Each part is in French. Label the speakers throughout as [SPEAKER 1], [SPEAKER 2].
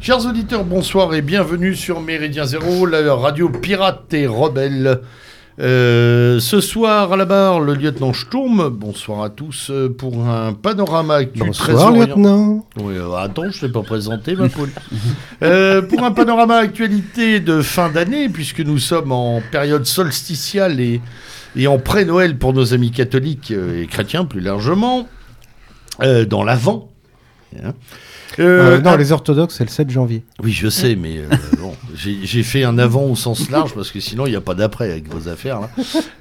[SPEAKER 1] Chers auditeurs, bonsoir et bienvenue sur Méridien Zéro, la radio pirate et rebelle. Euh, ce soir à la barre, le lieutenant Sturm, bonsoir à tous euh, pour un panorama actuel très
[SPEAKER 2] Bonsoir,
[SPEAKER 1] orient-
[SPEAKER 2] lieutenant.
[SPEAKER 1] Oui, euh, attends, je ne t'ai pas présenté, ma poule. Euh, pour un panorama actualité de fin d'année, puisque nous sommes en période solsticiale et, et en pré-Noël pour nos amis catholiques euh, et chrétiens plus largement, euh, dans l'Avent. Hein. Euh,
[SPEAKER 2] Euh, non,
[SPEAKER 1] ah,
[SPEAKER 2] les orthodoxes, c'est le 7 janvier.
[SPEAKER 1] Oui, je sais, mais euh, bon, j'ai j'ai fait un avant au sens large parce que sinon il n'y a pas d'après avec vos affaires. là.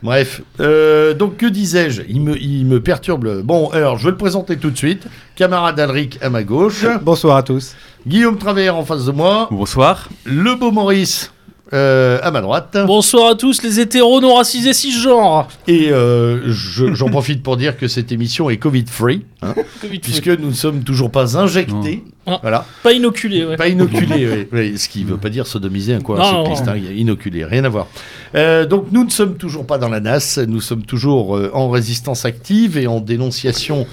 [SPEAKER 1] Bref, euh, donc que disais-je il me, il me perturbe. le- Bon, alors je vais le présenter tout de suite. Camarade Alric à ma gauche.
[SPEAKER 2] Bonsoir à tous.
[SPEAKER 1] Guillaume Travers en face de moi,
[SPEAKER 3] Bonsoir.
[SPEAKER 1] le beau Maurice euh, à ma droite,
[SPEAKER 4] Bonsoir à tous les hétéros non racisés cisgenres.
[SPEAKER 1] et euh, je- j'en profite pour dire que cette émission est Covid-free, hein,
[SPEAKER 4] Covid
[SPEAKER 1] puisque nous ne sommes toujours pas injectés,
[SPEAKER 4] Non. Ah.
[SPEAKER 1] voilà,
[SPEAKER 4] pas inoculé, ouais.
[SPEAKER 1] pas inoculés, oui, oui, ce qui ne veut pas dire sodomiser un coercipiste,
[SPEAKER 4] Non,
[SPEAKER 1] hein, inoculé, rien à voir. Euh, donc nous ne sommes toujours pas dans la NAS, nous sommes toujours euh, en résistance active et en dénonciation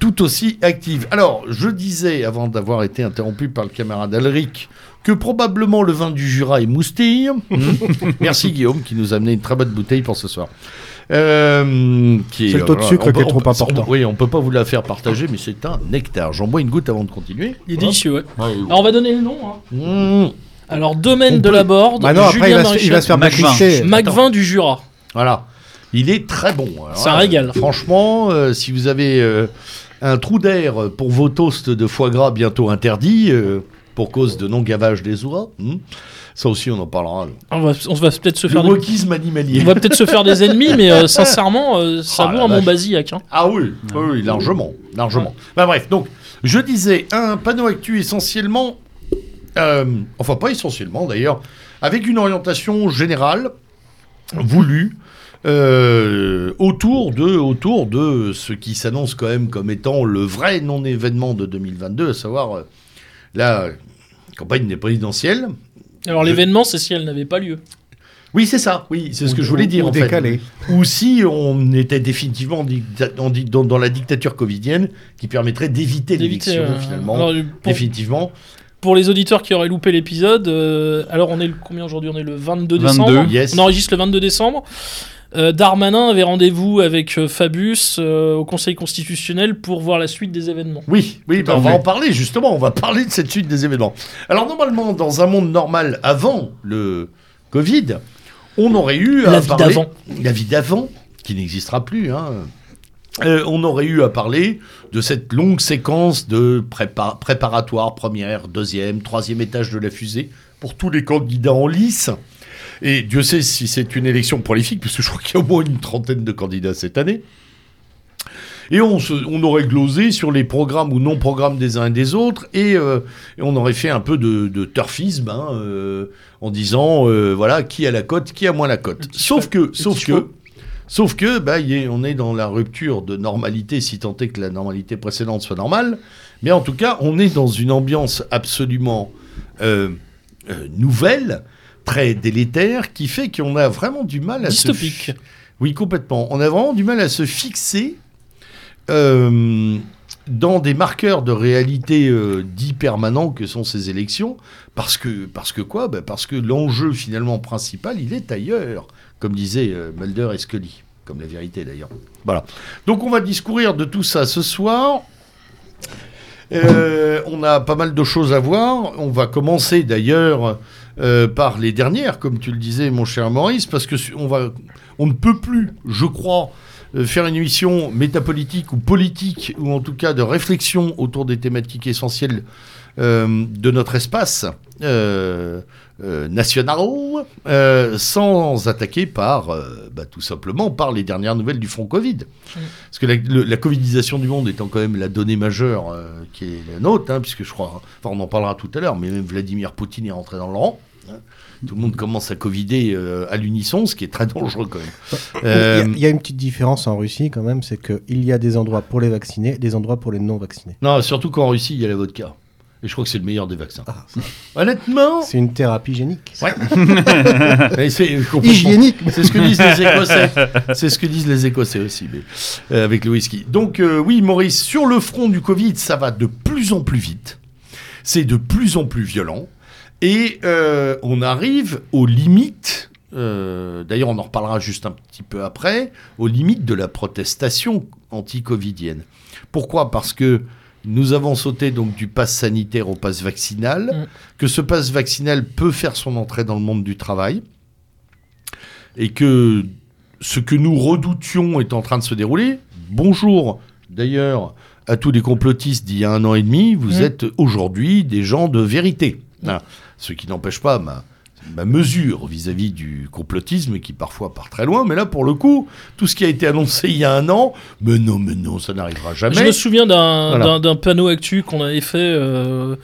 [SPEAKER 1] tout aussi active. Alors, je disais, avant d'avoir été interrompu par le camarade Alric, que probablement le vin du Jura est moustille. Merci Guillaume qui nous a amené une très bonne bouteille pour ce soir. Euh, qui est-
[SPEAKER 2] C'est le taux de
[SPEAKER 1] voilà,
[SPEAKER 2] sucre
[SPEAKER 1] on
[SPEAKER 2] qui
[SPEAKER 1] peut-
[SPEAKER 2] est trop
[SPEAKER 1] on peut-
[SPEAKER 2] important.
[SPEAKER 1] Oui, on peut pas vous la faire partager, mais c'est un nectar. J'en bois une goutte avant de continuer.
[SPEAKER 4] Il est délicieux, ouais.
[SPEAKER 1] Ah,
[SPEAKER 4] Alors on va donner le nom. hein.
[SPEAKER 1] Mmh.
[SPEAKER 4] Alors domaine
[SPEAKER 1] On
[SPEAKER 4] de
[SPEAKER 1] peut-
[SPEAKER 4] la Borde,
[SPEAKER 2] Bah non, après, il
[SPEAKER 4] Julien
[SPEAKER 2] va, se- il va se
[SPEAKER 4] Maréchal,
[SPEAKER 2] faire
[SPEAKER 3] Macvin.
[SPEAKER 2] macrister.
[SPEAKER 4] Macvin du Jura.
[SPEAKER 1] Voilà. Il est très bon. Alors
[SPEAKER 4] C'est un
[SPEAKER 1] là,
[SPEAKER 4] régal.
[SPEAKER 1] Franchement, euh, si vous avez euh, un trou d'air pour vos toasts de foie gras bientôt interdits, euh, pour cause de non-gavage des oies, hmm, ça aussi on en parlera.
[SPEAKER 4] On va, on va peut-être se
[SPEAKER 1] Le
[SPEAKER 4] faire, des...
[SPEAKER 1] wokisme animalier.
[SPEAKER 4] on va peut-être se faire des ennemis, mais euh, sincèrement, euh, ça
[SPEAKER 1] Ah,
[SPEAKER 4] vaut
[SPEAKER 1] la
[SPEAKER 4] un bon
[SPEAKER 1] vache.
[SPEAKER 4] basiac. Hein.
[SPEAKER 1] Ah oui, oui, oui, largement, largement. Bah bref, donc, je disais, un panneau actu essentiellement, euh, enfin pas essentiellement d'ailleurs, avec une orientation générale, voulue, euh, autour, de, autour de ce qui s'annonce quand même comme étant le vrai non-événement de 2022, à savoir euh, la campagne des présidentielles.
[SPEAKER 4] Alors
[SPEAKER 1] Je-
[SPEAKER 4] l'événement, c'est si elle n'avait pas lieu.
[SPEAKER 1] Oui, c'est ça, oui, c'est ce que
[SPEAKER 2] Ou-
[SPEAKER 1] je voulais dire
[SPEAKER 2] ou
[SPEAKER 1] en fait.
[SPEAKER 2] décalé.
[SPEAKER 1] Ou si on était définitivement en dicta- en dic- dans, dans la dictature covidienne qui permettrait d'éviter
[SPEAKER 4] D'éviter,
[SPEAKER 1] l'élection
[SPEAKER 4] euh,
[SPEAKER 1] finalement.
[SPEAKER 4] alors, euh, pour,
[SPEAKER 1] Définitivement.
[SPEAKER 4] pour les auditeurs qui auraient loupé l'épisode, euh, alors on est le combien aujourd'hui On est le 22 décembre.
[SPEAKER 3] 22.
[SPEAKER 1] Yes.
[SPEAKER 4] On enregistre le 22 décembre. Euh, Darmanin avait rendez-vous avec euh, Fabius euh, au Conseil constitutionnel pour voir la suite des événements.
[SPEAKER 1] Oui, oui bah,
[SPEAKER 3] à
[SPEAKER 1] on va
[SPEAKER 3] fait.
[SPEAKER 1] en parler justement, on va parler de cette suite des événements. Alors normalement, dans un monde normal avant le Covid, on aurait eu à
[SPEAKER 4] La vie
[SPEAKER 1] parler-
[SPEAKER 4] d'avant.
[SPEAKER 1] La vie d'avant, qui n'existera plus, hein. Euh, on aurait eu à parler de cette longue séquence de prépa- préparatoire, première, deuxième, troisième étage de la fusée pour tous les candidats en lice. Et Dieu sait si c'est une élection prolifique, parce que je crois qu'il y a au moins une trentaine de candidats cette année. Et on, se- on aurait glosé sur les programmes ou non-programmes des uns et des autres, et, euh, et on aurait fait un peu de, de turfisme, hein, euh, en disant, euh, voilà, qui a la cote, qui a moins la cote. Sauf que, sauf
[SPEAKER 4] petit
[SPEAKER 1] que,
[SPEAKER 4] chevaux.
[SPEAKER 1] sauf que, bah, y est- on est dans la rupture de normalité, si tant est que la normalité précédente soit normale, mais en tout cas, on est dans une ambiance absolument euh, euh, nouvelle, très délétère, qui fait qu'on a vraiment du mal à se
[SPEAKER 4] Dystopique.
[SPEAKER 1] oui, complètement. On a vraiment du mal à se fixer euh, dans des marqueurs de réalité euh, dits permanents que sont ces élections, parce que, parce que quoi Bah, Parce que l'enjeu finalement principal, il est ailleurs, comme disaient euh, Mulder et Scully, comme la vérité d'ailleurs. Voilà. Donc on va discourir de tout ça ce soir. Euh, on a pas mal de choses à voir. On va commencer d'ailleurs euh, par les dernières, comme tu le disais, mon cher Maurice, parce que su- on va on ne peut plus, je crois, euh, faire une émission métapolitique ou politique, ou en tout cas de réflexion autour des thématiques essentielles euh, de notre espace euh, euh, national, euh, sans attaquer par, euh, bah, tout simplement, par les dernières nouvelles du front Covid. Parce que la, le- la Covidisation du monde étant quand même la donnée majeure euh, qui est la nôtre, hein, puisque je crois, enfin on en parlera tout à l'heure, mais même Vladimir Poutine est rentré dans le rang. hein. Tout le monde commence à covider euh, à l'unisson, ce qui est très dangereux quand même.
[SPEAKER 2] Il y a-
[SPEAKER 1] Euh,
[SPEAKER 2] Il y, a une petite différence en Russie quand même, c'est qu'il y a des endroits pour les vaccinés, des endroits pour les non vaccinés.
[SPEAKER 1] Non, surtout qu'en Russie, il y a la vodka. Et je crois que c'est le meilleur des vaccins. Honnêtement,
[SPEAKER 2] C'est une thérapie génique.
[SPEAKER 1] Et c'est complètement-
[SPEAKER 2] Hygiénique.
[SPEAKER 1] C'est ce que disent les Écossais. C'est ce que disent les Écossais aussi, mais, euh, avec le whisky. Donc euh, oui, Maurice, sur le front du Covid, ça va de plus en plus vite. C'est de plus en plus violent. Et euh, on arrive aux limites, euh, d'ailleurs on en reparlera juste un petit peu après, aux limites de la protestation anti-covidienne. Pourquoi Parce que nous avons sauté donc du pass sanitaire au pass
[SPEAKER 4] Mm.
[SPEAKER 1] vaccinal, que ce pass vaccinal peut faire son entrée dans le monde du travail, et que ce que nous redoutions est en train de se dérouler. Bonjour d'ailleurs à tous les complotistes d'il y a un an et demi, vous
[SPEAKER 4] Mm.
[SPEAKER 1] êtes aujourd'hui des gens de vérité. Voilà. Ce qui n'empêche pas ma, ma mesure vis-à-vis du complotisme qui parfois part très loin, mais là pour le coup, tout ce qui a été annoncé il y a un an, mais non, mais non, ça n'arrivera jamais.
[SPEAKER 4] Je me souviens d'un
[SPEAKER 1] Ah, Voilà.
[SPEAKER 4] d'un- d'un panneau actu qu'on avait fait. euh,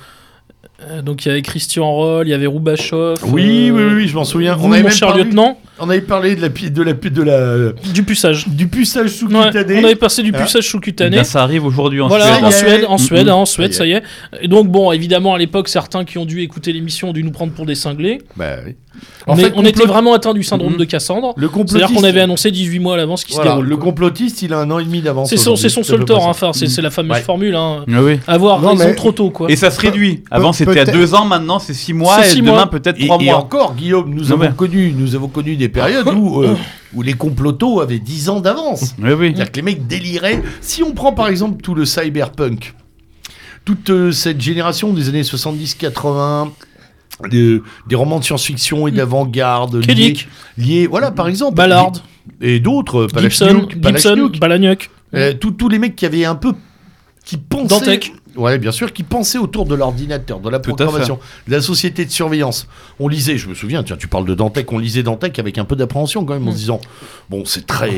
[SPEAKER 4] euh, donc il y avait Christian Roll, il y avait Roubachoff.
[SPEAKER 1] Oui,
[SPEAKER 4] euh,
[SPEAKER 1] oui, oui, je m'en souviens.
[SPEAKER 4] vous,
[SPEAKER 1] On avait,
[SPEAKER 4] mon
[SPEAKER 1] même
[SPEAKER 4] cher
[SPEAKER 1] parlé,
[SPEAKER 4] lieutenant,
[SPEAKER 1] on avait parlé de la, pi- de la, pi- de la,
[SPEAKER 4] du puçage.
[SPEAKER 1] du puçage
[SPEAKER 4] Ouais,
[SPEAKER 1] sous-cutané.
[SPEAKER 4] on avait passé du
[SPEAKER 1] Ah.
[SPEAKER 4] puçage
[SPEAKER 3] Eh
[SPEAKER 4] sous-cutané.
[SPEAKER 3] bien, ça arrive aujourd'hui en
[SPEAKER 4] Voilà,
[SPEAKER 3] Suède.
[SPEAKER 1] Ça
[SPEAKER 4] en
[SPEAKER 1] y est.
[SPEAKER 4] Suède, en
[SPEAKER 3] Mm,
[SPEAKER 4] Suède,
[SPEAKER 3] mm.
[SPEAKER 4] hein, en Suède,
[SPEAKER 1] Ça
[SPEAKER 4] ça
[SPEAKER 1] y
[SPEAKER 4] y est. Et donc, bon, évidemment, à l'époque, certains qui ont dû écouter l'émission ont dû nous prendre pour des cinglés.
[SPEAKER 1] Bah oui.
[SPEAKER 4] On,
[SPEAKER 1] En
[SPEAKER 4] est-
[SPEAKER 1] fait,
[SPEAKER 4] on était
[SPEAKER 1] complot-
[SPEAKER 4] vraiment atteint du syndrome
[SPEAKER 3] Mm.
[SPEAKER 4] de Cassandre.
[SPEAKER 1] Le complotiste.
[SPEAKER 4] C'est-à-dire qu'on avait annoncé 18 mois à l'avance ce qui
[SPEAKER 1] Voilà,
[SPEAKER 4] se déroule.
[SPEAKER 1] le complotiste, il a un an et demi d'avance.
[SPEAKER 4] C'est son,
[SPEAKER 1] aujourd'hui.
[SPEAKER 4] c'est son
[SPEAKER 1] C'est
[SPEAKER 4] seul
[SPEAKER 1] le
[SPEAKER 4] tort, hein.
[SPEAKER 1] principe.
[SPEAKER 4] enfin, c'est c'est la fameuse
[SPEAKER 1] Ouais. Mm-hmm.
[SPEAKER 4] formule. hein.
[SPEAKER 3] Ah oui.
[SPEAKER 4] Avoir
[SPEAKER 2] Non,
[SPEAKER 4] raison
[SPEAKER 2] mais-
[SPEAKER 4] trop tôt, quoi.
[SPEAKER 3] Et ça se réduit. Avant, c'était à
[SPEAKER 2] peut-être-
[SPEAKER 3] deux ans, maintenant, c'est six mois,
[SPEAKER 4] C'est six
[SPEAKER 3] et demain,
[SPEAKER 4] mois.
[SPEAKER 3] peut-être
[SPEAKER 1] Et,
[SPEAKER 3] trois
[SPEAKER 1] et
[SPEAKER 3] mois.
[SPEAKER 1] encore, Guillaume, nous
[SPEAKER 3] Non,
[SPEAKER 1] avons,
[SPEAKER 3] mais-
[SPEAKER 1] connu, nous avons connu des périodes où, euh, où les complotos avaient 10 ans d'avance.
[SPEAKER 3] Oui, oui.
[SPEAKER 1] C'est-à-dire que les mecs déliraient. Si on prend par exemple tout le cyberpunk, toute euh, cette génération des années 70-80, de- des romans de science-fiction et
[SPEAKER 4] Mm.
[SPEAKER 1] d'avant-garde, liés,
[SPEAKER 4] Kedic,
[SPEAKER 1] liés- voilà par exemple,
[SPEAKER 4] Ballard,
[SPEAKER 1] et d'autres,
[SPEAKER 4] Gibson,
[SPEAKER 1] Palachniuk,
[SPEAKER 4] Gibson,
[SPEAKER 1] Palachniuk,
[SPEAKER 4] Balagnuc.
[SPEAKER 1] euh, tous tous les mecs qui avaient un peu qui pensaient
[SPEAKER 4] Dantec.
[SPEAKER 1] Ouais, bien sûr, qui pensaient autour de l'ordinateur, de la
[SPEAKER 3] Tout à
[SPEAKER 1] programmation, de la société de surveillance. On lisait, je me souviens, tiens, tu parles de Dantec, on lisait Dantec avec un peu d'appréhension quand même, en se disant, bon, c'est très...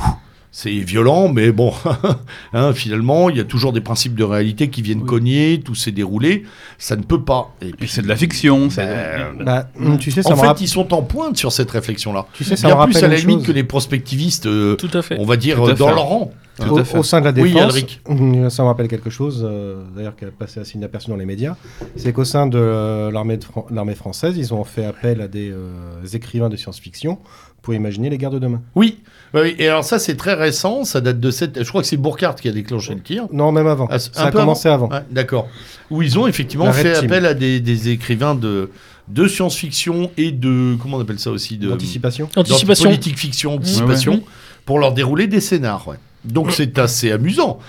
[SPEAKER 1] Ouh, C'est violent, mais bon, hein, finalement, il y a toujours des principes de réalité qui viennent
[SPEAKER 3] Oui.
[SPEAKER 1] cogner, tout s'est déroulé, ça ne peut pas. Et
[SPEAKER 3] Puis c'est de la fiction. c'est-
[SPEAKER 1] euh,
[SPEAKER 2] Bah, hum, tu sais, ça
[SPEAKER 1] en
[SPEAKER 2] me
[SPEAKER 1] fait,
[SPEAKER 2] rappelle.
[SPEAKER 1] ils sont en pointe sur cette réflexion-là.
[SPEAKER 2] Tu sais, ça me
[SPEAKER 1] Bien
[SPEAKER 2] rappelle
[SPEAKER 1] plus à la
[SPEAKER 2] une
[SPEAKER 1] limite
[SPEAKER 2] chose.
[SPEAKER 1] que les prospectivistes, euh,
[SPEAKER 4] Tout à fait.
[SPEAKER 1] on va dire,
[SPEAKER 3] Tout à
[SPEAKER 1] euh, dans
[SPEAKER 3] fait.
[SPEAKER 1] leur rang.
[SPEAKER 3] Tout
[SPEAKER 2] Au,
[SPEAKER 3] à fait.
[SPEAKER 2] au sein de la
[SPEAKER 1] Oui,
[SPEAKER 2] défense,
[SPEAKER 1] Alric.
[SPEAKER 2] hum, ça me rappelle quelque chose, euh, d'ailleurs qui a passé assez inaperçu dans les médias, c'est qu'au sein de euh, l'armée de Fran- l'armée française, ils ont fait appel à des euh, écrivains de science-fiction pour imaginer les guerres de demain.
[SPEAKER 1] Oui, oui, oui. et alors ça c'est très récent, ça date de cette... Je crois que c'est Burkhardt qui a déclenché le tir.
[SPEAKER 2] Non, même avant.
[SPEAKER 1] Ah, c'est un
[SPEAKER 2] ça a
[SPEAKER 1] peu
[SPEAKER 2] commencé avant.
[SPEAKER 1] Ouais, D'accord. Où ils ont effectivement
[SPEAKER 2] La
[SPEAKER 1] fait
[SPEAKER 2] Red Team.
[SPEAKER 1] appel à des, des écrivains de, de science-fiction et de... Comment on appelle ça aussi Ah, de,
[SPEAKER 2] Anticipation.
[SPEAKER 4] Anticipation.
[SPEAKER 1] Politique fiction, anticipation,
[SPEAKER 3] Ouais,
[SPEAKER 1] pour leur dérouler des scénars. ouais. Donc c'est assez amusant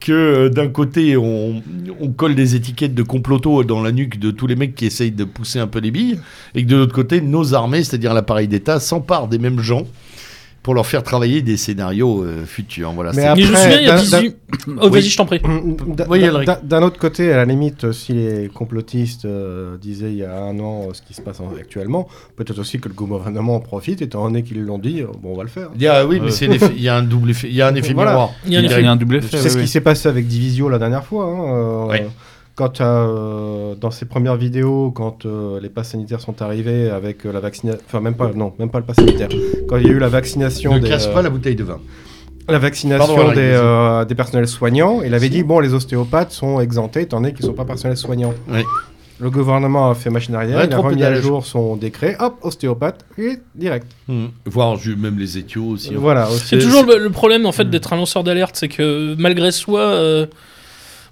[SPEAKER 1] que euh, d'un côté on, on colle des étiquettes de comploto dans la nuque de tous les mecs qui essayent de pousser un peu les billes, et que de l'autre côté nos armées, c'est-à-dire l'appareil d'État, s'emparent des mêmes gens pour leur faire travailler des scénarios euh, futurs. Voilà,
[SPEAKER 2] Mais
[SPEAKER 1] c'est-
[SPEAKER 4] Mais je me
[SPEAKER 2] Après,
[SPEAKER 4] souviens, il y a
[SPEAKER 2] d'un-
[SPEAKER 4] 18. Oh,
[SPEAKER 1] Oui.
[SPEAKER 4] vas-y, je t'en prie.
[SPEAKER 2] D'un
[SPEAKER 1] Oui,
[SPEAKER 2] d'un-
[SPEAKER 1] Alric.
[SPEAKER 2] d'un- d'un autre côté, à la limite, euh, si les complotistes euh, disaient il y a un an euh, ce qui se passe en- actuellement, peut-être aussi que le gouvernement en profite, étant donné qu'ils l'ont dit, euh, bon, on va le faire.
[SPEAKER 1] Il y a, oui, mais
[SPEAKER 3] Ouais.
[SPEAKER 1] c'est l'effet- il y a un double effet, il y a un effet
[SPEAKER 2] Voilà.
[SPEAKER 1] miroir.
[SPEAKER 4] Il y a un
[SPEAKER 3] Il y a
[SPEAKER 4] effet.
[SPEAKER 3] un double effet.
[SPEAKER 2] C'est ce qui s'est passé avec Divisio la dernière fois. hein, euh,
[SPEAKER 1] Ouais.
[SPEAKER 2] Quand euh, dans ses premières vidéos, quand euh, les passes sanitaires sont arrivés avec euh, la vaccination, enfin même pas, non, même pas le pass sanitaire. Quand il y a eu la vaccination
[SPEAKER 1] Ne
[SPEAKER 2] des,
[SPEAKER 1] casse
[SPEAKER 2] euh,
[SPEAKER 1] pas la bouteille de vin.
[SPEAKER 2] la vaccination
[SPEAKER 1] Pardon, Alric,
[SPEAKER 2] des,
[SPEAKER 1] vas-y.
[SPEAKER 2] euh, des personnels soignants, il avait
[SPEAKER 1] Si.
[SPEAKER 2] dit bon, les ostéopathes sont exemptés étant donné qu'ils ne sont pas personnels soignants.
[SPEAKER 1] Ouais.
[SPEAKER 2] Le gouvernement a fait machine arrière, il a remis à
[SPEAKER 1] Rétropédalage.
[SPEAKER 2] jour son décret, hop, ostéopathe, et direct.
[SPEAKER 1] Voire ju- même les étios aussi. hein.
[SPEAKER 2] Euh, Voilà, aussi.
[SPEAKER 4] C'est toujours le, le problème en fait
[SPEAKER 3] Mm.
[SPEAKER 4] d'être un lanceur d'alerte, c'est que malgré soi, euh,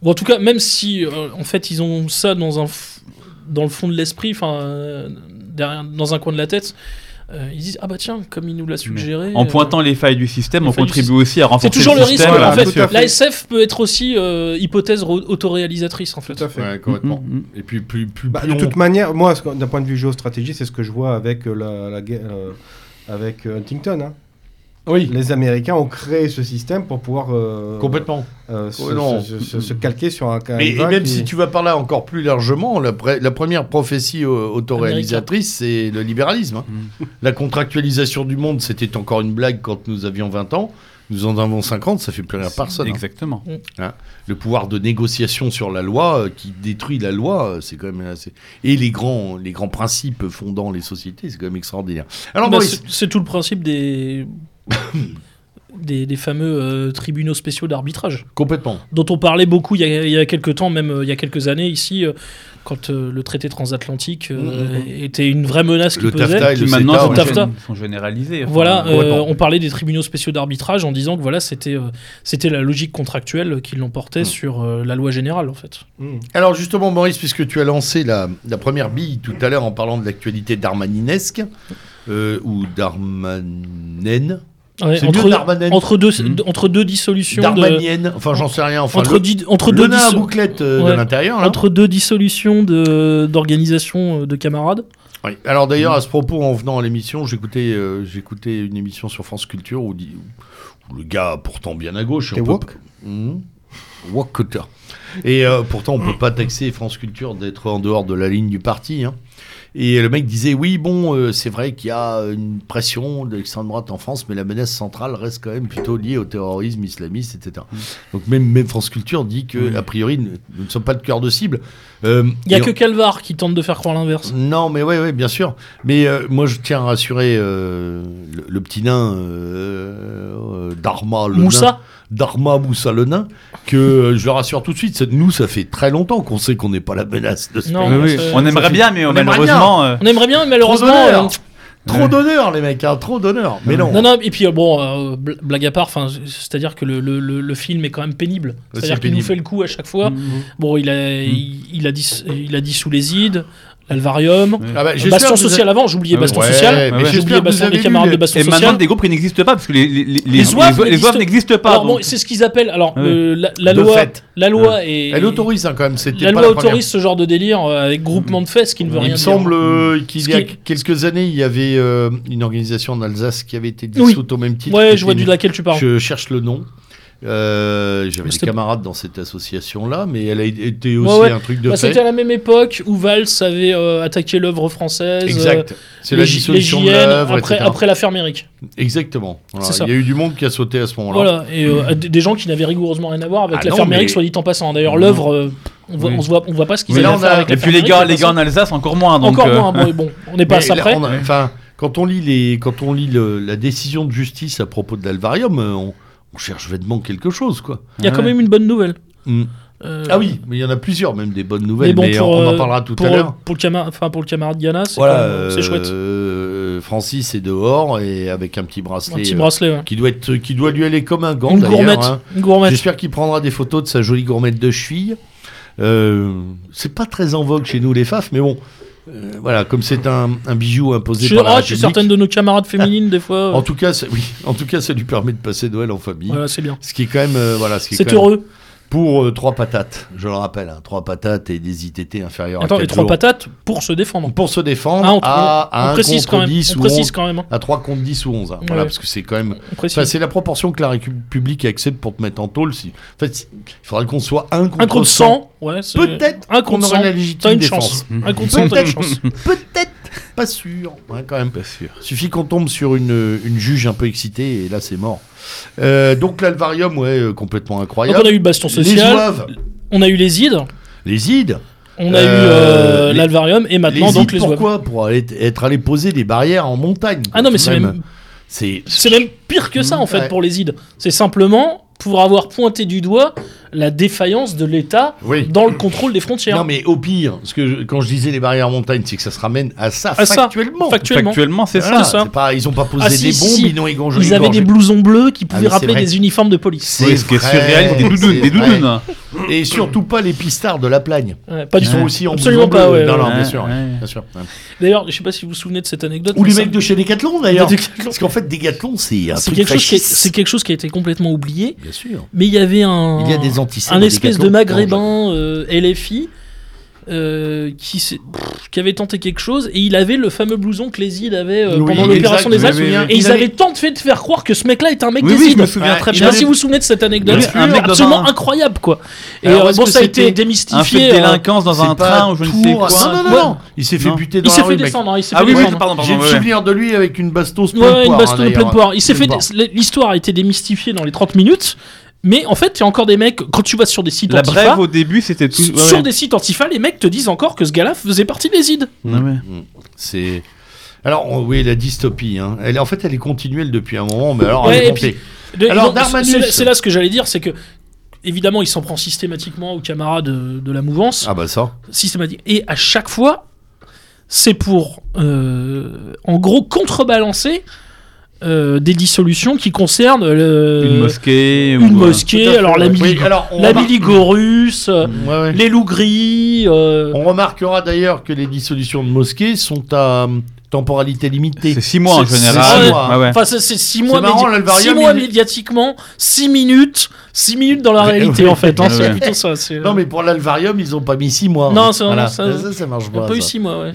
[SPEAKER 4] ou en tout cas même si euh, en fait ils ont ça dans un f- dans le fond de l'esprit, enfin euh, derrière dans un coin de la tête, euh, ils disent ah bah tiens comme il nous l'a suggéré.
[SPEAKER 3] En
[SPEAKER 4] euh,
[SPEAKER 3] pointant les failles du système,
[SPEAKER 4] les
[SPEAKER 3] on
[SPEAKER 4] failles du
[SPEAKER 3] contribue
[SPEAKER 4] système.
[SPEAKER 3] aussi à
[SPEAKER 4] c'est
[SPEAKER 3] renforcer
[SPEAKER 4] toujours le risque.
[SPEAKER 3] système.
[SPEAKER 2] voilà,
[SPEAKER 4] en
[SPEAKER 3] bien
[SPEAKER 4] fait,
[SPEAKER 3] sûr.
[SPEAKER 2] tout à fait.
[SPEAKER 4] la SF peut être aussi euh, hypothèse ro- autoréalisatrice en fait.
[SPEAKER 2] Tout à fait.
[SPEAKER 1] Ouais, complètement.
[SPEAKER 3] Mm, mm.
[SPEAKER 1] Et puis plus plus,
[SPEAKER 2] Bah,
[SPEAKER 1] plus
[SPEAKER 2] de
[SPEAKER 1] on-
[SPEAKER 2] toute manière, moi, ce que- d'un point de vue géostratégie, c'est ce que je vois avec euh, la, la guerre, euh, avec euh, Huntington. hein.
[SPEAKER 1] oui
[SPEAKER 2] Les Américains ont créé ce système pour pouvoir euh,
[SPEAKER 1] complètement.
[SPEAKER 2] euh, se,
[SPEAKER 1] Ouais, Oh, non.
[SPEAKER 2] se- se- se calquer sur un cas.
[SPEAKER 1] Et, et même si tu vas par là encore plus largement, la, pre- la première prophétie euh, autoréalisatrice, c'est le libéralisme. hein. La contractualisation du monde, c'était encore une blague quand nous avions 20 ans. Nous en avons 50, ça fait plus rien à personne. hein.
[SPEAKER 3] Exactement.
[SPEAKER 1] Le pouvoir de négociation sur la loi euh, qui détruit la loi, euh, c'est quand même assez. Et les grands, les grands principes fondant les sociétés, c'est quand même extraordinaire. Alors,
[SPEAKER 4] Bah,
[SPEAKER 1] Maurice,
[SPEAKER 4] c'est c'est tout le principe des des, des fameux euh, tribunaux spéciaux d'arbitrage,
[SPEAKER 1] Complètement.
[SPEAKER 4] dont on parlait beaucoup il y a, il y a quelques temps, même euh, il y a quelques années ici, euh, quand euh, le traité transatlantique euh, était une vraie menace qui
[SPEAKER 1] Le
[SPEAKER 4] pesait.
[SPEAKER 1] TAFTA et
[SPEAKER 3] qui
[SPEAKER 1] le
[SPEAKER 3] maintenant
[SPEAKER 1] CETA,
[SPEAKER 3] sont,
[SPEAKER 1] on-
[SPEAKER 4] TAFTA.
[SPEAKER 3] gén- sont généralisés. enfin,
[SPEAKER 4] Voilà, euh,
[SPEAKER 3] complètement.
[SPEAKER 4] on parlait des tribunaux spéciaux d'arbitrage en disant que voilà, c'était euh, c'était la logique contractuelle qui l'emportait
[SPEAKER 1] Mm.
[SPEAKER 4] sur euh, la loi générale en fait.
[SPEAKER 2] hmm,
[SPEAKER 1] Alors justement, Maurice, puisque tu as lancé la, la première bille tout à l'heure en parlant de l'actualité darmaninesque, euh, ou darmanen,
[SPEAKER 4] Ouais,
[SPEAKER 1] c'est mieux
[SPEAKER 4] entre,
[SPEAKER 1] darmanen,
[SPEAKER 4] entre deux
[SPEAKER 3] Mm.
[SPEAKER 4] entre deux dissolutions de-
[SPEAKER 1] darmanienne, enfin j'en sais rien, enfin
[SPEAKER 4] entre,
[SPEAKER 1] le,
[SPEAKER 4] di- entre
[SPEAKER 1] le
[SPEAKER 4] deux
[SPEAKER 1] nain à
[SPEAKER 4] disso-
[SPEAKER 1] bouclette euh,
[SPEAKER 4] Ouais.
[SPEAKER 1] de l'intérieur. là.
[SPEAKER 4] entre deux dissolutions de d'organisations euh, de camarades.
[SPEAKER 1] Oui. Alors d'ailleurs, à ce propos, en venant à l'émission, j'écoutais euh, j'écoutais une émission sur France Culture où, dit- où le gars, pourtant bien à gauche,
[SPEAKER 2] T'es
[SPEAKER 1] on peut
[SPEAKER 2] woke
[SPEAKER 1] p- Mhm. Woke cutter. Et euh, pourtant, on peut pas taxer France Culture d'être en dehors de la ligne du parti. hein. Et le mec disait oui, bon, euh, c'est vrai qu'il y a une pression de l'extrême droite en France, mais la menace centrale reste quand même plutôt liée au terrorisme islamiste, etc.
[SPEAKER 4] Hmm.
[SPEAKER 1] Donc même, même France Culture dit que a priori, nous, nous ne sommes pas de cœur de cible. Euh,
[SPEAKER 4] Il y a
[SPEAKER 1] et
[SPEAKER 4] que Calvar qui tente de faire croire l'inverse.
[SPEAKER 1] non, mais oui, ouais, bien sûr. Mais euh, moi, je tiens à rassurer euh, le, le petit nain euh, euh, Dharma le nain,
[SPEAKER 4] Moussa,
[SPEAKER 1] Dharma Moussa le nain, que euh, je le rassure tout de suite. c'est- Nous, ça fait très longtemps qu'on sait qu'on n'est pas la menace de ce
[SPEAKER 4] Non.
[SPEAKER 1] pays.
[SPEAKER 3] Oui, oui.
[SPEAKER 4] ça-
[SPEAKER 3] On
[SPEAKER 4] ça
[SPEAKER 3] aimerait
[SPEAKER 1] fait-
[SPEAKER 3] bien, mais euh,
[SPEAKER 1] on aimerait
[SPEAKER 3] malheureusement. euh,
[SPEAKER 4] on aimerait bien, mais malheureusement.
[SPEAKER 1] d'honneur.
[SPEAKER 4] euh,
[SPEAKER 1] Trop d'honneur, les mecs, hein, trop d'honneur. Mais non.
[SPEAKER 4] Non, non, et puis euh, bon, euh, bl- blague à part, 'fin, c'est-à-dire que le, le- le- le film est quand même pénible.
[SPEAKER 1] C'est
[SPEAKER 4] C'est-à-dire qu'il nous
[SPEAKER 1] pénible. Mm.
[SPEAKER 4] fait le coup à chaque fois.
[SPEAKER 3] Mhm.
[SPEAKER 4] Bon, il a, il, il a dit, il a dit sous les ides, l'alvarium,
[SPEAKER 3] Ouais.
[SPEAKER 1] Ah bah, j'espère
[SPEAKER 4] baston
[SPEAKER 1] que vous Ah,
[SPEAKER 4] social avant, j'oubliais
[SPEAKER 3] Ouais,
[SPEAKER 4] baston
[SPEAKER 1] Ouais,
[SPEAKER 4] social.
[SPEAKER 1] mais
[SPEAKER 3] Ouais.
[SPEAKER 4] J'ai
[SPEAKER 1] j'espère
[SPEAKER 4] oublié
[SPEAKER 1] que vous
[SPEAKER 4] Baston
[SPEAKER 1] avez
[SPEAKER 4] des
[SPEAKER 1] lu
[SPEAKER 4] camarades de
[SPEAKER 1] les-
[SPEAKER 4] Baston
[SPEAKER 3] Et maintenant,
[SPEAKER 4] Social.
[SPEAKER 3] des groupes qui n'existent pas, parce que les, les, les,
[SPEAKER 4] Les zouaves
[SPEAKER 3] les
[SPEAKER 4] n'existent-
[SPEAKER 3] n'existent pas.
[SPEAKER 4] Alors bon,
[SPEAKER 3] donc.
[SPEAKER 4] c'est ce qu'ils appellent. Alors,
[SPEAKER 3] Ouais.
[SPEAKER 4] euh, la, la
[SPEAKER 1] Ah De
[SPEAKER 4] loi,
[SPEAKER 1] fait. Ah.
[SPEAKER 4] la loi est.
[SPEAKER 1] Elle autorise hein, quand même, c'était
[SPEAKER 4] La
[SPEAKER 1] pas
[SPEAKER 4] loi
[SPEAKER 1] la première.
[SPEAKER 4] autorise ce genre de délire euh, avec groupement de fesses qui ne veut
[SPEAKER 1] Il
[SPEAKER 4] rien
[SPEAKER 1] me
[SPEAKER 4] dire.
[SPEAKER 1] semble euh, qu'il
[SPEAKER 4] Ce
[SPEAKER 1] y a
[SPEAKER 4] qui-
[SPEAKER 1] quelques années, il y avait euh, une organisation en Alsace qui avait été dissoute au même titre.
[SPEAKER 4] Ouais,
[SPEAKER 1] C'était
[SPEAKER 4] je vois
[SPEAKER 1] une-
[SPEAKER 4] de laquelle tu parles.
[SPEAKER 1] Je cherche le nom. Euh, J'avais des
[SPEAKER 4] C'était-
[SPEAKER 1] camarades dans cette association-là, mais elle a été aussi
[SPEAKER 4] Ouais, ouais.
[SPEAKER 1] un truc de
[SPEAKER 4] Bah,
[SPEAKER 1] fait.
[SPEAKER 4] C'était à la même époque où Valls avait euh, attaqué l'œuvre française. euh,
[SPEAKER 1] Exact. C'est
[SPEAKER 4] les
[SPEAKER 1] la
[SPEAKER 4] J-
[SPEAKER 1] dissolution
[SPEAKER 4] les
[SPEAKER 1] de
[SPEAKER 4] JN
[SPEAKER 1] l'œuvre,
[SPEAKER 4] après,
[SPEAKER 1] etc.
[SPEAKER 4] après l'affaire Méric.
[SPEAKER 1] Exactement. Voilà.
[SPEAKER 4] C'est ça.
[SPEAKER 1] Il y a eu du monde qui a sauté à ce moment-là.
[SPEAKER 4] Voilà, et euh, des- des gens qui n'avaient rigoureusement rien à voir avec
[SPEAKER 1] Ah
[SPEAKER 4] l'affaire
[SPEAKER 1] non,
[SPEAKER 4] Méric,
[SPEAKER 1] mais-
[SPEAKER 4] soit dit en passant. D'ailleurs, l'œuvre, euh, on, voit-
[SPEAKER 3] Oui.
[SPEAKER 4] on se voit, on voit pas ce qu'ils
[SPEAKER 1] Mais là,
[SPEAKER 4] avaient
[SPEAKER 1] on
[SPEAKER 4] à faire
[SPEAKER 1] a-
[SPEAKER 4] avec
[SPEAKER 3] Et puis les
[SPEAKER 4] l'affaire
[SPEAKER 3] gars,
[SPEAKER 4] Méric,
[SPEAKER 3] les gars en Alsace, encore moins. Donc,
[SPEAKER 4] Encore
[SPEAKER 3] euh,
[SPEAKER 4] moins, bon, bon, on n'est pas à
[SPEAKER 1] Mais
[SPEAKER 4] ça
[SPEAKER 1] là,
[SPEAKER 4] près.
[SPEAKER 1] on a- Enfin, quand on lit les, quand on lit le- la décision de justice à propos de l'Alvarium, euh, on, on cherche vêtement quelque chose, quoi.
[SPEAKER 4] Il y a quand
[SPEAKER 3] Ouais.
[SPEAKER 4] même une bonne nouvelle.
[SPEAKER 1] Mm.
[SPEAKER 4] Euh,
[SPEAKER 1] Ah oui, mais il y en a plusieurs, même des bonnes nouvelles.
[SPEAKER 4] Mais bon,
[SPEAKER 1] mais
[SPEAKER 4] pour,
[SPEAKER 1] on
[SPEAKER 4] euh,
[SPEAKER 1] en parlera tout
[SPEAKER 4] pour,
[SPEAKER 1] à l'heure.
[SPEAKER 4] pour le camar- enfin, pour le camarade Yana, c'est
[SPEAKER 1] Voilà,
[SPEAKER 4] quand même- c'est chouette.
[SPEAKER 1] euh, Francis est dehors et avec un petit
[SPEAKER 4] Un
[SPEAKER 1] bracelet.
[SPEAKER 4] petit
[SPEAKER 1] euh,
[SPEAKER 4] bracelet, ouais.
[SPEAKER 1] qui doit, être, qui doit lui aller comme un gant.
[SPEAKER 4] Une
[SPEAKER 1] d'ailleurs,
[SPEAKER 4] gourmette.
[SPEAKER 1] hein.
[SPEAKER 4] Une gourmette.
[SPEAKER 1] J'espère qu'il prendra des photos de sa jolie gourmette de cheville. Euh, c'est pas très en vogue chez nous les faf, mais bon, euh, voilà, comme c'est un, un bijou imposé
[SPEAKER 4] Je suis,
[SPEAKER 1] par la
[SPEAKER 4] ah, je suis
[SPEAKER 1] République,
[SPEAKER 4] certaine de nos camarades féminines, des fois. euh,
[SPEAKER 1] En tout cas, ça, oui, en tout cas, ça lui permet de passer Noël en famille.
[SPEAKER 4] Voilà, c'est bien.
[SPEAKER 1] Ce qui est quand même, euh, voilà, ce qui est
[SPEAKER 4] C'est
[SPEAKER 1] quand même-
[SPEAKER 4] heureux.
[SPEAKER 1] pour euh, trois patates. Je le rappelle, hein, trois patates et des ITT inférieurs
[SPEAKER 4] Attends,
[SPEAKER 1] à
[SPEAKER 4] et
[SPEAKER 1] quatre
[SPEAKER 4] trois
[SPEAKER 1] jours.
[SPEAKER 4] patates pour se défendre.
[SPEAKER 1] Pour se défendre
[SPEAKER 4] Ah, on-
[SPEAKER 1] à, à
[SPEAKER 4] on
[SPEAKER 1] un
[SPEAKER 4] précise
[SPEAKER 1] contre
[SPEAKER 4] quand même.
[SPEAKER 1] 10
[SPEAKER 4] on
[SPEAKER 1] ou
[SPEAKER 4] précise
[SPEAKER 1] 11,
[SPEAKER 4] quand même. hein.
[SPEAKER 1] à 3 contre 10 ou 11. hein. Voilà,
[SPEAKER 4] Ouais.
[SPEAKER 1] parce que c'est quand même
[SPEAKER 4] On précise.
[SPEAKER 1] Enfin, c'est la proportion que la République accepte pour te mettre en tôle. Si... En fait, si- il faudrait qu'on soit un contre,
[SPEAKER 4] un contre 100, ouais, c'est-
[SPEAKER 1] Peut-être
[SPEAKER 4] un
[SPEAKER 1] qu'on
[SPEAKER 4] contre
[SPEAKER 1] aurait
[SPEAKER 4] 100,
[SPEAKER 1] la
[SPEAKER 4] t'as
[SPEAKER 1] légitime
[SPEAKER 4] une
[SPEAKER 1] défense.
[SPEAKER 4] chance. Un contre 100, t'as une chance.
[SPEAKER 1] Peut-être Pas sûr, hein, quand même.
[SPEAKER 3] Pas sûr.
[SPEAKER 1] Suffit qu'on tombe sur une, une juge un peu excitée et là, c'est mort. Euh, donc, l'alvarium, ouais, euh, complètement
[SPEAKER 4] Donc
[SPEAKER 1] incroyable.
[SPEAKER 4] on a eu le baston
[SPEAKER 1] les
[SPEAKER 4] social,
[SPEAKER 1] zouaves,
[SPEAKER 4] on a eu les ides,
[SPEAKER 1] les ides.
[SPEAKER 4] on a
[SPEAKER 1] Euh,
[SPEAKER 4] eu euh,
[SPEAKER 1] les-
[SPEAKER 4] l'alvarium et maintenant
[SPEAKER 1] les
[SPEAKER 4] donc
[SPEAKER 1] ides,
[SPEAKER 4] les zouaves.
[SPEAKER 1] pourquoi Pour aller, être allé poser des barrières en montagne. quoi.
[SPEAKER 4] Ah non mais c'est
[SPEAKER 1] Même-
[SPEAKER 4] même,
[SPEAKER 1] C'est.
[SPEAKER 4] c'est même pire que ça en fait
[SPEAKER 1] Ouais.
[SPEAKER 4] pour les ides. C'est simplement pour avoir pointé du doigt la défaillance de l'État
[SPEAKER 1] Oui.
[SPEAKER 4] dans le contrôle des frontières.
[SPEAKER 1] Non, mais au pire, ce que je- quand je disais les barrières en montagne, c'est que ça se ramène à ça
[SPEAKER 4] À ça,
[SPEAKER 1] factuellement.
[SPEAKER 4] Factuellement,
[SPEAKER 3] Factuellement, c'est
[SPEAKER 4] Voilà.
[SPEAKER 3] ça.
[SPEAKER 1] Ah,
[SPEAKER 4] ça.
[SPEAKER 1] c'est pas- ils ont pas posé
[SPEAKER 4] Ah, si,
[SPEAKER 1] des
[SPEAKER 4] si,
[SPEAKER 1] bombes,
[SPEAKER 4] si.
[SPEAKER 1] ils n'ont égorgé.
[SPEAKER 4] ils avaient
[SPEAKER 1] égorgé.
[SPEAKER 4] des blousons bleus qui
[SPEAKER 1] Ah, mais
[SPEAKER 4] pouvaient
[SPEAKER 1] c'est
[SPEAKER 4] rappeler
[SPEAKER 1] vrai.
[SPEAKER 4] des uniformes de police.
[SPEAKER 1] C'est
[SPEAKER 3] Oui, ce qui est
[SPEAKER 1] vrai,
[SPEAKER 3] surréaliste, des doudounes. Des
[SPEAKER 1] c'est vrai.
[SPEAKER 3] doudounes.
[SPEAKER 1] Et surtout pas les pistards de la plagne.
[SPEAKER 4] Ouais, pas
[SPEAKER 1] Ils
[SPEAKER 4] du
[SPEAKER 1] sont
[SPEAKER 4] tout.
[SPEAKER 1] aussi en
[SPEAKER 4] Absolument
[SPEAKER 1] blouson
[SPEAKER 4] pas.
[SPEAKER 1] bleu.
[SPEAKER 4] ouais,
[SPEAKER 1] Non,
[SPEAKER 4] ouais.
[SPEAKER 1] non, bien
[SPEAKER 3] Ouais,
[SPEAKER 1] sûr.
[SPEAKER 3] ouais.
[SPEAKER 1] Bien sûr. ouais.
[SPEAKER 4] D'ailleurs, je sais pas si vous vous souvenez de cette anecdote.
[SPEAKER 1] Ou
[SPEAKER 4] mais
[SPEAKER 1] les
[SPEAKER 4] ça-
[SPEAKER 1] mecs de chez Decathlon d'ailleurs.
[SPEAKER 4] Decathlon.
[SPEAKER 1] Parce qu'en fait, Decathlon, c'est un
[SPEAKER 4] C'est
[SPEAKER 1] truc
[SPEAKER 4] quelque, chose qui est-
[SPEAKER 1] fasciste.
[SPEAKER 4] c'est quelque chose qui a été complètement oublié,
[SPEAKER 1] Bien sûr.
[SPEAKER 4] mais il y avait un,
[SPEAKER 1] Il y a des antisémites.
[SPEAKER 4] Oh. un espèce de
[SPEAKER 1] Decathlon.
[SPEAKER 4] maghrébin euh, LFI euh, qui, s'est- pff, qui avait tenté quelque chose et il avait le fameux blouson que les IDE avaient euh,
[SPEAKER 1] Oui,
[SPEAKER 4] pendant
[SPEAKER 1] exact,
[SPEAKER 4] l'opération des
[SPEAKER 1] oui,
[SPEAKER 4] Alpes
[SPEAKER 1] oui, oui.
[SPEAKER 4] et
[SPEAKER 1] Il
[SPEAKER 4] ils
[SPEAKER 1] avait-
[SPEAKER 4] avaient tant fait de faire croire que ce mec là était un mec
[SPEAKER 3] Oui,
[SPEAKER 4] des
[SPEAKER 3] oui,
[SPEAKER 4] IDE.
[SPEAKER 3] je me souviens
[SPEAKER 1] Ouais,
[SPEAKER 3] très
[SPEAKER 1] il
[SPEAKER 4] Je
[SPEAKER 3] bien.
[SPEAKER 4] sais pas si vous vous souvenez de cette anecdote,
[SPEAKER 3] Bien sûr, un mec dans
[SPEAKER 4] absolument
[SPEAKER 3] un-
[SPEAKER 4] incroyable quoi. Et
[SPEAKER 1] Alors,
[SPEAKER 4] euh,
[SPEAKER 1] est-ce
[SPEAKER 4] bon,
[SPEAKER 1] que
[SPEAKER 4] ça a été
[SPEAKER 1] c'était
[SPEAKER 3] Un fait
[SPEAKER 4] démystifié.
[SPEAKER 3] de
[SPEAKER 4] euh,
[SPEAKER 3] délinquance dans
[SPEAKER 1] C'est
[SPEAKER 3] un
[SPEAKER 1] pas
[SPEAKER 3] train ou je ne sais
[SPEAKER 1] Tours.
[SPEAKER 3] quoi.
[SPEAKER 1] Non, non,
[SPEAKER 4] Ouais.
[SPEAKER 1] non. Il s'est fait
[SPEAKER 3] Non.
[SPEAKER 1] buter dans
[SPEAKER 4] il s'est
[SPEAKER 1] la
[SPEAKER 4] fait
[SPEAKER 1] rue, mec.
[SPEAKER 4] descendre, hein, il s'est
[SPEAKER 3] Ah
[SPEAKER 4] fait
[SPEAKER 3] oui, oui,
[SPEAKER 4] descendre.
[SPEAKER 3] pardon,
[SPEAKER 1] J'ai
[SPEAKER 3] pardon.
[SPEAKER 1] le
[SPEAKER 3] ouais, ouais.
[SPEAKER 1] souvenir de lui avec une bastos
[SPEAKER 4] Ouais,
[SPEAKER 1] plein de
[SPEAKER 4] une
[SPEAKER 1] poire,
[SPEAKER 4] baston
[SPEAKER 1] hein,
[SPEAKER 4] de plein de
[SPEAKER 1] d'ailleurs, hein.
[SPEAKER 4] poire. Il s'est
[SPEAKER 1] Plein
[SPEAKER 4] fait
[SPEAKER 1] de poire.
[SPEAKER 4] l'histoire a été démystifiée dans les 30 minutes, mais en fait, il y a encore des mecs quand tu vas sur des sites
[SPEAKER 3] La
[SPEAKER 4] antifa,
[SPEAKER 3] brève au début, c'était tout.
[SPEAKER 4] sur
[SPEAKER 3] ouais, ouais.
[SPEAKER 4] des sites antifa, les mecs te disent encore que ce gars-là faisait partie des ides.
[SPEAKER 3] Ouais, ouais.
[SPEAKER 1] C'est. Alors, on- oui, la dystopie. hein. Elle, en fait, elle est continuelle depuis un moment, mais alors,
[SPEAKER 4] Ouais,
[SPEAKER 1] elle est
[SPEAKER 4] et puis-
[SPEAKER 1] montée.
[SPEAKER 4] De-
[SPEAKER 1] Alors,
[SPEAKER 4] ils ont-
[SPEAKER 1] Darmanus-
[SPEAKER 4] c'est là- C'est là ce que j'allais dire, c'est que évidemment, il s'en prend systématiquement aux camarades de, de la mouvance,
[SPEAKER 1] Ah bah ça.
[SPEAKER 4] systématique. Et à chaque fois, c'est pour, euh, en gros, contrebalancer euh, des dissolutions qui concernent le-
[SPEAKER 3] Une mosquée.
[SPEAKER 4] une
[SPEAKER 3] ou, euh,
[SPEAKER 4] mosquée,
[SPEAKER 1] Tout à fait,
[SPEAKER 4] alors la
[SPEAKER 1] ouais.
[SPEAKER 4] mili-
[SPEAKER 1] Oui, alors, on Mm.
[SPEAKER 4] la
[SPEAKER 1] remarque-
[SPEAKER 4] Miligorus, euh,
[SPEAKER 1] Ouais, ouais.
[SPEAKER 4] les loups gris. euh,
[SPEAKER 1] On remarquera d'ailleurs que les dissolutions de mosquées sont à euh, temporalité limitée.
[SPEAKER 3] C'est 6 mois en
[SPEAKER 1] C'est- c'est
[SPEAKER 3] général.
[SPEAKER 4] six
[SPEAKER 1] mois.
[SPEAKER 3] Ouais, ouais.
[SPEAKER 4] Enfin, c'est c'est six mois,
[SPEAKER 1] marrant,
[SPEAKER 4] médi-
[SPEAKER 1] l'Alvarium,
[SPEAKER 4] six mois
[SPEAKER 1] il-
[SPEAKER 4] médiatiquement, six minutes, six minutes dans la
[SPEAKER 1] Ouais,
[SPEAKER 4] réalité
[SPEAKER 1] ouais.
[SPEAKER 4] en fait. hein,
[SPEAKER 3] Ouais.
[SPEAKER 4] c'est plutôt ça. c'est-
[SPEAKER 1] Non, mais pour l'alvarium, ils ont pas mis 6 mois. hein.
[SPEAKER 4] Non, ça, non, ça-
[SPEAKER 1] ça, ça marche
[SPEAKER 4] on
[SPEAKER 1] pas.
[SPEAKER 4] a pas eu
[SPEAKER 1] ça.
[SPEAKER 4] euh, six mois. Ouais.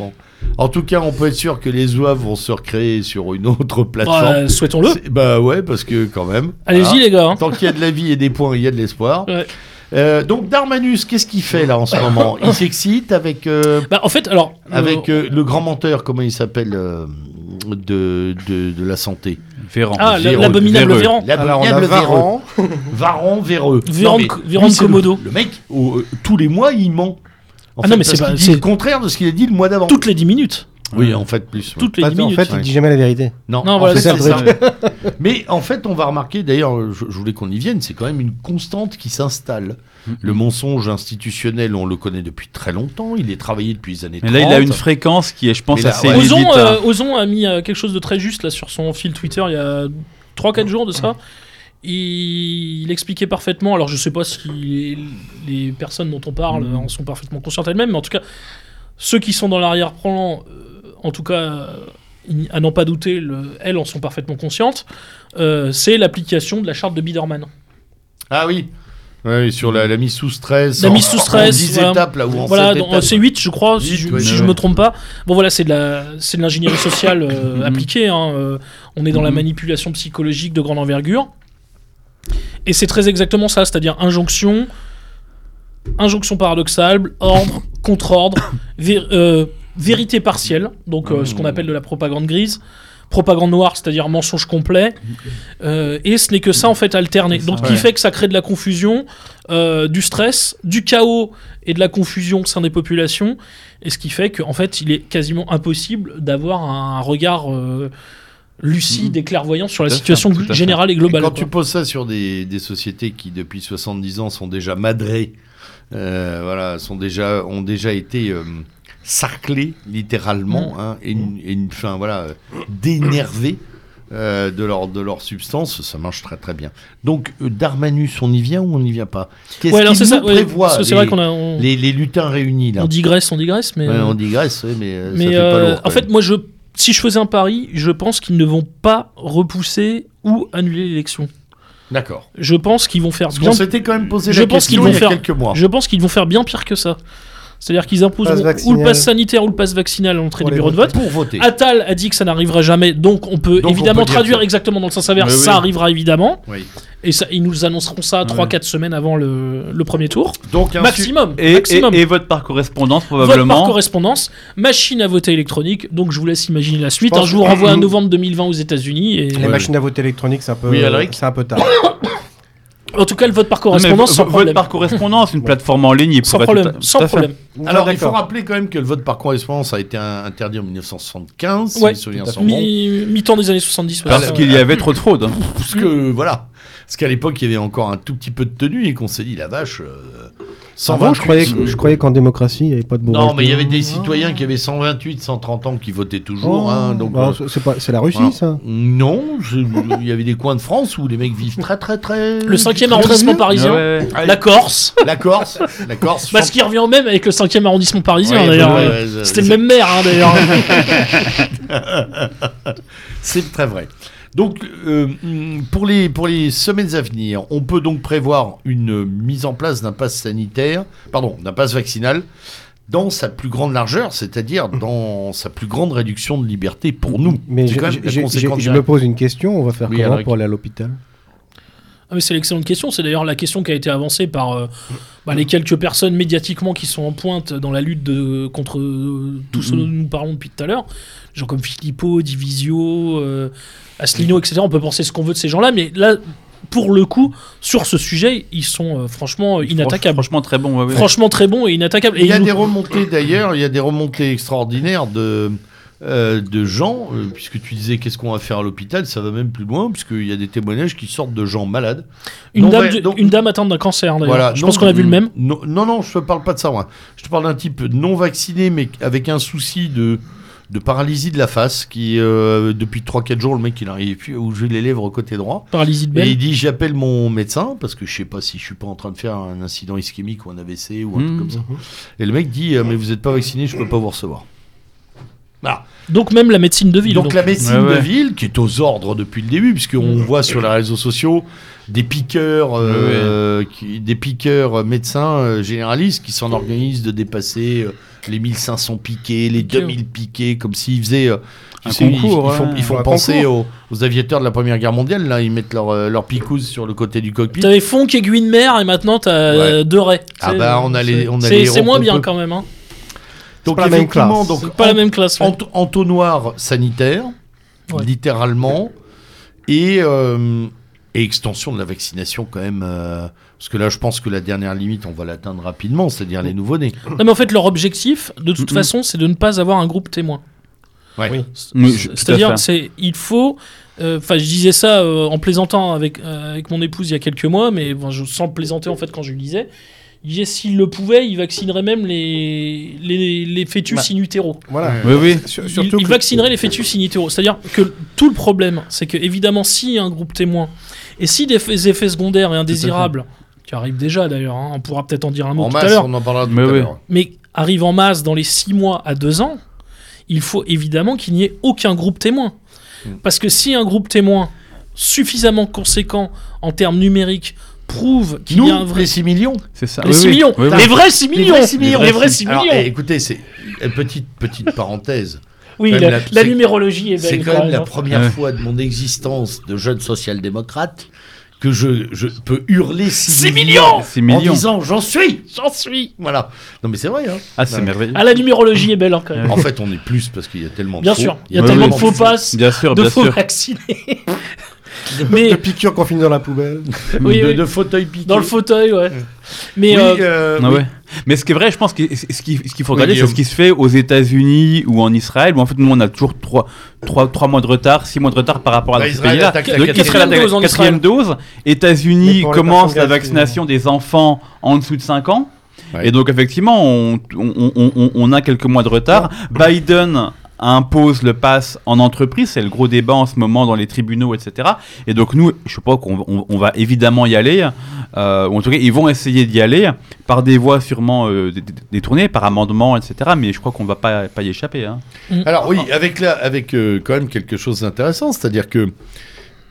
[SPEAKER 1] En tout cas, on peut être sûr que les oeuvres vont se recréer sur une autre
[SPEAKER 4] Bah,
[SPEAKER 1] plateforme.
[SPEAKER 4] euh, Souhaitons-le.
[SPEAKER 1] C'est- bah ouais, parce que quand même.
[SPEAKER 4] Allez-y
[SPEAKER 1] voilà.
[SPEAKER 4] les gars. hein.
[SPEAKER 1] Tant qu'il y a de la vie et des points, il y a de l'espoir.
[SPEAKER 4] Ouais.
[SPEAKER 1] Euh, donc Darmanus, qu'est-ce qu'il fait là en ce moment Il s'excite avec euh,
[SPEAKER 4] Bah, en fait, alors.
[SPEAKER 1] avec
[SPEAKER 4] euh,
[SPEAKER 1] euh, le grand menteur, comment il s'appelle euh, de, de de la santé.
[SPEAKER 3] Véran.
[SPEAKER 4] ah, la-
[SPEAKER 1] Véro-
[SPEAKER 4] l'abominable
[SPEAKER 3] Véreux.
[SPEAKER 4] Véran.
[SPEAKER 2] Alors, on a
[SPEAKER 1] L'abominable Varron,
[SPEAKER 2] Varan.
[SPEAKER 1] Varan véreux.
[SPEAKER 4] Véran
[SPEAKER 1] Non, mais
[SPEAKER 4] de- Véran
[SPEAKER 1] lui,
[SPEAKER 4] de
[SPEAKER 1] c'est le-
[SPEAKER 4] Komodo.
[SPEAKER 1] Le, mec, au- euh, tous les mois, il ment. En
[SPEAKER 4] Ah non, mais
[SPEAKER 1] parce
[SPEAKER 4] c'est pas-
[SPEAKER 1] qu'il dit
[SPEAKER 4] c'est-
[SPEAKER 1] le contraire de ce qu'il a dit le mois d'avant.
[SPEAKER 4] Toutes les 10 minutes.
[SPEAKER 1] Oui, en fait plus. ouais.
[SPEAKER 4] Toutes les
[SPEAKER 2] Bah,
[SPEAKER 4] 10
[SPEAKER 2] en
[SPEAKER 4] minutes.
[SPEAKER 2] fait, il dit jamais la vérité.
[SPEAKER 1] Non,
[SPEAKER 4] Non,
[SPEAKER 1] en
[SPEAKER 4] voilà,
[SPEAKER 1] fait,
[SPEAKER 2] c'est
[SPEAKER 1] c'est
[SPEAKER 2] ça.
[SPEAKER 1] ça. Mais en fait, on va remarquer, d'ailleurs, je, je voulais qu'on y vienne, c'est quand même une constante qui s'installe. Le mensonge institutionnel, on le connaît depuis très longtemps, il est travaillé depuis les années
[SPEAKER 3] Mais
[SPEAKER 1] 30.
[SPEAKER 3] là, il a une fréquence qui est, je pense,
[SPEAKER 1] Mais là,
[SPEAKER 3] assez
[SPEAKER 1] ouais.
[SPEAKER 3] inédite.
[SPEAKER 4] Ozon,
[SPEAKER 3] hein.
[SPEAKER 4] euh, Ozon a mis euh, quelque chose de très juste là sur son fil Twitter il y a 3-4 jours de ça. Il, il expliquait parfaitement, alors je sais pas si les, les personnes dont on parle euh, en sont parfaitement conscientes elles-mêmes, mais en tout cas, ceux qui sont dans l'arrière-plan, euh, en tout cas, euh, il- à n'en pas douter, le- elles en sont parfaitement conscientes, euh, c'est l'application de la charte de Biederman.
[SPEAKER 1] Ah oui Ouais, sur la, la mise sous stress.
[SPEAKER 4] La
[SPEAKER 1] en-
[SPEAKER 4] mise sous stress,
[SPEAKER 1] En 10
[SPEAKER 4] voilà.
[SPEAKER 1] étapes, là, ou en
[SPEAKER 4] Voilà,
[SPEAKER 1] 7
[SPEAKER 4] dans- euh,
[SPEAKER 1] étapes.
[SPEAKER 4] c'est 8, je crois, si,
[SPEAKER 1] Huit,
[SPEAKER 4] je,
[SPEAKER 1] ouais,
[SPEAKER 4] si
[SPEAKER 1] ouais.
[SPEAKER 4] je me trompe pas. Bon, voilà, c'est de la- c'est de l'ingénierie sociale euh,
[SPEAKER 3] Mhm.
[SPEAKER 4] appliquée. hein, euh, on est dans
[SPEAKER 1] Mhm.
[SPEAKER 4] la manipulation psychologique de grande envergure. Et c'est très exactement ça, c'est-à-dire injonction, injonction paradoxale, ordre, contre-ordre, vé- euh, vérité partielle, donc
[SPEAKER 1] Mhm.
[SPEAKER 4] euh, ce qu'on appelle de la propagande grise, propagande noire, c'est-à-dire mensonge complet, euh, et ce n'est que ça en fait alterné. Donc ce qui
[SPEAKER 3] Ouais.
[SPEAKER 4] fait que ça crée de la confusion, euh, du stress, du chaos et de la confusion au sein des populations, et ce qui fait qu'en fait il est quasiment impossible d'avoir un regard euh, lucide et clairvoyant sur la
[SPEAKER 3] Tout à fait,
[SPEAKER 4] situation
[SPEAKER 3] tout à fait.
[SPEAKER 4] générale et
[SPEAKER 1] Et
[SPEAKER 4] globale.
[SPEAKER 1] quand
[SPEAKER 4] quoi.
[SPEAKER 1] tu poses ça sur des, des sociétés qui, depuis 70 ans, sont déjà madrées, euh, voilà, sont déjà, ont déjà été euh, sarclées, littéralement,
[SPEAKER 4] Mm.
[SPEAKER 1] hein, et, une, et une- enfin, voilà, euh, dénervées euh, de, leur, de leur substance, ça marche très très bien. Donc, euh, Darmanus, on y vient ou on n'y vient pas Qu'est-ce
[SPEAKER 4] Ouais, alors,
[SPEAKER 1] qu'il
[SPEAKER 4] c'est
[SPEAKER 1] nous
[SPEAKER 4] ça, ouais,
[SPEAKER 1] prévoit
[SPEAKER 4] parce que c'est
[SPEAKER 1] les,
[SPEAKER 4] vrai qu'on a- on,
[SPEAKER 1] les, les lutins réunis, là
[SPEAKER 4] on digresse, on digresse, mais,
[SPEAKER 1] Ouais,
[SPEAKER 4] euh,
[SPEAKER 1] On digresse, ouais, mais, euh,
[SPEAKER 4] mais,
[SPEAKER 1] ça fait
[SPEAKER 4] euh,
[SPEAKER 1] pas lourd.
[SPEAKER 4] en
[SPEAKER 1] quand
[SPEAKER 4] fait,
[SPEAKER 1] même.
[SPEAKER 4] moi je, si je faisais un pari, je pense qu'ils ne vont pas repousser ou annuler l'élection.
[SPEAKER 1] D'accord.
[SPEAKER 4] Je pense qu'ils vont faire
[SPEAKER 1] Parce
[SPEAKER 4] bien.
[SPEAKER 1] qu'on s'était quand même posé
[SPEAKER 4] Je
[SPEAKER 1] la
[SPEAKER 4] pense qu'ils
[SPEAKER 1] question
[SPEAKER 4] vont
[SPEAKER 1] il y a
[SPEAKER 4] faire-
[SPEAKER 1] quelques
[SPEAKER 3] Oh.
[SPEAKER 1] mois.
[SPEAKER 4] Je pense qu'ils vont faire bien pire que ça. C'est-à-dire qu'ils imposent
[SPEAKER 2] Passe
[SPEAKER 4] ou le
[SPEAKER 2] vaccinal.
[SPEAKER 4] pass sanitaire ou le pass vaccinal à l'entrée
[SPEAKER 2] Pour
[SPEAKER 4] des
[SPEAKER 2] les
[SPEAKER 4] bureaux de vote.
[SPEAKER 1] Pour voter.
[SPEAKER 4] Attal a dit que ça n'arrivera jamais, donc on peut
[SPEAKER 1] Donc on
[SPEAKER 4] évidemment
[SPEAKER 1] peut dire
[SPEAKER 4] traduire
[SPEAKER 1] ça.
[SPEAKER 4] exactement dans le sens inverse,
[SPEAKER 3] Mais oui.
[SPEAKER 4] ça arrivera évidemment,
[SPEAKER 1] Oui.
[SPEAKER 4] et ça, ils nous annonceront ça 3-4 semaines avant le, le premier tour.
[SPEAKER 1] Donc, un su-
[SPEAKER 4] maximum,
[SPEAKER 3] Et, et,
[SPEAKER 4] maximum.
[SPEAKER 3] et vote par correspondance,
[SPEAKER 4] Vote par
[SPEAKER 3] probablement.
[SPEAKER 4] correspondance, machine à voter électronique, donc je vous laisse imaginer la suite.
[SPEAKER 2] pense
[SPEAKER 4] Un jour,
[SPEAKER 2] que-
[SPEAKER 4] on voit un novembre 2020 aux États-Unis, et
[SPEAKER 2] Les machines à voter électroniques, c'est un peu,
[SPEAKER 1] Oui, Alric
[SPEAKER 2] c'est un peu tard.
[SPEAKER 4] en tout cas, le vote par
[SPEAKER 3] Non, mais
[SPEAKER 4] correspondance,
[SPEAKER 3] vo-
[SPEAKER 4] sans
[SPEAKER 3] vote
[SPEAKER 4] problème.
[SPEAKER 3] par correspondance, une plateforme en ligne. il
[SPEAKER 4] Sans
[SPEAKER 3] pourrait tout
[SPEAKER 4] problème,
[SPEAKER 3] à-
[SPEAKER 4] sans
[SPEAKER 3] tout à fait.
[SPEAKER 4] problème.
[SPEAKER 1] Alors, il faut
[SPEAKER 2] D'accord.
[SPEAKER 1] rappeler quand même que le vote par correspondance a été un- interdit en 1975, si
[SPEAKER 4] Ouais,
[SPEAKER 1] mes souvenirs
[SPEAKER 2] tout à
[SPEAKER 1] sont bons.
[SPEAKER 4] Mi- Mi-temps des années 70. ouais,
[SPEAKER 3] Parce
[SPEAKER 4] ça,
[SPEAKER 3] qu'il y avait trop de fraude.
[SPEAKER 1] Parce que, voilà. Parce qu'à l'époque, il y avait encore un tout petit peu de tenue et qu'on s'est dit, la vache,
[SPEAKER 4] Ah
[SPEAKER 1] euh,
[SPEAKER 2] Avant,
[SPEAKER 1] 128.
[SPEAKER 2] je croyais, que- je croyais qu'en démocratie, il n'y avait pas de bon.
[SPEAKER 1] Non, mais il y avait des
[SPEAKER 4] Ah.
[SPEAKER 1] citoyens qui avaient 128, 130 ans qui votaient toujours. hein, donc,
[SPEAKER 4] Ah,
[SPEAKER 1] euh,
[SPEAKER 2] Oh. Bah, c'est pas- c'est la Russie,
[SPEAKER 1] voilà.
[SPEAKER 2] ça.
[SPEAKER 1] Non, je- il y avait des coins de France où les mecs vivent très, très, très.
[SPEAKER 4] Le 5e
[SPEAKER 1] très
[SPEAKER 4] arrondissement
[SPEAKER 1] bien.
[SPEAKER 4] parisien,
[SPEAKER 3] Ouais, ouais.
[SPEAKER 4] la Corse,
[SPEAKER 1] La Corse. La Corse.
[SPEAKER 4] bah, ce qui revient au même avec le 5e arrondissement parisien
[SPEAKER 1] Ouais,
[SPEAKER 4] d'ailleurs.
[SPEAKER 1] ouais,
[SPEAKER 4] euh,
[SPEAKER 1] ouais, je-
[SPEAKER 4] C'était le même maire hein, d'ailleurs.
[SPEAKER 1] C'est très vrai. Donc, euh, mm, pour, les, pour les semaines à venir, on peut donc prévoir une mise en place d'un pass sanitaire, pardon, d'un pass vaccinal dans sa plus grande largeur, c'est-à-dire dans sa plus grande réduction de liberté pour nous.
[SPEAKER 2] Mmh. Mais
[SPEAKER 1] C'est
[SPEAKER 2] je,
[SPEAKER 1] quand même la
[SPEAKER 2] je-
[SPEAKER 1] conséquence
[SPEAKER 2] je- je me
[SPEAKER 1] directe.
[SPEAKER 2] pose une question. On va faire
[SPEAKER 1] Oui,
[SPEAKER 2] comment
[SPEAKER 1] Alric.
[SPEAKER 2] pour aller à l'hôpital
[SPEAKER 4] Ah, mais c'est l'excellente question. C'est d'ailleurs la question qui a été avancée par euh, bah, les quelques personnes médiatiquement qui sont en pointe dans la lutte de- contre euh, tout
[SPEAKER 1] Mhm.
[SPEAKER 4] ce dont nous parlons depuis tout à l'heure. Gens comme Filippo, Divisio, euh, Asselineau,
[SPEAKER 1] Mhm.
[SPEAKER 4] etc. On peut penser ce qu'on veut de ces gens-là, mais là, pour le coup, sur ce sujet, ils sont euh, franchement euh,
[SPEAKER 3] Franch-
[SPEAKER 4] inattaquables.
[SPEAKER 3] Franchement, très bon. ouais, ouais.
[SPEAKER 4] Franchement, très bons et inattaquables. Et
[SPEAKER 1] Il y a
[SPEAKER 4] ils-
[SPEAKER 1] des remontées d'ailleurs, il y a des remontées extraordinaires de euh, de gens, euh, puisque tu disais qu'est-ce qu'on va faire à l'hôpital, ça va même plus loin, puisqu'il y a des témoignages qui sortent de gens malades.
[SPEAKER 4] Une,
[SPEAKER 1] Non,
[SPEAKER 4] dame,
[SPEAKER 1] mais-
[SPEAKER 4] du-
[SPEAKER 1] donc-
[SPEAKER 4] une dame atteinte d'un cancer, d'ailleurs.
[SPEAKER 1] Voilà,
[SPEAKER 4] Je
[SPEAKER 1] non-
[SPEAKER 4] pense qu'on a vu le même.
[SPEAKER 1] Non, non, non, je te parle pas de ça, moi. Je te parle d'un type non vacciné, mais avec un souci de, de paralysie de la face, qui, euh, depuis 3-4 jours, le mec, il n'arrivait plus à bouger les lèvres au côté droit.
[SPEAKER 4] Paralysie de
[SPEAKER 1] Et il
[SPEAKER 4] Bell.
[SPEAKER 1] dit J'appelle mon médecin, parce que je sais pas si je suis pas en train de faire un incident ischémique ou un AVC ou un truc
[SPEAKER 3] Mmh.
[SPEAKER 1] comme ça. Et le mec dit euh, Mais vous n'êtes pas vacciné, je peux pas vous recevoir. Voilà.
[SPEAKER 4] Donc même la médecine de ville.
[SPEAKER 1] donc,
[SPEAKER 4] donc.
[SPEAKER 1] la médecine
[SPEAKER 3] Ouais, ouais.
[SPEAKER 1] de ville, qui est aux ordres depuis le début, puisqu'on voit sur les réseaux sociaux des piqueurs, euh, qui- des piqueurs médecins euh, généralistes qui s'en organisent de dépasser euh, les 1500 piquets, les
[SPEAKER 4] Piquets.
[SPEAKER 1] 2000 piquets, comme s'ils faisaient. euh, tu
[SPEAKER 3] Un
[SPEAKER 1] sais, ils-
[SPEAKER 3] concours,
[SPEAKER 1] ils, font,
[SPEAKER 3] ouais.
[SPEAKER 1] ils font
[SPEAKER 2] Un
[SPEAKER 1] penser aux, aux aviateurs de la Première Guerre mondiale, là, ils mettent leur, euh, leur picouse sur le côté du cockpit.
[SPEAKER 4] T'avais Fonck, aiguille de mer, et maintenant t'as euh, deux raies.
[SPEAKER 1] Ah
[SPEAKER 4] C'est-
[SPEAKER 1] bah, on a les-
[SPEAKER 4] c'est-
[SPEAKER 1] on a
[SPEAKER 4] c'est-
[SPEAKER 1] les
[SPEAKER 4] C'est moins
[SPEAKER 1] repos-
[SPEAKER 4] bien quand même. Hein.
[SPEAKER 1] Donc,
[SPEAKER 2] pas la même
[SPEAKER 1] effectivement,
[SPEAKER 2] classe.
[SPEAKER 1] donc,
[SPEAKER 4] C'est pas la même classe. ouais.
[SPEAKER 1] Ent- entonnoir sanitaire,
[SPEAKER 4] Ouais.
[SPEAKER 1] littéralement, et, euh, et extension de la vaccination quand même. euh, parce que là, je pense que la dernière limite, on va l'atteindre rapidement, c'est-à-dire les nouveau-nés.
[SPEAKER 4] Non, mais en fait, leur objectif, de toute
[SPEAKER 3] Mhm.
[SPEAKER 4] façon, c'est de ne pas avoir un groupe témoin.
[SPEAKER 1] Ouais.
[SPEAKER 2] Oui.
[SPEAKER 3] Oui, je- tout à
[SPEAKER 4] C'est-à-dire,
[SPEAKER 3] fait.
[SPEAKER 4] c'est il faut. euh, Enfin, je disais ça euh, en plaisantant avec euh, avec mon épouse il y a quelques mois, mais enfin, je sens plaisanter en fait quand je le disais. Je disais s'il le pouvait, il vaccinerait même les les, les fœtus
[SPEAKER 2] Bah,
[SPEAKER 4] in utero.
[SPEAKER 2] Voilà.
[SPEAKER 3] Oui, oui.
[SPEAKER 2] Sur-
[SPEAKER 4] Il-
[SPEAKER 2] surtout
[SPEAKER 4] il,
[SPEAKER 2] que-
[SPEAKER 4] vaccinerait les fœtus in utero. C'est-à-dire que tout le problème, c'est que évidemment, s'il y a un groupe témoin et si des f- des effets secondaires et indésirables qui arrivent déjà d'ailleurs, hein, on pourra peut-être en dire un mot
[SPEAKER 1] En
[SPEAKER 4] tout à
[SPEAKER 1] masse,
[SPEAKER 4] l'heure,
[SPEAKER 1] on en parlera tout
[SPEAKER 3] Mais
[SPEAKER 1] à
[SPEAKER 3] oui.
[SPEAKER 1] l'heure.
[SPEAKER 4] mais arrivent en masse dans les 6 mois à 2 ans, il faut évidemment qu'il n'y ait aucun groupe témoin.
[SPEAKER 1] Mm.
[SPEAKER 4] Parce que si un groupe témoin suffisamment conséquent en termes numériques prouve qu'il
[SPEAKER 1] Nous,
[SPEAKER 4] y a un vrai...
[SPEAKER 1] les 6 millions.
[SPEAKER 3] C'est ça.
[SPEAKER 4] Les
[SPEAKER 3] Oui,
[SPEAKER 4] 6
[SPEAKER 3] oui.
[SPEAKER 4] millions
[SPEAKER 3] Oui, oui.
[SPEAKER 4] Les vrais 6 millions
[SPEAKER 1] vrais six millions.
[SPEAKER 4] Les vrais 6 millions
[SPEAKER 1] Alors, eh, écoutez, c'est eh, petite, petite parenthèse.
[SPEAKER 4] Oui,
[SPEAKER 1] même
[SPEAKER 4] la,
[SPEAKER 1] la-
[SPEAKER 4] la
[SPEAKER 1] c'est-
[SPEAKER 4] numérologie est belle.
[SPEAKER 1] C'est quand même la
[SPEAKER 4] hein.
[SPEAKER 1] première
[SPEAKER 3] Ouais.
[SPEAKER 1] fois de mon existence de jeune social-démocrate que je, je peux hurler 6,
[SPEAKER 4] Six
[SPEAKER 1] millions,
[SPEAKER 3] Six millions.
[SPEAKER 1] en disant j'en suis.
[SPEAKER 4] J'en suis
[SPEAKER 1] Voilà. Non mais c'est vrai. Hein.
[SPEAKER 3] Ah, c'est
[SPEAKER 1] Ouais.
[SPEAKER 3] merveilleux.
[SPEAKER 4] Ah, la numérologie est belle hein, quand même.
[SPEAKER 1] En fait, on est plus parce qu'il y a tellement de
[SPEAKER 4] Bien
[SPEAKER 1] faux.
[SPEAKER 4] sûr, il y a
[SPEAKER 3] Oui,
[SPEAKER 4] tellement
[SPEAKER 3] oui.
[SPEAKER 4] de faux passes,
[SPEAKER 3] Bien sûr,
[SPEAKER 4] de
[SPEAKER 3] bien
[SPEAKER 4] faux
[SPEAKER 3] sûr.
[SPEAKER 4] vaccinés. Mais
[SPEAKER 2] De piqûres qu'on finit dans la poubelle.
[SPEAKER 4] oui,
[SPEAKER 1] de,
[SPEAKER 4] oui,
[SPEAKER 1] de fauteuils piqués.
[SPEAKER 4] dans le fauteuil, ouais. Mais
[SPEAKER 1] Oui,
[SPEAKER 4] euh,
[SPEAKER 1] euh,
[SPEAKER 3] Ah
[SPEAKER 1] oui.
[SPEAKER 3] ouais. Mais ce qui est vrai, je pense que ce ce qui- ce qu'il faut
[SPEAKER 1] Oui,
[SPEAKER 3] regarder, c'est
[SPEAKER 1] Guillaume.
[SPEAKER 3] ce qui se fait aux États-Unis ou en Israël, où en fait nous on a toujours 3, mois de retard, 6 mois de retard par rapport à
[SPEAKER 1] Bah,
[SPEAKER 3] ces
[SPEAKER 1] Israël
[SPEAKER 3] pays-là.
[SPEAKER 1] attaque la
[SPEAKER 3] Donc,
[SPEAKER 1] quatrième
[SPEAKER 3] Israël attaque la
[SPEAKER 4] dose en
[SPEAKER 3] quatrième
[SPEAKER 4] Israël.
[SPEAKER 3] dose.
[SPEAKER 2] Mais
[SPEAKER 3] États-Unis
[SPEAKER 2] pour les
[SPEAKER 3] commence
[SPEAKER 2] personnes
[SPEAKER 3] la
[SPEAKER 2] vaccinées.
[SPEAKER 3] vaccination des enfants en dessous de 5 ans.
[SPEAKER 1] Ouais.
[SPEAKER 3] Et donc effectivement, on, on- on- on- on a quelques mois de retard. Biden impose le pass en entreprise, c'est le gros débat en ce moment dans les tribunaux, etc. Et donc nous, je pense qu'on on- on va évidemment y aller, euh, ou en tout cas ils vont essayer d'y aller par des voies sûrement euh, dé- dé- détournées, par amendement, etc. Mais je crois qu'on va pas, pas y échapper. hein.
[SPEAKER 1] Alors oui, avec la, avec euh, quand même quelque chose d'intéressant, c'est-à-dire que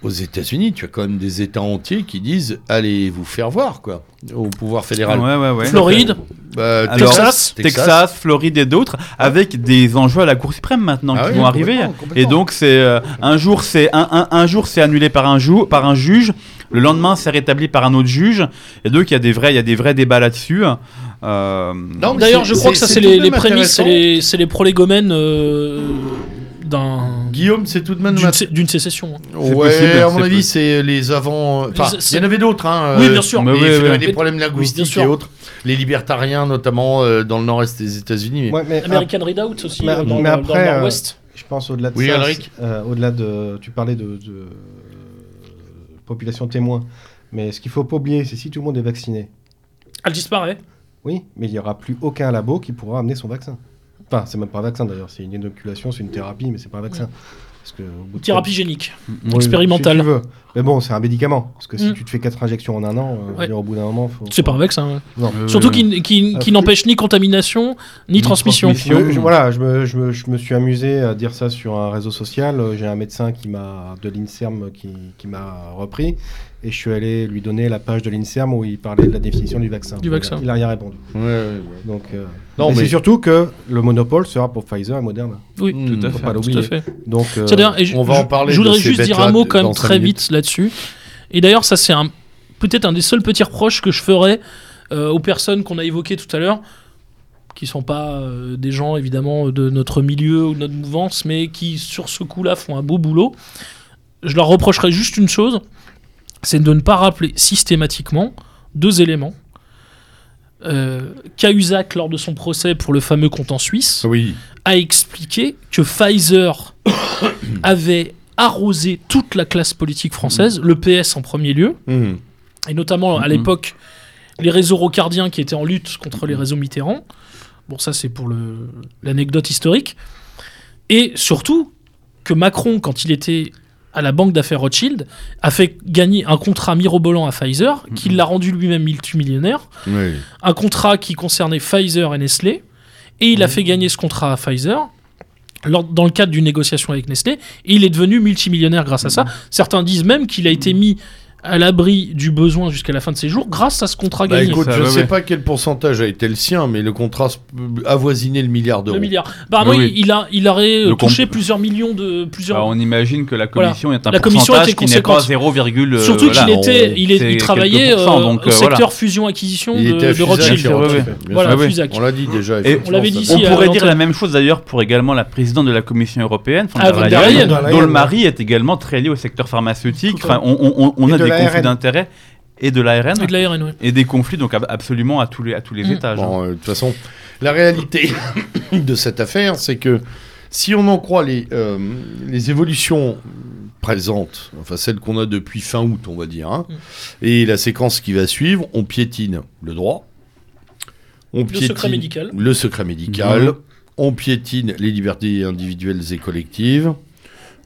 [SPEAKER 1] aux États-Unis, tu as quand même des États entiers qui disent allez vous faire voir quoi au pouvoir fédéral.
[SPEAKER 3] Ouais, ouais, ouais.
[SPEAKER 4] Floride,
[SPEAKER 1] Bah,
[SPEAKER 3] Alors,
[SPEAKER 4] Texas,
[SPEAKER 3] Texas, Floride et d'autres, avec des enjeux à la Cour suprême maintenant
[SPEAKER 1] Ah
[SPEAKER 3] qui
[SPEAKER 1] oui,
[SPEAKER 3] vont arriver.
[SPEAKER 1] complètement, complètement.
[SPEAKER 3] Et donc c'est euh, un jour c'est un, un- un jour c'est annulé par un jou- par un juge, le lendemain c'est rétabli par un autre juge. Et donc il y a des vrais il y a des vrais débats là-dessus. Euh,
[SPEAKER 1] Non, mais
[SPEAKER 4] D'ailleurs,
[SPEAKER 1] c'est-
[SPEAKER 4] je crois que ça, c'est
[SPEAKER 1] tout de
[SPEAKER 4] les,
[SPEAKER 1] même
[SPEAKER 4] les prémices, c'est
[SPEAKER 1] intéressant.
[SPEAKER 4] les, c'est les prolégomènes euh, d'un-
[SPEAKER 1] Guillaume, c'est tout de même.
[SPEAKER 4] d'une
[SPEAKER 1] ma-
[SPEAKER 4] sé- d'une sécession. hein.
[SPEAKER 1] Ouais,
[SPEAKER 3] possible,
[SPEAKER 1] à
[SPEAKER 3] c'est
[SPEAKER 1] mon avis,
[SPEAKER 3] possible.
[SPEAKER 1] c'est les avant. Enfin,
[SPEAKER 4] C'est-
[SPEAKER 1] il y en avait d'autres. Hein,
[SPEAKER 4] Oui,
[SPEAKER 1] euh,
[SPEAKER 4] bien sûr.
[SPEAKER 1] mais
[SPEAKER 3] Mais
[SPEAKER 1] il
[SPEAKER 3] oui,
[SPEAKER 1] y avait
[SPEAKER 3] oui.
[SPEAKER 1] des problèmes
[SPEAKER 4] Bien
[SPEAKER 1] linguistiques
[SPEAKER 4] sûr.
[SPEAKER 1] et autres. Les libertariens, notamment euh, dans le nord-est des États-Unis.
[SPEAKER 2] Ouais, mais
[SPEAKER 4] American Readout aussi,
[SPEAKER 2] Ah. mais-
[SPEAKER 4] euh, dans,
[SPEAKER 2] mais
[SPEAKER 4] dans-
[SPEAKER 2] après,
[SPEAKER 4] dans le
[SPEAKER 2] euh,
[SPEAKER 4] Nord-Ouest.
[SPEAKER 2] Je pense au-delà de
[SPEAKER 1] Oui,
[SPEAKER 2] ça,
[SPEAKER 1] Alric
[SPEAKER 2] c'est- euh, au-delà de, tu parlais de, de, euh, population témoin, mais ce qu'il faut pas oublier, c'est si tout le monde est vacciné,
[SPEAKER 4] Elle disparaît.
[SPEAKER 2] oui, mais il n'y aura plus aucun labo qui pourra amener son vaccin. Enfin, c'est même pas un vaccin d'ailleurs, c'est une inoculation, c'est une thérapie, mais c'est pas un vaccin. Parce que, au bout de-
[SPEAKER 4] Thérapie génique.
[SPEAKER 2] Oui,
[SPEAKER 4] expérimentale.
[SPEAKER 2] si tu veux. Mais bon, c'est un médicament, parce que si
[SPEAKER 4] Mm.
[SPEAKER 2] tu te fais quatre injections en un an, euh, je veux
[SPEAKER 4] Ouais.
[SPEAKER 2] dire, au bout d'un moment, faut.
[SPEAKER 4] C'est pas un vaccin. ouais.
[SPEAKER 2] Non.
[SPEAKER 3] euh,
[SPEAKER 4] Surtout qu'il qu'il-
[SPEAKER 2] Ah,
[SPEAKER 4] qu'il
[SPEAKER 2] plus-
[SPEAKER 4] n'empêche ni contamination, ni
[SPEAKER 3] Ni
[SPEAKER 4] transmission.
[SPEAKER 3] transmission.
[SPEAKER 2] Je me- je- voilà, je me, je, me, je me suis amusé à dire ça sur un réseau social. Euh, J'ai un médecin qui m'a de l'Inserm qui, qui m'a repris et je suis allé lui donner la page de l'Inserm où il parlait de la définition du vaccin.
[SPEAKER 4] Du vaccin.
[SPEAKER 2] Il a rien répondu.
[SPEAKER 1] Ouais, ouais,
[SPEAKER 2] Donc, euh,
[SPEAKER 1] Non,
[SPEAKER 2] mais
[SPEAKER 1] mais-
[SPEAKER 2] c'est surtout que le monopole sera pour Pfizer et Moderna.
[SPEAKER 4] Oui,
[SPEAKER 1] ouais.
[SPEAKER 3] Tout à
[SPEAKER 1] Hmm.
[SPEAKER 3] fait.
[SPEAKER 2] Faut pas
[SPEAKER 4] tout à
[SPEAKER 2] l'oublier.
[SPEAKER 4] fait.
[SPEAKER 2] Donc, euh,
[SPEAKER 4] C'est-à-dire, et je-
[SPEAKER 1] on va
[SPEAKER 4] je-
[SPEAKER 1] en parler
[SPEAKER 4] Je
[SPEAKER 1] de
[SPEAKER 4] voudrais
[SPEAKER 1] ces
[SPEAKER 4] juste dire
[SPEAKER 1] bêtes-là
[SPEAKER 4] un mot
[SPEAKER 1] d-
[SPEAKER 4] quand
[SPEAKER 1] dans
[SPEAKER 4] même
[SPEAKER 1] cinq
[SPEAKER 4] très
[SPEAKER 1] minutes.
[SPEAKER 4] vite là-dessus. Et d'ailleurs, ça c'est un peut-être un des seuls petits reproches que je ferais euh, aux personnes qu'on a évoquées tout à l'heure, qui sont pas euh, des gens évidemment de notre milieu ou de notre mouvance, mais qui sur ce coup-là font un beau boulot. Je leur reprocherais juste une chose, c'est de ne pas rappeler systématiquement deux éléments. Euh, Cahuzac lors de son procès pour le fameux compte en Suisse
[SPEAKER 1] Oui.
[SPEAKER 4] a expliqué que Pfizer avait arrosé toute la classe politique française, le PS en premier lieu,
[SPEAKER 1] Hum.
[SPEAKER 3] Mmh.
[SPEAKER 5] Mhm.
[SPEAKER 4] et notamment à
[SPEAKER 3] Mhm.
[SPEAKER 4] l'époque les réseaux rocardiens qui étaient en lutte contre les réseaux Mitterrand. Bon, ça c'est pour le- l'anecdote historique. Et surtout que Macron, quand il était à la banque d'affaires Rothschild, a fait gagner un contrat mirobolant à Pfizer, qui l'a rendu lui-même multimillionnaire,
[SPEAKER 5] Oui.
[SPEAKER 4] un contrat qui concernait Pfizer et Nestlé, et il a
[SPEAKER 3] Mmh.
[SPEAKER 4] fait gagner ce contrat à Pfizer. lors- Dans le cadre d'une négociation avec Nestlé, et il est devenu multimillionnaire grâce à ça.
[SPEAKER 3] Mmh.
[SPEAKER 4] Certains disent même qu'il a été mis à l'abri du besoin jusqu'à la fin de ses jours grâce à ce contrat
[SPEAKER 1] Bah,
[SPEAKER 4] gagné.
[SPEAKER 1] écoute,
[SPEAKER 3] ça,
[SPEAKER 1] je ne
[SPEAKER 3] ouais,
[SPEAKER 1] sais
[SPEAKER 3] ouais.
[SPEAKER 1] pas quel pourcentage a été le sien, mais le contrat se- avoisinait le milliard
[SPEAKER 4] Le
[SPEAKER 1] d'euros.
[SPEAKER 4] milliard. Apparemment,
[SPEAKER 3] Oui, oui.
[SPEAKER 4] il, il a, il aurait euh,
[SPEAKER 3] Le
[SPEAKER 4] touché
[SPEAKER 3] comp-
[SPEAKER 4] plusieurs millions de. plusieurs.
[SPEAKER 3] Alors, bah, on imagine que la
[SPEAKER 4] Voilà.
[SPEAKER 3] commission est un
[SPEAKER 4] La commission
[SPEAKER 3] pourcentage
[SPEAKER 4] était
[SPEAKER 3] qui n'est pas
[SPEAKER 4] conséquente.
[SPEAKER 3] 0, euh,
[SPEAKER 4] Surtout
[SPEAKER 3] voilà,
[SPEAKER 4] qu'il
[SPEAKER 3] on-
[SPEAKER 4] était, il, est- il
[SPEAKER 3] c'est quelques
[SPEAKER 4] travaillait euh,
[SPEAKER 3] pourcents, donc,
[SPEAKER 4] au
[SPEAKER 3] euh,
[SPEAKER 4] secteur
[SPEAKER 3] voilà.
[SPEAKER 4] fusion-acquisition
[SPEAKER 1] Il
[SPEAKER 4] de,
[SPEAKER 1] était à
[SPEAKER 4] de
[SPEAKER 1] Fusac,
[SPEAKER 4] Rothschild.
[SPEAKER 1] bien sûr,
[SPEAKER 3] Ouais, ouais.
[SPEAKER 1] tout à fait, bien
[SPEAKER 4] Voilà,
[SPEAKER 1] sûr.
[SPEAKER 3] Ah oui.
[SPEAKER 4] Fusac.
[SPEAKER 1] On l'a dit déjà.
[SPEAKER 3] Et-
[SPEAKER 1] effectivement,
[SPEAKER 4] On
[SPEAKER 1] ça.
[SPEAKER 4] l'avait dit
[SPEAKER 3] On
[SPEAKER 4] ici, euh, à
[SPEAKER 3] pourrait
[SPEAKER 4] l'antenne.
[SPEAKER 3] dire la même chose d'ailleurs pour également la présidente de la Commission européenne, von
[SPEAKER 4] Ah,
[SPEAKER 3] der
[SPEAKER 4] von
[SPEAKER 3] Leyen,
[SPEAKER 4] der Leyen.
[SPEAKER 2] Von der
[SPEAKER 3] dont
[SPEAKER 2] Leyen.
[SPEAKER 3] le mari est également très lié au secteur pharmaceutique.
[SPEAKER 4] Tout à fait.
[SPEAKER 3] Enfin, on, on- on- on
[SPEAKER 2] Et
[SPEAKER 3] a
[SPEAKER 2] de
[SPEAKER 3] des
[SPEAKER 2] la
[SPEAKER 3] conflits
[SPEAKER 2] RN.
[SPEAKER 3] d'intérêts et de l'ARN
[SPEAKER 4] Et de la E. RN, ouais.
[SPEAKER 3] et des conflits donc ab- absolument à tous les à tous les
[SPEAKER 4] Mm.
[SPEAKER 3] étages. hein.
[SPEAKER 1] Bon, euh, de toute façon, la réalité de cette affaire, c'est que si on en croit les, euh, les évolutions présentes, enfin celles qu'on a depuis fin août, on va dire, hein,
[SPEAKER 4] Mm.
[SPEAKER 1] et la séquence qui va suivre, on piétine le droit, on
[SPEAKER 4] Le secret médical. Mm-hmm.
[SPEAKER 1] le secret médical,
[SPEAKER 3] Mhm.
[SPEAKER 1] on piétine les libertés individuelles et collectives,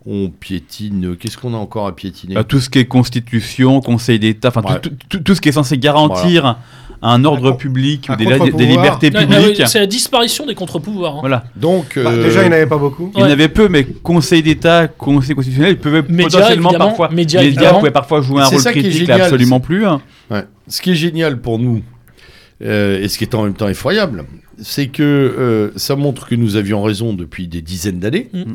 [SPEAKER 1] on piétine. Qu'est-ce qu'on a encore à piétiner
[SPEAKER 3] Bah, tout ce qui est constitution, conseil d'État, enfin tout-
[SPEAKER 1] Ouais.
[SPEAKER 3] tout, tout- tout ce qui est censé garantir un ordre
[SPEAKER 2] Un con-
[SPEAKER 3] public ou
[SPEAKER 2] un
[SPEAKER 3] des, la- des
[SPEAKER 2] contre-pouvoir.
[SPEAKER 3] libertés
[SPEAKER 4] Ah, ah oui,
[SPEAKER 3] publiques.
[SPEAKER 4] C'est la disparition des contre-pouvoirs. hein.
[SPEAKER 3] voilà.
[SPEAKER 1] Donc,
[SPEAKER 2] Bah,
[SPEAKER 1] euh,
[SPEAKER 2] Déjà, il n'y en avait pas beaucoup.
[SPEAKER 3] Il y en
[SPEAKER 4] Ouais.
[SPEAKER 3] avait peu, mais conseil d'État, conseil constitutionnel, ils pouvaient
[SPEAKER 4] Médias,
[SPEAKER 3] potentiellement
[SPEAKER 4] évidemment.
[SPEAKER 3] parfois.
[SPEAKER 4] Médias,
[SPEAKER 3] les médias
[SPEAKER 4] évidemment.
[SPEAKER 3] pouvaient parfois jouer un
[SPEAKER 1] C'est
[SPEAKER 3] rôle
[SPEAKER 1] ça qui est
[SPEAKER 3] critique, là,
[SPEAKER 1] génial,
[SPEAKER 3] absolument plus. hein.
[SPEAKER 1] Ouais. Ce qui est génial pour nous, euh, et ce qui est en même temps effroyable, c'est que euh, ça montre que nous avions raison depuis des dizaines d'années
[SPEAKER 4] Mm.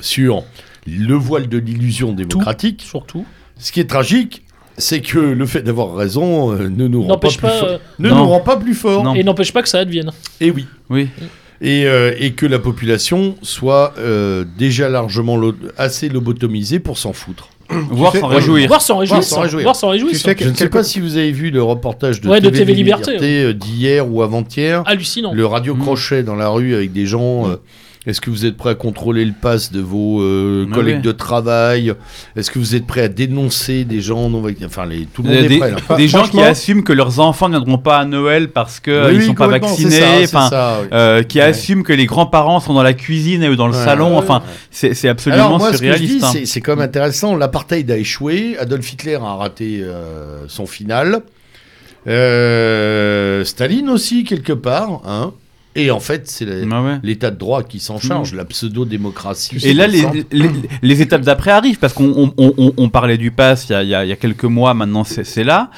[SPEAKER 1] sur le voile de l'illusion démocratique.
[SPEAKER 4] Surtout.
[SPEAKER 1] Ce qui est tragique, c'est que le fait d'avoir raison euh, ne nous rend pas
[SPEAKER 4] N'empêche
[SPEAKER 1] plus
[SPEAKER 4] pas.
[SPEAKER 1] forts.
[SPEAKER 4] euh,
[SPEAKER 1] Ne
[SPEAKER 3] Non.
[SPEAKER 1] nous rend pas plus forts.
[SPEAKER 3] Non.
[SPEAKER 4] Et n'empêche pas que ça advienne.
[SPEAKER 1] Et oui.
[SPEAKER 3] Oui.
[SPEAKER 1] Et, euh, et que la population soit euh, déjà largement lo- assez lobotomisée pour s'en foutre.
[SPEAKER 3] Voir
[SPEAKER 2] sais-
[SPEAKER 3] s'en réjouir.
[SPEAKER 4] Voir s'en réjouir.
[SPEAKER 1] Voir s'en réjouir.
[SPEAKER 4] Voir s'en réjouir.
[SPEAKER 2] Tu sais
[SPEAKER 1] Je ne sais
[SPEAKER 2] Quelque-
[SPEAKER 1] pas si vous avez vu le reportage de
[SPEAKER 4] Ouais, de
[SPEAKER 1] TV,
[SPEAKER 4] TV
[SPEAKER 1] Liberté,
[SPEAKER 4] Liberté.
[SPEAKER 1] euh, d'hier ou avant-hier.
[SPEAKER 4] Hallucinant.
[SPEAKER 1] Le radio
[SPEAKER 3] Mm.
[SPEAKER 1] crochet dans la rue avec des gens. euh, Est-ce que vous êtes prêt à contrôler le pass de vos euh,
[SPEAKER 3] Ah
[SPEAKER 1] collègues
[SPEAKER 3] ouais.
[SPEAKER 1] de travail Est-ce que vous êtes prêt à dénoncer des gens non vac- Enfin, les, tout le monde
[SPEAKER 3] Des,
[SPEAKER 1] est prêt. Là.
[SPEAKER 3] des gens qui
[SPEAKER 2] Franchement-
[SPEAKER 3] assument que leurs enfants ne viendront pas à Noël parce qu'ils
[SPEAKER 1] Oui,
[SPEAKER 3] ne
[SPEAKER 1] oui,
[SPEAKER 3] sont pas
[SPEAKER 1] complètement, c'est
[SPEAKER 3] vaccinés,
[SPEAKER 1] ça, c'est
[SPEAKER 3] enfin,
[SPEAKER 1] ça, oui.
[SPEAKER 3] euh, qui
[SPEAKER 1] Ouais.
[SPEAKER 3] assument que les grands-parents sont dans la cuisine ou dans le
[SPEAKER 1] Ouais,
[SPEAKER 3] salon,
[SPEAKER 1] ouais,
[SPEAKER 3] enfin,
[SPEAKER 1] ouais.
[SPEAKER 3] c'est c'est absolument
[SPEAKER 1] Alors moi, ce que je dis,
[SPEAKER 3] surréaliste. hein.
[SPEAKER 1] c'est- c'est quand même intéressant. L'apartheid a échoué. Adolf Hitler a raté euh, son final. Euh, Staline aussi quelque part. Hein. Et en fait, c'est la-
[SPEAKER 3] Bah Ouais, ouais.
[SPEAKER 1] l'état de droit qui s'en charge, la pseudo-démocratie.
[SPEAKER 3] Et là, les,
[SPEAKER 1] innocente.
[SPEAKER 3] les, les étapes d'après arrivent, parce qu'on on, on- on- on parlait du pass il y a, il y a- il y a quelques mois, maintenant c'est c'est là.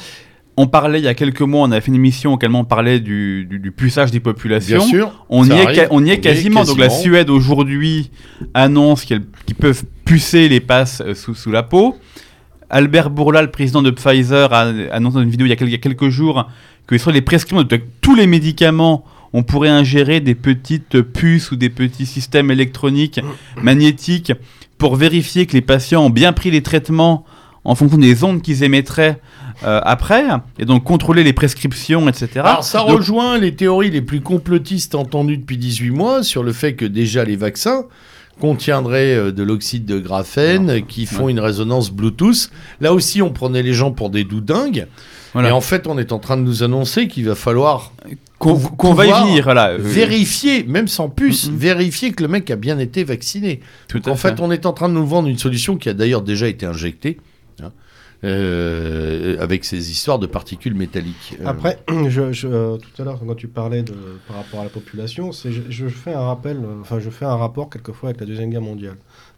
[SPEAKER 3] On parlait il y a quelques mois, on avait fait une émission auquel on parlait du, du, du puçage des populations.
[SPEAKER 1] Bien sûr.
[SPEAKER 3] On, y
[SPEAKER 1] ça
[SPEAKER 3] est,
[SPEAKER 1] arrive,
[SPEAKER 3] ca- on y est quasiment. Donc la
[SPEAKER 1] quasiment.
[SPEAKER 3] Suède aujourd'hui annonce qu'elle- qu'ils peuvent pucer les passes euh, sous, sous la peau. Albert Bourla, le président de Pfizer, a annoncé dans une vidéo il y a quel- il y a quelques jours que sur les prescriptions de tous les médicaments, on pourrait ingérer des petites puces ou des petits systèmes électroniques magnétiques pour vérifier que les patients ont bien pris les traitements en fonction des ondes qu'ils émettraient euh, après, et donc contrôler les prescriptions, etc.
[SPEAKER 1] Alors ça
[SPEAKER 3] Donc,
[SPEAKER 1] rejoint les théories les plus complotistes entendues depuis 18 mois sur le fait que déjà les vaccins contiendraient euh, de l'oxyde de graphène euh, qui font une résonance Bluetooth. Là aussi, on prenait les gens pour des doudingues.
[SPEAKER 3] Voilà.
[SPEAKER 1] Et en fait, on est en train de nous annoncer qu'il va falloir
[SPEAKER 3] qu'on
[SPEAKER 1] pou-
[SPEAKER 3] qu'on va y
[SPEAKER 1] pouvoir
[SPEAKER 3] venir, voilà. euh,
[SPEAKER 1] vérifier, même sans puce,
[SPEAKER 3] Mhm.
[SPEAKER 1] vérifier que le mec a bien été vacciné.
[SPEAKER 3] Tout
[SPEAKER 1] En fait, on est en train de nous vendre une solution qui a d'ailleurs déjà été injectée. hein, euh, avec ces histoires de particules métalliques. Euh,
[SPEAKER 2] Après, je, je, euh, tout à l'heure, quand tu parlais de, par rapport à la population, c'est- je, je fais un rappel, euh, enfin, je fais un rapport quelquefois avec la Deuxième Guerre mondiale.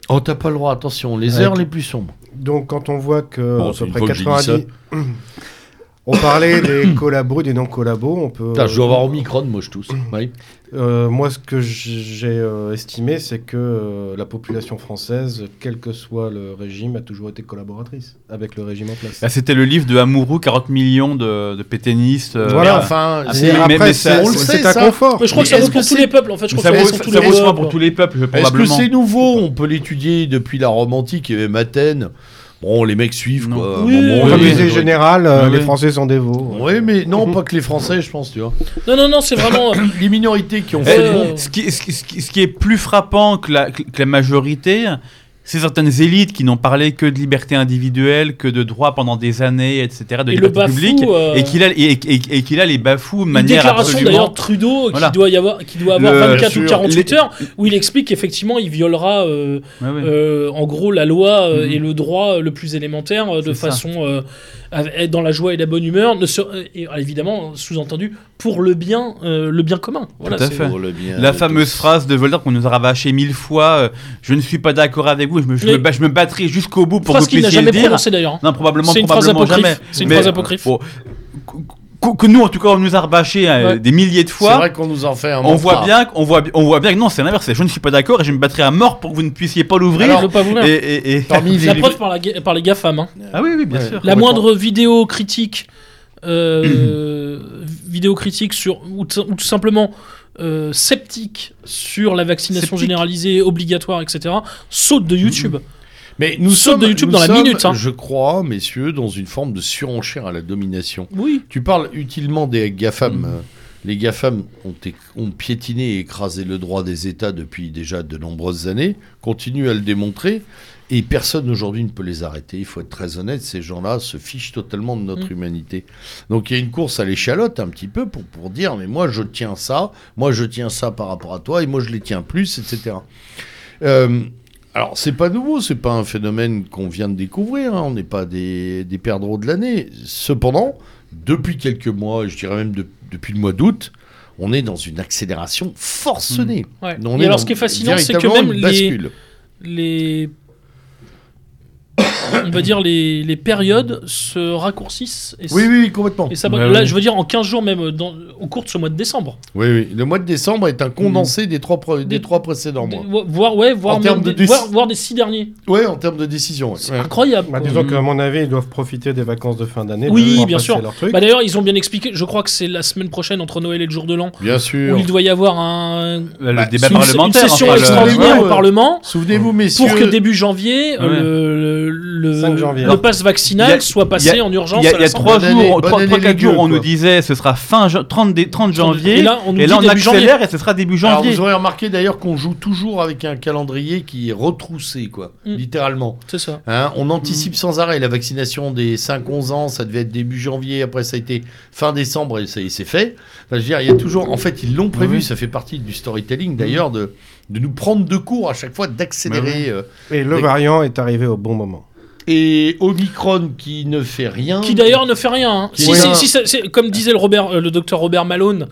[SPEAKER 1] Oh, t'as pas le droit, attention, les
[SPEAKER 2] Avec-
[SPEAKER 1] heures les plus sombres.
[SPEAKER 2] Donc, quand on voit que
[SPEAKER 1] Bon,
[SPEAKER 2] à
[SPEAKER 1] c'est
[SPEAKER 2] peu
[SPEAKER 1] une
[SPEAKER 2] près
[SPEAKER 1] fois que j'ai dit
[SPEAKER 2] 90. On parlait des collabos, et des non-collabos. On peut.
[SPEAKER 1] Putain, je dois avoir Omicron, moi je tousse. Oui.
[SPEAKER 2] Euh, moi, ce que j'ai euh, estimé, c'est que euh, la population française, quel que soit le régime, a toujours été collaboratrice avec le régime en place.
[SPEAKER 3] Bah, C'était le livre de Amouroux, 40 millions de, de pétainistes. euh,
[SPEAKER 2] Voilà.
[SPEAKER 1] Mais enfin,
[SPEAKER 3] Ah,
[SPEAKER 1] c'est-
[SPEAKER 3] mais- mais- mais
[SPEAKER 2] c'est-
[SPEAKER 3] ça-
[SPEAKER 1] on le
[SPEAKER 2] c'est
[SPEAKER 1] sait,
[SPEAKER 2] un
[SPEAKER 1] ça.
[SPEAKER 2] confort.
[SPEAKER 4] Mais je crois que ça
[SPEAKER 1] Mais
[SPEAKER 4] vaut
[SPEAKER 1] est-ce
[SPEAKER 4] pour
[SPEAKER 1] que
[SPEAKER 4] tous
[SPEAKER 1] c'est-
[SPEAKER 4] les peuples. En fait, je
[SPEAKER 3] mais ça
[SPEAKER 4] crois que
[SPEAKER 3] vaut,
[SPEAKER 4] ça vaut pour tous
[SPEAKER 3] ça vaut
[SPEAKER 4] les
[SPEAKER 3] soin
[SPEAKER 4] peuples.
[SPEAKER 3] pour tous les peuples,
[SPEAKER 1] est-ce que
[SPEAKER 3] probablement.
[SPEAKER 1] c'est nouveau On peut l'étudier depuis la Rome antique, il y avait Mathènes. Bon, les mecs suivent,
[SPEAKER 3] Non.
[SPEAKER 1] quoi.
[SPEAKER 4] Oui,
[SPEAKER 1] Bon,
[SPEAKER 4] oui,
[SPEAKER 1] bon,
[SPEAKER 2] Pour
[SPEAKER 4] oui,
[SPEAKER 2] la
[SPEAKER 1] ils-
[SPEAKER 2] visée
[SPEAKER 1] ils-
[SPEAKER 2] générale, euh,
[SPEAKER 3] Ouais,
[SPEAKER 2] les
[SPEAKER 3] ouais.
[SPEAKER 2] Français sont dévots.
[SPEAKER 1] Ouais, mais non, pas que les Français, je pense, tu vois.
[SPEAKER 4] Non, non, non, c'est vraiment. euh,
[SPEAKER 1] Les minorités qui ont
[SPEAKER 3] Eh,
[SPEAKER 1] fait le bon.
[SPEAKER 4] Euh,
[SPEAKER 3] ce, qui, ce qui- ce qui- ce qui est plus frappant que la, que que la majorité, c'est certaines élites qui n'ont parlé que de liberté individuelle, que de droit pendant des années, etc., de
[SPEAKER 4] Et le
[SPEAKER 3] liberté
[SPEAKER 4] bafou,
[SPEAKER 3] publique,
[SPEAKER 4] euh,
[SPEAKER 3] et qu'il a, et, et- et qu'il a les bafous de
[SPEAKER 4] une
[SPEAKER 3] manière
[SPEAKER 4] déclaration
[SPEAKER 3] absolument.
[SPEAKER 4] d'ailleurs Trudeau
[SPEAKER 3] Voilà.
[SPEAKER 4] qui doit y avoir qui doit avoir
[SPEAKER 3] Le-
[SPEAKER 4] 24 ou
[SPEAKER 1] Bien sûr.
[SPEAKER 4] 48
[SPEAKER 3] Les-
[SPEAKER 4] heures où il explique qu'effectivement il violera euh,
[SPEAKER 3] Ouais, ouais.
[SPEAKER 4] euh, en gros la loi euh,
[SPEAKER 3] Mhm.
[SPEAKER 4] et le droit euh, le plus élémentaire euh, de
[SPEAKER 3] C'est ça.
[SPEAKER 4] façon euh, à être dans la joie et la bonne humeur ne se- euh, et, euh, évidemment sous-entendu pour le bien euh, le bien commun voilà
[SPEAKER 3] Tout à
[SPEAKER 4] c'est-
[SPEAKER 3] fait.
[SPEAKER 1] Pour le bien
[SPEAKER 3] La
[SPEAKER 1] de
[SPEAKER 3] fameuse
[SPEAKER 1] tous.
[SPEAKER 3] phrase de Voltaire qu'on nous a rabâchée mille fois euh, Je ne suis pas d'accord avec vous, je me, je
[SPEAKER 4] Mais-
[SPEAKER 3] me, ba- je me battrai jusqu'au bout pour
[SPEAKER 4] phrase
[SPEAKER 3] que
[SPEAKER 4] qu'il
[SPEAKER 3] vous
[SPEAKER 4] n'a
[SPEAKER 3] puissiez le
[SPEAKER 4] jamais
[SPEAKER 3] dire.
[SPEAKER 4] prononcée d'ailleurs hein.
[SPEAKER 3] Non, probablement,
[SPEAKER 4] C'est une phrase
[SPEAKER 3] probablement
[SPEAKER 4] apocryphe.
[SPEAKER 3] jamais.
[SPEAKER 4] C'est une
[SPEAKER 3] Mais,
[SPEAKER 4] phrase apocryphe.
[SPEAKER 3] bon, que- que, que nous, en tout cas, on nous a rabâché euh,
[SPEAKER 4] Ouais.
[SPEAKER 3] des milliers de
[SPEAKER 1] C'est
[SPEAKER 3] fois.
[SPEAKER 1] vrai qu'on nous en fait un
[SPEAKER 3] On
[SPEAKER 1] mantra.
[SPEAKER 3] voit, bien, qu'on voit, bi- on voit bien que non, c'est l'inverse. c'est Je ne suis pas d'accord et je me battrai à mort pour que vous ne puissiez pas l'ouvrir.
[SPEAKER 4] Alors, je veux pas vous
[SPEAKER 3] Et,
[SPEAKER 4] leurrer.
[SPEAKER 3] et- et-
[SPEAKER 1] Parmi les.
[SPEAKER 4] la preuve par, la ga- par les GAFAM hein.
[SPEAKER 3] Ah oui, oui, bien sûr.
[SPEAKER 4] la moindre vidéo critique, euh,
[SPEAKER 1] Mhm.
[SPEAKER 4] vidéo critique sur, ou, t- ou tout simplement euh, sceptique sur la vaccination
[SPEAKER 3] Sceptique.
[SPEAKER 4] généralisée, obligatoire, etc., saute de YouTube.
[SPEAKER 1] Mais
[SPEAKER 4] Nous saute de YouTube
[SPEAKER 1] nous
[SPEAKER 4] dans la
[SPEAKER 1] sommes,
[SPEAKER 4] minute, hein.
[SPEAKER 1] Je crois, messieurs, dans une forme de surenchère à la domination.
[SPEAKER 4] Oui.
[SPEAKER 1] Tu parles utilement des GAFAM. euh, Les GAFAM ont, é- ont piétiné et écrasé le droit des États depuis déjà de nombreuses années, continuent à le démontrer, et personne aujourd'hui ne peut les arrêter. Il faut être très honnête, ces gens-là se fichent totalement de
[SPEAKER 4] Mm.
[SPEAKER 1] notre humanité. Donc il y a une course à l'échalote un petit peu pour, pour dire, mais moi je tiens ça, moi je tiens ça par rapport à toi, et moi je les tiens plus, etc. Euh, alors, c'est pas nouveau, c'est pas un phénomène qu'on vient de découvrir, hein, on n'est pas des, des perdreaux de l'année. Cependant, depuis quelques mois, je dirais même de- depuis le mois d'août, on est dans une accélération forcenée.
[SPEAKER 4] Ouais.
[SPEAKER 1] On
[SPEAKER 4] Mm. Et
[SPEAKER 1] est
[SPEAKER 4] alors,
[SPEAKER 1] dans
[SPEAKER 4] ce qui est fascinant, c'est que
[SPEAKER 1] véritablement
[SPEAKER 4] même
[SPEAKER 1] une
[SPEAKER 4] les,
[SPEAKER 1] bascule.
[SPEAKER 4] les, on va dire les, les périodes se raccourcissent. Et
[SPEAKER 1] Oui, oui, oui, complètement.
[SPEAKER 4] Et ça, va-
[SPEAKER 3] Ouais,
[SPEAKER 4] là,
[SPEAKER 3] ouais.
[SPEAKER 4] je veux dire, en 15 jours même, dans, au cours de ce mois de décembre.
[SPEAKER 1] Oui, oui. Le mois de décembre est un condensé des, trois pre- Mm. des
[SPEAKER 4] Des-
[SPEAKER 1] trois précédents mois.
[SPEAKER 4] Vo- Voire, ouais, voire,
[SPEAKER 1] En
[SPEAKER 4] même
[SPEAKER 1] termes de
[SPEAKER 4] des,
[SPEAKER 1] déc-
[SPEAKER 4] voire- voire des six derniers.
[SPEAKER 1] Oui, en termes de décision. ouais.
[SPEAKER 4] C'est
[SPEAKER 1] Ouais.
[SPEAKER 4] incroyable.
[SPEAKER 2] Bah,
[SPEAKER 4] quoi.
[SPEAKER 2] disons qu'à mon avis, ils doivent profiter des vacances de fin d'année.
[SPEAKER 4] Oui,
[SPEAKER 2] pour
[SPEAKER 4] bien
[SPEAKER 2] passer
[SPEAKER 4] sûr.
[SPEAKER 2] leur truc.
[SPEAKER 4] Bah d'ailleurs, ils ont bien expliqué, je crois que c'est la semaine prochaine entre Noël et le jour de l'an,
[SPEAKER 1] Bien
[SPEAKER 4] où
[SPEAKER 1] sûr.
[SPEAKER 4] il doit y avoir un,
[SPEAKER 3] Le
[SPEAKER 1] Bah,
[SPEAKER 3] débat
[SPEAKER 4] une-
[SPEAKER 3] parlementaire.
[SPEAKER 4] une session
[SPEAKER 3] enfin, le-
[SPEAKER 4] extraordinaire
[SPEAKER 1] Ouais,
[SPEAKER 4] au
[SPEAKER 1] ouais.
[SPEAKER 4] Parlement
[SPEAKER 1] Souvenez-vous, messieurs.
[SPEAKER 4] pour que début janvier, euh,
[SPEAKER 3] Ouais.
[SPEAKER 4] le, le,
[SPEAKER 2] 5 janvier.
[SPEAKER 4] le pass
[SPEAKER 3] Il y
[SPEAKER 4] vaccinal
[SPEAKER 3] a-
[SPEAKER 4] soit
[SPEAKER 3] il y
[SPEAKER 4] passé
[SPEAKER 3] a-
[SPEAKER 4] en urgence.
[SPEAKER 3] Il y a,
[SPEAKER 4] à
[SPEAKER 3] il y a
[SPEAKER 4] l'Assemblée.
[SPEAKER 3] trois
[SPEAKER 1] Bonne
[SPEAKER 3] jours,
[SPEAKER 1] année,
[SPEAKER 3] trois-
[SPEAKER 1] bonne
[SPEAKER 3] trois,
[SPEAKER 1] année
[SPEAKER 3] quatre
[SPEAKER 1] les
[SPEAKER 3] jours,
[SPEAKER 1] gueux,
[SPEAKER 3] on nous
[SPEAKER 1] quoi.
[SPEAKER 3] disait ce sera fin jan- 30, dé- 30 janvier.
[SPEAKER 4] Et là, on nous
[SPEAKER 3] et là,
[SPEAKER 4] dit
[SPEAKER 3] on
[SPEAKER 4] début janvier.
[SPEAKER 3] accélère et ce sera début
[SPEAKER 1] Alors,
[SPEAKER 3] janvier.
[SPEAKER 1] vous aurez remarqué d'ailleurs qu'on joue toujours avec un calendrier qui est retroussé, quoi,
[SPEAKER 4] Mm.
[SPEAKER 1] littéralement.
[SPEAKER 4] C'est ça.
[SPEAKER 1] Hein, on anticipe sans arrêt la vaccination des 5-11 ans, ça devait être début janvier, après ça a été fin décembre et ça y est, c'est fait. Enfin, je veux dire, il y a toujours, en fait, ils l'ont prévu,
[SPEAKER 3] oui.
[SPEAKER 1] ça fait partie du storytelling d'ailleurs, de, de nous prendre de court à chaque fois, d'accélérer. euh,
[SPEAKER 2] Et le
[SPEAKER 1] Des-
[SPEAKER 2] variant est arrivé au bon moment.
[SPEAKER 1] et Omicron qui ne fait rien.
[SPEAKER 4] Qui d'ailleurs ne fait rien. hein.
[SPEAKER 1] Qui
[SPEAKER 4] Si,
[SPEAKER 1] est
[SPEAKER 4] si,
[SPEAKER 1] un-
[SPEAKER 4] si, ça- c'est- comme disait le, Robert, euh, le docteur Robert Malone,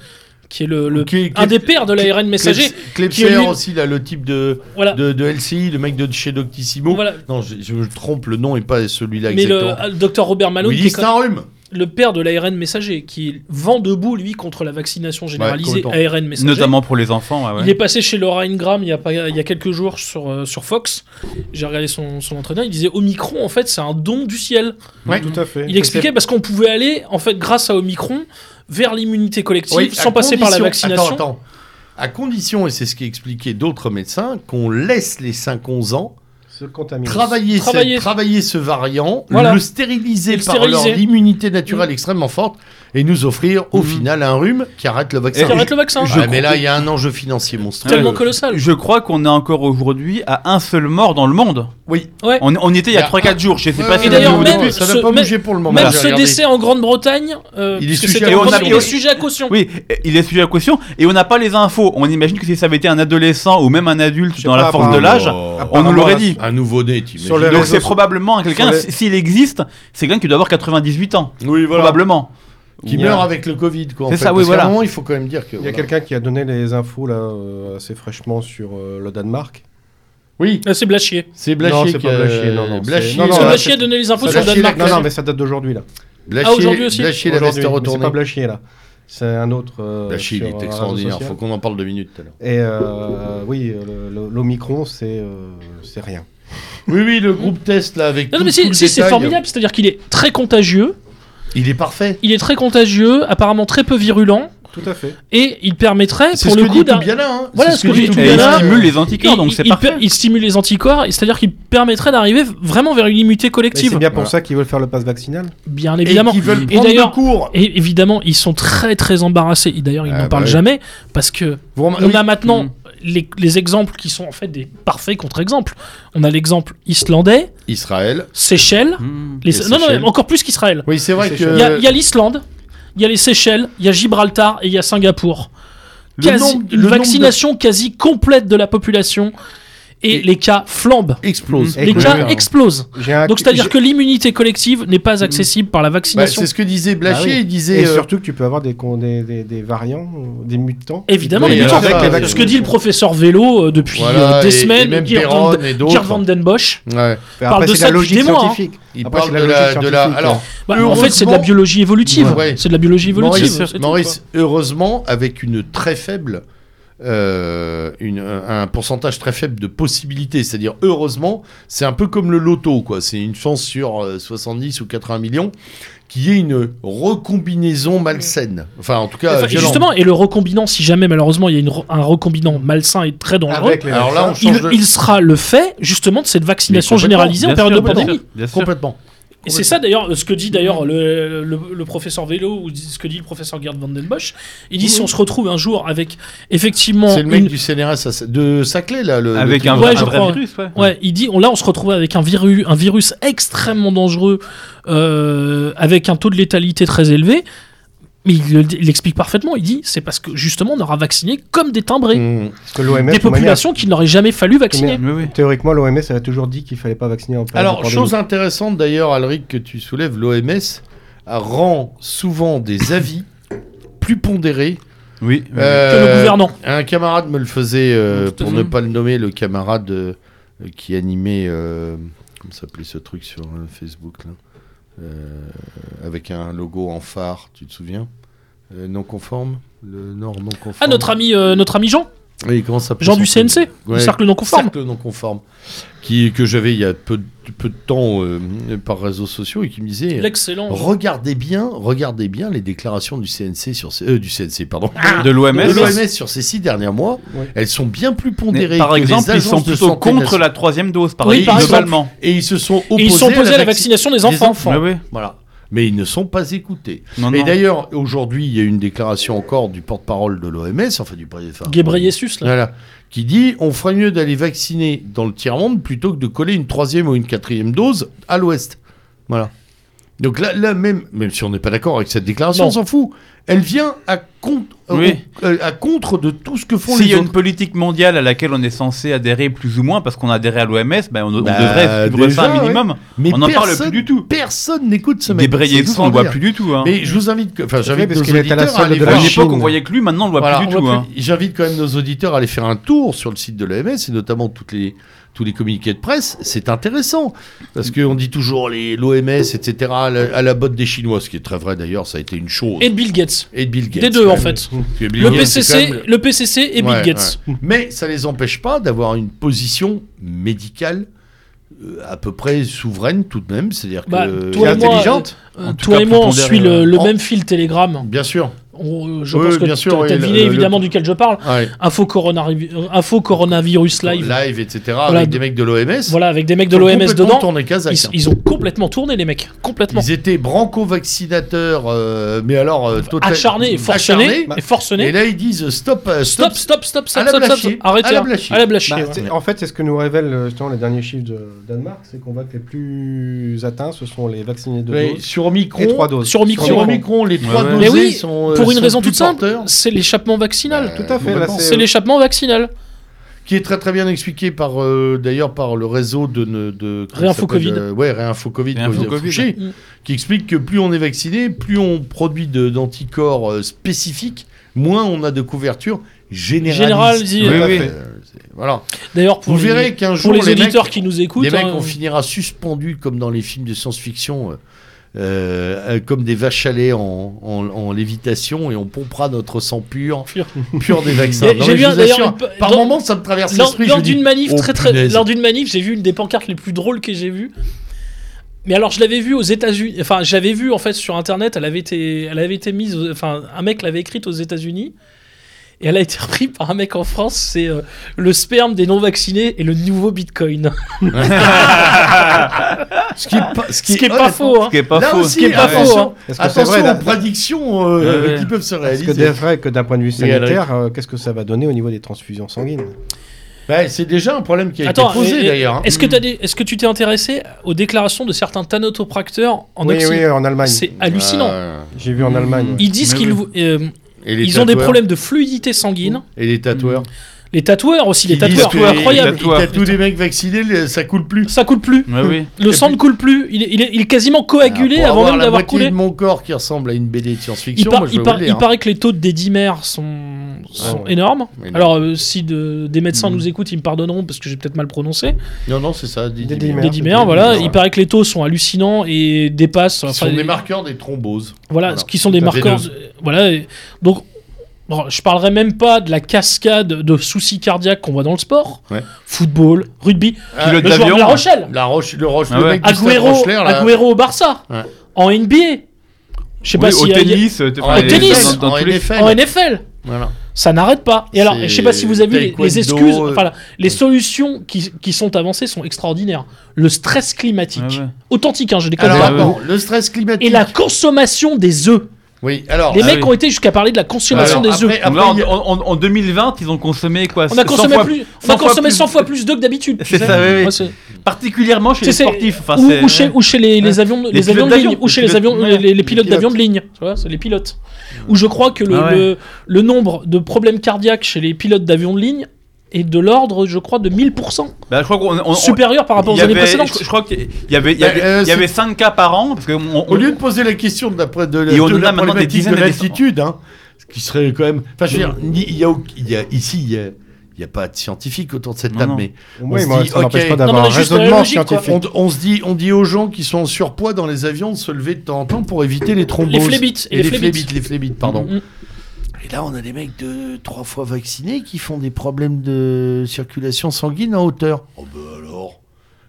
[SPEAKER 4] qui est le, le-
[SPEAKER 1] Qui- qui-
[SPEAKER 4] un des pères de l'ARN messager,
[SPEAKER 1] Klebs-
[SPEAKER 4] qui est
[SPEAKER 1] Klebser
[SPEAKER 4] lui-
[SPEAKER 1] aussi, là, le type de,
[SPEAKER 4] voilà.
[SPEAKER 1] de, de LCI, le mec de chez Doctissimo.
[SPEAKER 4] Voilà.
[SPEAKER 1] Non, je, je me trompe, le nom et pas celui-là
[SPEAKER 4] Mais le,
[SPEAKER 1] exactement.
[SPEAKER 4] ah, le docteur Robert Malone,
[SPEAKER 1] Oui,
[SPEAKER 4] qui est
[SPEAKER 1] c'est un rhume.
[SPEAKER 4] le père de l'ARN messager, qui vent debout, lui, contre la vaccination généralisée
[SPEAKER 1] complètement.
[SPEAKER 4] ARN messager.
[SPEAKER 3] Notamment pour les enfants. ouais, ouais.
[SPEAKER 4] Il est passé chez Laura Ingram il y a, pas- il y a quelques jours sur, euh, sur Fox. J'ai regardé son, son entraîneur. Il disait Omicron, en fait, c'est un don du ciel.
[SPEAKER 1] Ouais.
[SPEAKER 2] Tout à fait.
[SPEAKER 4] Mmh. Il expliquait parce qu'on pouvait aller, en fait, grâce à Omicron, vers l'immunité collective
[SPEAKER 1] Oui,
[SPEAKER 4] sans
[SPEAKER 1] à
[SPEAKER 4] passer par la
[SPEAKER 1] condition-
[SPEAKER 4] vaccination.
[SPEAKER 1] Attends, attends. À condition, et c'est ce qui expliquait d'autres médecins, qu'on laisse les 5-11 ans
[SPEAKER 2] Se contaminer.
[SPEAKER 1] travailler, cette-
[SPEAKER 4] Travailler.
[SPEAKER 1] travailler ce variant,
[SPEAKER 4] Voilà.
[SPEAKER 1] le stériliser
[SPEAKER 4] Et le
[SPEAKER 1] par
[SPEAKER 4] stériliser. Mm.
[SPEAKER 1] leur immunité naturelle extrêmement forte et nous offrir au
[SPEAKER 3] Mhm.
[SPEAKER 1] final un rhume qui arrête le
[SPEAKER 4] Qui
[SPEAKER 1] vaccin.
[SPEAKER 4] arrête le vaccin. Ah,
[SPEAKER 1] Ouais, mais là, il y a un enjeu financier monstrueux.
[SPEAKER 4] Tellement colossal.
[SPEAKER 3] Je crois qu'on est encore aujourd'hui à un seul mort dans le monde.
[SPEAKER 1] Oui.
[SPEAKER 4] Ouais.
[SPEAKER 3] On, on y était il y a
[SPEAKER 1] Bah,
[SPEAKER 3] 3-4 jours. Je sais
[SPEAKER 1] Ouais,
[SPEAKER 3] pas
[SPEAKER 1] ouais,
[SPEAKER 3] si
[SPEAKER 4] Et
[SPEAKER 1] ouais,
[SPEAKER 3] la
[SPEAKER 4] d'ailleurs,
[SPEAKER 1] non,
[SPEAKER 3] vidéo-
[SPEAKER 4] même
[SPEAKER 1] non, ça n'a
[SPEAKER 4] ce-
[SPEAKER 1] pas
[SPEAKER 4] même-
[SPEAKER 1] bougé pour le moment.
[SPEAKER 4] Même
[SPEAKER 1] j'ai
[SPEAKER 4] ce
[SPEAKER 1] regardé.
[SPEAKER 4] décès en Grande-Bretagne, euh,
[SPEAKER 1] Il est
[SPEAKER 4] parce que
[SPEAKER 1] sujet
[SPEAKER 4] c'était
[SPEAKER 1] à
[SPEAKER 4] en
[SPEAKER 3] caution.
[SPEAKER 4] Grande- il est sujet à caution.
[SPEAKER 3] Oui, et- il est sujet à caution et on n'a pas les infos. On imagine que si ça avait été un adolescent ou même un adulte
[SPEAKER 2] Je sais
[SPEAKER 3] dans la
[SPEAKER 2] pas,
[SPEAKER 3] force de
[SPEAKER 2] apparemment,
[SPEAKER 3] l'âge, on nous l'aurait dit.
[SPEAKER 1] Un nouveau-né, t'imagines.
[SPEAKER 2] Sur les
[SPEAKER 3] Donc
[SPEAKER 2] réseaux
[SPEAKER 3] c'est
[SPEAKER 2] so-
[SPEAKER 3] probablement quelqu'un,
[SPEAKER 2] sur les-
[SPEAKER 3] s- s'il existe, c'est quelqu'un qui doit avoir 98 ans.
[SPEAKER 1] Oui, voilà.
[SPEAKER 3] Probablement.
[SPEAKER 1] Qui
[SPEAKER 3] Ou-
[SPEAKER 1] meurt avec le Covid, quoi. en
[SPEAKER 3] C'est
[SPEAKER 1] fait,
[SPEAKER 3] ça, oui,
[SPEAKER 1] parce qu'à
[SPEAKER 3] voilà.
[SPEAKER 1] un moment, il faut quand même dire que.
[SPEAKER 2] Il y a
[SPEAKER 1] voilà.
[SPEAKER 2] quelqu'un qui a donné les infos là euh, assez fraîchement sur euh, le Danemark.
[SPEAKER 1] Oui,
[SPEAKER 4] Là, Ah, c'est Blachier.
[SPEAKER 1] c'est
[SPEAKER 2] Non,
[SPEAKER 1] Blachier
[SPEAKER 2] c'est
[SPEAKER 1] qui
[SPEAKER 2] pas
[SPEAKER 1] a-
[SPEAKER 2] Blachier, non, non, c'est-
[SPEAKER 1] Blachier,
[SPEAKER 2] non, non,
[SPEAKER 4] Parce que
[SPEAKER 2] là,
[SPEAKER 4] Blachier a donné les infos
[SPEAKER 1] ça,
[SPEAKER 4] sur le
[SPEAKER 1] Blachier,
[SPEAKER 4] Danemark.
[SPEAKER 2] Non,
[SPEAKER 1] Ouais.
[SPEAKER 2] non, mais ça date d'aujourd'hui là.
[SPEAKER 1] Blachier,
[SPEAKER 4] aujourd'hui aussi
[SPEAKER 1] Blachier, la veste
[SPEAKER 2] Aujourd'hui,
[SPEAKER 1] est
[SPEAKER 2] mais C'est
[SPEAKER 1] retournée.
[SPEAKER 2] pas Blachier là. C'est un autre. euh,
[SPEAKER 1] Blachier, il
[SPEAKER 2] sur un
[SPEAKER 1] est
[SPEAKER 2] réseau
[SPEAKER 1] extraordinaire.
[SPEAKER 2] social.
[SPEAKER 1] Faut qu'on en parle deux minutes tout à l'heure.
[SPEAKER 2] Et euh, oui, euh, le- l'Omicron, c'est euh, c'est rien.
[SPEAKER 1] Oui, oui, le groupe test là avec.
[SPEAKER 4] Non,
[SPEAKER 1] tout-
[SPEAKER 4] mais
[SPEAKER 1] tout
[SPEAKER 4] si,
[SPEAKER 1] le
[SPEAKER 4] si, c'est
[SPEAKER 1] détail.
[SPEAKER 4] formidable, c'est-à-dire qu'il est très contagieux,
[SPEAKER 1] Il est parfait.
[SPEAKER 4] il est très contagieux, apparemment très peu virulent,
[SPEAKER 2] Tout à fait.
[SPEAKER 4] et il permettrait
[SPEAKER 1] C'est
[SPEAKER 4] pour
[SPEAKER 1] ce
[SPEAKER 4] le
[SPEAKER 1] que
[SPEAKER 4] coup
[SPEAKER 1] dit
[SPEAKER 4] d'un-
[SPEAKER 1] Toubiana. hein.
[SPEAKER 4] Voilà
[SPEAKER 1] C'est
[SPEAKER 4] ce que dit
[SPEAKER 3] Et il
[SPEAKER 4] Toubiana.
[SPEAKER 3] stimule les anticorps,
[SPEAKER 4] il-
[SPEAKER 3] donc c'est
[SPEAKER 4] il,
[SPEAKER 3] parfait.
[SPEAKER 4] per- il stimule les anticorps, et c'est-à-dire qu'il permettrait d'arriver vraiment vers une immunité
[SPEAKER 2] Mais C'est
[SPEAKER 4] collective.
[SPEAKER 2] bien pour
[SPEAKER 3] Voilà.
[SPEAKER 2] ça qu'ils veulent faire le pass vaccinal.
[SPEAKER 4] Bien
[SPEAKER 1] Et
[SPEAKER 4] évidemment.
[SPEAKER 1] qui veulent
[SPEAKER 4] Et
[SPEAKER 1] prendre le
[SPEAKER 4] d'ailleurs,
[SPEAKER 1] cours.
[SPEAKER 4] et évidemment, ils sont très très embarrassés. Et d'ailleurs, ils
[SPEAKER 1] Ah,
[SPEAKER 4] n'en
[SPEAKER 1] bah
[SPEAKER 4] parlent
[SPEAKER 1] oui.
[SPEAKER 4] jamais parce que
[SPEAKER 1] Vous rem-
[SPEAKER 4] on
[SPEAKER 1] oui. Mmh.
[SPEAKER 4] a maintenant
[SPEAKER 3] Mm.
[SPEAKER 4] les, les exemples qui sont en fait des parfaits contre-exemples. On a l'exemple islandais,
[SPEAKER 1] Israël.
[SPEAKER 4] Seychelles.
[SPEAKER 3] Hmm.
[SPEAKER 4] les-
[SPEAKER 1] Les
[SPEAKER 4] Non, non,
[SPEAKER 1] Seychelles.
[SPEAKER 4] encore plus qu'Israël.
[SPEAKER 1] Oui, c'est vrai
[SPEAKER 2] Les
[SPEAKER 1] que.
[SPEAKER 4] Il y a- il y a l'Islande, il y a les Seychelles, il y a Gibraltar et il y a Singapour.
[SPEAKER 1] Le
[SPEAKER 4] Quasi-
[SPEAKER 1] nombre- le
[SPEAKER 4] une
[SPEAKER 1] nombre de-
[SPEAKER 4] vaccination quasi complète de la population et,
[SPEAKER 1] Et-
[SPEAKER 4] les cas flambent.
[SPEAKER 1] Mm. explose.
[SPEAKER 2] Et
[SPEAKER 4] les
[SPEAKER 2] que-
[SPEAKER 4] cas explosent.
[SPEAKER 2] J'ai un-
[SPEAKER 4] Donc c'est-à-dire
[SPEAKER 2] j'ai-
[SPEAKER 4] que l'immunité collective n'est pas accessible par la
[SPEAKER 1] Bah,
[SPEAKER 4] vaccination.
[SPEAKER 1] c'est ce que disait Blachier.
[SPEAKER 2] Bah oui.
[SPEAKER 1] Il disait.
[SPEAKER 2] Et
[SPEAKER 1] euh,
[SPEAKER 2] surtout que tu peux avoir des, con- des, des- des variants, euh, des mutants.
[SPEAKER 4] Évidemment,
[SPEAKER 1] Oui,
[SPEAKER 4] les
[SPEAKER 1] alors
[SPEAKER 4] mutants.
[SPEAKER 1] avec la
[SPEAKER 4] ce que dit le professeur Vélo euh, depuis
[SPEAKER 1] voilà,
[SPEAKER 4] euh, des
[SPEAKER 1] et-
[SPEAKER 4] semaines,
[SPEAKER 1] Et même
[SPEAKER 4] Geert
[SPEAKER 1] Perron
[SPEAKER 4] Van-
[SPEAKER 1] et
[SPEAKER 4] Geert Van
[SPEAKER 1] d'autres.
[SPEAKER 4] Den Bosch.
[SPEAKER 1] Ouais.
[SPEAKER 2] Après,
[SPEAKER 4] parle de
[SPEAKER 2] c'est
[SPEAKER 4] ça
[SPEAKER 2] la
[SPEAKER 4] depuis
[SPEAKER 2] logique
[SPEAKER 4] des mois, hein.
[SPEAKER 2] scientifique.
[SPEAKER 1] Il
[SPEAKER 2] Après,
[SPEAKER 1] parle
[SPEAKER 2] c'est
[SPEAKER 1] de
[SPEAKER 2] la
[SPEAKER 1] la,
[SPEAKER 2] logique
[SPEAKER 1] de la.
[SPEAKER 2] scientifique, hein.
[SPEAKER 1] Alors,
[SPEAKER 4] Bah, en fait, c'est de la
[SPEAKER 1] Heureusement-
[SPEAKER 4] biologie évolutive.
[SPEAKER 1] Ouais.
[SPEAKER 4] C'est de la biologie évolutive.
[SPEAKER 1] Maurice,
[SPEAKER 4] c'est tout,
[SPEAKER 1] Maurice, heureusement, avec une très faible, euh, une- un pourcentage très faible de possibilités. C'est-à-dire, heureusement, c'est un peu comme le loto, quoi. C'est une chance sur euh, 70 ou 80 millions qui est une recombinaison malsaine. Enfin, en tout cas,
[SPEAKER 4] quoi. Enfin, et
[SPEAKER 1] violente.
[SPEAKER 4] justement, et le recombinant, si jamais malheureusement il y a une re- un recombinant malsain et très dangereux,
[SPEAKER 2] Avec les
[SPEAKER 1] Alors là, on
[SPEAKER 2] vaccins.
[SPEAKER 1] change
[SPEAKER 4] il,
[SPEAKER 1] de...
[SPEAKER 4] il sera le fait justement de cette vaccination
[SPEAKER 1] Mais complètement,
[SPEAKER 4] généralisée en
[SPEAKER 3] Bien
[SPEAKER 4] période
[SPEAKER 3] sûr,
[SPEAKER 4] de
[SPEAKER 3] bien sûr,
[SPEAKER 4] pandémie.
[SPEAKER 3] bien sûr.
[SPEAKER 1] complètement.
[SPEAKER 4] Et c'est ça d'ailleurs euh, ce que dit d'ailleurs le, le- le professeur Vélo ou ce que dit le professeur Gerd van den Bosch. Il dit si on se retrouve un jour avec effectivement
[SPEAKER 1] C'est le mec
[SPEAKER 4] une-
[SPEAKER 1] du CNRS à- de Saclay, là. Le,
[SPEAKER 3] Avec
[SPEAKER 1] le
[SPEAKER 3] un,
[SPEAKER 1] truc.
[SPEAKER 4] Ouais,
[SPEAKER 3] un
[SPEAKER 4] je
[SPEAKER 3] vrai
[SPEAKER 4] crois.
[SPEAKER 3] virus, ouais.
[SPEAKER 4] Ouais, il dit on, là on se retrouve avec un virus, un virus extrêmement dangereux euh, avec un taux de létalité très élevé. Mais il le- il l'explique parfaitement. Il dit c'est parce que justement on aura vacciné comme des timbrés,
[SPEAKER 1] Mmh.
[SPEAKER 2] Parce que l'OMS,
[SPEAKER 4] des populations qu'il n'aurait jamais fallu vacciner.
[SPEAKER 3] Oui, oui.
[SPEAKER 2] théoriquement, l'OMS elle a toujours dit qu'il fallait pas vacciner en période de
[SPEAKER 1] Alors,
[SPEAKER 2] pandémie.
[SPEAKER 1] chose intéressante d'ailleurs, Alric, que tu soulèves, l'OMS rend souvent des avis plus pondérés Euh,
[SPEAKER 3] Oui, oui.
[SPEAKER 2] Euh,
[SPEAKER 4] Que le gouvernant.
[SPEAKER 1] Un camarade me le faisait, euh,
[SPEAKER 3] Tout à
[SPEAKER 1] pour
[SPEAKER 3] fait.
[SPEAKER 1] ne pas le nommer, le camarade euh, euh, qui animait. euh, comment s'appelait ce truc sur euh, Facebook là Euh, Avec un logo en phare, tu te souviens Euh, Non conforme Le Nord non conforme.
[SPEAKER 4] Ah notre ami, euh, notre ami Jean,
[SPEAKER 1] Oui, comment s'appelle
[SPEAKER 4] Jean
[SPEAKER 1] son
[SPEAKER 4] du
[SPEAKER 1] truc
[SPEAKER 4] CNC,
[SPEAKER 1] Ouais,
[SPEAKER 4] du cercle non conforme.
[SPEAKER 1] Cercle non conforme. Qui, que j'avais il y a peu, de- peu de temps euh, par réseaux sociaux et qui me disait.
[SPEAKER 4] L'excellent.
[SPEAKER 1] Regardez bien, regardez bien les déclarations du CNC sur ces- euh, du CNC pardon
[SPEAKER 4] Ah,
[SPEAKER 3] de
[SPEAKER 1] de
[SPEAKER 3] l'OMS.
[SPEAKER 1] l'OMS sur ces six derniers mois,
[SPEAKER 2] Ouais.
[SPEAKER 1] elles sont bien plus pondérées.
[SPEAKER 3] Mais Par
[SPEAKER 1] que les
[SPEAKER 3] exemple, ils
[SPEAKER 1] agences
[SPEAKER 3] sont
[SPEAKER 1] de
[SPEAKER 3] plutôt
[SPEAKER 1] santé
[SPEAKER 3] contre
[SPEAKER 1] nationale.
[SPEAKER 3] la troisième dose, par
[SPEAKER 4] Oui,
[SPEAKER 3] exemple,
[SPEAKER 4] par exemple.
[SPEAKER 3] globalement.
[SPEAKER 1] Et ils se sont opposés,
[SPEAKER 4] Et ils sont opposés à la
[SPEAKER 1] vacci-
[SPEAKER 4] vaccination des enfants.
[SPEAKER 3] Oui, oui.
[SPEAKER 1] Voilà. Mais ils ne sont pas écoutés.
[SPEAKER 3] Non,
[SPEAKER 1] Et
[SPEAKER 3] non.
[SPEAKER 1] d'ailleurs, aujourd'hui, il y a une déclaration encore du porte-parole de l'OMS, enfin du enfin,
[SPEAKER 4] Ghebreyesus, là.
[SPEAKER 1] Voilà. Qui dit on ferait mieux d'aller vacciner dans le tiers-monde plutôt que de coller une troisième ou une quatrième dose à l'ouest. Voilà. Donc là, là même, même si on n'est pas d'accord avec cette déclaration,
[SPEAKER 4] Non.
[SPEAKER 1] on s'en fout. Elle vient à, contre,
[SPEAKER 3] Oui.
[SPEAKER 1] euh, à contre de tout ce que font
[SPEAKER 3] S'il y
[SPEAKER 1] les
[SPEAKER 3] a
[SPEAKER 1] autres.
[SPEAKER 3] une politique mondiale à laquelle on est censé adhérer plus ou moins, parce qu'on a adhéré à l'OMS, ben on, on
[SPEAKER 1] Bah,
[SPEAKER 3] devrait suivre
[SPEAKER 1] déjà,
[SPEAKER 3] ça un minimum.
[SPEAKER 1] Mais
[SPEAKER 3] On n'en parle
[SPEAKER 1] personne-
[SPEAKER 3] plus du tout.
[SPEAKER 1] Personne n'écoute ce mec.
[SPEAKER 3] Débrayer
[SPEAKER 1] C'est
[SPEAKER 3] tout, on ne voit
[SPEAKER 1] extraordinaire.
[SPEAKER 3] plus du tout. Hein.
[SPEAKER 1] Mais je vous invite, que- enfin, j'invite
[SPEAKER 2] parce
[SPEAKER 1] nos
[SPEAKER 2] qu'il est à la
[SPEAKER 1] auditeurs à
[SPEAKER 2] solde
[SPEAKER 1] aller
[SPEAKER 2] de la
[SPEAKER 3] à
[SPEAKER 1] voir.
[SPEAKER 3] une époque, on
[SPEAKER 2] Chine.
[SPEAKER 3] voyait que lui, maintenant, on ne voit
[SPEAKER 1] Voilà,
[SPEAKER 3] plus
[SPEAKER 1] on
[SPEAKER 3] du
[SPEAKER 1] voit
[SPEAKER 3] tout.
[SPEAKER 1] plus-
[SPEAKER 3] hein.
[SPEAKER 1] J'invite quand même nos auditeurs à aller faire un tour sur le site de l'OMS et notamment toutes les, tous les communiqués de presse. C'est intéressant parce qu'on dit toujours les- l'OMS, etc., à la, à la botte des Chinois, ce qui est très vrai d'ailleurs, ça a été une chose.
[SPEAKER 4] Et de Bill Gates.
[SPEAKER 1] Et de Bill Gates.
[SPEAKER 4] Des deux, en
[SPEAKER 1] ouais.
[SPEAKER 4] fait.
[SPEAKER 1] Parce que Bill
[SPEAKER 4] Le
[SPEAKER 1] Gates, c'est
[SPEAKER 4] PCC,
[SPEAKER 1] quand même-
[SPEAKER 4] le PCC et
[SPEAKER 1] Ouais,
[SPEAKER 4] Bill Gates.
[SPEAKER 1] ouais. Mais ça les empêche pas d'avoir une position médicale euh, à peu près souveraine tout de même, c'est-à-dire
[SPEAKER 4] Bah,
[SPEAKER 1] que
[SPEAKER 4] toi
[SPEAKER 2] et moi,
[SPEAKER 1] intelligente,
[SPEAKER 4] Euh,
[SPEAKER 3] En tout
[SPEAKER 4] toi
[SPEAKER 3] cas,
[SPEAKER 4] et moi, on
[SPEAKER 3] prépondéré,
[SPEAKER 4] suit le,
[SPEAKER 3] euh,
[SPEAKER 4] le
[SPEAKER 1] en-
[SPEAKER 4] même fil Telegram.
[SPEAKER 1] bien sûr.
[SPEAKER 4] On- euh, je
[SPEAKER 1] Oui,
[SPEAKER 4] pense
[SPEAKER 1] bien
[SPEAKER 4] que
[SPEAKER 1] sûr,
[SPEAKER 4] tu as
[SPEAKER 1] oui,
[SPEAKER 4] deviné
[SPEAKER 1] le- le-
[SPEAKER 4] évidemment duquel je parle.
[SPEAKER 1] Ouais.
[SPEAKER 4] Info, coronavi- euh, info coronavirus live.
[SPEAKER 1] etc. avec des mecs de l'OMS.
[SPEAKER 4] Voilà, avec des mecs de l'OMS dedans.
[SPEAKER 1] Tourné
[SPEAKER 4] Ils, ils ont complètement tourné, les mecs. Complètement.
[SPEAKER 1] Ils étaient branco-vaccinateurs, euh, mais alors euh, tota-
[SPEAKER 4] Acharnés et forcenés.
[SPEAKER 1] acharnés. Bah,
[SPEAKER 4] et
[SPEAKER 1] Et
[SPEAKER 4] forcenés.
[SPEAKER 1] là, ils disent stop, euh, stop.
[SPEAKER 4] Stop, stop,
[SPEAKER 1] à
[SPEAKER 4] stop, stop,
[SPEAKER 1] la
[SPEAKER 4] stop, stop.
[SPEAKER 1] Blachier, à
[SPEAKER 4] Arrêtez.
[SPEAKER 1] la
[SPEAKER 4] hein.
[SPEAKER 1] Blachier.
[SPEAKER 4] À la Blachier.
[SPEAKER 2] Bah,
[SPEAKER 4] ouais.
[SPEAKER 2] c'est- En fait, c'est ce que nous révèlent euh, justement les derniers chiffres de Danemark, c'est qu'on voit que les plus atteints, ce sont les vaccinés de
[SPEAKER 1] Ouais,
[SPEAKER 2] dose
[SPEAKER 1] sur Omicron,
[SPEAKER 2] et trois doses.
[SPEAKER 4] Sur Omicron.
[SPEAKER 1] sur Omicron, les trois
[SPEAKER 3] ouais.
[SPEAKER 1] dosés
[SPEAKER 4] Mais oui,
[SPEAKER 1] sont euh,
[SPEAKER 4] Pour une
[SPEAKER 1] sont
[SPEAKER 4] raison
[SPEAKER 1] plus
[SPEAKER 4] toute simple,
[SPEAKER 1] porteurs.
[SPEAKER 4] c'est l'échappement vaccinal.
[SPEAKER 1] Euh,
[SPEAKER 2] Tout à fait. là,
[SPEAKER 1] complètement.
[SPEAKER 4] C'est l'échappement vaccinal.
[SPEAKER 1] qui est très très bien expliqué par euh, d'ailleurs par le réseau de, ne- de comment
[SPEAKER 4] Réinfo
[SPEAKER 1] ça s'appelle,
[SPEAKER 4] Covid.
[SPEAKER 1] euh, ouais, réinfo Covid,
[SPEAKER 3] Réinfo
[SPEAKER 1] Covid,
[SPEAKER 3] Covid.
[SPEAKER 1] Fouché,
[SPEAKER 4] Mm.
[SPEAKER 1] qui explique que plus on est vacciné, plus on produit de- d'anticorps euh, spécifiques, moins on a de couverture généraliste.
[SPEAKER 4] Généralisée.
[SPEAKER 1] Tout à
[SPEAKER 3] Oui,
[SPEAKER 1] fait.
[SPEAKER 3] oui.
[SPEAKER 1] Euh, c'est- voilà.
[SPEAKER 4] D'ailleurs, pour
[SPEAKER 1] Vous
[SPEAKER 4] les-
[SPEAKER 1] verrez qu'un jour
[SPEAKER 4] pour les
[SPEAKER 1] les
[SPEAKER 4] auditeurs
[SPEAKER 1] mecs,
[SPEAKER 4] qui nous écoutent.
[SPEAKER 1] les mecs,
[SPEAKER 4] hein,
[SPEAKER 1] on finira suspendus comme dans les films de science-fiction. euh, euh, euh, comme des vaches à lait en, en- en lévitation et on pompera notre sang pur,
[SPEAKER 4] Pur.
[SPEAKER 1] pur des vaccins.
[SPEAKER 4] J'ai-
[SPEAKER 1] Non,
[SPEAKER 4] j'ai
[SPEAKER 1] mais
[SPEAKER 4] vu
[SPEAKER 1] je
[SPEAKER 4] un-
[SPEAKER 1] vous
[SPEAKER 4] d'ailleurs,
[SPEAKER 1] assure,
[SPEAKER 4] une pe-
[SPEAKER 1] par
[SPEAKER 4] dans-
[SPEAKER 1] moment ça me traverse
[SPEAKER 4] Lors,
[SPEAKER 1] l'esprit.
[SPEAKER 4] lors
[SPEAKER 1] je dis,
[SPEAKER 4] d'une manif
[SPEAKER 1] oh,
[SPEAKER 4] très très
[SPEAKER 1] punaise.
[SPEAKER 4] lors d'une manif, j'ai vu une des pancartes les plus drôles que j'ai vues. Mais alors, je l'avais vu aux États-Unis. Enfin, j'avais vu en fait sur Internet. Elle avait été, elle avait été mise. aux- Enfin, un mec l'avait écrite aux États-Unis. Et elle a été reprise par un mec en France. C'est euh, le sperme des non-vaccinés et le nouveau Bitcoin.
[SPEAKER 1] Ce qui est pas, ce
[SPEAKER 4] Ce qui est pas faux. hein.
[SPEAKER 3] Ce qui est pas
[SPEAKER 1] Là
[SPEAKER 3] faux.
[SPEAKER 1] aussi,
[SPEAKER 4] qui est pas faux,
[SPEAKER 1] attention,
[SPEAKER 4] hein.
[SPEAKER 2] Est-ce que c'est
[SPEAKER 1] attention
[SPEAKER 2] vrai
[SPEAKER 1] aux
[SPEAKER 2] d'un-
[SPEAKER 1] prédictions euh,
[SPEAKER 3] Ouais, ouais.
[SPEAKER 1] qui peuvent se
[SPEAKER 2] Est-ce que
[SPEAKER 1] réaliser.
[SPEAKER 2] c'est vrai que d'un point de vue
[SPEAKER 1] Et Alric
[SPEAKER 2] sanitaire, euh, qu'est-ce que ça va donner au niveau des transfusions sanguines
[SPEAKER 1] Bah, c'est déjà un problème qui a
[SPEAKER 4] Attends,
[SPEAKER 1] été posé
[SPEAKER 4] et- et-
[SPEAKER 1] d'ailleurs. hein.
[SPEAKER 4] Est-ce que, t'as des- est-ce que tu t'es intéressé aux déclarations de certains thanatopracteurs en
[SPEAKER 2] Oui,
[SPEAKER 4] Occident
[SPEAKER 2] oui, en Allemagne.
[SPEAKER 4] C'est hallucinant.
[SPEAKER 1] Ah,
[SPEAKER 2] J'ai vu en Allemagne. ouais.
[SPEAKER 4] Ils disent
[SPEAKER 3] Mais
[SPEAKER 4] qu'ils
[SPEAKER 3] oui.
[SPEAKER 4] vou- euh,
[SPEAKER 1] et les
[SPEAKER 4] ils ont des
[SPEAKER 1] tatoueurs
[SPEAKER 4] problèmes de fluidité sanguine.
[SPEAKER 1] Et les tatoueurs.
[SPEAKER 4] Les tatoueurs aussi, les
[SPEAKER 1] Ils disent
[SPEAKER 4] tatoueurs,
[SPEAKER 1] que
[SPEAKER 4] c'est incroyable.
[SPEAKER 1] Ils tatouent des mecs vaccinés, les- ça coule plus.
[SPEAKER 4] Ça coule plus.
[SPEAKER 3] Ouais, oui.
[SPEAKER 1] Mm.
[SPEAKER 4] Le sang ne coule plus. Il est, il est- il est quasiment coagulé
[SPEAKER 1] Alors, Ah, pour
[SPEAKER 4] avant
[SPEAKER 1] avoir
[SPEAKER 4] même
[SPEAKER 1] la
[SPEAKER 4] d'avoir
[SPEAKER 1] moitié
[SPEAKER 4] coulé.
[SPEAKER 1] de mon corps qui ressemble à une BD de
[SPEAKER 4] Il,
[SPEAKER 1] science-fiction,
[SPEAKER 4] par-
[SPEAKER 1] moi, je
[SPEAKER 4] il
[SPEAKER 1] veux
[SPEAKER 4] par-
[SPEAKER 1] le
[SPEAKER 4] il
[SPEAKER 1] dire. Ah
[SPEAKER 4] paraît que les taux de dédimères sont, sont
[SPEAKER 2] ouais.
[SPEAKER 4] énormes.
[SPEAKER 1] Mais non.
[SPEAKER 4] Alors, euh, si de- des médecins
[SPEAKER 3] Mhm.
[SPEAKER 4] nous écoutent, ils me pardonneront parce que j'ai peut-être mal prononcé.
[SPEAKER 1] hein. Non, non, Ah, c'est ça. Des,
[SPEAKER 2] Des
[SPEAKER 1] dimères.
[SPEAKER 2] dimères.
[SPEAKER 4] Des
[SPEAKER 2] c'est
[SPEAKER 4] dimères,
[SPEAKER 2] des
[SPEAKER 4] voilà.
[SPEAKER 2] dimères,
[SPEAKER 4] Il
[SPEAKER 2] ouais.
[SPEAKER 4] paraît que les taux sont hallucinants et dépassent.
[SPEAKER 1] Ce
[SPEAKER 4] enfin,
[SPEAKER 1] sont des
[SPEAKER 4] les-
[SPEAKER 1] marqueurs des thromboses.
[SPEAKER 4] Voilà,
[SPEAKER 1] Voilà.
[SPEAKER 4] ce qui sont des
[SPEAKER 1] Ça fait
[SPEAKER 4] marqueurs. euh, Voilà. et- Donc, bon, je parlerai même pas de la cascade de soucis cardiaques qu'on voit dans le sport.
[SPEAKER 1] Ouais.
[SPEAKER 4] Football, rugby,
[SPEAKER 1] Ah,
[SPEAKER 3] Pilote
[SPEAKER 4] le joueur de
[SPEAKER 3] d'avion.
[SPEAKER 4] La Rochelle,
[SPEAKER 1] La Roche, le Roche,
[SPEAKER 3] Ah
[SPEAKER 1] le
[SPEAKER 3] ouais.
[SPEAKER 1] mec du Stade
[SPEAKER 4] Agüero,
[SPEAKER 1] Rochelet, là.
[SPEAKER 4] Agüero au Barça,
[SPEAKER 1] Ouais.
[SPEAKER 4] en NBA. Je sais
[SPEAKER 3] Oui,
[SPEAKER 4] pas si
[SPEAKER 3] au tennis, euh,
[SPEAKER 1] En
[SPEAKER 3] enfin, les-
[SPEAKER 4] tennis.
[SPEAKER 3] dans- dans
[SPEAKER 1] en
[SPEAKER 3] tous les-
[SPEAKER 1] NFL.
[SPEAKER 4] en NFL.
[SPEAKER 1] Voilà.
[SPEAKER 4] Ça n'arrête pas. Et alors,
[SPEAKER 1] C'est
[SPEAKER 4] je sais pas si vous avez vu les,
[SPEAKER 1] taekwondo,
[SPEAKER 4] les excuses,
[SPEAKER 1] euh,
[SPEAKER 4] enfin, la- les solutions qui, qui sont avancées sont extraordinaires. Le stress climatique,
[SPEAKER 3] Ouais, Ah ouais.
[SPEAKER 4] authentique, hein, je déconne
[SPEAKER 1] Alors, ah
[SPEAKER 4] pas.
[SPEAKER 3] ouais.
[SPEAKER 1] attends, le stress climatique.
[SPEAKER 4] Et la consommation des œufs.
[SPEAKER 1] Oui, alors.
[SPEAKER 4] les
[SPEAKER 3] ah
[SPEAKER 4] mecs
[SPEAKER 3] oui.
[SPEAKER 4] ont été jusqu'à parler de la consommation
[SPEAKER 1] Alors,
[SPEAKER 4] des œufs.
[SPEAKER 1] après-
[SPEAKER 3] Donc là,
[SPEAKER 1] il y a-
[SPEAKER 3] en, en- en 2020, ils ont consommé quoi
[SPEAKER 4] On a
[SPEAKER 3] 100
[SPEAKER 4] consommé,
[SPEAKER 3] fois
[SPEAKER 4] plus, on
[SPEAKER 3] 100
[SPEAKER 4] a
[SPEAKER 3] fois
[SPEAKER 4] consommé
[SPEAKER 3] plus
[SPEAKER 4] 100 fois plus d'œufs que d'habitude. tu
[SPEAKER 3] C'est
[SPEAKER 4] sais.
[SPEAKER 3] ça, oui, oui.
[SPEAKER 4] Moi, c'est-
[SPEAKER 3] Particulièrement chez
[SPEAKER 4] Tu
[SPEAKER 3] les
[SPEAKER 4] sais, c'est-
[SPEAKER 3] sportifs. Enfin,
[SPEAKER 4] ou,
[SPEAKER 3] c'est-
[SPEAKER 4] ou chez, ou chez les, les avions, de- les
[SPEAKER 3] pilotes
[SPEAKER 4] avions de ligne,
[SPEAKER 3] d'avion,
[SPEAKER 4] ou chez
[SPEAKER 3] les
[SPEAKER 4] les,
[SPEAKER 3] pilotes-
[SPEAKER 4] avions, les, les- les pilotes
[SPEAKER 1] pilotes.
[SPEAKER 4] d'avion de ligne, tu vois, c'est les pilotes. Où je crois que le,
[SPEAKER 3] Ah ouais.
[SPEAKER 4] le, le nombre de problèmes cardiaques chez les pilotes d'avions de ligne est de l'ordre, je crois, de 1000%,
[SPEAKER 3] Bah, je crois qu'on on- on-
[SPEAKER 4] supérieur par rapport
[SPEAKER 3] il
[SPEAKER 4] aux
[SPEAKER 3] y
[SPEAKER 4] années
[SPEAKER 3] avait-
[SPEAKER 4] précédentes.
[SPEAKER 3] Je, je crois qu'il y avait, il y
[SPEAKER 1] Bah,
[SPEAKER 3] avait,
[SPEAKER 1] euh,
[SPEAKER 3] il y
[SPEAKER 1] c'est-
[SPEAKER 3] avait 5 cas par an. Parce que on-
[SPEAKER 1] Au
[SPEAKER 3] on-
[SPEAKER 1] lieu de poser la question de la, pro- de la,
[SPEAKER 3] Et on
[SPEAKER 1] de
[SPEAKER 3] en a
[SPEAKER 1] la
[SPEAKER 3] maintenant des
[SPEAKER 1] problématique
[SPEAKER 3] dizaines
[SPEAKER 1] de
[SPEAKER 3] et des
[SPEAKER 1] l'altitude, hein, ce qui serait quand même. Enfin, je veux dire, ni- il y a, au- il y a- ici, il y a, il y a pas de scientifique autour de cette
[SPEAKER 3] Non,
[SPEAKER 1] table,
[SPEAKER 3] non.
[SPEAKER 1] mais
[SPEAKER 2] Au moins,
[SPEAKER 1] On se
[SPEAKER 2] moi,
[SPEAKER 1] dit,
[SPEAKER 2] ça n'empêche
[SPEAKER 1] ok.
[SPEAKER 2] pas
[SPEAKER 4] Non,
[SPEAKER 2] d'avoir
[SPEAKER 4] mais
[SPEAKER 2] un
[SPEAKER 4] juste la
[SPEAKER 2] raisonnement
[SPEAKER 4] logique, quoi.
[SPEAKER 2] scientifique.
[SPEAKER 1] on, on se dit, on dit aux gens qui sont en surpoids dans les avions de se lever de temps en temps pour éviter les thromboses.
[SPEAKER 4] Les phlébites,
[SPEAKER 1] Et
[SPEAKER 4] les
[SPEAKER 1] les
[SPEAKER 4] phlébites.
[SPEAKER 1] phlébites, les phlébites, pardon.
[SPEAKER 4] Mm.
[SPEAKER 1] Et là, on a des mecs de trois fois vaccinés qui font des problèmes de circulation sanguine en hauteur. Oh bah alors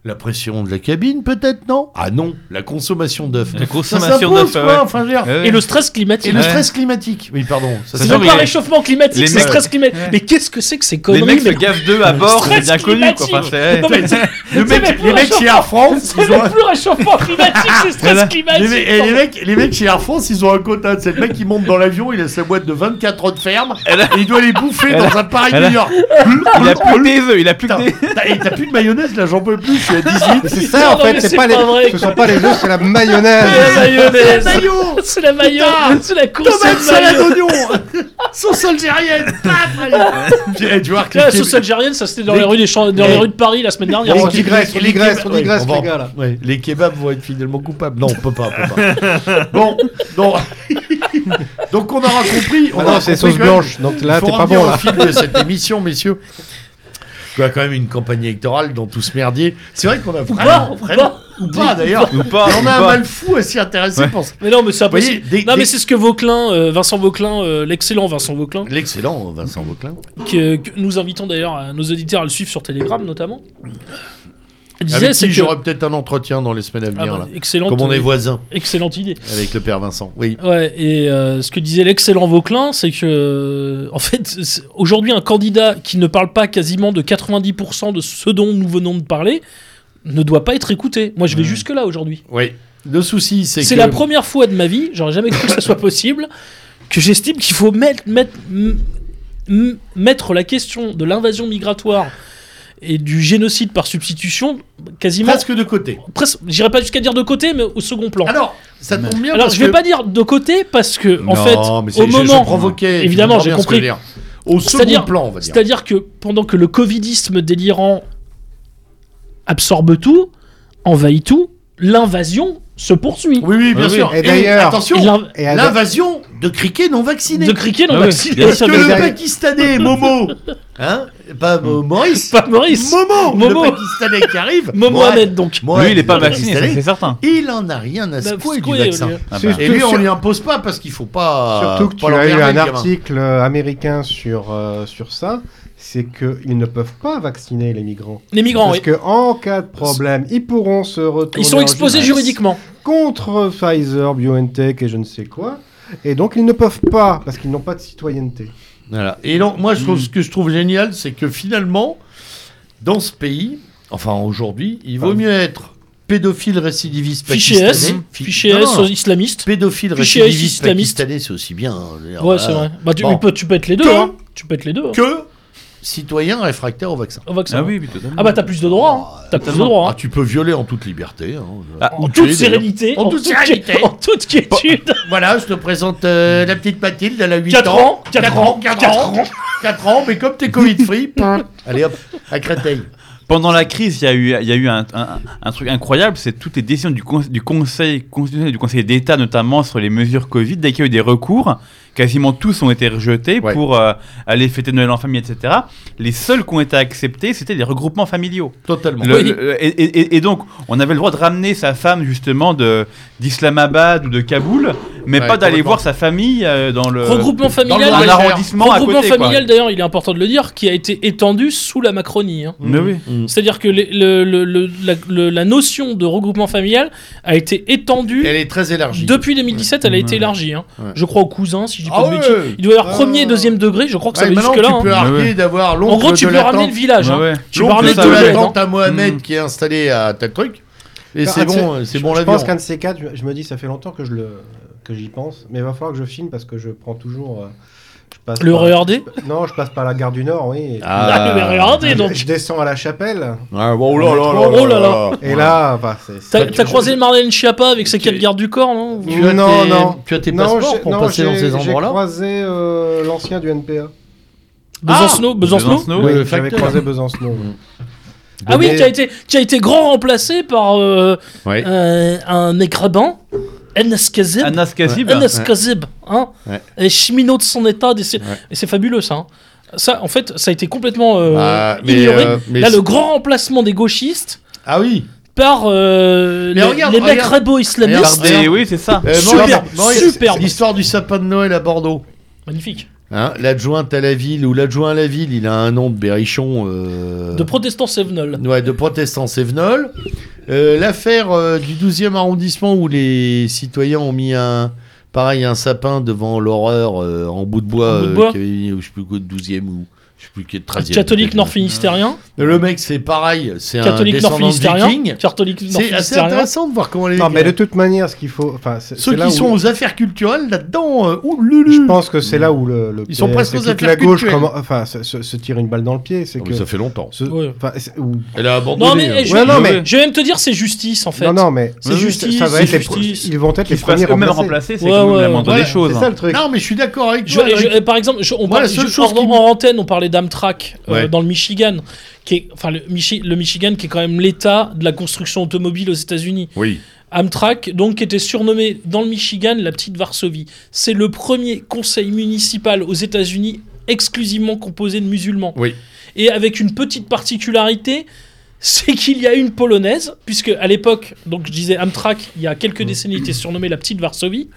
[SPEAKER 1] La pression de la cabine, peut-être, non Ah non, la consommation d'œufs.
[SPEAKER 3] La
[SPEAKER 1] Ça
[SPEAKER 3] consommation
[SPEAKER 1] s'impose,
[SPEAKER 3] d'œufs.
[SPEAKER 1] quoi,
[SPEAKER 3] ouais.
[SPEAKER 1] enfin, je veux dire,
[SPEAKER 3] Ouais, ouais.
[SPEAKER 4] Et le stress
[SPEAKER 1] Et
[SPEAKER 4] climatique.
[SPEAKER 1] le
[SPEAKER 3] Ouais.
[SPEAKER 1] stress climatique. Oui, pardon. Ça,
[SPEAKER 3] Ça
[SPEAKER 1] c'est
[SPEAKER 4] C'est
[SPEAKER 3] Non,
[SPEAKER 4] même
[SPEAKER 3] mais
[SPEAKER 4] pas
[SPEAKER 3] les-
[SPEAKER 4] réchauffement climatique,
[SPEAKER 3] les
[SPEAKER 4] c'est
[SPEAKER 3] mecs-
[SPEAKER 4] stress climatique.
[SPEAKER 3] Ouais.
[SPEAKER 4] Mais qu'est-ce que c'est que ces
[SPEAKER 3] Les mecs
[SPEAKER 4] conneries
[SPEAKER 3] se
[SPEAKER 4] mais-
[SPEAKER 3] gaffent d'eux à bord, c'est
[SPEAKER 4] stress
[SPEAKER 3] bien connu. Quoi. Enfin,
[SPEAKER 4] climatique.
[SPEAKER 3] c'est-
[SPEAKER 4] Non, mais c'est-
[SPEAKER 1] Le
[SPEAKER 4] c'est
[SPEAKER 1] mec-
[SPEAKER 4] même plus
[SPEAKER 1] les mecs chez Air France,
[SPEAKER 4] C'est
[SPEAKER 1] ils ont
[SPEAKER 4] le
[SPEAKER 1] un-
[SPEAKER 4] plus réchauffement climatique, c'est stress
[SPEAKER 3] Voilà.
[SPEAKER 1] les,
[SPEAKER 4] climatique.
[SPEAKER 1] mecs- et les mecs, les mecs chez Air France, ils ont un quota. C'est le mec qui monte dans l'avion, il laisse la boîte de 24 heures de ferme et il doit les bouffer dans un Paris
[SPEAKER 3] elle a-
[SPEAKER 1] New York.
[SPEAKER 3] Il a plus que des œufs, il a plus que des.
[SPEAKER 1] Putain, t'as- et T'as plus de mayonnaise là, j'en peux plus, je suis à 18.
[SPEAKER 3] Ah,
[SPEAKER 2] Mais C'est
[SPEAKER 4] Putain,
[SPEAKER 2] ça, en
[SPEAKER 4] non, mais
[SPEAKER 2] fait,
[SPEAKER 4] c'est
[SPEAKER 2] c'est pas
[SPEAKER 4] pas vrai,
[SPEAKER 2] les. Ce
[SPEAKER 4] quoi.
[SPEAKER 2] sont pas les œufs, c'est la mayonnaise.
[SPEAKER 4] mayonnaise.
[SPEAKER 1] Maillot
[SPEAKER 4] C'est la maillot, c'est la course
[SPEAKER 1] Tomate,
[SPEAKER 4] de maillot.
[SPEAKER 1] salade, oignon Sauce algérienne Paf, allez. Tu- eh, Tu vois, que
[SPEAKER 4] La
[SPEAKER 1] les-
[SPEAKER 4] sauce algérienne, ça c'était dans,
[SPEAKER 1] Les-
[SPEAKER 4] les, rues des champs- dans les
[SPEAKER 1] les-
[SPEAKER 4] rues de Paris la semaine dernière.
[SPEAKER 1] les
[SPEAKER 2] on
[SPEAKER 4] Ouais.
[SPEAKER 2] digresse, on
[SPEAKER 1] les-
[SPEAKER 2] digresse, on
[SPEAKER 1] ouais,
[SPEAKER 2] digresse,
[SPEAKER 1] on va-
[SPEAKER 2] les gars, là.
[SPEAKER 1] ouais, les kebabs vont être finalement coupables. Non, on peut pas, on peut pas. Bon, non. Donc on aura compris. On
[SPEAKER 2] Ah
[SPEAKER 1] aura
[SPEAKER 2] non, c'est
[SPEAKER 1] compris
[SPEAKER 2] sauce
[SPEAKER 1] quand même
[SPEAKER 2] blanche, donc là,
[SPEAKER 1] Faut
[SPEAKER 2] t'es pas
[SPEAKER 1] revenir
[SPEAKER 2] bon,
[SPEAKER 1] au
[SPEAKER 2] là.
[SPEAKER 1] fil de cette émission, messieurs. Il y a quand même une campagne électorale dans tout ce merdier. C'est vrai qu'on a vraiment,
[SPEAKER 4] pas, ou
[SPEAKER 1] vraiment- ou pas d'ailleurs.
[SPEAKER 3] Ou pas.
[SPEAKER 1] Et on a
[SPEAKER 3] ou
[SPEAKER 1] un
[SPEAKER 3] pas.
[SPEAKER 1] mal fou à s'y intéresser
[SPEAKER 3] Ouais.
[SPEAKER 1] pour ça.
[SPEAKER 4] Mais non, mais c'est
[SPEAKER 1] Vous voyez,
[SPEAKER 4] impossible.
[SPEAKER 1] des-
[SPEAKER 4] non,
[SPEAKER 1] des-
[SPEAKER 4] mais c'est ce que Vauquelin, euh, Vincent Vauquelin, euh, l'excellent Vincent Vauquelin,
[SPEAKER 1] L'excellent Vincent Vauclin.
[SPEAKER 4] que, que nous invitons d'ailleurs à nos auditeurs à le suivre sur Telegram notamment, disait
[SPEAKER 1] Avec
[SPEAKER 4] c'est
[SPEAKER 1] qui
[SPEAKER 4] que.
[SPEAKER 1] j'aurai peut-être un entretien dans les semaines à
[SPEAKER 4] Ah
[SPEAKER 1] venir,
[SPEAKER 4] bah,
[SPEAKER 1] là.
[SPEAKER 4] excellente,
[SPEAKER 1] Comme on est voisins
[SPEAKER 4] excellente idée.
[SPEAKER 1] avec le père Vincent. Oui.
[SPEAKER 4] Ouais, et euh, ce que disait l'excellent Vauquelin, c'est que, euh, en fait, c'est- aujourd'hui, un candidat qui ne parle pas quasiment de 90% de ce dont nous venons de parler ne doit pas être écouté. Moi, je vais jusque-là aujourd'hui.
[SPEAKER 1] Oui. Le souci, c'est que.
[SPEAKER 4] C'est la première fois de ma vie, j'aurais jamais cru que ça soit possible, que j'estime qu'il faut mettre, mettre, m- m- mettre la question de l'invasion migratoire et du génocide par substitution quasiment.
[SPEAKER 1] Presque de côté.
[SPEAKER 4] presque- J'irai pas jusqu'à dire de côté, mais au second plan.
[SPEAKER 1] Alors, ça tombe bien.
[SPEAKER 4] Alors,
[SPEAKER 1] parce
[SPEAKER 4] je vais
[SPEAKER 1] que-
[SPEAKER 4] pas dire de côté parce que, en
[SPEAKER 1] Non, mais
[SPEAKER 4] fait,
[SPEAKER 1] c'est- je-
[SPEAKER 4] au moment.
[SPEAKER 1] Je provoquais, tu
[SPEAKER 4] Évidemment,
[SPEAKER 1] comprends
[SPEAKER 4] j'ai
[SPEAKER 1] bien ce que
[SPEAKER 4] compris.
[SPEAKER 1] je veux dire. Au second
[SPEAKER 4] C'est-à-dire-
[SPEAKER 1] plan, on va dire.
[SPEAKER 4] C'est-à-dire que pendant que le covidisme délirant absorbe tout, envahit tout, l'invasion se poursuit.
[SPEAKER 1] Oui, oui, bien
[SPEAKER 3] Oui, oui.
[SPEAKER 1] sûr.
[SPEAKER 2] Et d'ailleurs-
[SPEAKER 4] Et
[SPEAKER 1] attention,
[SPEAKER 4] l'in-
[SPEAKER 2] Et à-
[SPEAKER 1] l'invasion de criquets non vaccinés.
[SPEAKER 4] de criquet non
[SPEAKER 3] Ah oui,
[SPEAKER 4] vacciné.
[SPEAKER 3] bien
[SPEAKER 1] Parce que
[SPEAKER 2] sûr, mais
[SPEAKER 1] le
[SPEAKER 2] d'ailleurs-
[SPEAKER 1] Pakistanais, Momo, hein, pas Mo- Maurice,
[SPEAKER 4] Pas Maurice.
[SPEAKER 1] Momo,
[SPEAKER 4] Momo.
[SPEAKER 1] le Pakistanais qui arrive,
[SPEAKER 4] Mohamed donc.
[SPEAKER 1] Mohamed,
[SPEAKER 3] Lui, il est pas
[SPEAKER 1] le
[SPEAKER 3] vacciné, ça,
[SPEAKER 1] Pakistanais,
[SPEAKER 3] c'est certain.
[SPEAKER 1] Il en a rien
[SPEAKER 4] Bah,
[SPEAKER 1] à secouer du
[SPEAKER 4] secouer, euh,
[SPEAKER 1] vaccin.
[SPEAKER 4] lui.
[SPEAKER 3] Ah
[SPEAKER 2] C'est-
[SPEAKER 3] bah.
[SPEAKER 1] Et lui, on lui Ah, impose pas parce qu'il faut pas.
[SPEAKER 2] Surtout que tu
[SPEAKER 1] pas
[SPEAKER 2] as eu
[SPEAKER 1] l'emmerder,
[SPEAKER 2] un
[SPEAKER 1] le gamin.
[SPEAKER 2] article euh, américain sur, euh, sur ça c'est qu'ils ne peuvent pas vacciner les migrants.
[SPEAKER 4] Les migrants,
[SPEAKER 2] Parce
[SPEAKER 4] oui.
[SPEAKER 2] que en cas de problème, ils pourront se retourner
[SPEAKER 4] Ils sont
[SPEAKER 2] en
[SPEAKER 4] exposés
[SPEAKER 2] justice
[SPEAKER 4] juridiquement.
[SPEAKER 2] contre Pfizer, BioNTech et je ne sais quoi. Et donc ils ne peuvent pas parce qu'ils n'ont pas de citoyenneté.
[SPEAKER 1] Voilà. Et non, moi, je trouve, ce que je trouve génial, c'est que finalement, dans ce pays, enfin aujourd'hui, il vaut
[SPEAKER 2] Pardon.
[SPEAKER 1] mieux être pédophile récidiviste
[SPEAKER 4] Fiché S,
[SPEAKER 1] pakistanais. Fi-
[SPEAKER 4] fiché
[SPEAKER 1] Non,
[SPEAKER 4] S euh,
[SPEAKER 1] non,
[SPEAKER 4] islamiste.
[SPEAKER 1] Pédophile
[SPEAKER 4] fiché S
[SPEAKER 1] récidiviste
[SPEAKER 4] islamiste.
[SPEAKER 1] pakistanais, c'est aussi bien. hein, je veux dire,
[SPEAKER 4] Ouais,
[SPEAKER 1] voilà.
[SPEAKER 4] c'est vrai. Bah, tu,
[SPEAKER 1] Bon.
[SPEAKER 4] il peut- tu peux être les deux.
[SPEAKER 1] Que-
[SPEAKER 4] hein. Tu peux être les deux. hein.
[SPEAKER 1] Que citoyen réfractaire au vaccin.
[SPEAKER 4] Au vaccin.
[SPEAKER 3] Ah oui, oui, totalement.
[SPEAKER 4] Ah bah t'as plus de droits. hein. T'as plus de droits.
[SPEAKER 1] Ah,
[SPEAKER 4] hein.
[SPEAKER 1] tu peux violer en toute liberté. hein.
[SPEAKER 3] Ah,
[SPEAKER 1] Ou
[SPEAKER 4] En
[SPEAKER 1] tuer,
[SPEAKER 4] toute
[SPEAKER 1] d'ailleurs.
[SPEAKER 4] sérénité.
[SPEAKER 1] En toute sérénité.
[SPEAKER 4] En toute quiétude.
[SPEAKER 1] Voilà, je te présente euh, la petite Mathilde, elle a 8
[SPEAKER 4] 4
[SPEAKER 1] ans.
[SPEAKER 4] ans. 4 ans.
[SPEAKER 1] 4
[SPEAKER 4] 4 ans.
[SPEAKER 1] ans. 4 ans, mais comme t'es Covid-free, allez hop, à Créteil.
[SPEAKER 3] Pendant la crise, il y a eu, il y a eu un, un- un truc incroyable, c'est toutes les décisions du, con- du Conseil constitutionnel, du Conseil d'État notamment sur les mesures Covid. Dès qu'il y a eu des recours, quasiment tous ont été rejetés
[SPEAKER 1] Ouais.
[SPEAKER 3] pour euh, aller fêter Noël en famille, etc. Les seuls qui ont été acceptés, c'était les regroupements familiaux.
[SPEAKER 1] Totalement.
[SPEAKER 3] Le-
[SPEAKER 4] Oui.
[SPEAKER 3] le- et, et- et donc, on avait le droit de ramener sa femme justement de d'Islamabad ou de Kaboul, mais
[SPEAKER 1] Ouais,
[SPEAKER 3] pas d'aller
[SPEAKER 1] complètement.
[SPEAKER 3] voir sa famille euh, dans le
[SPEAKER 4] Regroupement familial.
[SPEAKER 3] dans un
[SPEAKER 1] Loir-et-Cher.
[SPEAKER 3] arrondissement à
[SPEAKER 4] Regroupement
[SPEAKER 3] côté. quoi.
[SPEAKER 4] familial, d'ailleurs, il est important de le dire, qui a été étendu sous la Macronie. hein.
[SPEAKER 3] Mais oui.
[SPEAKER 1] Mm.
[SPEAKER 4] C'est-à-dire que les- le- le- le- la, le- la notion de regroupement familial a été étendue.
[SPEAKER 1] Elle est très élargie.
[SPEAKER 4] Depuis 2017, elle a été
[SPEAKER 3] Ouais.
[SPEAKER 4] élargie. hein.
[SPEAKER 1] Ouais.
[SPEAKER 4] Je crois aux cousins, si je dis pas
[SPEAKER 1] Ah
[SPEAKER 4] de
[SPEAKER 1] ouais.
[SPEAKER 4] bêtises. Il doit y avoir
[SPEAKER 1] Ah.
[SPEAKER 4] premier et deuxième degré, je crois que ça
[SPEAKER 1] Ouais,
[SPEAKER 4] va
[SPEAKER 1] maintenant,
[SPEAKER 4] jusque-là. hein.
[SPEAKER 1] tu peux
[SPEAKER 3] Ouais,
[SPEAKER 1] arquer
[SPEAKER 3] ouais.
[SPEAKER 1] d'avoir l'oncle
[SPEAKER 4] En gros, tu
[SPEAKER 1] de
[SPEAKER 4] peux
[SPEAKER 1] la
[SPEAKER 4] ramener le
[SPEAKER 1] tante-
[SPEAKER 4] village. hein.
[SPEAKER 3] Ouais, ouais.
[SPEAKER 4] Tu peux
[SPEAKER 1] l'oncle
[SPEAKER 4] ramener
[SPEAKER 1] de
[SPEAKER 3] tout
[SPEAKER 4] le
[SPEAKER 1] la
[SPEAKER 3] le
[SPEAKER 4] bled,
[SPEAKER 1] tante
[SPEAKER 4] hein.
[SPEAKER 1] à Mohamed
[SPEAKER 3] Mm.
[SPEAKER 1] qui est installé à tel truc. Et
[SPEAKER 2] Enfin,
[SPEAKER 1] c'est
[SPEAKER 2] tu sais,
[SPEAKER 1] bon, c'est bon
[SPEAKER 2] Bah, je
[SPEAKER 1] l'avion.
[SPEAKER 2] pense qu'un de ces quatre, je me dis, ça fait longtemps que je le, que j'y pense, mais il va falloir que je filme parce que je prends toujours. euh, je passe
[SPEAKER 4] Le
[SPEAKER 2] par-
[SPEAKER 4] RERD
[SPEAKER 2] Non, je passe par la gare du Nord, oui. et-
[SPEAKER 4] Ah, le RERD,
[SPEAKER 2] je,
[SPEAKER 4] donc.
[SPEAKER 2] je descends à la chapelle
[SPEAKER 1] Ah, bon, oh là là là
[SPEAKER 4] Oh là là.
[SPEAKER 2] et là, enfin, c'est.
[SPEAKER 4] T'as
[SPEAKER 2] c'est-
[SPEAKER 4] t'as croisé Marlène Schiappa avec ses quatre gardes du corps, non
[SPEAKER 1] Tu as
[SPEAKER 2] Non,
[SPEAKER 1] tes-
[SPEAKER 2] non.
[SPEAKER 1] Tu as tes
[SPEAKER 2] Non,
[SPEAKER 1] passeports
[SPEAKER 2] j'ai-
[SPEAKER 1] pour
[SPEAKER 2] non,
[SPEAKER 1] passer dans
[SPEAKER 2] j'ai-
[SPEAKER 1] ces
[SPEAKER 2] J'ai
[SPEAKER 1] endroits-là
[SPEAKER 2] croisé euh, l'ancien du NPA.
[SPEAKER 4] Besancenot,
[SPEAKER 1] Ah
[SPEAKER 4] Besancenot
[SPEAKER 3] Ah, Besancenot.
[SPEAKER 1] Le
[SPEAKER 2] oui, j'avais
[SPEAKER 1] facteur. Mm.
[SPEAKER 2] croisé Besancenot. oui.
[SPEAKER 4] Ah oui,
[SPEAKER 2] Mais-
[SPEAKER 4] qui a été, qui a été grand remplacé par euh,
[SPEAKER 1] Ouais.
[SPEAKER 4] euh, un écrabant, Enes Kazib.
[SPEAKER 3] Anas Kassib.
[SPEAKER 4] Enes Kazib, hein
[SPEAKER 1] Ouais.
[SPEAKER 4] Et cheminot de son état. des- c'est-
[SPEAKER 1] Ouais.
[SPEAKER 4] Et c'est fabuleux, ça. hein. Ça, en fait, ça a été complètement euh,
[SPEAKER 1] Ah, mais,
[SPEAKER 4] ignoré.
[SPEAKER 1] euh, mais
[SPEAKER 4] Là,
[SPEAKER 1] c'est-
[SPEAKER 4] le grand remplacement des gauchistes
[SPEAKER 1] Ah oui.
[SPEAKER 4] par euh,
[SPEAKER 1] Mais
[SPEAKER 4] les,
[SPEAKER 1] regarde,
[SPEAKER 4] les
[SPEAKER 1] regarde.
[SPEAKER 4] islamistes
[SPEAKER 1] Regardez.
[SPEAKER 3] Et oui, c'est ça.
[SPEAKER 1] Euh,
[SPEAKER 4] Superbe,
[SPEAKER 1] Maurice- Maurice,
[SPEAKER 4] superbe.
[SPEAKER 1] L'histoire du sapin de Noël à Bordeaux.
[SPEAKER 4] Magnifique.
[SPEAKER 1] Hein, l'adjointe à la ville ou l'adjoint à la ville, il a un nom de berrichon. euh,
[SPEAKER 4] De protestants Sévenol.
[SPEAKER 1] Ouais, de protestants sévenol. Euh, L'affaire euh, du 12e arrondissement où les citoyens ont mis un pareil un sapin devant l'horreur euh, en bout de bois,
[SPEAKER 4] En bout de
[SPEAKER 1] euh,
[SPEAKER 4] bois.
[SPEAKER 1] qui avait mis, je sais plus quoi, de 12e ou je sais plus quel 13e.
[SPEAKER 4] Catholique
[SPEAKER 1] peut-être.
[SPEAKER 4] nord-finistérien.
[SPEAKER 1] Le mec c'est pareil, c'est un
[SPEAKER 4] Catholique
[SPEAKER 1] descendant de
[SPEAKER 4] nord-finistérien.
[SPEAKER 1] viking.
[SPEAKER 4] Catholique
[SPEAKER 1] C'est assez
[SPEAKER 4] nord-finistérien.
[SPEAKER 1] intéressant de voir comment les
[SPEAKER 2] Non,
[SPEAKER 1] mecs,
[SPEAKER 2] mais
[SPEAKER 1] euh,
[SPEAKER 2] de toute manière, ce qu'il faut. Enfin, c'est-
[SPEAKER 1] ceux
[SPEAKER 2] c'est là
[SPEAKER 1] qui
[SPEAKER 2] où-
[SPEAKER 1] sont aux affaires culturelles là-dedans, euh, ouh,
[SPEAKER 2] Je
[SPEAKER 1] lulu.
[SPEAKER 2] pense que c'est là où le, le
[SPEAKER 1] Ils sont
[SPEAKER 2] PS
[SPEAKER 1] presque
[SPEAKER 2] et
[SPEAKER 1] aux
[SPEAKER 2] toute
[SPEAKER 1] affaires
[SPEAKER 2] la gauche
[SPEAKER 1] culturelles.
[SPEAKER 2] comment- enfin, se, se- se tire une balle dans le pied, c'est
[SPEAKER 1] Non,
[SPEAKER 2] que
[SPEAKER 1] mais ça fait longtemps.
[SPEAKER 2] ce-
[SPEAKER 4] Ouais.
[SPEAKER 2] enfin, c'est- ou-
[SPEAKER 1] Elle a abandonné. hein.
[SPEAKER 4] Non mais, eh, je,
[SPEAKER 2] Ouais,
[SPEAKER 4] vais-
[SPEAKER 2] non, mais-
[SPEAKER 4] je vais même te dire c'est justice en fait.
[SPEAKER 2] non non mais
[SPEAKER 4] C'est justice,
[SPEAKER 2] ça va être
[SPEAKER 4] c'est
[SPEAKER 2] les pro-
[SPEAKER 4] justice.
[SPEAKER 2] ils vont être
[SPEAKER 3] Qui
[SPEAKER 2] les
[SPEAKER 3] se fassent
[SPEAKER 2] premiers
[SPEAKER 3] eux-mêmes
[SPEAKER 2] remplacés.
[SPEAKER 3] remplacer, c'est
[SPEAKER 4] Ouais,
[SPEAKER 3] quand même
[SPEAKER 4] ouais,
[SPEAKER 3] la moindre
[SPEAKER 1] ouais.
[SPEAKER 3] des choses. hein.
[SPEAKER 2] C'est ça le truc.
[SPEAKER 1] Non, mais je suis d'accord avec
[SPEAKER 4] Je-
[SPEAKER 1] toi.
[SPEAKER 4] je-
[SPEAKER 1] Eric.
[SPEAKER 4] euh, par exemple, je- on
[SPEAKER 1] Moi,
[SPEAKER 4] parle
[SPEAKER 1] la seule
[SPEAKER 4] je-
[SPEAKER 1] chose
[SPEAKER 4] en,
[SPEAKER 1] qui me-
[SPEAKER 4] en antenne, on parlait d'Amtrak euh,
[SPEAKER 1] Ouais.
[SPEAKER 4] dans le Michigan, qui est, enfin le, Michi- le Michigan qui est quand même l'état de la construction automobile aux États-Unis.
[SPEAKER 1] Oui.
[SPEAKER 4] Amtrak, donc, qui était surnommé dans le Michigan la petite Varsovie. C'est le premier conseil municipal aux États-Unis exclusivement composé de musulmans.
[SPEAKER 1] Oui.
[SPEAKER 4] Et avec une petite particularité, c'est qu'il y a une polonaise, puisque à l'époque, donc je disais Amtrak, il y a quelques
[SPEAKER 1] Mm.
[SPEAKER 4] décennies, était surnommée la petite Varsovie.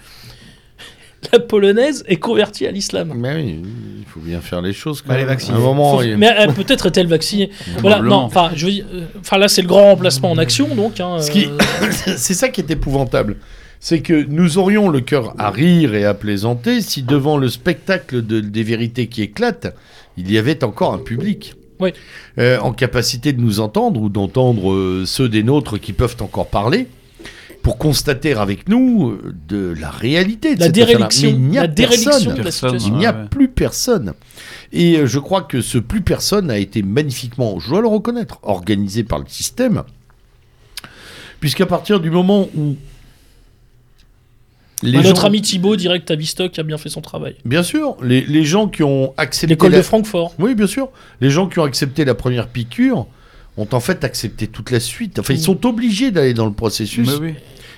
[SPEAKER 4] La polonaise est convertie à l'islam.
[SPEAKER 1] Mais oui, il faut bien faire les choses. quand
[SPEAKER 2] Bah, les
[SPEAKER 1] même.
[SPEAKER 2] vacciner.
[SPEAKER 1] À un moment,
[SPEAKER 4] Faut-
[SPEAKER 1] il-
[SPEAKER 4] Mais euh, peut-être est-elle vaccinée. voilà, non,
[SPEAKER 3] Probablement.
[SPEAKER 4] enfin, je veux dire, euh, enfin là, c'est le grand remplacement en action, donc. hein,
[SPEAKER 1] Ce qui-
[SPEAKER 4] euh,
[SPEAKER 1] c'est ça qui est épouvantable. C'est que nous aurions le cœur à rire et à plaisanter si devant le spectacle de- des vérités qui éclatent, il y avait encore un public.
[SPEAKER 4] Ouais.
[SPEAKER 1] Euh, en capacité de nous entendre ou d'entendre euh, ceux des nôtres qui peuvent encore parler pour constater avec nous euh, de la réalité de
[SPEAKER 4] la
[SPEAKER 1] cette affaire-là. Mais
[SPEAKER 4] déréliction,
[SPEAKER 1] il n'y a
[SPEAKER 4] la déréliction
[SPEAKER 1] personne.
[SPEAKER 4] de la
[SPEAKER 3] Personne.
[SPEAKER 4] situation.
[SPEAKER 1] Il n'y a
[SPEAKER 3] Ouais, ouais.
[SPEAKER 1] plus personne. Et euh, je crois que ce plus personne a été magnifiquement, je dois le reconnaître, organisé par le système. Puisqu'à partir du moment où. les
[SPEAKER 4] Notre
[SPEAKER 1] gens-
[SPEAKER 4] ami Thibaut, direct à Vistock, a bien fait son travail.
[SPEAKER 1] Bien sûr, les, les gens qui ont accepté.
[SPEAKER 4] L'école
[SPEAKER 1] la-
[SPEAKER 4] de Francfort.
[SPEAKER 1] Oui, bien sûr. Les gens qui ont accepté la première piqûre ont en fait accepté toute la suite. Enfin, ils sont obligés d'aller dans le processus,
[SPEAKER 3] Mm. Mais oui.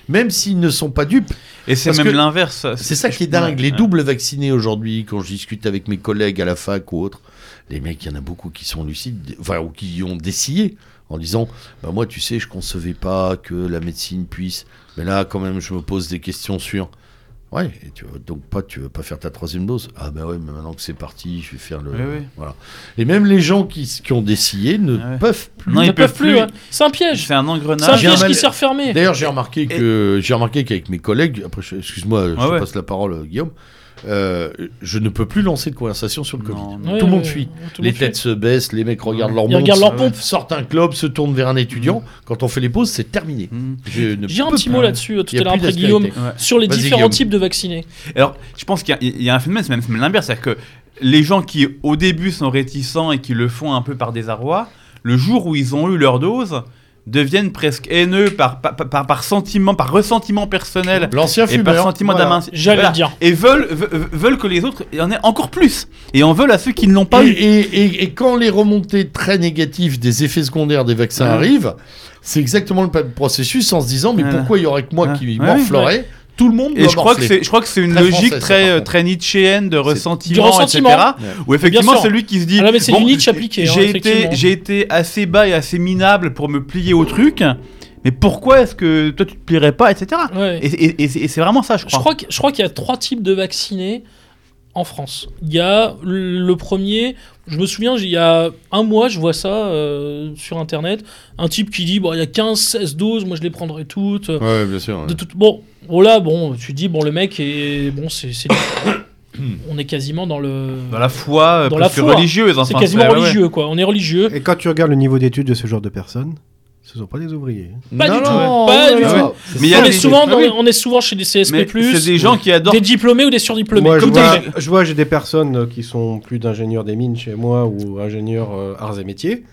[SPEAKER 1] même s'ils ne sont pas dupes.
[SPEAKER 3] Et c'est
[SPEAKER 1] Parce
[SPEAKER 3] même
[SPEAKER 1] que
[SPEAKER 3] l'inverse.
[SPEAKER 1] C'est ça qui est
[SPEAKER 3] Ouais,
[SPEAKER 1] dingue. Les
[SPEAKER 3] ouais.
[SPEAKER 1] doubles vaccinés aujourd'hui, quand je discute avec mes collègues à la fac ou autres, les mecs, il y en a beaucoup qui sont lucides, enfin, ou qui ont dessillé en disant bah Moi, tu sais, je concevais pas que la médecine puisse. Mais là, quand même, je me pose des questions sur Ouais, et tu vois, donc pas, tu veux pas faire ta troisième dose. Ah ben ouais, mais maintenant que c'est parti, je vais faire le.
[SPEAKER 3] Oui, oui.
[SPEAKER 1] Voilà. Et même les gens qui, s- qui ont décidé ne
[SPEAKER 3] Ah ouais.
[SPEAKER 1] peuvent plus.
[SPEAKER 3] Non,
[SPEAKER 4] Ils
[SPEAKER 3] ils
[SPEAKER 4] ne peuvent
[SPEAKER 3] peuvent
[SPEAKER 4] plus.
[SPEAKER 3] plus.
[SPEAKER 4] ouais. C'est un piège.
[SPEAKER 3] C'est un
[SPEAKER 4] C'est un
[SPEAKER 3] engrenage.
[SPEAKER 1] J'ai un
[SPEAKER 4] piège qui
[SPEAKER 1] mal-
[SPEAKER 4] s'est refermé.
[SPEAKER 1] D'ailleurs, j'ai remarqué que j'ai remarqué qu'avec mes collègues, après, je- excuse-moi, je
[SPEAKER 3] Ah ouais.
[SPEAKER 1] passe la parole, Guillaume. euh, je ne peux plus lancer de conversation sur le Covid.
[SPEAKER 3] Non,
[SPEAKER 1] Tout le monde fuit. les têtes se baissent, les mecs regardent leur
[SPEAKER 4] Ils
[SPEAKER 1] montre,
[SPEAKER 4] regardent leur
[SPEAKER 3] ouais.
[SPEAKER 4] pompe.
[SPEAKER 1] sortent un club, se tournent vers un étudiant.
[SPEAKER 3] Mm.
[SPEAKER 1] Quand on fait les pauses, c'est terminé.
[SPEAKER 3] Hmm.
[SPEAKER 1] Je ne
[SPEAKER 4] J'ai un
[SPEAKER 1] peux
[SPEAKER 4] petit
[SPEAKER 1] plus.
[SPEAKER 4] mot là-dessus euh, tout
[SPEAKER 1] Il y
[SPEAKER 4] à
[SPEAKER 1] a
[SPEAKER 4] l'heure
[SPEAKER 1] plus
[SPEAKER 4] après
[SPEAKER 1] d'aspérité.
[SPEAKER 4] Guillaume sur les
[SPEAKER 1] Vas-y,
[SPEAKER 4] différents
[SPEAKER 1] Guillaume.
[SPEAKER 4] types de vaccinés.
[SPEAKER 3] Alors, je pense qu'il y a- il y, a un phénomène, c'est même, c'est même l'inverse, c'est-à-dire que les gens qui au début sont réticents et qui le font un peu par désarroi, le jour où ils ont eu leur dose, deviennent presque haineux par, par, par- par sentiment, par ressentiment personnel
[SPEAKER 1] L'ancien
[SPEAKER 3] et par
[SPEAKER 1] fumeur.
[SPEAKER 3] sentiment
[SPEAKER 1] voilà.
[SPEAKER 3] d'aminci-
[SPEAKER 4] J'allais
[SPEAKER 3] voilà.
[SPEAKER 4] le dire.
[SPEAKER 3] Et veulent, ve- veulent que les autres en aient encore plus. Et en veulent à ceux qui ne l'ont pas
[SPEAKER 1] Et,
[SPEAKER 3] eu.
[SPEAKER 1] et- et- et quand les remontées très négatives des effets secondaires des vaccins
[SPEAKER 3] Ouais.
[SPEAKER 1] arrivent, c'est exactement le même processus en se disant mais
[SPEAKER 3] Ouais.
[SPEAKER 1] pourquoi il y aurait que moi
[SPEAKER 3] Ouais.
[SPEAKER 1] qui
[SPEAKER 3] Ouais,
[SPEAKER 1] morflerais Tout le monde
[SPEAKER 3] Et
[SPEAKER 1] doit
[SPEAKER 3] je crois, que
[SPEAKER 1] morfler.
[SPEAKER 3] c'est, je crois que c'est une
[SPEAKER 1] Très
[SPEAKER 3] logique
[SPEAKER 1] français, ça,
[SPEAKER 3] très,
[SPEAKER 1] par
[SPEAKER 3] euh,
[SPEAKER 1] contre.
[SPEAKER 3] très nietzschéenne de ressentiment,
[SPEAKER 4] ressentiment.
[SPEAKER 3] etc. Où effectivement,
[SPEAKER 4] Bien sûr.
[SPEAKER 3] celui qui se dit
[SPEAKER 4] Ah là, mais c'est
[SPEAKER 3] bon,
[SPEAKER 4] du Nietzsche appliqué, hein,
[SPEAKER 3] j'ai, été,
[SPEAKER 4] effectivement.
[SPEAKER 3] j'ai été assez bas et assez minable pour me plier au truc, mais pourquoi est-ce que toi tu te plierais pas, etc.
[SPEAKER 4] Ouais.
[SPEAKER 3] Et, et- et c'est- et c'est vraiment ça, je
[SPEAKER 4] Je
[SPEAKER 3] crois.
[SPEAKER 4] crois que- je crois qu'il y a trois types de vaccinés en France. Il y a le premier, je me souviens, il y a un mois, je vois ça euh, sur Internet, un type qui dit, bon, il y a 15, 16 doses, moi je les prendrai toutes.
[SPEAKER 1] Ouais, bien sûr. ouais.
[SPEAKER 4] De toute- Bon, oh là, bon, tu te dis, bon, le mec, est... bon, c'est... c'est- On est quasiment dans le...
[SPEAKER 3] Dans la foi, euh,
[SPEAKER 4] Dans la
[SPEAKER 3] presque
[SPEAKER 4] foi.
[SPEAKER 3] religieuse.
[SPEAKER 4] C'est
[SPEAKER 3] enfin, bah
[SPEAKER 4] quasiment
[SPEAKER 3] ouais, ouais.
[SPEAKER 4] religieux, quoi. On est religieux.
[SPEAKER 2] Et quand tu regardes le niveau d'études de ce genre de personnes, ce sont pas des ouvriers.
[SPEAKER 4] Pas
[SPEAKER 1] Non,
[SPEAKER 4] du tout,
[SPEAKER 1] non,
[SPEAKER 4] pas
[SPEAKER 1] non,
[SPEAKER 4] du
[SPEAKER 1] non,
[SPEAKER 4] tout.
[SPEAKER 1] non.
[SPEAKER 3] Mais il y a
[SPEAKER 4] on,
[SPEAKER 3] des-
[SPEAKER 4] est souvent
[SPEAKER 3] Ah
[SPEAKER 4] dans-
[SPEAKER 3] oui.
[SPEAKER 4] on est souvent chez des CSP+,
[SPEAKER 3] Mais c'est des gens qui adorent.
[SPEAKER 4] des diplômés ou des surdiplômés.
[SPEAKER 2] Moi, je
[SPEAKER 4] comme
[SPEAKER 2] vois,
[SPEAKER 4] t'as fait.
[SPEAKER 2] je vois, j'ai des personnes euh, qui sont plus d'ingénieurs des mines chez moi ou ingénieurs euh, arts et métiers.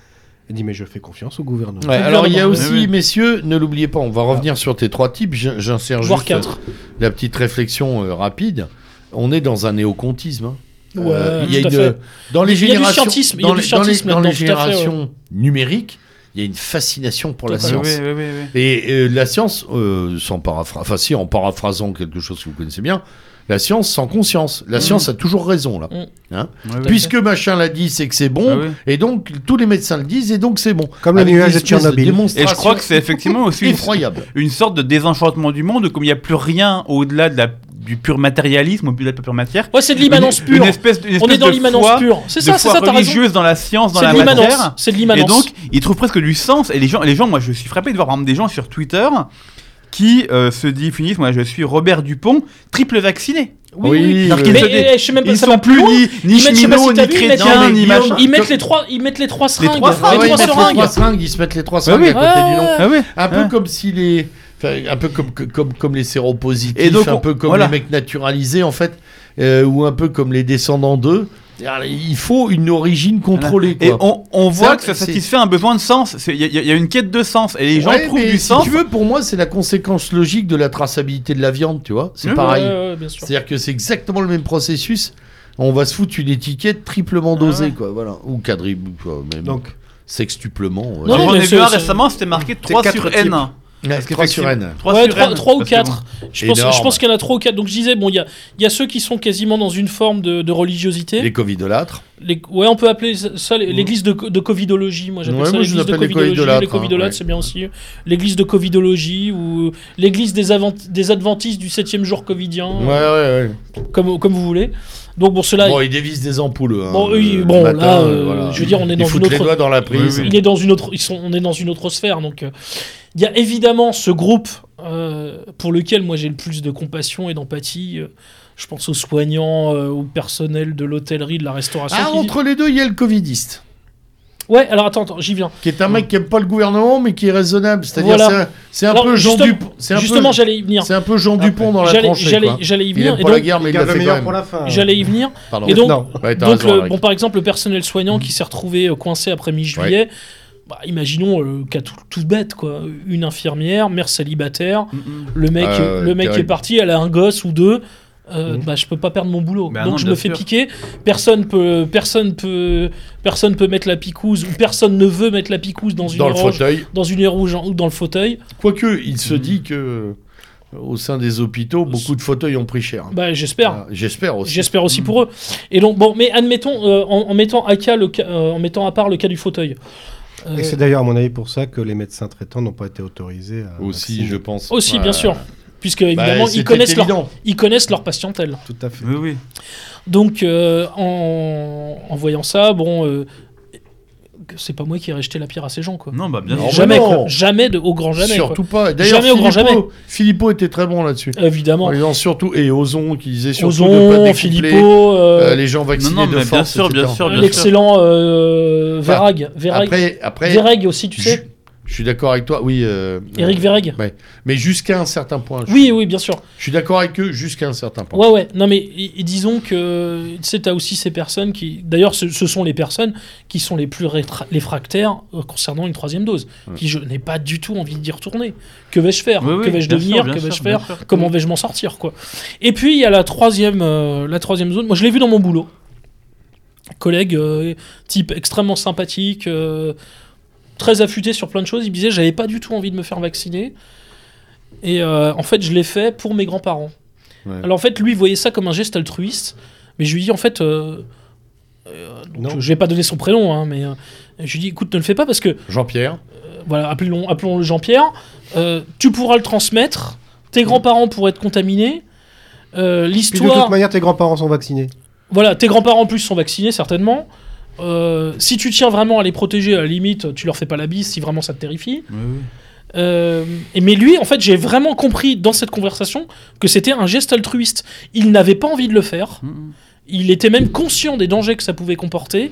[SPEAKER 2] Et dit mais je fais confiance au gouvernement.
[SPEAKER 1] Ouais, alors il y a
[SPEAKER 4] Ouais,
[SPEAKER 1] aussi,
[SPEAKER 3] ouais.
[SPEAKER 1] messieurs, ne l'oubliez pas, on va
[SPEAKER 4] Ah.
[SPEAKER 1] revenir sur tes trois types. J'in- J'insère
[SPEAKER 4] Voire
[SPEAKER 1] juste
[SPEAKER 4] quatre.
[SPEAKER 1] euh, la petite réflexion euh, rapide. On est dans un néocontisme. hein.
[SPEAKER 4] Ouais,
[SPEAKER 1] Euh, il y a
[SPEAKER 4] tout à
[SPEAKER 1] une-
[SPEAKER 4] fait.
[SPEAKER 1] dans les
[SPEAKER 4] Il y a du
[SPEAKER 1] générations,
[SPEAKER 4] scientisme, il y a
[SPEAKER 1] dans
[SPEAKER 4] du
[SPEAKER 1] les, dans les-
[SPEAKER 4] scientisme
[SPEAKER 1] dans les
[SPEAKER 4] là-dedans, tout à fait, ouais.
[SPEAKER 1] générations numériques, il y a une fascination pour la
[SPEAKER 4] Totalement.
[SPEAKER 1] science.
[SPEAKER 3] Ouais, ouais, ouais, ouais.
[SPEAKER 1] Et euh, la science, euh, sans paraphrase, enfin si, en paraphrasant quelque chose que vous connaissez bien, la science sans conscience. La
[SPEAKER 4] Mm.
[SPEAKER 1] science a toujours raison, là.
[SPEAKER 4] Mm.
[SPEAKER 1] Hein
[SPEAKER 3] Ouais, ouais.
[SPEAKER 1] Puisque machin l'a dit, c'est que c'est bon,
[SPEAKER 3] Ah oui.
[SPEAKER 1] et donc tous les médecins le disent, et donc c'est bon.
[SPEAKER 2] Comme le
[SPEAKER 1] Avec une
[SPEAKER 2] nuage de
[SPEAKER 1] espèce
[SPEAKER 2] Tchernobyl.
[SPEAKER 1] démonstration
[SPEAKER 3] Et je crois que c'est effectivement aussi une,
[SPEAKER 1] effroyable.
[SPEAKER 3] une sorte de désenchantement du monde, comme il n'y a plus rien au-delà de la- du pur matérialisme, au-delà de la pure matière.
[SPEAKER 4] Ouais, c'est de l'immanence
[SPEAKER 3] Une-
[SPEAKER 4] pure.
[SPEAKER 3] Une espèce, une
[SPEAKER 4] On
[SPEAKER 3] espèce
[SPEAKER 4] est dans
[SPEAKER 3] de
[SPEAKER 4] l'immanence
[SPEAKER 3] foi-
[SPEAKER 4] pure. C'est
[SPEAKER 3] de
[SPEAKER 4] ça, c'est
[SPEAKER 3] foi
[SPEAKER 4] ça, t'as raison.
[SPEAKER 3] religieuse dans la science, dans
[SPEAKER 4] C'est
[SPEAKER 3] la
[SPEAKER 4] de l'immanence.
[SPEAKER 3] matière.
[SPEAKER 4] C'est de
[SPEAKER 3] Et
[SPEAKER 4] l'immanence.
[SPEAKER 3] donc, ils trouvent presque du sens. Et les gens, les gens, moi, je suis frappé de voir par exemple, des gens sur Twitter qui euh, se définissent. Moi, je suis Robert Dupont, triple vacciné.
[SPEAKER 1] Oui, oui,
[SPEAKER 3] Alors qu'ils
[SPEAKER 4] mais
[SPEAKER 3] se
[SPEAKER 4] eh,
[SPEAKER 3] dé-
[SPEAKER 4] eh, je sais même pas,
[SPEAKER 3] ils
[SPEAKER 4] ça
[SPEAKER 3] sont
[SPEAKER 4] va
[SPEAKER 3] plus
[SPEAKER 4] loin.
[SPEAKER 3] ni, ni
[SPEAKER 4] Ils mettent- je sais pas
[SPEAKER 3] cheminots,
[SPEAKER 4] si t'as
[SPEAKER 3] ni
[SPEAKER 4] vu, ils mettent-
[SPEAKER 1] Non,
[SPEAKER 3] chrétiens,
[SPEAKER 1] mais
[SPEAKER 3] ni
[SPEAKER 1] Guillaume,
[SPEAKER 3] machin.
[SPEAKER 1] Ah,
[SPEAKER 4] Ils mettent les trois, ils mettent les trois seringues,
[SPEAKER 3] trois
[SPEAKER 1] Ah
[SPEAKER 3] seringues,
[SPEAKER 1] ouais,
[SPEAKER 4] les
[SPEAKER 1] ils
[SPEAKER 4] trois
[SPEAKER 1] mettent les trois
[SPEAKER 4] seringues.
[SPEAKER 1] seringues, ils se mettent les trois seringues
[SPEAKER 3] oui.
[SPEAKER 1] à côté du nom.
[SPEAKER 4] Ouais.
[SPEAKER 3] Ah ouais.
[SPEAKER 1] Un peu
[SPEAKER 2] Hein
[SPEAKER 3] Ouais.
[SPEAKER 1] comme si les. enfin, un peu comme, que- comme, comme les séropositifs,
[SPEAKER 3] Et donc,
[SPEAKER 1] un
[SPEAKER 3] on-
[SPEAKER 1] peu comme
[SPEAKER 3] voilà.
[SPEAKER 1] les mecs naturalisés, en fait, euh, ou un peu comme les descendants d'eux. Alors, Il faut une origine contrôlée.
[SPEAKER 3] Et
[SPEAKER 1] quoi.
[SPEAKER 3] on, on
[SPEAKER 1] C'est
[SPEAKER 3] voit
[SPEAKER 1] un-
[SPEAKER 3] que ça
[SPEAKER 1] c'est-
[SPEAKER 3] satisfait un besoin de sens. C'est- Il y, a- il y a une quête de sens. Et les gens
[SPEAKER 1] Ouais,
[SPEAKER 3] trouvent
[SPEAKER 1] mais
[SPEAKER 3] du
[SPEAKER 1] si
[SPEAKER 3] sens.
[SPEAKER 1] tu veux, pour moi, c'est la conséquence logique de la traçabilité de la viande, tu vois. C'est
[SPEAKER 3] Oui,
[SPEAKER 1] pareil.
[SPEAKER 4] Ouais, ouais, bien sûr.
[SPEAKER 1] C'est-à-dire que c'est exactement le même processus. On va se foutre une étiquette triplement
[SPEAKER 4] Ah
[SPEAKER 1] dosée,
[SPEAKER 3] ouais.
[SPEAKER 1] quoi, voilà. Ou quadriplement, quoi, même.
[SPEAKER 2] Donc
[SPEAKER 1] sextuplement. ouais.
[SPEAKER 4] Non, non,
[SPEAKER 3] J'en
[SPEAKER 4] mais
[SPEAKER 3] ai
[SPEAKER 4] c'est-
[SPEAKER 3] vu un
[SPEAKER 4] c'est-
[SPEAKER 3] récemment, c'était marqué 3
[SPEAKER 2] quatre
[SPEAKER 3] sur
[SPEAKER 2] types.
[SPEAKER 3] N.
[SPEAKER 1] Ouais,
[SPEAKER 3] Parce
[SPEAKER 1] trois sur N.
[SPEAKER 3] qu'effectivement- trois
[SPEAKER 4] Ouais,
[SPEAKER 3] sur
[SPEAKER 4] trois-
[SPEAKER 3] N,
[SPEAKER 4] trois ou
[SPEAKER 3] parce que bon.
[SPEAKER 4] quatre. Je pense, je
[SPEAKER 1] Énorme.
[SPEAKER 4] pense qu'il y en a trois ou quatre. Donc je disais, bon, il y a, il y a ceux qui sont quasiment dans une forme de, de religiosité.
[SPEAKER 1] Les covidolâtres.
[SPEAKER 4] Les- ouais, on peut appeler ça les- l'église de, co- de covidologie. Moi, j'appelle
[SPEAKER 1] Ouais,
[SPEAKER 4] ça
[SPEAKER 1] moi, je
[SPEAKER 4] l'église de
[SPEAKER 1] l'appelle les
[SPEAKER 4] covidologie.
[SPEAKER 1] covidolâtres,
[SPEAKER 4] Les
[SPEAKER 1] hein,
[SPEAKER 4] covidolâtres,
[SPEAKER 1] ouais.
[SPEAKER 4] c'est bien aussi. euh. L'église de covidologie ou l'église des, avant- des adventistes du 7 jour covidien, euh,
[SPEAKER 1] Ouais, ouais, ouais.
[SPEAKER 4] comme, comme vous voulez. Donc, pour cela,
[SPEAKER 1] Bon, ils dévisent des ampoules. hein,
[SPEAKER 4] Bon,
[SPEAKER 1] le-
[SPEAKER 4] oui,
[SPEAKER 1] le
[SPEAKER 4] bon,
[SPEAKER 1] matin,
[SPEAKER 4] là,
[SPEAKER 1] euh,
[SPEAKER 4] euh,
[SPEAKER 1] voilà.
[SPEAKER 4] je veux dire, on est
[SPEAKER 1] Ils
[SPEAKER 4] dans une
[SPEAKER 1] foutent les
[SPEAKER 4] autre-
[SPEAKER 1] doigts dans la prise. Ah,
[SPEAKER 3] Oui, oui.
[SPEAKER 4] il est dans une autre, ils sont, on est dans une autre sphère. Donc, euh, il y a évidemment ce groupe euh, pour lequel moi j'ai le plus de compassion et d'empathie. Euh, Je pense aux soignants, euh, au personnel de l'hôtellerie, de la restauration.
[SPEAKER 1] Ah,
[SPEAKER 4] qui-
[SPEAKER 1] entre les deux, il y a le covidiste,
[SPEAKER 4] Ouais, alors attends, attends, j'y viens.
[SPEAKER 1] qui est un mec qui aime pas le gouvernement, mais qui est raisonnable. C'est-à-dire,
[SPEAKER 4] Voilà.
[SPEAKER 1] c'est un- c'est un,
[SPEAKER 4] Alors,
[SPEAKER 1] peu Jean
[SPEAKER 4] justement-
[SPEAKER 1] Dupont. C'est un
[SPEAKER 4] Justement,
[SPEAKER 1] peu,
[SPEAKER 4] j'allais y venir.
[SPEAKER 1] c'est un peu Jean Dupont dans la
[SPEAKER 4] J'allais,
[SPEAKER 1] tranchée.
[SPEAKER 4] j'allais,
[SPEAKER 1] quoi.
[SPEAKER 4] j'allais y
[SPEAKER 1] Il
[SPEAKER 4] venir.
[SPEAKER 1] aime
[SPEAKER 4] Et
[SPEAKER 1] pas la
[SPEAKER 4] donc,
[SPEAKER 1] guerre, mais il
[SPEAKER 2] garde
[SPEAKER 1] l'a
[SPEAKER 2] le
[SPEAKER 1] fait
[SPEAKER 2] meilleur
[SPEAKER 1] quand
[SPEAKER 2] pour
[SPEAKER 1] même.
[SPEAKER 2] la fin.
[SPEAKER 4] j'allais y venir.
[SPEAKER 1] Pardon.
[SPEAKER 4] Et donc,
[SPEAKER 2] Non.
[SPEAKER 1] Ouais, t'as
[SPEAKER 4] donc
[SPEAKER 1] raison, Mm.
[SPEAKER 4] le-
[SPEAKER 1] Alaric.
[SPEAKER 4] bon, par exemple, le personnel soignant qui s'est retrouvé euh, coincé après mi-juillet, bah, imaginons euh, le cas tout, tout bête, quoi. Une infirmière, mère célibataire,
[SPEAKER 3] mm,
[SPEAKER 4] le mec,
[SPEAKER 1] Ah ouais,
[SPEAKER 4] le mec qui est
[SPEAKER 1] terrible.
[SPEAKER 4] parti, elle a un gosse ou deux. euh,
[SPEAKER 2] Mhm.
[SPEAKER 4] bah, je peux pas perdre mon boulot
[SPEAKER 3] Bah
[SPEAKER 4] donc
[SPEAKER 3] non,
[SPEAKER 4] je
[SPEAKER 3] bien
[SPEAKER 4] me fais
[SPEAKER 3] sûr.
[SPEAKER 4] piquer personne peut personne peut personne peut mettre la picouse ou personne ne veut mettre la picouse dans une
[SPEAKER 1] Dans le
[SPEAKER 4] orange,
[SPEAKER 1] fauteuil.
[SPEAKER 4] dans une aire rouge ou dans le fauteuil
[SPEAKER 1] Quoique, il
[SPEAKER 4] Mm.
[SPEAKER 1] se dit que euh, au sein des hôpitaux, beaucoup de fauteuils ont pris cher.
[SPEAKER 4] bah j'espère
[SPEAKER 1] Ah, J'espère aussi.
[SPEAKER 4] J'espère aussi
[SPEAKER 3] Mm.
[SPEAKER 4] pour eux. Et donc bon, mais admettons euh, en, en mettant à cas le cas- euh, en mettant à part le cas du fauteuil. Euh,
[SPEAKER 2] et c'est d'ailleurs à mon avis pour ça que les médecins traitants n'ont pas été autorisés à
[SPEAKER 1] Aussi,
[SPEAKER 2] vacciner.
[SPEAKER 1] je pense.
[SPEAKER 4] aussi bien
[SPEAKER 1] Ouais.
[SPEAKER 4] sûr. puisque évidemment
[SPEAKER 1] Bah,
[SPEAKER 4] ils
[SPEAKER 1] Euh, c'était
[SPEAKER 4] connaissent leur,
[SPEAKER 1] évident.
[SPEAKER 4] ils connaissent leur patientèle.
[SPEAKER 2] Tout à fait.
[SPEAKER 3] mm. Oui, oui.
[SPEAKER 4] Donc, euh, en, en voyant ça, bon, euh, c'est pas moi qui ai rejeté la pierre à ces gens, quoi.
[SPEAKER 3] Non, bah bien
[SPEAKER 1] Non,
[SPEAKER 3] sûr.
[SPEAKER 4] jamais,
[SPEAKER 1] mais non.
[SPEAKER 4] quoi. jamais de au grand jamais.
[SPEAKER 1] surtout pas. D'ailleurs,
[SPEAKER 4] Jamais au grand
[SPEAKER 1] Philippot- Philippot était très bon là-dessus.
[SPEAKER 4] quoi. Évidemment.
[SPEAKER 1] En disant surtout, et Ozon qui disait surtout de pas
[SPEAKER 4] Ozon,
[SPEAKER 1] découpler,
[SPEAKER 4] Philippot, euh,
[SPEAKER 1] euh, les gens vaccinés
[SPEAKER 3] Non, non,
[SPEAKER 1] de
[SPEAKER 3] mais bien
[SPEAKER 1] force,
[SPEAKER 3] sûr, bien
[SPEAKER 1] etc..
[SPEAKER 3] sûr, bien
[SPEAKER 4] l'excellent euh, Verag. Verag.
[SPEAKER 1] Bah, Après, après
[SPEAKER 4] Verag aussi, tu
[SPEAKER 1] je,
[SPEAKER 4] sais.
[SPEAKER 1] je suis d'accord avec toi, oui. euh,
[SPEAKER 4] Eric
[SPEAKER 1] euh,
[SPEAKER 4] Verag.
[SPEAKER 1] Mais jusqu'à un certain point. Je,
[SPEAKER 4] Oui, oui, bien sûr.
[SPEAKER 1] je suis d'accord avec eux jusqu'à un certain point.
[SPEAKER 4] Ouais, ouais. Non, mais i- i- disons que tu sais, t'as aussi ces personnes qui. D'ailleurs, ce, ce sont les personnes qui sont les plus rétra- réfractaires euh, concernant une troisième dose. Qui je n'ai pas du tout envie d'y retourner. Que vais-je faire
[SPEAKER 3] Oui, oui,
[SPEAKER 4] Que vais-je
[SPEAKER 3] bien
[SPEAKER 4] devenir
[SPEAKER 3] sûr, bien
[SPEAKER 4] Que
[SPEAKER 3] sûr,
[SPEAKER 4] vais-je
[SPEAKER 3] bien
[SPEAKER 4] faire
[SPEAKER 3] sûr.
[SPEAKER 4] Comment vais-je m'en sortir quoi Et puis, il y a la troisième, euh, la troisième zone. Moi, je l'ai vu dans mon boulot. Collègue, euh, type extrêmement sympathique, euh, très affûté sur plein de choses. Il me disait J'avais pas du tout envie de me faire vacciner. Et euh, en fait, je l'ai fait pour mes grands-parents.
[SPEAKER 2] Ouais.
[SPEAKER 4] Alors en fait, lui, il voyait ça comme un geste altruiste. Mais je lui dis En fait, euh, euh, donc,
[SPEAKER 2] Non.
[SPEAKER 4] je, je vais pas donner son prénom, hein, mais euh, je lui dis Écoute, ne le fais pas parce que
[SPEAKER 1] Jean-Pierre.
[SPEAKER 4] voilà, appelons, appelons-le Jean-Pierre, Euh, tu pourras le transmettre, tes grands-parents pourraient être contaminés, Euh,
[SPEAKER 2] Puis de toute
[SPEAKER 4] l'histoire...
[SPEAKER 2] manière, tes grands-parents sont vaccinés.
[SPEAKER 4] Voilà, tes grands-parents en plus sont vaccinés, certainement. Euh, si tu tiens vraiment à les protéger, à la limite, tu leur fais pas la bise si vraiment ça te terrifie.
[SPEAKER 3] Oui, oui.
[SPEAKER 4] Euh, et mais lui, en fait, j'ai vraiment compris dans cette conversation que c'était un geste altruiste. Il n'avait pas envie de le faire.
[SPEAKER 3] Mhm.
[SPEAKER 4] Il était même conscient des dangers que ça pouvait comporter.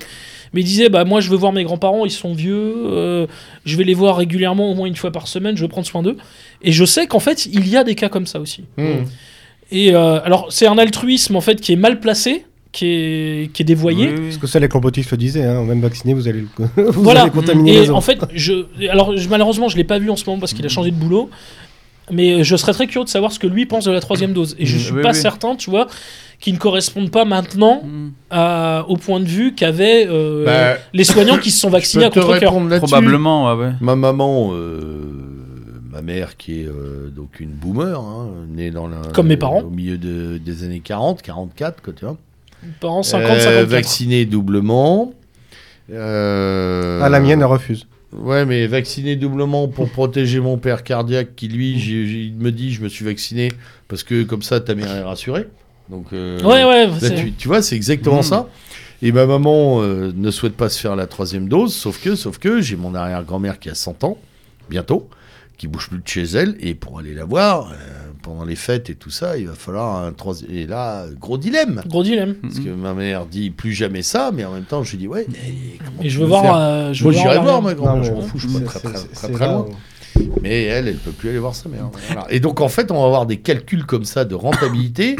[SPEAKER 4] Mais il disait, bah moi, je veux voir mes grands-parents, ils sont vieux, euh, je vais les voir régulièrement, au moins une fois par semaine, je veux prendre soin d'eux. Et je sais qu'en fait, il y a des cas comme ça aussi.
[SPEAKER 1] Hmm.
[SPEAKER 4] Et euh, alors, c'est un altruisme, en fait, qui est mal placé, qui est, qui est dévoyé.
[SPEAKER 3] Oui, oui.
[SPEAKER 2] Parce que ça, les complotistes le disaient, hein, même vacciné, vous allez, le- vous
[SPEAKER 4] Voilà.
[SPEAKER 2] allez contaminer
[SPEAKER 4] Et
[SPEAKER 2] les
[SPEAKER 4] en
[SPEAKER 2] autres.
[SPEAKER 4] fait, je, alors je- malheureusement, je l'ai pas vu en ce moment parce qu'il a changé de boulot. Mais je serais très curieux de savoir ce que lui pense de la troisième dose. Et je
[SPEAKER 3] Mm,
[SPEAKER 4] suis
[SPEAKER 3] oui,
[SPEAKER 4] pas
[SPEAKER 3] oui.
[SPEAKER 4] certain, tu vois, qu'il ne corresponde pas maintenant
[SPEAKER 3] Mhm.
[SPEAKER 4] à- au point de vue qu'avaient euh,
[SPEAKER 1] Bah,
[SPEAKER 4] les soignants qui se sont
[SPEAKER 1] je
[SPEAKER 4] vaccinés à
[SPEAKER 1] peux te
[SPEAKER 4] contre-cœur.
[SPEAKER 1] répondre là-dessus.
[SPEAKER 3] Probablement, ouais, ouais.
[SPEAKER 1] Ma maman, euh, ma mère qui est euh, donc une boomer, hein, née dans la,
[SPEAKER 4] Comme mes parents.
[SPEAKER 1] au milieu de- des années 40, 44, quoi, tu vois.
[SPEAKER 4] Parents 50,
[SPEAKER 1] Euh,
[SPEAKER 4] 54.
[SPEAKER 1] vaccinée doublement. Euh,
[SPEAKER 2] Ah, la mienne, elle refuse.
[SPEAKER 1] Ouais, mais vacciné doublement pour protéger mon père cardiaque qui, lui, j'ai- j'ai- il me dit je me suis vacciné parce que comme ça ta mère est rassurée. Donc, euh,
[SPEAKER 4] ouais, ouais.
[SPEAKER 1] là,
[SPEAKER 4] Ah, c'est-
[SPEAKER 1] tu, tu vois, c'est exactement
[SPEAKER 3] Mm.
[SPEAKER 1] ça. Et ma maman euh, ne souhaite pas se faire la troisième dose, sauf que, sauf que j'ai mon arrière-grand-mère qui a 100 ans, bientôt, qui bouge plus de chez elle, et pour aller la voir, euh, pendant les fêtes et tout ça, il va falloir un troisième. Et là, gros dilemme.
[SPEAKER 4] Gros dilemme.
[SPEAKER 3] Mm,
[SPEAKER 1] Parce que ma mère dit plus jamais ça, mais en même temps, je lui dis ouais. mais comment
[SPEAKER 4] Et
[SPEAKER 1] tu
[SPEAKER 4] je veux
[SPEAKER 1] veux
[SPEAKER 4] voir.
[SPEAKER 1] faire
[SPEAKER 4] euh, je
[SPEAKER 1] Moi,
[SPEAKER 4] veux
[SPEAKER 1] j'irai
[SPEAKER 4] la
[SPEAKER 1] voir
[SPEAKER 4] mère.
[SPEAKER 1] ma grand-mère, je
[SPEAKER 2] mais
[SPEAKER 1] m'en fous, je suis
[SPEAKER 2] c'est-
[SPEAKER 1] pas très très,
[SPEAKER 2] c'est-
[SPEAKER 1] très,
[SPEAKER 2] c'est
[SPEAKER 1] très
[SPEAKER 2] là
[SPEAKER 1] loin.
[SPEAKER 2] où-
[SPEAKER 1] Mais elle, elle peut plus aller voir sa mère. Voilà. Et donc en fait, on va avoir des calculs comme ça de rentabilité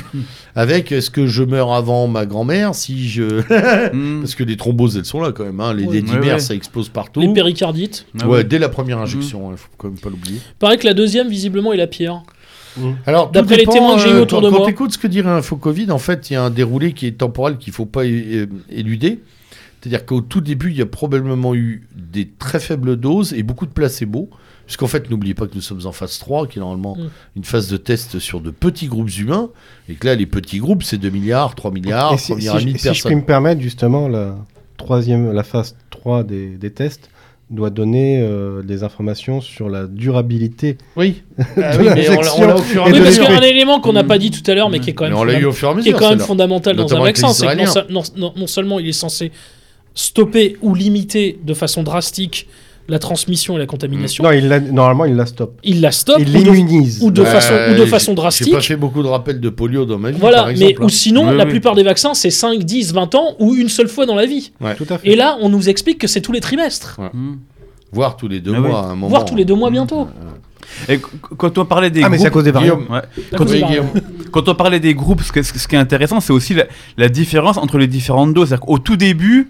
[SPEAKER 1] avec est-ce que je meurs avant ma grand-mère si je
[SPEAKER 3] Mhm.
[SPEAKER 1] parce que les thromboses elles sont là quand même hein. les
[SPEAKER 4] Ouais.
[SPEAKER 1] dédimères
[SPEAKER 3] Ouais, ouais.
[SPEAKER 1] ça explose partout.
[SPEAKER 4] Les péricardites.
[SPEAKER 3] Ah
[SPEAKER 1] ouais,
[SPEAKER 3] ouais.
[SPEAKER 1] dès la première injection, il faut quand même pas l'oublier.
[SPEAKER 4] Paraît que la deuxième, visiblement, est la pire.
[SPEAKER 1] Alors tout
[SPEAKER 4] D'après les
[SPEAKER 1] dépend,
[SPEAKER 4] témoins que j'ai
[SPEAKER 1] euh,
[SPEAKER 4] eu autour
[SPEAKER 1] quand,
[SPEAKER 4] de
[SPEAKER 1] quand
[SPEAKER 4] moi.
[SPEAKER 1] t'écoutes ce que dirait Info Covid, en fait, il y a un déroulé qui est temporel qu'il faut pas é- é- éluder. C'est-à-dire qu'au tout début, il y a probablement eu des très faibles doses et beaucoup de placebos. Puisqu'en fait, n'oubliez pas que nous sommes en phase 3, qui est normalement
[SPEAKER 4] Mm.
[SPEAKER 1] une phase de test sur de petits groupes humains, et que là, les petits groupes, c'est 2 milliards, 3 milliards, 3
[SPEAKER 2] Et si, si
[SPEAKER 1] milliards et
[SPEAKER 2] je-
[SPEAKER 1] demi de
[SPEAKER 2] si je puis
[SPEAKER 1] personnes.
[SPEAKER 2] me permettre, justement, la, troisième, la phase 3 des, des tests doit donner euh, des informations sur la durabilité.
[SPEAKER 1] Ah Oui,
[SPEAKER 2] De
[SPEAKER 1] oui, mais on l'a- on l'a
[SPEAKER 2] l'injection
[SPEAKER 1] au fur et à
[SPEAKER 4] Oui,
[SPEAKER 2] de
[SPEAKER 1] mesure.
[SPEAKER 4] parce qu'il y a
[SPEAKER 2] l'esprit.
[SPEAKER 4] un élément qu'on n'a
[SPEAKER 3] Mm.
[SPEAKER 4] pas dit tout à l'heure, mais qui est quand
[SPEAKER 1] Mais
[SPEAKER 4] même
[SPEAKER 1] on l'a eu
[SPEAKER 4] fondamental.
[SPEAKER 1] au fur et à
[SPEAKER 4] qui est
[SPEAKER 1] mesure.
[SPEAKER 4] quand même
[SPEAKER 1] celle-là.
[SPEAKER 4] fondamental dans
[SPEAKER 1] Notamment
[SPEAKER 4] un
[SPEAKER 1] avec les
[SPEAKER 4] vaccin, c'est que non,
[SPEAKER 1] Israéliens.
[SPEAKER 4] se- non- non- non seulement il est censé stopper ou limiter de façon drastique la transmission et la contamination,
[SPEAKER 1] Mm.
[SPEAKER 2] Non, il la- normalement, il la stoppe.
[SPEAKER 4] il la stoppe
[SPEAKER 2] il
[SPEAKER 4] ou de-
[SPEAKER 2] l'immunise.
[SPEAKER 4] ou de
[SPEAKER 1] Bah,
[SPEAKER 4] façon, ou de
[SPEAKER 1] j'ai-
[SPEAKER 4] façon
[SPEAKER 1] J'ai pas
[SPEAKER 4] drastique.
[SPEAKER 1] fait beaucoup de rappels de polio dans ma vie, par
[SPEAKER 4] Voilà, mais
[SPEAKER 1] exemple. hein.
[SPEAKER 4] ou sinon,
[SPEAKER 3] Oui,
[SPEAKER 4] la
[SPEAKER 3] oui.
[SPEAKER 4] plupart des vaccins, c'est 5, 10, 20 ans ou une seule fois dans la vie.
[SPEAKER 2] Tout à fait.
[SPEAKER 4] Et là, on nous explique que c'est tous les trimestres,
[SPEAKER 3] Mhm.
[SPEAKER 1] Voir tous les deux
[SPEAKER 3] Ah oui.
[SPEAKER 1] mois, à un moment.
[SPEAKER 4] voire tous les deux mois bientôt.
[SPEAKER 3] Et qu- quand on parlait des
[SPEAKER 2] Ah, mais c'est à
[SPEAKER 3] groupes-
[SPEAKER 2] cause des variants.
[SPEAKER 3] Ouais.
[SPEAKER 4] À
[SPEAKER 3] Quand
[SPEAKER 4] cause
[SPEAKER 1] Oui,
[SPEAKER 4] de la-
[SPEAKER 1] Guillaume.
[SPEAKER 3] Quand on parlait des groupes, ce, que- ce- ce qui est intéressant, c'est aussi la, la différence entre les différentes doses. C'est-à-dire qu'au tout début,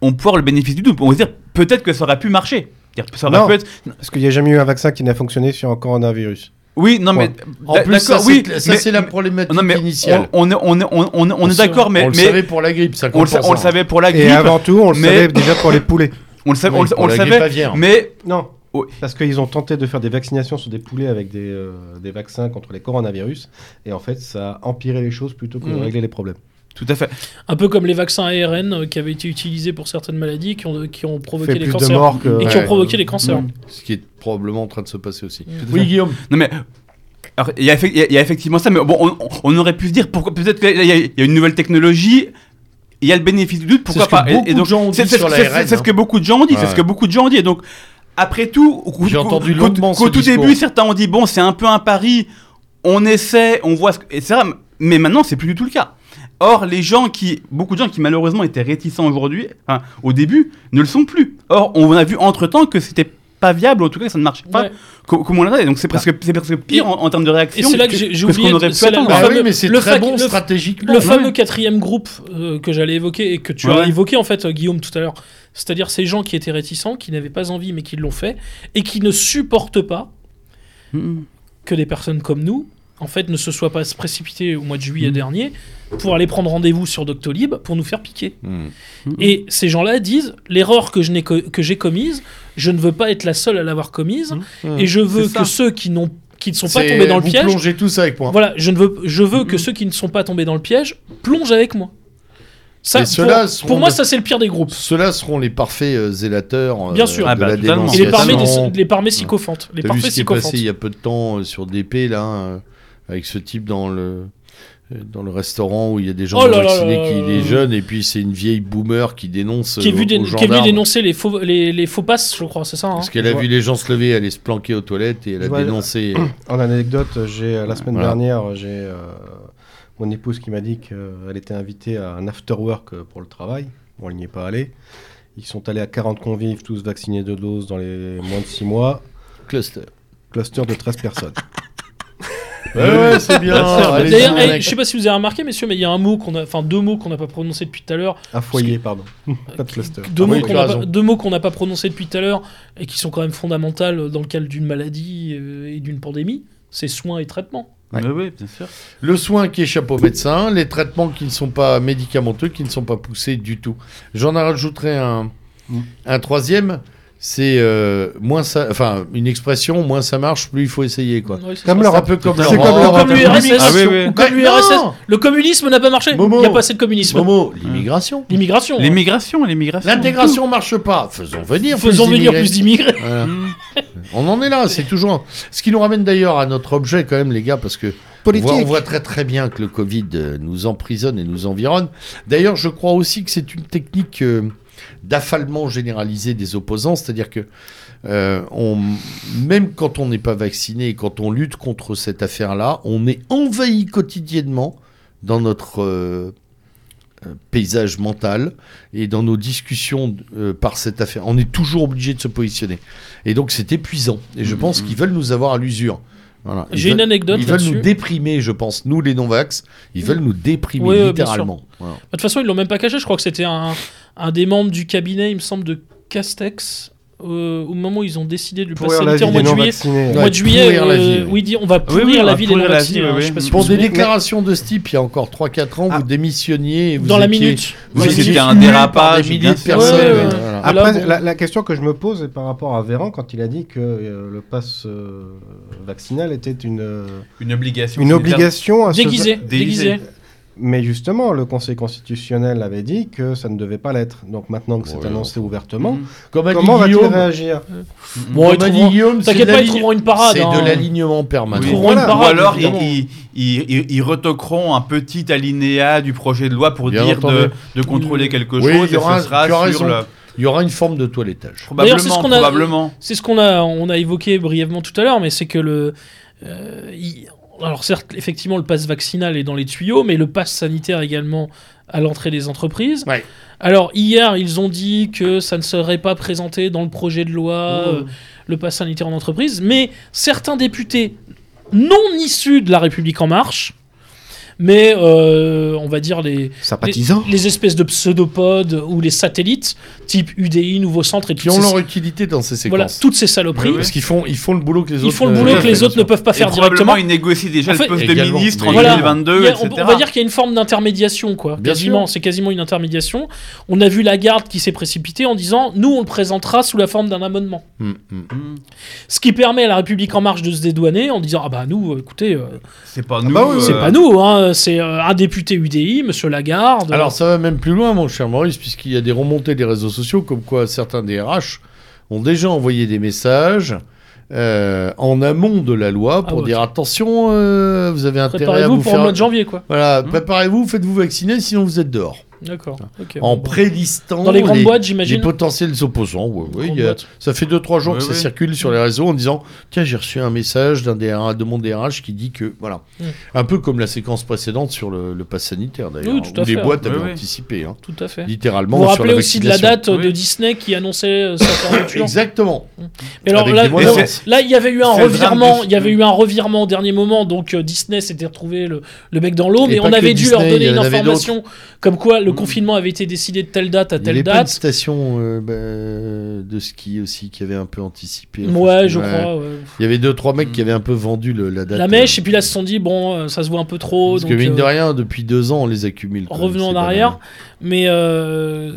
[SPEAKER 3] on peut avoir le bénéfice du doute. On va se dire, peut-être que ça aurait pu marcher. C'est-à-dire que Ça aurait
[SPEAKER 2] Non.
[SPEAKER 3] pu être...
[SPEAKER 2] Parce qu'il n'y a jamais eu un vaccin qui n'a fonctionné sur un coronavirus.
[SPEAKER 3] Oui, non,
[SPEAKER 2] Ouais.
[SPEAKER 3] mais...
[SPEAKER 1] En plus, ça,
[SPEAKER 3] d'accord, oui,
[SPEAKER 1] c'est- ça,
[SPEAKER 3] mais-
[SPEAKER 1] c'est la problématique
[SPEAKER 3] non, mais
[SPEAKER 1] initiale.
[SPEAKER 3] On, on est- on est- on- on- on
[SPEAKER 1] On
[SPEAKER 3] est
[SPEAKER 1] sait-
[SPEAKER 3] d'accord, mais,
[SPEAKER 1] on le
[SPEAKER 3] mais
[SPEAKER 1] savait pour la grippe, ça hein.
[SPEAKER 3] on, le, sa- on le savait pour la grippe.
[SPEAKER 2] Et avant tout, on le
[SPEAKER 3] mais-
[SPEAKER 2] savait déjà pour les poulets.
[SPEAKER 3] on le savait, on le- on le savait, mais
[SPEAKER 2] Non.
[SPEAKER 3] Oui.
[SPEAKER 2] Parce qu'ils ont tenté de faire des vaccinations sur des poulets avec des, euh, des vaccins contre les coronavirus. Et en fait, ça a empiré les choses plutôt que de
[SPEAKER 4] Mmh.
[SPEAKER 1] Mhm.
[SPEAKER 2] régler les problèmes.
[SPEAKER 3] tout à fait.
[SPEAKER 4] Un peu comme les vaccins ARN euh, qui avaient été utilisés pour certaines maladies qui ont, qui ont provoqué
[SPEAKER 2] fait
[SPEAKER 4] les
[SPEAKER 2] plus
[SPEAKER 4] cancers.
[SPEAKER 2] de morts que.
[SPEAKER 4] Et qui
[SPEAKER 1] Ouais.
[SPEAKER 4] ont provoqué les cancers.
[SPEAKER 3] Mm.
[SPEAKER 1] Ce qui est probablement en train de se passer aussi.
[SPEAKER 4] Mm.
[SPEAKER 1] Oui, Guillaume.
[SPEAKER 3] Non mais Alors, il y, a effe- il y a- il y a effectivement ça, mais bon, on, on- on aurait pu se dire pourquoi peut-être qu'il y, a- il y a- il y a une nouvelle technologie, il y a le bénéfice du doute,
[SPEAKER 1] C'est ce
[SPEAKER 3] pourquoi
[SPEAKER 1] que
[SPEAKER 3] pas Et-
[SPEAKER 1] beaucoup
[SPEAKER 3] et donc,
[SPEAKER 1] de gens ont
[SPEAKER 3] c'est
[SPEAKER 1] dit
[SPEAKER 3] c'est ce
[SPEAKER 1] sur
[SPEAKER 3] que-
[SPEAKER 1] la hein.
[SPEAKER 3] c'est- c'est ce que beaucoup de gens ont dit, c'est
[SPEAKER 1] Ouais.
[SPEAKER 3] ce que beaucoup de gens ont dit. Et donc, après tout, au-
[SPEAKER 1] J'ai
[SPEAKER 3] au-
[SPEAKER 1] entendu
[SPEAKER 3] qu'au-
[SPEAKER 1] longuement ce
[SPEAKER 3] qu'au tout
[SPEAKER 1] discours.
[SPEAKER 3] début, certains ont dit bon, c'est un peu un pari, on essaie, on voit, ce que- etc. Mais maintenant, c'est plus du tout le cas. Or, les gens qui, beaucoup de gens qui malheureusement étaient réticents aujourd'hui, enfin, au début, ne le sont plus. Or, on a vu entre temps que c'était pas viable, en tout cas, que ça ne marchait pas
[SPEAKER 4] Ouais.
[SPEAKER 3] Co- Comme on l'a dit, donc c'est presque, c'est presque pire en, en termes de
[SPEAKER 4] Et
[SPEAKER 3] réaction
[SPEAKER 4] c'est là que j'ai j'ai
[SPEAKER 3] ce
[SPEAKER 4] oublié.
[SPEAKER 3] qu'on
[SPEAKER 4] de-
[SPEAKER 3] aurait pu
[SPEAKER 4] c'est là
[SPEAKER 3] attendre.
[SPEAKER 4] le
[SPEAKER 1] Bah
[SPEAKER 4] fameux-
[SPEAKER 1] oui, mais c'est
[SPEAKER 4] le
[SPEAKER 1] très
[SPEAKER 4] fac-
[SPEAKER 1] bon
[SPEAKER 4] le-
[SPEAKER 1] stratégiquement.
[SPEAKER 4] Le
[SPEAKER 3] Ah,
[SPEAKER 4] fameux
[SPEAKER 3] ouais.
[SPEAKER 4] quatrième groupe euh, que j'allais évoquer et que tu
[SPEAKER 3] Ouais.
[SPEAKER 4] as évoqué en fait, euh, Guillaume, tout à l'heure, c'est-à-dire ces gens qui étaient réticents, qui n'avaient pas envie mais qui l'ont fait et qui ne supportent pas
[SPEAKER 3] Mm.
[SPEAKER 4] que des personnes comme nous, en fait, ne se soient pas précipitées au mois de
[SPEAKER 2] Mm.
[SPEAKER 4] juillet dernier pour aller prendre rendez-vous sur Doctolib pour nous faire piquer.
[SPEAKER 3] Mmh.
[SPEAKER 1] Mmh.
[SPEAKER 5] Hmm.
[SPEAKER 4] Mmh. Et ces gens-là disent l'erreur que je n'ai co- que j'ai commise, je ne veux pas être la seule à l'avoir commise et je veux
[SPEAKER 3] C'est ça.
[SPEAKER 4] que ceux qui n'ont qui ne sont pas
[SPEAKER 1] Mmh. C'est-
[SPEAKER 4] tombés dans le
[SPEAKER 1] vous
[SPEAKER 4] piège
[SPEAKER 1] plongez Mmh. tous avec moi.
[SPEAKER 4] voilà, je ne veux, je veux que ceux qui ne sont pas tombés dans le piège plongent avec moi. Ça,
[SPEAKER 1] Et
[SPEAKER 4] pour,
[SPEAKER 1] ceux-là seront
[SPEAKER 4] pour moi,
[SPEAKER 1] de-
[SPEAKER 4] ça c'est le pire des groupes.
[SPEAKER 1] Ceux-là seront les parfaits euh, zélateurs euh,
[SPEAKER 4] Bien sûr.
[SPEAKER 1] de
[SPEAKER 3] Ah bah,
[SPEAKER 1] la
[SPEAKER 3] totalement.
[SPEAKER 4] Et les
[SPEAKER 3] Association.
[SPEAKER 4] parmés,
[SPEAKER 1] dénonciation.
[SPEAKER 4] des- les parmés sycophantes. Les
[SPEAKER 1] T'as vu
[SPEAKER 4] parfaits
[SPEAKER 1] ce qui est passé
[SPEAKER 4] sycophantes.
[SPEAKER 1] il y a peu de temps euh, sur DP, là, euh, avec ce type dans le euh, dans le restaurant où il y a des gens
[SPEAKER 4] Oh là
[SPEAKER 1] non
[SPEAKER 4] là
[SPEAKER 1] vaccinés
[SPEAKER 4] là
[SPEAKER 1] qui
[SPEAKER 4] là
[SPEAKER 1] des
[SPEAKER 4] là.
[SPEAKER 1] jeunes et puis c'est une vieille boomer qui dénonce
[SPEAKER 4] Qui est
[SPEAKER 1] euh,
[SPEAKER 4] vu, dé-
[SPEAKER 1] aux
[SPEAKER 4] qui est vu
[SPEAKER 1] gendarmes.
[SPEAKER 4] dénoncer les faux, les, les faux passes, je crois, c'est ça. hein.
[SPEAKER 1] parce qu'elle a
[SPEAKER 2] Je
[SPEAKER 1] vu les gens se lever, aller se planquer aux toilettes et elle
[SPEAKER 2] Je
[SPEAKER 1] a
[SPEAKER 2] vois-
[SPEAKER 1] dénoncé. euh,
[SPEAKER 2] En anecdote, j'ai euh, la semaine
[SPEAKER 1] Voilà.
[SPEAKER 2] dernière, j'ai euh, mon épouse qui m'a dit qu'elle était invitée à un after work euh, pour le travail. Bon, elle n'y est pas allée. Ils sont allés à 40 convives, tous vaccinés de doses dans les moins de 6 mois.
[SPEAKER 1] Cluster.
[SPEAKER 2] Cluster de 13 personnes.
[SPEAKER 1] Ouais, ouais, c'est bien. allez-y,
[SPEAKER 4] D'ailleurs, eh,
[SPEAKER 1] mec.
[SPEAKER 4] je sais pas si vous avez remarqué, messieurs, mais il y a un mot qu'on a, enfin deux mots qu'on n'a pas prononcés depuis tout à l'heure,
[SPEAKER 2] Un foyer, pardon. pas de
[SPEAKER 4] qui-
[SPEAKER 2] cluster.
[SPEAKER 4] deux,
[SPEAKER 1] Ah
[SPEAKER 4] mots
[SPEAKER 1] oui,
[SPEAKER 4] qu'on
[SPEAKER 1] tu as
[SPEAKER 4] n'a pas-
[SPEAKER 1] raison.
[SPEAKER 4] deux mots qu'on n'a pas prononcés depuis tout à l'heure et qui sont quand même fondamentales dans le cadre d'une maladie euh, et d'une pandémie, c'est soins et traitements.
[SPEAKER 1] Ouais.
[SPEAKER 3] Mais oui, bien sûr.
[SPEAKER 1] Le soin qui échappe aux médecins, les traitements qui ne sont pas médicamenteux, qui ne sont pas poussés du tout. J'en rajouterai un,
[SPEAKER 2] Mm.
[SPEAKER 1] un troisième. C'est euh, moins ça, enfin une expression moins ça marche, plus il faut essayer quoi.
[SPEAKER 4] Ouais, c'est
[SPEAKER 2] Comme
[SPEAKER 4] ça.
[SPEAKER 2] leur
[SPEAKER 1] C'est un peu comme
[SPEAKER 2] C'est
[SPEAKER 1] leur-
[SPEAKER 2] comme leur-
[SPEAKER 4] Comme l'URSS.
[SPEAKER 3] Ah oui, oui.
[SPEAKER 4] Ou Comme
[SPEAKER 1] Mais
[SPEAKER 4] l'URSS.
[SPEAKER 1] non
[SPEAKER 4] Le communisme n'a pas marché. Il
[SPEAKER 1] Momo.
[SPEAKER 4] n'y a pas assez de communisme.
[SPEAKER 1] Momo, l'immigration.
[SPEAKER 4] L'immigration. hein.
[SPEAKER 3] L'immigration, l'immigration.
[SPEAKER 1] L'intégration marche pas. Faisons venir.
[SPEAKER 4] Faisons
[SPEAKER 1] plus
[SPEAKER 4] venir
[SPEAKER 1] d'immigrés.
[SPEAKER 4] plus d'immigrés.
[SPEAKER 1] Voilà.
[SPEAKER 3] Mmh.
[SPEAKER 1] On en est là. C'est toujours un- ce qui nous ramène d'ailleurs à notre objet quand même les gars parce que On voit, on voit très très bien que le Covid euh, nous emprisonne et nous environne. D'ailleurs, je crois aussi que c'est une technique euh, d'affalement généralisé des opposants, c'est-à-dire que euh, on, même quand on n'est pas vacciné et quand on lutte contre cette affaire-là, on est envahi quotidiennement dans notre euh, euh, paysage mental et dans nos discussions euh, par cette affaire. On est toujours obligé de se positionner. Et donc c'est épuisant. Et je pense qu'ils veulent nous avoir à l'usure. Voilà. Ils
[SPEAKER 4] Mmh, J'ai une
[SPEAKER 1] veulent-
[SPEAKER 4] anecdote
[SPEAKER 1] ils veulent
[SPEAKER 4] là-dessus.
[SPEAKER 1] nous déprimer, je pense, nous les non-vax. Ils veulent nous déprimer
[SPEAKER 4] Ouais, ouais, bien
[SPEAKER 1] littéralement. Voilà.
[SPEAKER 4] Bah, De toute façon, ils l'ont même pas caché. Je crois que c'était un, un des membres du cabinet, il me semble, de Castex. euh, au moment où ils ont décidé de lui
[SPEAKER 2] Pour
[SPEAKER 4] passer le
[SPEAKER 2] la
[SPEAKER 4] en
[SPEAKER 2] vie
[SPEAKER 4] mois
[SPEAKER 2] des
[SPEAKER 4] de juillet.
[SPEAKER 2] non-vaccinés.
[SPEAKER 4] Au mois de juillet,
[SPEAKER 1] pourrir la
[SPEAKER 4] euh,
[SPEAKER 1] vie, oui.
[SPEAKER 4] oui, dit, on va
[SPEAKER 3] Oui, oui,
[SPEAKER 4] pourrir
[SPEAKER 3] on
[SPEAKER 4] la
[SPEAKER 3] va
[SPEAKER 4] vie des
[SPEAKER 3] pourrir la
[SPEAKER 4] non-vaccinés.
[SPEAKER 3] vie,
[SPEAKER 4] hein,
[SPEAKER 3] oui,
[SPEAKER 4] je sais
[SPEAKER 3] oui.
[SPEAKER 4] pas si vous
[SPEAKER 1] Pour
[SPEAKER 4] vous
[SPEAKER 1] des
[SPEAKER 4] souvenez.
[SPEAKER 1] déclarations de ce type, il y a encore 3-4 ans,
[SPEAKER 2] Ah.
[SPEAKER 1] vous démissionniez. et Vous
[SPEAKER 4] Dans la
[SPEAKER 1] étiez-
[SPEAKER 4] minute.
[SPEAKER 1] vous
[SPEAKER 3] Oui,
[SPEAKER 1] étiez
[SPEAKER 3] c'était un
[SPEAKER 1] hué par
[SPEAKER 3] dérapage,
[SPEAKER 1] des milliers
[SPEAKER 3] bien
[SPEAKER 1] de
[SPEAKER 3] sûr.
[SPEAKER 1] personnes.
[SPEAKER 4] Ouais, ouais, ouais.
[SPEAKER 1] Voilà.
[SPEAKER 4] Ah,
[SPEAKER 2] Après,
[SPEAKER 4] Là, bon.
[SPEAKER 2] la, la question que je me pose est par rapport à Véran quand il a dit que euh, le pass euh, vaccinal était une, euh,
[SPEAKER 3] Une obligation.
[SPEAKER 2] une obligation à se-
[SPEAKER 4] Déguisé,
[SPEAKER 3] Déguisé.
[SPEAKER 4] déguisé.
[SPEAKER 2] Mais justement, le Conseil constitutionnel avait dit que ça ne devait pas l'être. Donc maintenant que c'est
[SPEAKER 1] Ouais,
[SPEAKER 2] annoncé ouvertement,
[SPEAKER 3] Mmh.
[SPEAKER 4] Mmh.
[SPEAKER 1] Comme a dit
[SPEAKER 2] comment va-t-il
[SPEAKER 1] Bah, Guillaume,
[SPEAKER 2] réagir
[SPEAKER 1] comme a
[SPEAKER 4] Bon, ils
[SPEAKER 1] dit
[SPEAKER 4] trouveront-
[SPEAKER 1] Guillaume, c'est
[SPEAKER 4] T'inquiète
[SPEAKER 1] de
[SPEAKER 4] pas,
[SPEAKER 1] la-
[SPEAKER 4] ils trouveront une parade.
[SPEAKER 1] c'est
[SPEAKER 4] hein.
[SPEAKER 1] de l'alignement permanent.
[SPEAKER 3] Oui.
[SPEAKER 4] Ils trouveront
[SPEAKER 2] Voilà.
[SPEAKER 4] une
[SPEAKER 3] Ou
[SPEAKER 4] parade.
[SPEAKER 3] alors ils,
[SPEAKER 4] évidemment.
[SPEAKER 3] ils- ils- ils- ils retoqueront un petit alinéa du projet de loi pour
[SPEAKER 1] Bien
[SPEAKER 3] dire
[SPEAKER 1] entendu.
[SPEAKER 3] de, de contrôler quelque
[SPEAKER 1] Oui,
[SPEAKER 3] chose
[SPEAKER 1] il y aura
[SPEAKER 3] et
[SPEAKER 1] un-
[SPEAKER 3] ce sera
[SPEAKER 1] tu as
[SPEAKER 3] sur
[SPEAKER 1] raison.
[SPEAKER 3] le...
[SPEAKER 1] Il y aura une forme de toilettage.
[SPEAKER 4] D'ailleurs, c'est ce
[SPEAKER 3] Probablement,
[SPEAKER 4] qu'on a-
[SPEAKER 3] probablement.
[SPEAKER 4] C'est ce qu'on a, on a évoqué brièvement tout à l'heure, mais c'est que le. euh, il- alors, certes, effectivement, le pass vaccinal est dans les tuyaux, mais le pass sanitaire également à l'entrée des entreprises.
[SPEAKER 1] Ouais.
[SPEAKER 4] Alors, hier, ils ont dit que ça ne serait pas présenté dans le projet de loi,
[SPEAKER 1] Oh.
[SPEAKER 4] euh, le pass sanitaire en entreprise, mais certains députés non issus de La République En Marche, mais euh, on va dire les,
[SPEAKER 2] Sympathisant
[SPEAKER 4] les espèces de pseudopodes ou les satellites, type UDI, Nouveau Centre, et
[SPEAKER 1] Qui
[SPEAKER 4] toutes
[SPEAKER 1] ont
[SPEAKER 4] ces-
[SPEAKER 1] leur utilité dans ces
[SPEAKER 4] voilà,
[SPEAKER 1] séquences.
[SPEAKER 4] toutes ces saloperies.
[SPEAKER 1] Parce qu'ils font, ils font le boulot que les
[SPEAKER 4] Ils
[SPEAKER 1] autres.
[SPEAKER 4] font le
[SPEAKER 1] euh,
[SPEAKER 4] boulot que les
[SPEAKER 1] font.
[SPEAKER 4] autres ne peuvent pas
[SPEAKER 3] Et
[SPEAKER 4] faire
[SPEAKER 3] probablement,
[SPEAKER 4] directement.
[SPEAKER 3] ils négocient déjà
[SPEAKER 4] En
[SPEAKER 3] le
[SPEAKER 4] fait-
[SPEAKER 3] poste de
[SPEAKER 1] Également.
[SPEAKER 3] ministre en
[SPEAKER 1] Voilà.
[SPEAKER 3] 2022,
[SPEAKER 4] Il y a-
[SPEAKER 3] etc.
[SPEAKER 4] on, on va dire qu'il y a une forme d'intermédiation, quoi.
[SPEAKER 1] Bien
[SPEAKER 4] quasiment, c'est quasiment une intermédiation. On a vu la garde qui s'est précipitée en disant nous, on le présentera sous la forme d'un amendement.
[SPEAKER 1] Mm, mm.
[SPEAKER 3] Hmm.
[SPEAKER 4] Ce qui permet à la République en marche de se dédouaner en disant ah bah nous, euh, écoutez, euh,
[SPEAKER 3] C'est pas nous.
[SPEAKER 2] bah oui,
[SPEAKER 3] euh,
[SPEAKER 4] c'est pas nous, hein, c'est euh, un député UDI, Monsieur Lagarde.
[SPEAKER 1] Alors ça va même plus loin, mon cher Maurice, puisqu'il y a des remontées des réseaux sociaux comme quoi certains DRH ont déjà envoyé des messages euh, en amont de la loi
[SPEAKER 4] Ah
[SPEAKER 1] pour
[SPEAKER 4] ouais.
[SPEAKER 1] dire attention, euh, vous avez intérêt à
[SPEAKER 4] Préparez-vous
[SPEAKER 1] vous
[SPEAKER 4] pour
[SPEAKER 1] faire.
[SPEAKER 4] le mois de janvier, quoi.
[SPEAKER 1] Voilà,
[SPEAKER 3] Hmm.
[SPEAKER 1] préparez-vous, faites-vous vacciner, sinon vous êtes dehors.
[SPEAKER 4] D'accord. ok.
[SPEAKER 1] En
[SPEAKER 4] Bon.
[SPEAKER 1] prélistant
[SPEAKER 4] Dans les grandes boîtes, j'imagine.
[SPEAKER 1] les potentiels opposants. Oui, oui,
[SPEAKER 4] Grandes
[SPEAKER 1] il y a-
[SPEAKER 4] boîtes. Hmm.
[SPEAKER 1] ça fait 2-3 jours
[SPEAKER 3] Oui,
[SPEAKER 1] que ça
[SPEAKER 3] oui.
[SPEAKER 1] circule sur les réseaux en disant Tiens, j'ai reçu un message d'un DRH, de mon DRH qui dit que. Voilà.
[SPEAKER 4] Mm.
[SPEAKER 1] Un peu comme la séquence précédente sur le, le pass sanitaire, d'ailleurs,
[SPEAKER 4] Oui, tout à
[SPEAKER 1] où les
[SPEAKER 4] fait.
[SPEAKER 1] boîtes
[SPEAKER 3] Oui,
[SPEAKER 1] avaient
[SPEAKER 3] oui.
[SPEAKER 1] anticipé, hein,
[SPEAKER 4] Tout à fait.
[SPEAKER 1] littéralement.
[SPEAKER 4] Vous vous
[SPEAKER 1] sur la
[SPEAKER 4] rappelez aussi de la
[SPEAKER 1] vaccination.
[SPEAKER 4] date euh, de
[SPEAKER 3] Oui.
[SPEAKER 4] Disney qui annonçait euh, sa fermeture.
[SPEAKER 1] Exactement.
[SPEAKER 4] Mais alors
[SPEAKER 1] Avec
[SPEAKER 4] là,
[SPEAKER 1] des mois
[SPEAKER 3] de
[SPEAKER 4] là-
[SPEAKER 1] d'avance.
[SPEAKER 4] là, il y avait eu un
[SPEAKER 3] C'est le drame
[SPEAKER 4] revirement,
[SPEAKER 3] de-
[SPEAKER 4] il y
[SPEAKER 1] Mm.
[SPEAKER 4] avait eu un revirement au dernier moment, donc euh, Disney s'était retrouvé le, le mec dans l'eau,
[SPEAKER 1] Et
[SPEAKER 4] mais
[SPEAKER 1] pas
[SPEAKER 4] on
[SPEAKER 1] que
[SPEAKER 4] avait dû
[SPEAKER 1] Disney,
[SPEAKER 4] leur
[SPEAKER 1] il
[SPEAKER 4] donner
[SPEAKER 1] y en
[SPEAKER 4] une
[SPEAKER 1] avait
[SPEAKER 4] information comme quoi le
[SPEAKER 3] Mm.
[SPEAKER 4] confinement avait été décidé de telle date à
[SPEAKER 1] Il y avait
[SPEAKER 4] telle
[SPEAKER 1] pas une
[SPEAKER 4] date.
[SPEAKER 1] station euh, bah, de ski aussi qui avait un peu anticipé.
[SPEAKER 4] Ouais, je crois. ouais.
[SPEAKER 1] Il y avait deux trois mecs
[SPEAKER 3] Mm.
[SPEAKER 1] qui avaient un peu vendu le- la date.
[SPEAKER 4] La
[SPEAKER 1] euh,
[SPEAKER 4] mèche, et puis là, ils se sont dit, bon, euh, ça se voit un peu trop.
[SPEAKER 1] Parce
[SPEAKER 4] donc,
[SPEAKER 1] que mine de
[SPEAKER 4] euh,
[SPEAKER 1] rien, depuis deux ans, on les accumule. quand même, c'est
[SPEAKER 4] revenons en
[SPEAKER 1] pas mal.
[SPEAKER 4] arrière. Mais euh,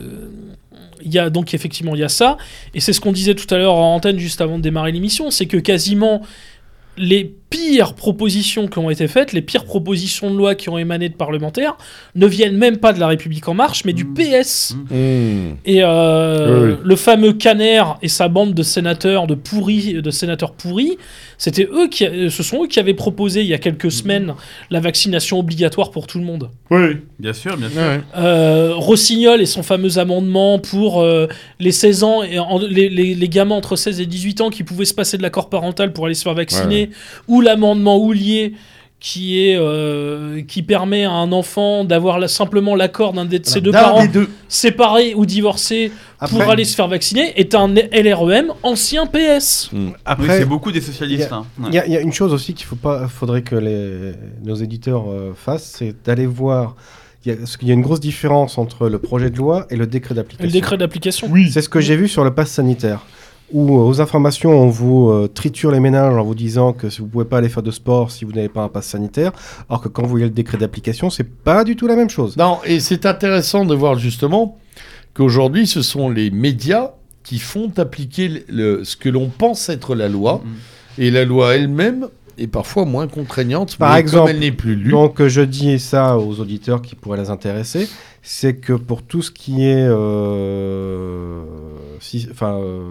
[SPEAKER 4] il y a donc effectivement il y a ça, et c'est ce qu'on disait tout à l'heure en antenne juste avant de démarrer l'émission, c'est que quasiment les pires propositions qui ont été faites, les pires propositions de loi qui ont émané de parlementaires, ne viennent même pas de la République en marche, mais du
[SPEAKER 3] Mm.
[SPEAKER 4] PS.
[SPEAKER 1] Mm.
[SPEAKER 4] Et euh,
[SPEAKER 1] Mmh. Oui, oui.
[SPEAKER 4] le fameux Caner et sa bande de sénateurs de pourris, de sénateurs pourris, c'était eux qui, euh, ce sont eux qui avaient proposé il y a
[SPEAKER 1] Mmh.
[SPEAKER 4] quelques semaines la vaccination obligatoire pour tout le monde.
[SPEAKER 3] Bien sûr, bien sûr.
[SPEAKER 1] Ouais.
[SPEAKER 4] Euh, Rossignol et son fameux amendement pour euh, les 16 ans et en- les, les- les gamins entre 16 et 18 ans qui pouvaient se passer de l'accord parental pour aller se faire vacciner ou l'amendement Houlier qui est euh, qui permet à un enfant d'avoir la- simplement l'accord d'un de ses deux
[SPEAKER 1] D'un
[SPEAKER 4] parents
[SPEAKER 1] des deux.
[SPEAKER 4] séparés ou divorcés
[SPEAKER 2] Après,
[SPEAKER 4] pour aller se faire vacciner est un LREM ancien PS.
[SPEAKER 3] Après,
[SPEAKER 2] Après,
[SPEAKER 3] c'est beaucoup des socialistes.
[SPEAKER 2] y a-
[SPEAKER 3] hein.
[SPEAKER 2] Il
[SPEAKER 3] Ouais.
[SPEAKER 2] y, a- il y a une chose aussi qu'il faut pas, faudrait que les, nos éditeurs euh, fassent, c'est d'aller voir. Il y a, parce qu'il y a une grosse différence entre le projet de loi et le décret
[SPEAKER 4] Et Le
[SPEAKER 2] d'application.
[SPEAKER 4] décret d'application.
[SPEAKER 2] C'est ce que j'ai vu sur le pass sanitaire, où euh, aux informations, on vous euh, triture les ménages en vous disant que si vous pouvez pas aller faire de sport si vous n'avez pas un pass sanitaire, alors que quand vous voyez le décret d'application, c'est pas du tout la même chose.
[SPEAKER 1] Non, et c'est intéressant de voir justement qu'aujourd'hui, ce sont les médias qui font appliquer le- le- ce que l'on pense être la loi.
[SPEAKER 3] Mhm.
[SPEAKER 1] Et la loi elle-même est parfois moins contraignante,
[SPEAKER 2] Par
[SPEAKER 1] mais
[SPEAKER 2] exemple,
[SPEAKER 1] comme elle n'est plus lue.
[SPEAKER 2] Donc euh, je dis ça aux auditeurs qui pourraient les intéresser, c'est que pour tout ce qui est, euh, si- enfin euh,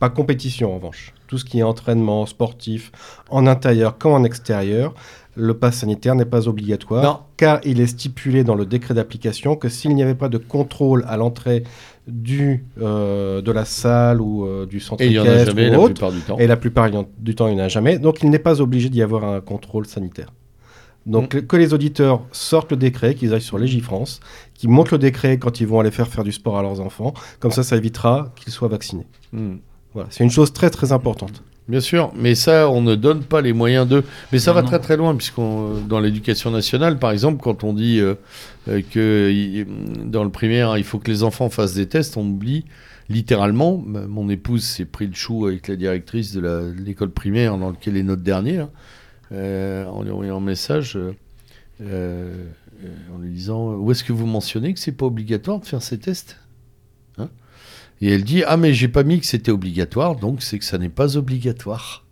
[SPEAKER 2] pas compétition en revanche, tout ce qui est entraînement sportif en intérieur comme en extérieur, le pass sanitaire n'est pas obligatoire
[SPEAKER 1] Non.
[SPEAKER 2] car il est stipulé dans le décret d'application que s'il n'y avait pas de contrôle à l'entrée du euh, de la salle ou euh, du centre
[SPEAKER 1] et il y en a
[SPEAKER 2] équestre
[SPEAKER 1] jamais
[SPEAKER 2] ou
[SPEAKER 1] la
[SPEAKER 2] autre,
[SPEAKER 1] plupart du temps.
[SPEAKER 2] et la plupart il y en- du temps, il n'y en a jamais. Donc, il n'est pas obligé d'y avoir un contrôle sanitaire. Donc, le- que les auditeurs sortent le décret, qu'ils aillent sur Légifrance, qu'ils montrent le décret quand ils vont aller faire faire du sport à leurs enfants. Comme ça, ça évitera qu'ils soient vaccinés.
[SPEAKER 1] Mhm.
[SPEAKER 2] Voilà. C'est une chose très, très importante.
[SPEAKER 1] Bien sûr, mais ça, on ne donne pas les moyens d'eux. Mais ça
[SPEAKER 3] Non,
[SPEAKER 1] va
[SPEAKER 3] non.
[SPEAKER 1] très très loin, puisqu'on euh, dans l'éducation nationale, par exemple, quand on dit euh, euh, que il- dans le primaire, hein, il faut que les enfants fassent des tests, on oublie littéralement. m- Mon épouse s'est pris le chou avec la directrice de la- de l'école primaire dans laquelle est notre dernier, hein, euh, en lui envoyant un message. euh, euh, en lui disant où est-ce que vous mentionnez que c'est pas obligatoire de faire ces tests Hein Et elle dit ah mais j'ai pas mis que c'était obligatoire donc c'est que ça n'est pas obligatoire.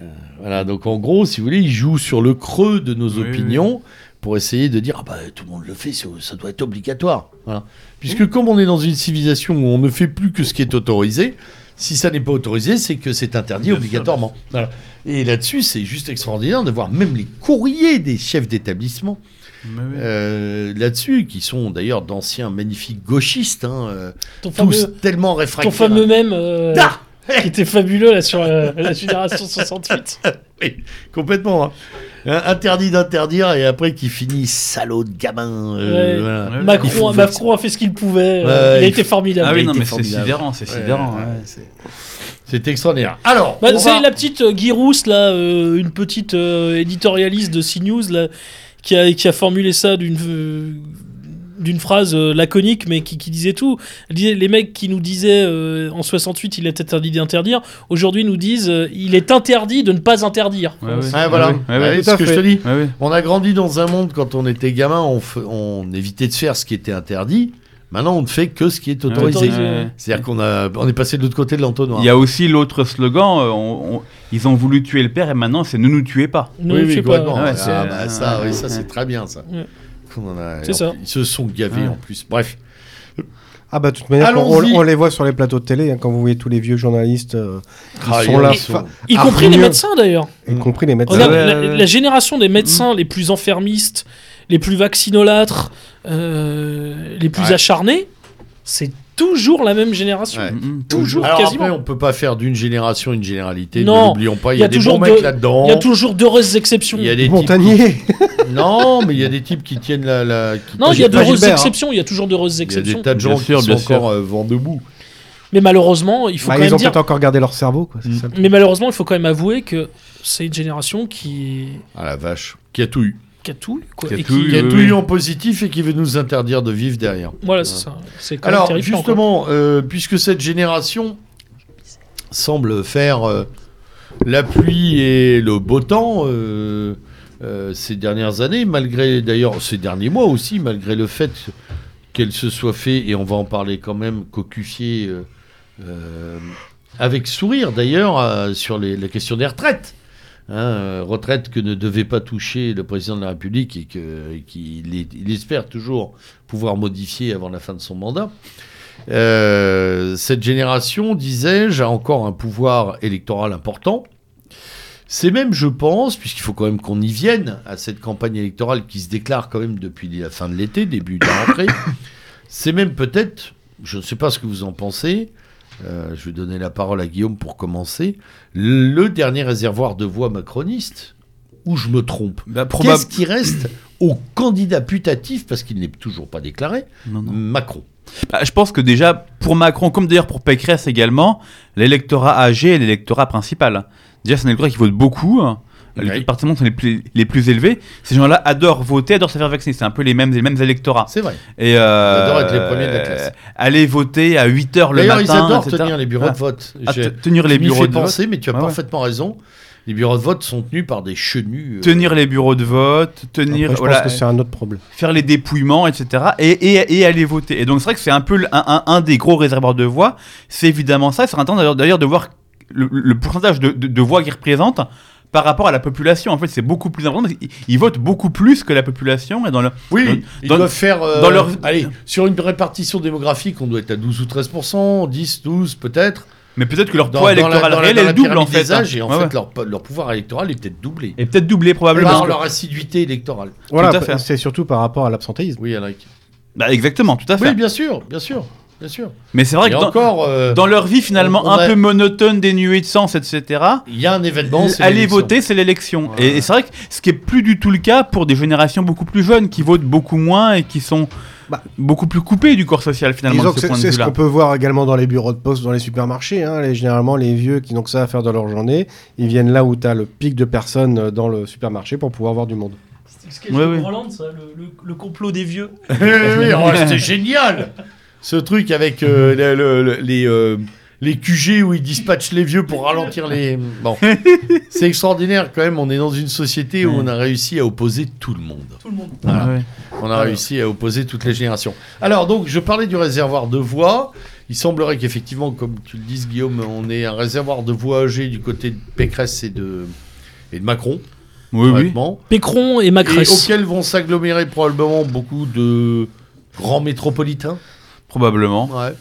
[SPEAKER 1] Euh, voilà donc en gros si vous voulez ils jouent sur le creux de nos
[SPEAKER 3] Oui,
[SPEAKER 1] opinions pour essayer de dire ah bah tout le monde le fait c'est- ça doit être obligatoire. Voilà. Puisque comme on est dans une civilisation où on ne fait plus que ce qui est autorisé. Si ça n'est pas autorisé, c'est que c'est interdit
[SPEAKER 3] Bien sûr,
[SPEAKER 1] obligatoirement. Voilà. Et là-dessus, c'est juste extraordinaire de voir même les courriers des chefs d'établissement
[SPEAKER 3] Mais oui.
[SPEAKER 1] euh, là-dessus, qui sont d'ailleurs d'anciens magnifiques gauchistes, hein, euh,
[SPEAKER 4] Ton
[SPEAKER 1] tous
[SPEAKER 4] fameux,
[SPEAKER 1] tellement
[SPEAKER 4] ton
[SPEAKER 1] réfractaires.
[SPEAKER 4] fameux même euh,
[SPEAKER 1] Ah
[SPEAKER 4] qui était fabuleux là sur euh, la génération 68.
[SPEAKER 1] Complètement. hein. Hein, Interdit d'interdire et après qui finit salaud de gamin. euh,
[SPEAKER 4] Ouais.
[SPEAKER 1] voilà.
[SPEAKER 3] Ouais.
[SPEAKER 1] Il faut
[SPEAKER 4] Macron,
[SPEAKER 1] faire
[SPEAKER 4] Macron a fait ce qu'il pouvait. euh,
[SPEAKER 1] Ouais,
[SPEAKER 4] il a
[SPEAKER 1] il
[SPEAKER 4] été formidable.
[SPEAKER 3] Ah oui,
[SPEAKER 1] été
[SPEAKER 3] non, mais c'est
[SPEAKER 1] formidable.
[SPEAKER 3] sidérant, c'est
[SPEAKER 1] Ouais,
[SPEAKER 3] sidérant. hein.
[SPEAKER 1] ouais,
[SPEAKER 3] ouais.
[SPEAKER 1] c'est- C'est extraordinaire. Alors,
[SPEAKER 4] hein. Bah,
[SPEAKER 1] on
[SPEAKER 4] c'est
[SPEAKER 1] va-
[SPEAKER 4] la petite euh, Guy Rousse, là, euh, une petite euh, éditorialiste de CNews, là, qui a, qui a formulé ça d'une euh, d'une phrase euh, laconique, mais qui, qui disait tout. Elle disait, les mecs qui nous disaient euh, en 68, il est interdit d'interdire, aujourd'hui nous disent, euh, il est interdit de ne pas interdire.
[SPEAKER 3] Ouais, ouais.
[SPEAKER 1] Ouais, Ah,
[SPEAKER 2] Ah
[SPEAKER 1] voilà.
[SPEAKER 3] Ouais, ouais, ouais,
[SPEAKER 1] Ouais,
[SPEAKER 2] tout
[SPEAKER 1] ce
[SPEAKER 2] à
[SPEAKER 1] que je
[SPEAKER 2] fait.
[SPEAKER 1] te dis.
[SPEAKER 3] ouais, ouais.
[SPEAKER 1] On a grandi dans un monde quand on était gamin, on, fe- on évitait de faire ce qui était interdit. Maintenant, on ne fait que ce qui est autorisé.
[SPEAKER 4] Autorisé.
[SPEAKER 1] C'est-à-dire qu'on a, on est passé de l'autre côté de l'entonnoir.
[SPEAKER 3] Il y a aussi l'autre slogan euh, on- on- ils ont voulu tuer le père et maintenant c'est ne nous tuez pas.
[SPEAKER 4] Nous,
[SPEAKER 1] oui,
[SPEAKER 4] je
[SPEAKER 1] oui,
[SPEAKER 4] sais pas.
[SPEAKER 1] complètement.
[SPEAKER 3] Ouais,
[SPEAKER 1] Ah,
[SPEAKER 3] c'est-
[SPEAKER 1] bah, ça,
[SPEAKER 3] ouais,
[SPEAKER 1] oui, ça
[SPEAKER 3] ouais.
[SPEAKER 1] c'est très bien, ça.
[SPEAKER 4] Ouais.
[SPEAKER 1] Qu'on en a-
[SPEAKER 4] C'est
[SPEAKER 1] en-
[SPEAKER 4] ça.
[SPEAKER 1] Ils se sont gavés
[SPEAKER 3] Ouais.
[SPEAKER 1] en plus. Bref.
[SPEAKER 2] Ah bah de toute manière, on,
[SPEAKER 1] Allons-y.
[SPEAKER 2] on les voit sur les plateaux de télé, hein, quand vous voyez tous les vieux journalistes, euh, ils
[SPEAKER 1] Ah,
[SPEAKER 2] sont là,
[SPEAKER 1] ils sont-
[SPEAKER 2] fa-
[SPEAKER 4] Y
[SPEAKER 2] Ah,
[SPEAKER 4] compris les
[SPEAKER 2] mieux.
[SPEAKER 4] médecins d'ailleurs.
[SPEAKER 2] y compris les médecins.
[SPEAKER 4] Regarde,
[SPEAKER 3] ouais,
[SPEAKER 4] la,
[SPEAKER 3] ouais, ouais.
[SPEAKER 4] la génération des médecins les plus enfermistes, les plus vaccinolâtres, euh, les plus
[SPEAKER 1] Ouais.
[SPEAKER 4] acharnés, c'est toujours la même génération.
[SPEAKER 1] Ouais.
[SPEAKER 3] Mm, mm.
[SPEAKER 4] Toujours,
[SPEAKER 1] Alors
[SPEAKER 4] quasiment.
[SPEAKER 1] après, on peut pas faire d'une génération une généralité. ne
[SPEAKER 4] Non.
[SPEAKER 1] N'oublions pas, il y, a des bons
[SPEAKER 4] toujours
[SPEAKER 1] mecs
[SPEAKER 4] deux-
[SPEAKER 1] là-dedans.
[SPEAKER 4] Il y a toujours d'heureuses exceptions.
[SPEAKER 1] Il y a des types
[SPEAKER 2] Montagnier
[SPEAKER 1] qui- Non, mais il y a des types qui tiennent la. la- qui-
[SPEAKER 4] Non, il y a
[SPEAKER 2] Pas
[SPEAKER 4] d'heureuses
[SPEAKER 2] Gilbert, hein.
[SPEAKER 4] exceptions. Il y a toujours d'heureuses
[SPEAKER 1] Il y a
[SPEAKER 4] exceptions.
[SPEAKER 1] des tas de
[SPEAKER 3] Bien
[SPEAKER 1] gens
[SPEAKER 3] sûr,
[SPEAKER 1] qui
[SPEAKER 3] bien
[SPEAKER 1] sont
[SPEAKER 3] sûr.
[SPEAKER 1] encore euh, vent debout.
[SPEAKER 4] Mais malheureusement, il faut
[SPEAKER 2] Bah,
[SPEAKER 4] quand
[SPEAKER 2] Ils
[SPEAKER 4] même
[SPEAKER 2] ont
[SPEAKER 4] dire. Mmh.
[SPEAKER 2] peut-être encore gardé leur cerveau. Quoi, c'est
[SPEAKER 3] Mm.
[SPEAKER 2] ça le truc.
[SPEAKER 4] Mais malheureusement, il faut quand même avouer que c'est une génération qui,
[SPEAKER 1] Ah la vache, qui a tout eu.
[SPEAKER 4] qui a tout, eu, quoi.
[SPEAKER 3] Qui a
[SPEAKER 4] Et
[SPEAKER 3] tout eu,
[SPEAKER 1] Qui a
[SPEAKER 3] Oui,
[SPEAKER 1] tout
[SPEAKER 3] oui.
[SPEAKER 1] eu en positif et qui veut nous interdire de vivre derrière.
[SPEAKER 4] Voilà, c'est ça. C'est quand même
[SPEAKER 1] Alors,
[SPEAKER 4] terrifiant, quoi.
[SPEAKER 1] justement, euh, puisque cette génération semble faire euh, la pluie et le beau temps euh, euh, ces dernières années, malgré d'ailleurs ces derniers mois aussi, malgré le fait qu'elle se soit fait, et on va en parler quand même, cocufier euh, euh, avec sourire d'ailleurs euh, sur les, la question des retraites. Hein, euh, retraite que ne devait pas toucher le président de la République et que- et qu'il est- il espère toujours pouvoir modifier avant la fin de son mandat. Euh, cette génération, disais-je, a encore un pouvoir électoral important. C'est même, je pense, puisqu'il faut quand même qu'on y vienne à cette campagne électorale qui se déclare quand même depuis la fin de l'été, début de la rentrée, c'est même peut-être, je ne sais pas ce que vous en pensez, euh, je vais donner la parole à Guillaume pour commencer, le dernier réservoir de voix macroniste, où je me trompe.
[SPEAKER 3] Bah, probab-
[SPEAKER 1] Qu'est-ce qui reste au candidat putatif, parce qu'il n'est toujours pas déclaré,
[SPEAKER 3] Non, non.
[SPEAKER 1] Macron
[SPEAKER 3] Bah, je pense que déjà, pour Macron, comme d'ailleurs pour Pécresse également, l'électorat âgé est l'électorat principal. Déjà, c'est un électorat qui vote beaucoup. hein. Les taux
[SPEAKER 1] Oui.
[SPEAKER 3] de participation sont les plus, les plus élevés. Ces gens-là adorent voter, adorent se faire vacciner. C'est un peu les mêmes, les mêmes électorats.
[SPEAKER 1] C'est vrai.
[SPEAKER 3] Et, euh,
[SPEAKER 1] adorent être les premiers de la classe.
[SPEAKER 3] euh, Aller voter à 8h le
[SPEAKER 1] D'ailleurs,
[SPEAKER 3] matin.
[SPEAKER 1] ils adorent
[SPEAKER 3] etc.
[SPEAKER 1] tenir les bureaux de vote.
[SPEAKER 3] Ah,
[SPEAKER 1] J'ai-
[SPEAKER 3] te- tenir les
[SPEAKER 1] tu m'y
[SPEAKER 3] bureaux
[SPEAKER 1] fais
[SPEAKER 3] de vote. Ah
[SPEAKER 1] penser, mais tu as
[SPEAKER 3] Ouais, ouais.
[SPEAKER 1] parfaitement raison. Les bureaux de vote sont tenus par des chenues. euh,
[SPEAKER 3] Tenir les bureaux de vote, tenir,
[SPEAKER 2] Après, je
[SPEAKER 3] voilà,
[SPEAKER 2] pense que c'est un autre problème.
[SPEAKER 3] faire les dépouillements, etc. Et, et, et aller voter. Et donc c'est vrai que c'est un peu le- un, un- un des gros réservoirs de voix. C'est évidemment ça. Il sera intéressant d'ailleurs- d'ailleurs de voir le, le pourcentage de, de- de voix qu'ils représentent par rapport à la population. En fait, c'est beaucoup plus important. parce qu'ils- Ils votent beaucoup plus que la population. Et dans le...
[SPEAKER 1] Oui, ils
[SPEAKER 3] dans-
[SPEAKER 1] doivent faire. euh,
[SPEAKER 3] dans leur-
[SPEAKER 1] Allez, sur une répartition démographique, on doit être à 12 ou 13 10, 12 peut-être.
[SPEAKER 3] Mais peut-être que leur
[SPEAKER 1] Dans-
[SPEAKER 3] poids
[SPEAKER 1] dans la-
[SPEAKER 3] électoral
[SPEAKER 1] dans la-
[SPEAKER 3] réel
[SPEAKER 1] dans la
[SPEAKER 3] est double en
[SPEAKER 1] pyramide
[SPEAKER 3] fait. hein.
[SPEAKER 1] des âges, et en
[SPEAKER 3] Ouais,
[SPEAKER 1] fait,
[SPEAKER 3] ouais. Ah,
[SPEAKER 1] Leur, po- leur pouvoir électoral est peut-être doublé.
[SPEAKER 3] Et peut-être doublé probablement.
[SPEAKER 1] par
[SPEAKER 3] parce que-
[SPEAKER 1] leur assiduité électorale.
[SPEAKER 2] Voilà, bah,
[SPEAKER 3] à fait.
[SPEAKER 2] c'est surtout par rapport à l'absentéisme.
[SPEAKER 1] Oui, Alric.
[SPEAKER 3] Bah, exactement, tout à fait.
[SPEAKER 1] Oui, bien sûr, bien sûr, bien sûr.
[SPEAKER 3] Mais c'est vrai
[SPEAKER 1] Et
[SPEAKER 3] que dans,
[SPEAKER 1] encore, euh,
[SPEAKER 3] dans leur vie finalement
[SPEAKER 1] on- on
[SPEAKER 3] un
[SPEAKER 1] a-
[SPEAKER 3] peu monotone, dénuée de sens, etc.
[SPEAKER 1] il y a un événement. c'est
[SPEAKER 3] aller
[SPEAKER 1] l'élection.
[SPEAKER 3] voter, c'est l'élection. Et, et c'est vrai que ce qui est plus du tout le cas pour des générations beaucoup plus jeunes qui votent beaucoup moins et qui sont
[SPEAKER 2] Bah.
[SPEAKER 3] beaucoup plus coupées du corps social finalement
[SPEAKER 2] Disons
[SPEAKER 3] de
[SPEAKER 2] que
[SPEAKER 3] ce
[SPEAKER 2] c'est
[SPEAKER 3] point de
[SPEAKER 2] c'est ce qu'on
[SPEAKER 3] vue-là.
[SPEAKER 2] peut voir également dans les bureaux de poste, dans les supermarchés. hein. Les- généralement, les vieux qui n'ont que ça à faire dans leur journée, ils viennent là où tu as le pic de personnes euh, dans le supermarché pour pouvoir voir du monde.
[SPEAKER 4] C'est ce
[SPEAKER 3] Ouais, ouais.
[SPEAKER 4] Roland, ça, le, le- le complot des vieux.
[SPEAKER 1] Eh oui, oh, c'était génial Ce truc avec euh, le- le- le- les, euh, les QG où ils dispatchent les vieux pour ralentir les... Bon, c'est extraordinaire quand même, on est dans une société où
[SPEAKER 3] Ouais.
[SPEAKER 1] on a réussi à opposer tout le monde.
[SPEAKER 4] Tout le monde.
[SPEAKER 1] Voilà.
[SPEAKER 3] Ah Ouais.
[SPEAKER 1] On a réussi à opposer toutes les générations. Alors donc, je parlais du réservoir de voix. Il semblerait qu'effectivement, comme tu le dis Guillaume, on ait un réservoir de voix âgées du côté de Pécresse et de, et de Macron,
[SPEAKER 3] Oui, oui.
[SPEAKER 1] honnêtement
[SPEAKER 4] Pécron et
[SPEAKER 1] et
[SPEAKER 4] Macresse.
[SPEAKER 1] auxquels vont s'agglomérer probablement beaucoup de grands métropolitains.
[SPEAKER 3] probablement.
[SPEAKER 1] Ouais.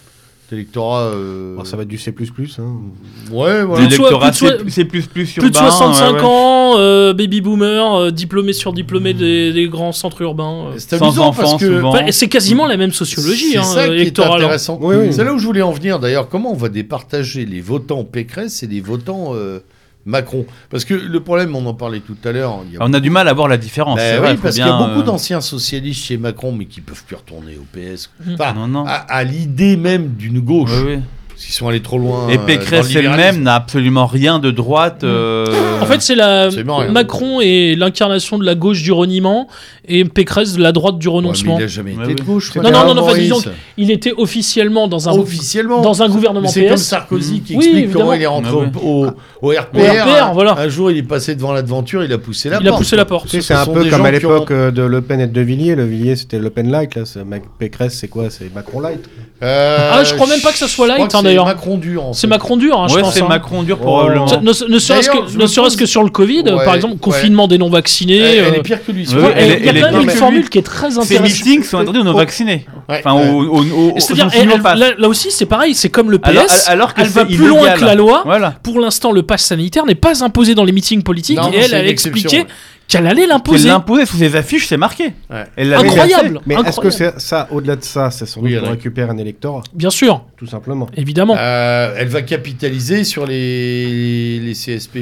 [SPEAKER 1] D'électorats. euh,
[SPEAKER 2] Alors, ça va être du C++. hein.
[SPEAKER 1] Ouais, voilà.
[SPEAKER 4] Plus de soi-
[SPEAKER 3] L'électorat,
[SPEAKER 4] plus de soi-
[SPEAKER 3] c'est c'est plus plus urbain.
[SPEAKER 4] Plus de 65
[SPEAKER 3] ouais, ouais.
[SPEAKER 4] ans, euh, baby boomer, euh, diplômé sur diplômé des, des grands centres urbains. euh.
[SPEAKER 1] C'est amusant
[SPEAKER 3] enfants,
[SPEAKER 1] parce que.
[SPEAKER 3] souvent.
[SPEAKER 4] Enfin, c'est quasiment la même sociologie
[SPEAKER 1] C'est
[SPEAKER 4] hein,
[SPEAKER 1] ça qui est
[SPEAKER 4] électorale. hein.
[SPEAKER 1] intéressant.
[SPEAKER 2] Oui, oui.
[SPEAKER 1] C'est là où je voulais en venir d'ailleurs. Comment on va départager les votants Pécresse et les votants euh, Macron Parce que le problème, on en parlait tout à l'heure. il y a-
[SPEAKER 3] Alors, on a du mal à voir la différence.
[SPEAKER 1] Bah
[SPEAKER 3] Ah c'est
[SPEAKER 1] oui,
[SPEAKER 3] vrai, faut
[SPEAKER 1] parce qu'il y a
[SPEAKER 3] bien,
[SPEAKER 1] beaucoup
[SPEAKER 3] euh,
[SPEAKER 1] d'anciens socialistes chez Macron, mais qui peuvent plus retourner au PS.
[SPEAKER 4] Mm.
[SPEAKER 1] Enfin,
[SPEAKER 3] Non, non.
[SPEAKER 1] à, à l'idée même d'une gauche.
[SPEAKER 3] Ouais, ouais.
[SPEAKER 1] Parce qu'ils sont allés trop loin. euh,
[SPEAKER 3] Et
[SPEAKER 1] dans
[SPEAKER 3] Pécresse
[SPEAKER 1] le libéralisme.
[SPEAKER 3] elle-même n'a absolument rien de droite. euh,
[SPEAKER 4] En fait, c'est la
[SPEAKER 1] Absolument rien.
[SPEAKER 4] Macron est l'incarnation de la gauche du reniement et Pécresse de la droite du
[SPEAKER 1] Ouais, mais
[SPEAKER 4] renoncement.
[SPEAKER 1] il a jamais
[SPEAKER 3] Ouais,
[SPEAKER 1] été de
[SPEAKER 3] ouais.
[SPEAKER 1] gauche.
[SPEAKER 4] Non,
[SPEAKER 1] Macron,
[SPEAKER 4] non, non, non, enfin,
[SPEAKER 1] Maurice.
[SPEAKER 4] dis donc, Il était officiellement dans un
[SPEAKER 1] officiellement.
[SPEAKER 4] dans un gouvernement
[SPEAKER 1] Mais
[SPEAKER 4] PS.
[SPEAKER 1] c'est comme Sarkozy qui
[SPEAKER 4] Mmh. Oui,
[SPEAKER 1] explique comment
[SPEAKER 4] évidemment.
[SPEAKER 1] il est rentré
[SPEAKER 3] Ah ouais.
[SPEAKER 1] au, au- au RPR.
[SPEAKER 4] RPR, voilà.
[SPEAKER 1] Un jour, il est passé devant l'aventure, il a poussé la
[SPEAKER 4] il a
[SPEAKER 1] porte.
[SPEAKER 4] poussé la porte.
[SPEAKER 2] Tu sais,
[SPEAKER 1] Ce
[SPEAKER 2] C'est un
[SPEAKER 1] sont
[SPEAKER 2] peu
[SPEAKER 1] des
[SPEAKER 2] comme
[SPEAKER 1] gens
[SPEAKER 2] à
[SPEAKER 1] qui ont-
[SPEAKER 2] l'époque euh, de Le Pen et de De Villiers. Le Villiers, c'était Le Pen light. Là, c'est Mac- Pécresse, c'est quoi C'est Macron light.
[SPEAKER 1] Euh,
[SPEAKER 4] Ah, je crois même pas que ça soit là,
[SPEAKER 1] je crois
[SPEAKER 4] il était en d'ailleurs.
[SPEAKER 1] Macron dur. en
[SPEAKER 4] C'est
[SPEAKER 1] fait.
[SPEAKER 4] Macron dur, hein, je
[SPEAKER 3] ouais,
[SPEAKER 4] pense.
[SPEAKER 3] c'est
[SPEAKER 4] hein.
[SPEAKER 3] Macron dur
[SPEAKER 2] Oh.
[SPEAKER 3] probablement.
[SPEAKER 4] Ça- Ne, ne serait-ce
[SPEAKER 1] D'ailleurs,
[SPEAKER 4] que,
[SPEAKER 1] je
[SPEAKER 4] ne
[SPEAKER 1] me
[SPEAKER 4] serait-ce
[SPEAKER 1] pose-
[SPEAKER 4] que sur le Covid, euh,
[SPEAKER 1] Ouais,
[SPEAKER 4] par exemple,
[SPEAKER 1] ouais.
[SPEAKER 4] confinement des non-vaccinés.
[SPEAKER 1] Elle, elle
[SPEAKER 4] euh,
[SPEAKER 1] est pire que lui.
[SPEAKER 3] Ouais,
[SPEAKER 1] Ouais,
[SPEAKER 3] elle est-
[SPEAKER 4] il y a
[SPEAKER 3] elle
[SPEAKER 4] quand
[SPEAKER 3] est
[SPEAKER 4] même une
[SPEAKER 3] pas-
[SPEAKER 4] formule qui est très
[SPEAKER 3] Ces
[SPEAKER 4] intéressante.
[SPEAKER 3] meetings sont interdits aux non-vaccinés.
[SPEAKER 1] ouais.
[SPEAKER 3] Enfin,
[SPEAKER 1] Ouais.
[SPEAKER 3] aux, aux, aux, aux-
[SPEAKER 4] C'est-à-dire,
[SPEAKER 3] aux
[SPEAKER 4] elle-
[SPEAKER 3] non
[SPEAKER 4] elle-
[SPEAKER 3] pass.
[SPEAKER 4] là, là aussi, c'est pareil, c'est comme le PS.
[SPEAKER 3] Alors- alors que
[SPEAKER 4] elle va
[SPEAKER 3] c'est
[SPEAKER 4] plus loin
[SPEAKER 3] illégal.
[SPEAKER 4] que la loi.
[SPEAKER 3] Voilà.
[SPEAKER 4] Pour l'instant, le pass sanitaire n'est pas imposé dans les meetings politiques
[SPEAKER 1] Non, non,
[SPEAKER 4] et elle
[SPEAKER 1] c'est
[SPEAKER 4] a
[SPEAKER 1] une exception,
[SPEAKER 4] expliqué
[SPEAKER 1] ouais.
[SPEAKER 4] qu'elle allait
[SPEAKER 3] Qu'elle
[SPEAKER 4] l'imposer.
[SPEAKER 3] l'imposait sous ses affiches, c'est marqué.
[SPEAKER 1] Ouais.
[SPEAKER 3] Elle l'avait
[SPEAKER 4] Ah, Incroyable,
[SPEAKER 2] Mais est-ce que
[SPEAKER 4] incroyable.
[SPEAKER 2] c'est ça, au-delà de ça, c'est sans
[SPEAKER 1] Oui,
[SPEAKER 2] doute pour
[SPEAKER 1] Alain.
[SPEAKER 2] récupérer un électorat,
[SPEAKER 4] Bien sûr,
[SPEAKER 2] tout simplement
[SPEAKER 4] évidemment.
[SPEAKER 1] Euh, elle va capitaliser sur les, les CSP++.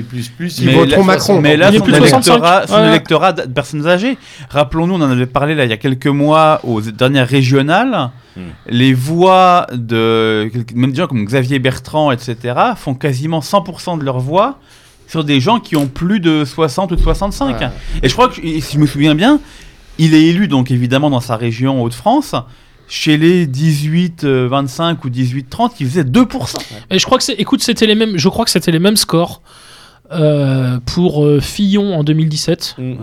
[SPEAKER 2] Ils
[SPEAKER 3] Mais
[SPEAKER 1] vont
[SPEAKER 2] voteront
[SPEAKER 1] trop
[SPEAKER 2] Macron.
[SPEAKER 3] Mais là,
[SPEAKER 4] Il est
[SPEAKER 3] son
[SPEAKER 4] plus de 65.
[SPEAKER 3] électorat, son
[SPEAKER 4] Ouais.
[SPEAKER 3] électorat de personnes âgées. Rappelons-nous, on en avait parlé là, il y a quelques mois aux dernières régionales.
[SPEAKER 5] Hmm.
[SPEAKER 3] Les voix de quelques- même des gens comme Xavier Bertrand, etc., font quasiment 100% de leurs voix sur des gens qui ont plus de 60 ou de 65.
[SPEAKER 1] Ouais.
[SPEAKER 3] Et je crois que, et si je me souviens bien, il est élu donc évidemment dans sa région Hauts-de-France. Chez les 18-25 ou 18-30, qui faisaient 2%.
[SPEAKER 4] Et je crois que c'est, écoute, c'était les mêmes. Je crois que c'était les mêmes scores euh, pour euh, Fillon en 2017.
[SPEAKER 3] Mmh.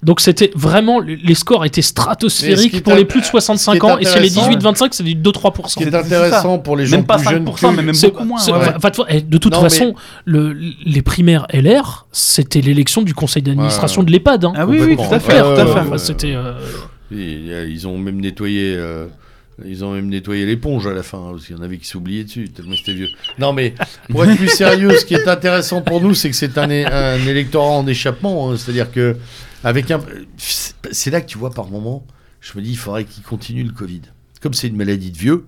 [SPEAKER 4] Donc c'était vraiment les scores étaient
[SPEAKER 1] Mais ce qui
[SPEAKER 4] stratosphériques pour
[SPEAKER 1] est
[SPEAKER 4] les plus de
[SPEAKER 1] int-
[SPEAKER 4] 65
[SPEAKER 1] ce qui est
[SPEAKER 4] ans et chez les
[SPEAKER 1] intéressant,
[SPEAKER 4] 18-25 c'est du 2-3%.
[SPEAKER 1] Ce qui est
[SPEAKER 3] C'est- c'est ça.
[SPEAKER 1] intéressant pour les gens
[SPEAKER 3] Même pas
[SPEAKER 1] plus jeunes
[SPEAKER 3] 5%,
[SPEAKER 1] que-
[SPEAKER 3] mais même
[SPEAKER 4] C'est-
[SPEAKER 3] beaucoup moins.
[SPEAKER 4] c'est-
[SPEAKER 3] ouais.
[SPEAKER 1] ouais.
[SPEAKER 4] va- va- va- eh, de toute
[SPEAKER 1] Non, mais-
[SPEAKER 4] façon, le- les primaires LR, c'était l'élection du conseil d'administration
[SPEAKER 1] Ouais.
[SPEAKER 4] de l'EHPAD. hein.
[SPEAKER 3] Ah oui, oui, tout à fait,
[SPEAKER 1] Ouais,
[SPEAKER 3] tout à
[SPEAKER 1] ouais,
[SPEAKER 3] fait.
[SPEAKER 1] ouais.
[SPEAKER 4] Enfin, c'était, euh,
[SPEAKER 1] Et, euh, ils ont même nettoyé. euh, Ils ont même nettoyé l'éponge à la fin, hein, parce qu'il y en avait qui s'oubliaient dessus, tellement c'était vieux. Non mais, pour être plus sérieux, ce qui est intéressant pour nous, c'est que c'est un, é- un électorat en échappement. hein, C'est-à-dire que, avec un. C'est là que tu vois par moment, je me dis, il faudrait qu'il continue le Covid. Comme c'est une maladie de vieux,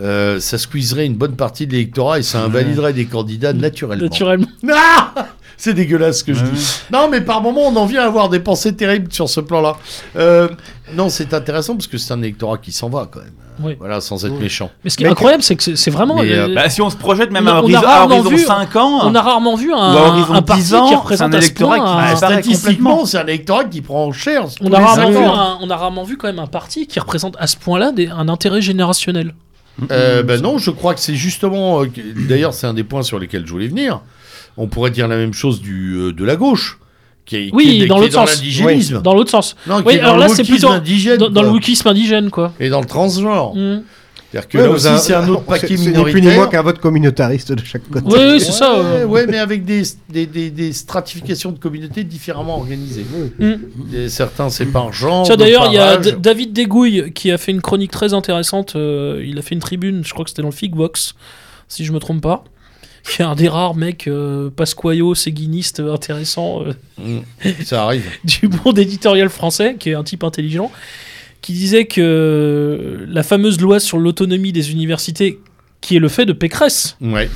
[SPEAKER 1] euh, ça squeezerait une bonne partie de l'électorat et ça invaliderait des candidats naturellement.
[SPEAKER 4] naturellement.
[SPEAKER 1] Ah c'est dégueulasse ce que je
[SPEAKER 3] Ouais.
[SPEAKER 1] dis. Non, mais par moment, on en vient à avoir des pensées terribles sur ce plan-là. Euh, non, c'est intéressant parce que c'est un électorat qui s'en va quand même. Euh,
[SPEAKER 4] Oui.
[SPEAKER 1] Voilà, sans être
[SPEAKER 2] Oui.
[SPEAKER 1] méchant.
[SPEAKER 4] Mais ce qui est incroyable, c'est que c'est c'est vraiment.
[SPEAKER 1] Mais,
[SPEAKER 4] euh,
[SPEAKER 1] euh,
[SPEAKER 3] Bah, si on se projette même
[SPEAKER 4] On
[SPEAKER 3] à
[SPEAKER 4] a- on a
[SPEAKER 3] horizon, à
[SPEAKER 4] rarement
[SPEAKER 3] horizon
[SPEAKER 4] vu-
[SPEAKER 3] 5 ans, hein.
[SPEAKER 4] on a rarement vu un,
[SPEAKER 3] ou à horizon
[SPEAKER 4] un
[SPEAKER 3] 10
[SPEAKER 4] parti
[SPEAKER 3] ans,
[SPEAKER 4] qui
[SPEAKER 3] c'est
[SPEAKER 4] représente
[SPEAKER 3] un
[SPEAKER 4] à ce
[SPEAKER 3] électorat
[SPEAKER 4] point
[SPEAKER 3] qui
[SPEAKER 4] un-
[SPEAKER 3] Ah, reste-
[SPEAKER 1] Statistiquement,
[SPEAKER 3] complètement.
[SPEAKER 1] c'est un électorat qui prend en chair. tous
[SPEAKER 4] on
[SPEAKER 1] les
[SPEAKER 4] a, rarement
[SPEAKER 1] ans. hein.
[SPEAKER 4] vu un- on a rarement vu quand même un parti qui représente à ce point-là des- un intérêt générationnel.
[SPEAKER 1] Euh, ben non, je crois que c'est justement. euh, que- D'ailleurs, c'est un des points sur lesquels je voulais venir. On pourrait dire la même chose du, euh, de la gauche, qui est, qui
[SPEAKER 4] Oui,
[SPEAKER 1] est-
[SPEAKER 4] dans
[SPEAKER 1] qui est
[SPEAKER 4] l'autre
[SPEAKER 1] dans
[SPEAKER 4] sens.
[SPEAKER 1] l'indigénisme.
[SPEAKER 4] Dans l'autre sens.
[SPEAKER 1] Non, qui
[SPEAKER 4] Oui,
[SPEAKER 1] est dans
[SPEAKER 4] alors
[SPEAKER 1] le
[SPEAKER 4] là, c'est
[SPEAKER 1] wokisme
[SPEAKER 4] plutôt-
[SPEAKER 1] indigène,
[SPEAKER 4] Dans, dans le
[SPEAKER 1] quoi.
[SPEAKER 4] wokisme indigène, quoi.
[SPEAKER 1] Et dans le transgenre.
[SPEAKER 4] Mm.
[SPEAKER 1] C'est-à-dire que
[SPEAKER 2] Ouais,
[SPEAKER 1] là
[SPEAKER 2] vous
[SPEAKER 1] aussi,
[SPEAKER 2] avez-
[SPEAKER 1] c'est un autre
[SPEAKER 2] c'est-
[SPEAKER 1] paquet
[SPEAKER 2] c'est ni
[SPEAKER 1] minoritaire.
[SPEAKER 2] plus ni moins qu'un vote communautariste de chaque côté.
[SPEAKER 4] Oui, oui, c'est ça.
[SPEAKER 1] Ouais,
[SPEAKER 4] euh.
[SPEAKER 1] ouais, mais avec des, des, des- des stratifications de communautés différemment organisées.
[SPEAKER 4] Mm.
[SPEAKER 1] Et certains, c'est par genre.
[SPEAKER 4] Tiens,
[SPEAKER 1] d'autres
[SPEAKER 4] d'ailleurs, il y a
[SPEAKER 1] par
[SPEAKER 4] D-
[SPEAKER 1] âge.
[SPEAKER 4] David Dégouille qui a fait une chronique très intéressante. euh, il a fait une tribune, je crois que c'était dans le Figbox, si je me trompe pas. Qui est un des rares mecs euh, pasquayo, séguiniste euh, intéressant euh,
[SPEAKER 1] Mm. Ça arrive.
[SPEAKER 4] du monde éditorial français, qui est un type intelligent, qui disait que la fameuse loi sur l'autonomie des universités, qui est le fait de Pécresse,
[SPEAKER 1] Ouais.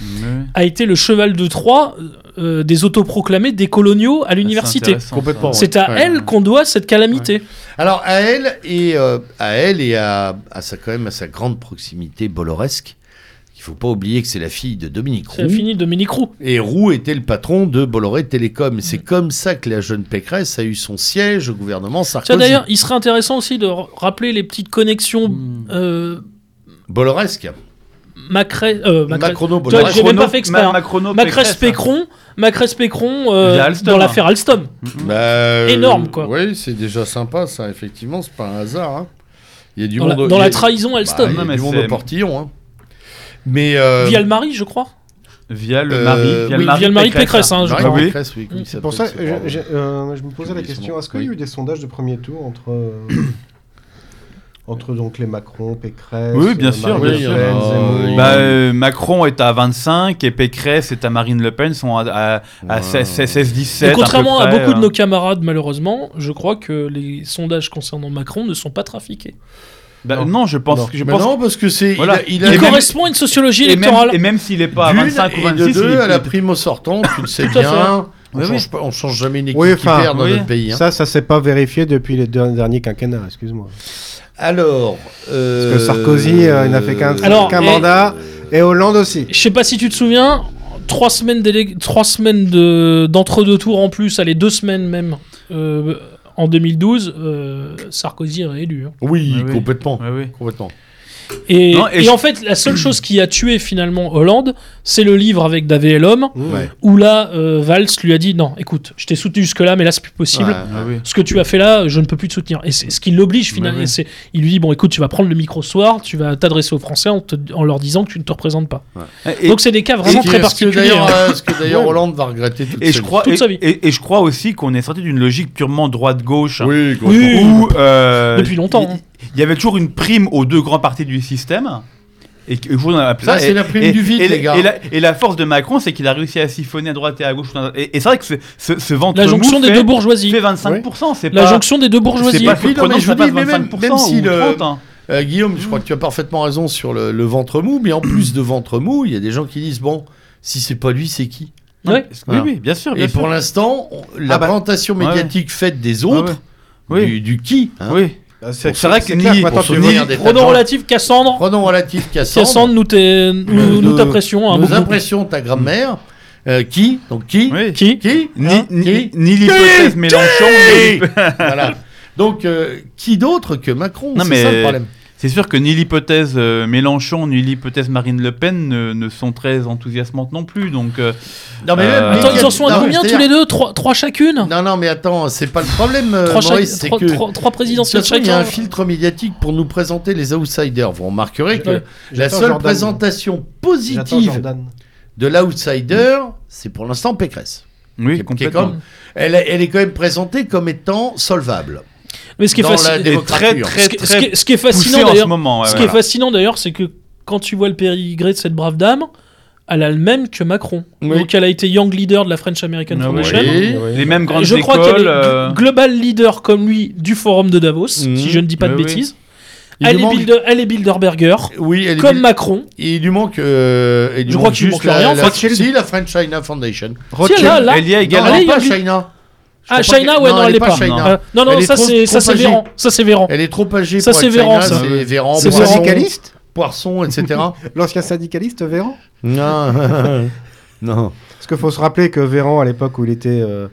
[SPEAKER 4] a été le cheval de Troie euh, des autoproclamés décoloniaux à l'université.
[SPEAKER 1] Complètement.
[SPEAKER 4] C'est à
[SPEAKER 1] Ah, Ouais.
[SPEAKER 4] elle qu'on doit cette calamité.
[SPEAKER 1] Alors, à elle et, euh, à, elle et à, à sa, quand même, à sa grande proximité boloresque, il faut pas oublier que c'est la fille de Dominique
[SPEAKER 4] C'est
[SPEAKER 1] Roux.
[SPEAKER 4] fini Dominique Roux.
[SPEAKER 1] Et Roux était le patron de Bolloré Télécom. Et C'est
[SPEAKER 4] Mm.
[SPEAKER 1] comme ça que la jeune Pécresse a eu son siège au gouvernement
[SPEAKER 4] Tiens,
[SPEAKER 1] Sarkozy.
[SPEAKER 4] d'ailleurs, il serait intéressant aussi de r- rappeler les petites connexions
[SPEAKER 3] Hmm.
[SPEAKER 4] euh,
[SPEAKER 1] Bolloresque.
[SPEAKER 4] Macré, euh, Macré-
[SPEAKER 1] Macrono
[SPEAKER 4] Toi,
[SPEAKER 1] Bolloresque.
[SPEAKER 4] j'ai même pas fait exprès, hein.
[SPEAKER 3] Macrono,
[SPEAKER 4] Macresse-Pécron, Macresse-Pécron euh,
[SPEAKER 3] Via Alstom,
[SPEAKER 4] dans
[SPEAKER 3] hein.
[SPEAKER 4] l'affaire Alstom.
[SPEAKER 1] Bah,
[SPEAKER 4] Mmh. Énorme, quoi.
[SPEAKER 1] Oui, c'est déjà sympa, ça, effectivement, c'est pas un hasard. hein. Il y a du
[SPEAKER 4] Dans la,
[SPEAKER 1] monde au-
[SPEAKER 4] dans
[SPEAKER 1] il y
[SPEAKER 4] la
[SPEAKER 1] a-
[SPEAKER 4] trahison
[SPEAKER 1] bah,
[SPEAKER 4] Alstom.
[SPEAKER 1] il y a
[SPEAKER 3] Non, mais
[SPEAKER 1] du monde
[SPEAKER 3] c'est-
[SPEAKER 1] au portillon. hein. Mais. euh,
[SPEAKER 4] via le mari, je crois.
[SPEAKER 3] Via le
[SPEAKER 1] Euh,
[SPEAKER 3] mari,
[SPEAKER 1] oui,
[SPEAKER 3] via
[SPEAKER 4] Oui,
[SPEAKER 3] le mari,
[SPEAKER 4] via le mari Pécresse. hein, je
[SPEAKER 1] Marie
[SPEAKER 4] crois.
[SPEAKER 3] oui.
[SPEAKER 1] Pécresse, oui, comment il
[SPEAKER 2] C'est pour ça
[SPEAKER 1] s'appelle, ce
[SPEAKER 2] que je,
[SPEAKER 1] bordel.
[SPEAKER 2] je- euh, je me posais
[SPEAKER 1] J'ai
[SPEAKER 2] la
[SPEAKER 1] oublié son
[SPEAKER 2] question
[SPEAKER 1] nom.
[SPEAKER 2] est-ce qu'il y a
[SPEAKER 1] Oui.
[SPEAKER 2] eu des sondages de premier tour entre, euh, entre donc les Macron, Pécresse
[SPEAKER 3] Oui, bien sûr,
[SPEAKER 2] Marine
[SPEAKER 1] oui,
[SPEAKER 2] Le
[SPEAKER 1] il y en
[SPEAKER 2] Pen,
[SPEAKER 1] a,
[SPEAKER 2] Zemmour,
[SPEAKER 4] hein.
[SPEAKER 1] euh,
[SPEAKER 3] Bah, euh, Macron est à 25 et Pécresse et à Marine Le Pen sont à, à, à
[SPEAKER 1] Ouais.
[SPEAKER 3] 16-17.
[SPEAKER 4] Et contrairement à,
[SPEAKER 3] hein.
[SPEAKER 4] beaucoup de nos camarades, malheureusement, je crois que les sondages concernant Macron ne sont pas trafiqués.
[SPEAKER 3] Bah, non, je pense.
[SPEAKER 2] Non.
[SPEAKER 3] Je
[SPEAKER 1] Mais
[SPEAKER 3] pense
[SPEAKER 1] non, parce que c'est. il
[SPEAKER 3] Voilà.
[SPEAKER 1] a- Il
[SPEAKER 4] Il,
[SPEAKER 1] a,
[SPEAKER 3] Et même-
[SPEAKER 4] correspond à une sociologie
[SPEAKER 3] et même,
[SPEAKER 4] électorale.
[SPEAKER 3] et même s'il est pas à
[SPEAKER 1] d'une
[SPEAKER 3] 25 ou
[SPEAKER 1] et de
[SPEAKER 3] 26,
[SPEAKER 1] deux,
[SPEAKER 3] il est-
[SPEAKER 1] à la primo sortant, tu le sais
[SPEAKER 4] Tout à hein.
[SPEAKER 1] bien. On,
[SPEAKER 3] Oui,
[SPEAKER 1] change
[SPEAKER 3] oui.
[SPEAKER 1] pas- on change jamais une équipe
[SPEAKER 2] Oui,
[SPEAKER 1] qui
[SPEAKER 2] enfin,
[SPEAKER 1] perd dans
[SPEAKER 3] oui.
[SPEAKER 1] notre pays. hein.
[SPEAKER 2] Ça, ça s'est pas vérifié depuis les deux derniers quinquennats, excuse-moi.
[SPEAKER 1] Alors. euh,
[SPEAKER 2] Parce que Sarkozy, euh, il n'a fait qu'un-
[SPEAKER 4] Alors, qu'un
[SPEAKER 2] mandat. Et Hollande aussi.
[SPEAKER 4] Je sais pas si tu te souviens, trois semaines d'élé- trois semaines de- d'entre-deux tours en plus, allez, deux semaines même, euh, en 2012, euh, Sarkozy est réélu. hein.
[SPEAKER 1] Oui,
[SPEAKER 3] Ah oui.
[SPEAKER 1] complètement.
[SPEAKER 3] Ouais, ouais.
[SPEAKER 1] Complètement.
[SPEAKER 4] Et,
[SPEAKER 3] Non, et
[SPEAKER 4] et
[SPEAKER 3] je-
[SPEAKER 4] en fait, la seule chose qui a tué finalement Hollande, c'est le livre avec Davé et l'homme,
[SPEAKER 2] Mmh.
[SPEAKER 1] Ouais.
[SPEAKER 4] où là, euh, Valls lui a dit Non, écoute, je t'ai soutenu jusque-là, mais là, c'est plus possible.
[SPEAKER 1] Ouais, ouais.
[SPEAKER 4] Ce que tu as fait là, je ne peux plus te soutenir. Et c'est ce qui l'oblige finalement.
[SPEAKER 1] Ouais, ouais.
[SPEAKER 4] Et c'est- Il lui dit Bon, écoute, tu vas prendre le micro ce soir, tu vas t'adresser aux Français en, te- en leur disant que tu ne te représentes pas.
[SPEAKER 3] Et-
[SPEAKER 4] Donc, c'est des cas vraiment
[SPEAKER 1] Ce qui-
[SPEAKER 4] très
[SPEAKER 1] ce que
[SPEAKER 4] particuliers.
[SPEAKER 1] d'ailleurs,
[SPEAKER 4] hein.
[SPEAKER 1] euh, ce que d'ailleurs
[SPEAKER 4] Ouais.
[SPEAKER 1] Hollande va regretter toute
[SPEAKER 3] et
[SPEAKER 1] sa
[SPEAKER 3] je
[SPEAKER 1] vie.
[SPEAKER 3] crois,
[SPEAKER 4] toute
[SPEAKER 3] et,
[SPEAKER 4] sa vie.
[SPEAKER 3] et- et je crois aussi qu'on est sorti d'une logique purement droite-gauche.
[SPEAKER 1] Oui, quoi.
[SPEAKER 4] Oui.
[SPEAKER 3] Où, euh,
[SPEAKER 4] Depuis longtemps,
[SPEAKER 3] il-
[SPEAKER 4] hein.
[SPEAKER 3] Il y avait toujours une prime aux deux grands partis du système. Et que- on a appelé
[SPEAKER 1] Là,
[SPEAKER 3] ça-
[SPEAKER 1] c'est
[SPEAKER 3] et-
[SPEAKER 1] la prime
[SPEAKER 3] et-
[SPEAKER 1] du vide,
[SPEAKER 3] et-
[SPEAKER 1] les gars.
[SPEAKER 3] Et la, et la force de Macron, c'est qu'il a réussi à siphonner à droite et à gauche. Et, et c'est vrai que ce, ce, ce ventre
[SPEAKER 4] La jonction
[SPEAKER 3] mou
[SPEAKER 4] des
[SPEAKER 3] fait,
[SPEAKER 4] deux bourgeoisies.
[SPEAKER 3] fait 25%. C'est
[SPEAKER 4] La
[SPEAKER 3] pas,
[SPEAKER 4] jonction des deux
[SPEAKER 3] c'est pas
[SPEAKER 4] bourgeoisies.
[SPEAKER 1] Oui, non,
[SPEAKER 3] surprenant
[SPEAKER 1] mais
[SPEAKER 3] que
[SPEAKER 1] je
[SPEAKER 3] ça
[SPEAKER 1] vous dis,
[SPEAKER 3] passe
[SPEAKER 1] mais même-
[SPEAKER 3] 25%
[SPEAKER 1] même si
[SPEAKER 3] ou
[SPEAKER 1] le-
[SPEAKER 3] 30, hein.
[SPEAKER 1] Euh, Guillaume, je crois que tu as parfaitement raison sur le, le ventre mou, mais en plus de ventre mou, il y a des gens qui disent bon, si c'est pas lui, c'est qui
[SPEAKER 4] Ouais.
[SPEAKER 3] Oui,
[SPEAKER 1] Voilà.
[SPEAKER 3] oui, bien sûr. Ah, Bien
[SPEAKER 1] Et
[SPEAKER 3] sûr.
[SPEAKER 1] pour l'instant, on- la
[SPEAKER 3] Ah bah,
[SPEAKER 1] présentation
[SPEAKER 3] ouais, ouais.
[SPEAKER 1] médiatique faite des
[SPEAKER 3] Ah ouais.
[SPEAKER 1] autres,
[SPEAKER 3] Oui.
[SPEAKER 1] du, du qui hein.
[SPEAKER 3] oui.
[SPEAKER 2] Bah, C'est
[SPEAKER 3] C'est vrai que
[SPEAKER 2] clair
[SPEAKER 3] ni-
[SPEAKER 2] maintenant,
[SPEAKER 1] on se
[SPEAKER 2] tu-
[SPEAKER 1] voit-
[SPEAKER 2] ni-
[SPEAKER 1] regarde des tas de
[SPEAKER 4] Pronom
[SPEAKER 1] gens.
[SPEAKER 4] relatif Cassandre.
[SPEAKER 1] Prenons relatif Cassandre.
[SPEAKER 4] Cassandre, nous, t'es- nous, nous
[SPEAKER 2] Nos-
[SPEAKER 4] t'apprécions. hein,
[SPEAKER 1] Nos
[SPEAKER 4] beaucoup.
[SPEAKER 1] impressions, de ta grammaire. Euh, qui Donc qui
[SPEAKER 3] Oui.
[SPEAKER 4] Qui
[SPEAKER 1] Qui
[SPEAKER 3] Ni,
[SPEAKER 1] Hein
[SPEAKER 3] ni-
[SPEAKER 1] Qui
[SPEAKER 3] ni l'hypothèse Mélenchon. ni l'hypo-
[SPEAKER 1] Voilà. Donc, euh, qui d'autre que Macron
[SPEAKER 3] Non,
[SPEAKER 1] C'est
[SPEAKER 3] mais-
[SPEAKER 1] ça le problème.
[SPEAKER 3] C'est sûr que ni l'hypothèse euh, Mélenchon ni l'hypothèse Marine Le Pen ne, ne sont très enthousiasmantes non plus. Donc, euh,
[SPEAKER 1] Non, mais
[SPEAKER 3] Euh,
[SPEAKER 1] même-
[SPEAKER 4] Attends, ils en sont à
[SPEAKER 1] Non,
[SPEAKER 4] combien
[SPEAKER 1] mais
[SPEAKER 4] tous les deux Trois trois chacune
[SPEAKER 1] Non, non, mais attends, c'est pas le problème, euh,
[SPEAKER 4] Trois chaque-
[SPEAKER 1] Maurice, c'est
[SPEAKER 4] trois-
[SPEAKER 1] que...
[SPEAKER 4] trois- Trois présidentielles
[SPEAKER 1] De toute façon, Il y a
[SPEAKER 4] chacun.
[SPEAKER 1] un filtre médiatique pour nous présenter les outsiders. Vous remarquerez que
[SPEAKER 4] Ouais.
[SPEAKER 1] la
[SPEAKER 2] J'attends
[SPEAKER 1] seule
[SPEAKER 2] Jordan.
[SPEAKER 1] présentation
[SPEAKER 2] J'attends
[SPEAKER 1] positive
[SPEAKER 2] Jordan.
[SPEAKER 1] de l'outsider, c'est pour l'instant Pécresse.
[SPEAKER 3] oui,
[SPEAKER 1] Qui- qui est
[SPEAKER 3] complètement.
[SPEAKER 1] comme- elle, est- elle est quand même présentée comme étant solvable.
[SPEAKER 4] Mais ce qui est
[SPEAKER 1] dans
[SPEAKER 4] faci-
[SPEAKER 1] la
[SPEAKER 4] ce
[SPEAKER 3] Et
[SPEAKER 1] démocratie. hein.
[SPEAKER 3] très, très,
[SPEAKER 4] qui- ce qui- ce qui
[SPEAKER 3] très
[SPEAKER 4] est- ce qui est
[SPEAKER 3] poussé
[SPEAKER 4] fascinant
[SPEAKER 3] en ce
[SPEAKER 4] d'ailleurs,
[SPEAKER 3] moment. ouais,
[SPEAKER 4] ce qui est
[SPEAKER 3] voilà.
[SPEAKER 4] fascinant d'ailleurs, c'est que quand tu vois le pédigré de cette brave dame, elle a le même que Macron.
[SPEAKER 1] Oui.
[SPEAKER 4] Donc elle a été young leader de la French American
[SPEAKER 3] Ah
[SPEAKER 4] Foundation.
[SPEAKER 1] oui.
[SPEAKER 3] Les mêmes grandes
[SPEAKER 4] je crois
[SPEAKER 3] écoles.
[SPEAKER 4] qu'elle est
[SPEAKER 3] euh,
[SPEAKER 4] gl- global leader comme lui du forum de Davos,
[SPEAKER 1] Mhm.
[SPEAKER 4] si je ne dis pas de
[SPEAKER 3] Oui, oui.
[SPEAKER 4] bêtises.
[SPEAKER 1] Il
[SPEAKER 4] Elle
[SPEAKER 1] lui
[SPEAKER 4] est,
[SPEAKER 1] manque-
[SPEAKER 4] Bilder- elle est Bilderberger,
[SPEAKER 1] Oui, elle est
[SPEAKER 4] comme
[SPEAKER 1] bil-
[SPEAKER 4] Macron.
[SPEAKER 1] il lui manque. euh, il lui
[SPEAKER 4] Je crois Ah,
[SPEAKER 1] manque
[SPEAKER 4] qu'il lui
[SPEAKER 1] juste
[SPEAKER 4] manque rien,
[SPEAKER 1] la,
[SPEAKER 4] en
[SPEAKER 1] la-
[SPEAKER 4] Rothschild.
[SPEAKER 1] si, la French China Foundation.
[SPEAKER 3] Rothschild,
[SPEAKER 4] là, là.
[SPEAKER 3] elle y a
[SPEAKER 1] Non,
[SPEAKER 3] également.
[SPEAKER 1] elle
[SPEAKER 4] Allez,
[SPEAKER 1] est pas
[SPEAKER 4] Young-
[SPEAKER 1] China. Je
[SPEAKER 4] Ah,
[SPEAKER 1] crois pas
[SPEAKER 4] China,
[SPEAKER 1] qu'elle-
[SPEAKER 4] ouais, non, elle est
[SPEAKER 1] pas.
[SPEAKER 4] pas.
[SPEAKER 1] China.
[SPEAKER 4] Euh, non, non,
[SPEAKER 1] Elle est
[SPEAKER 4] ça
[SPEAKER 1] trop-
[SPEAKER 4] c'est
[SPEAKER 1] trop
[SPEAKER 4] ça c'est
[SPEAKER 1] âgée.
[SPEAKER 4] Véran. Ça c'est Véran.
[SPEAKER 1] Elle est trop âgée
[SPEAKER 4] Ça,
[SPEAKER 1] pour
[SPEAKER 4] c'est
[SPEAKER 1] être
[SPEAKER 4] Véran,
[SPEAKER 1] China,
[SPEAKER 4] ça.
[SPEAKER 1] C'est Véran,
[SPEAKER 4] C'est
[SPEAKER 2] Le
[SPEAKER 1] Poisson,
[SPEAKER 2] syndicaliste
[SPEAKER 1] Poisson, etc.
[SPEAKER 2] L'ancien syndicaliste Véran
[SPEAKER 1] non. non.
[SPEAKER 2] Parce qu'il faut se rappeler que Véran, à l'époque où il était euh,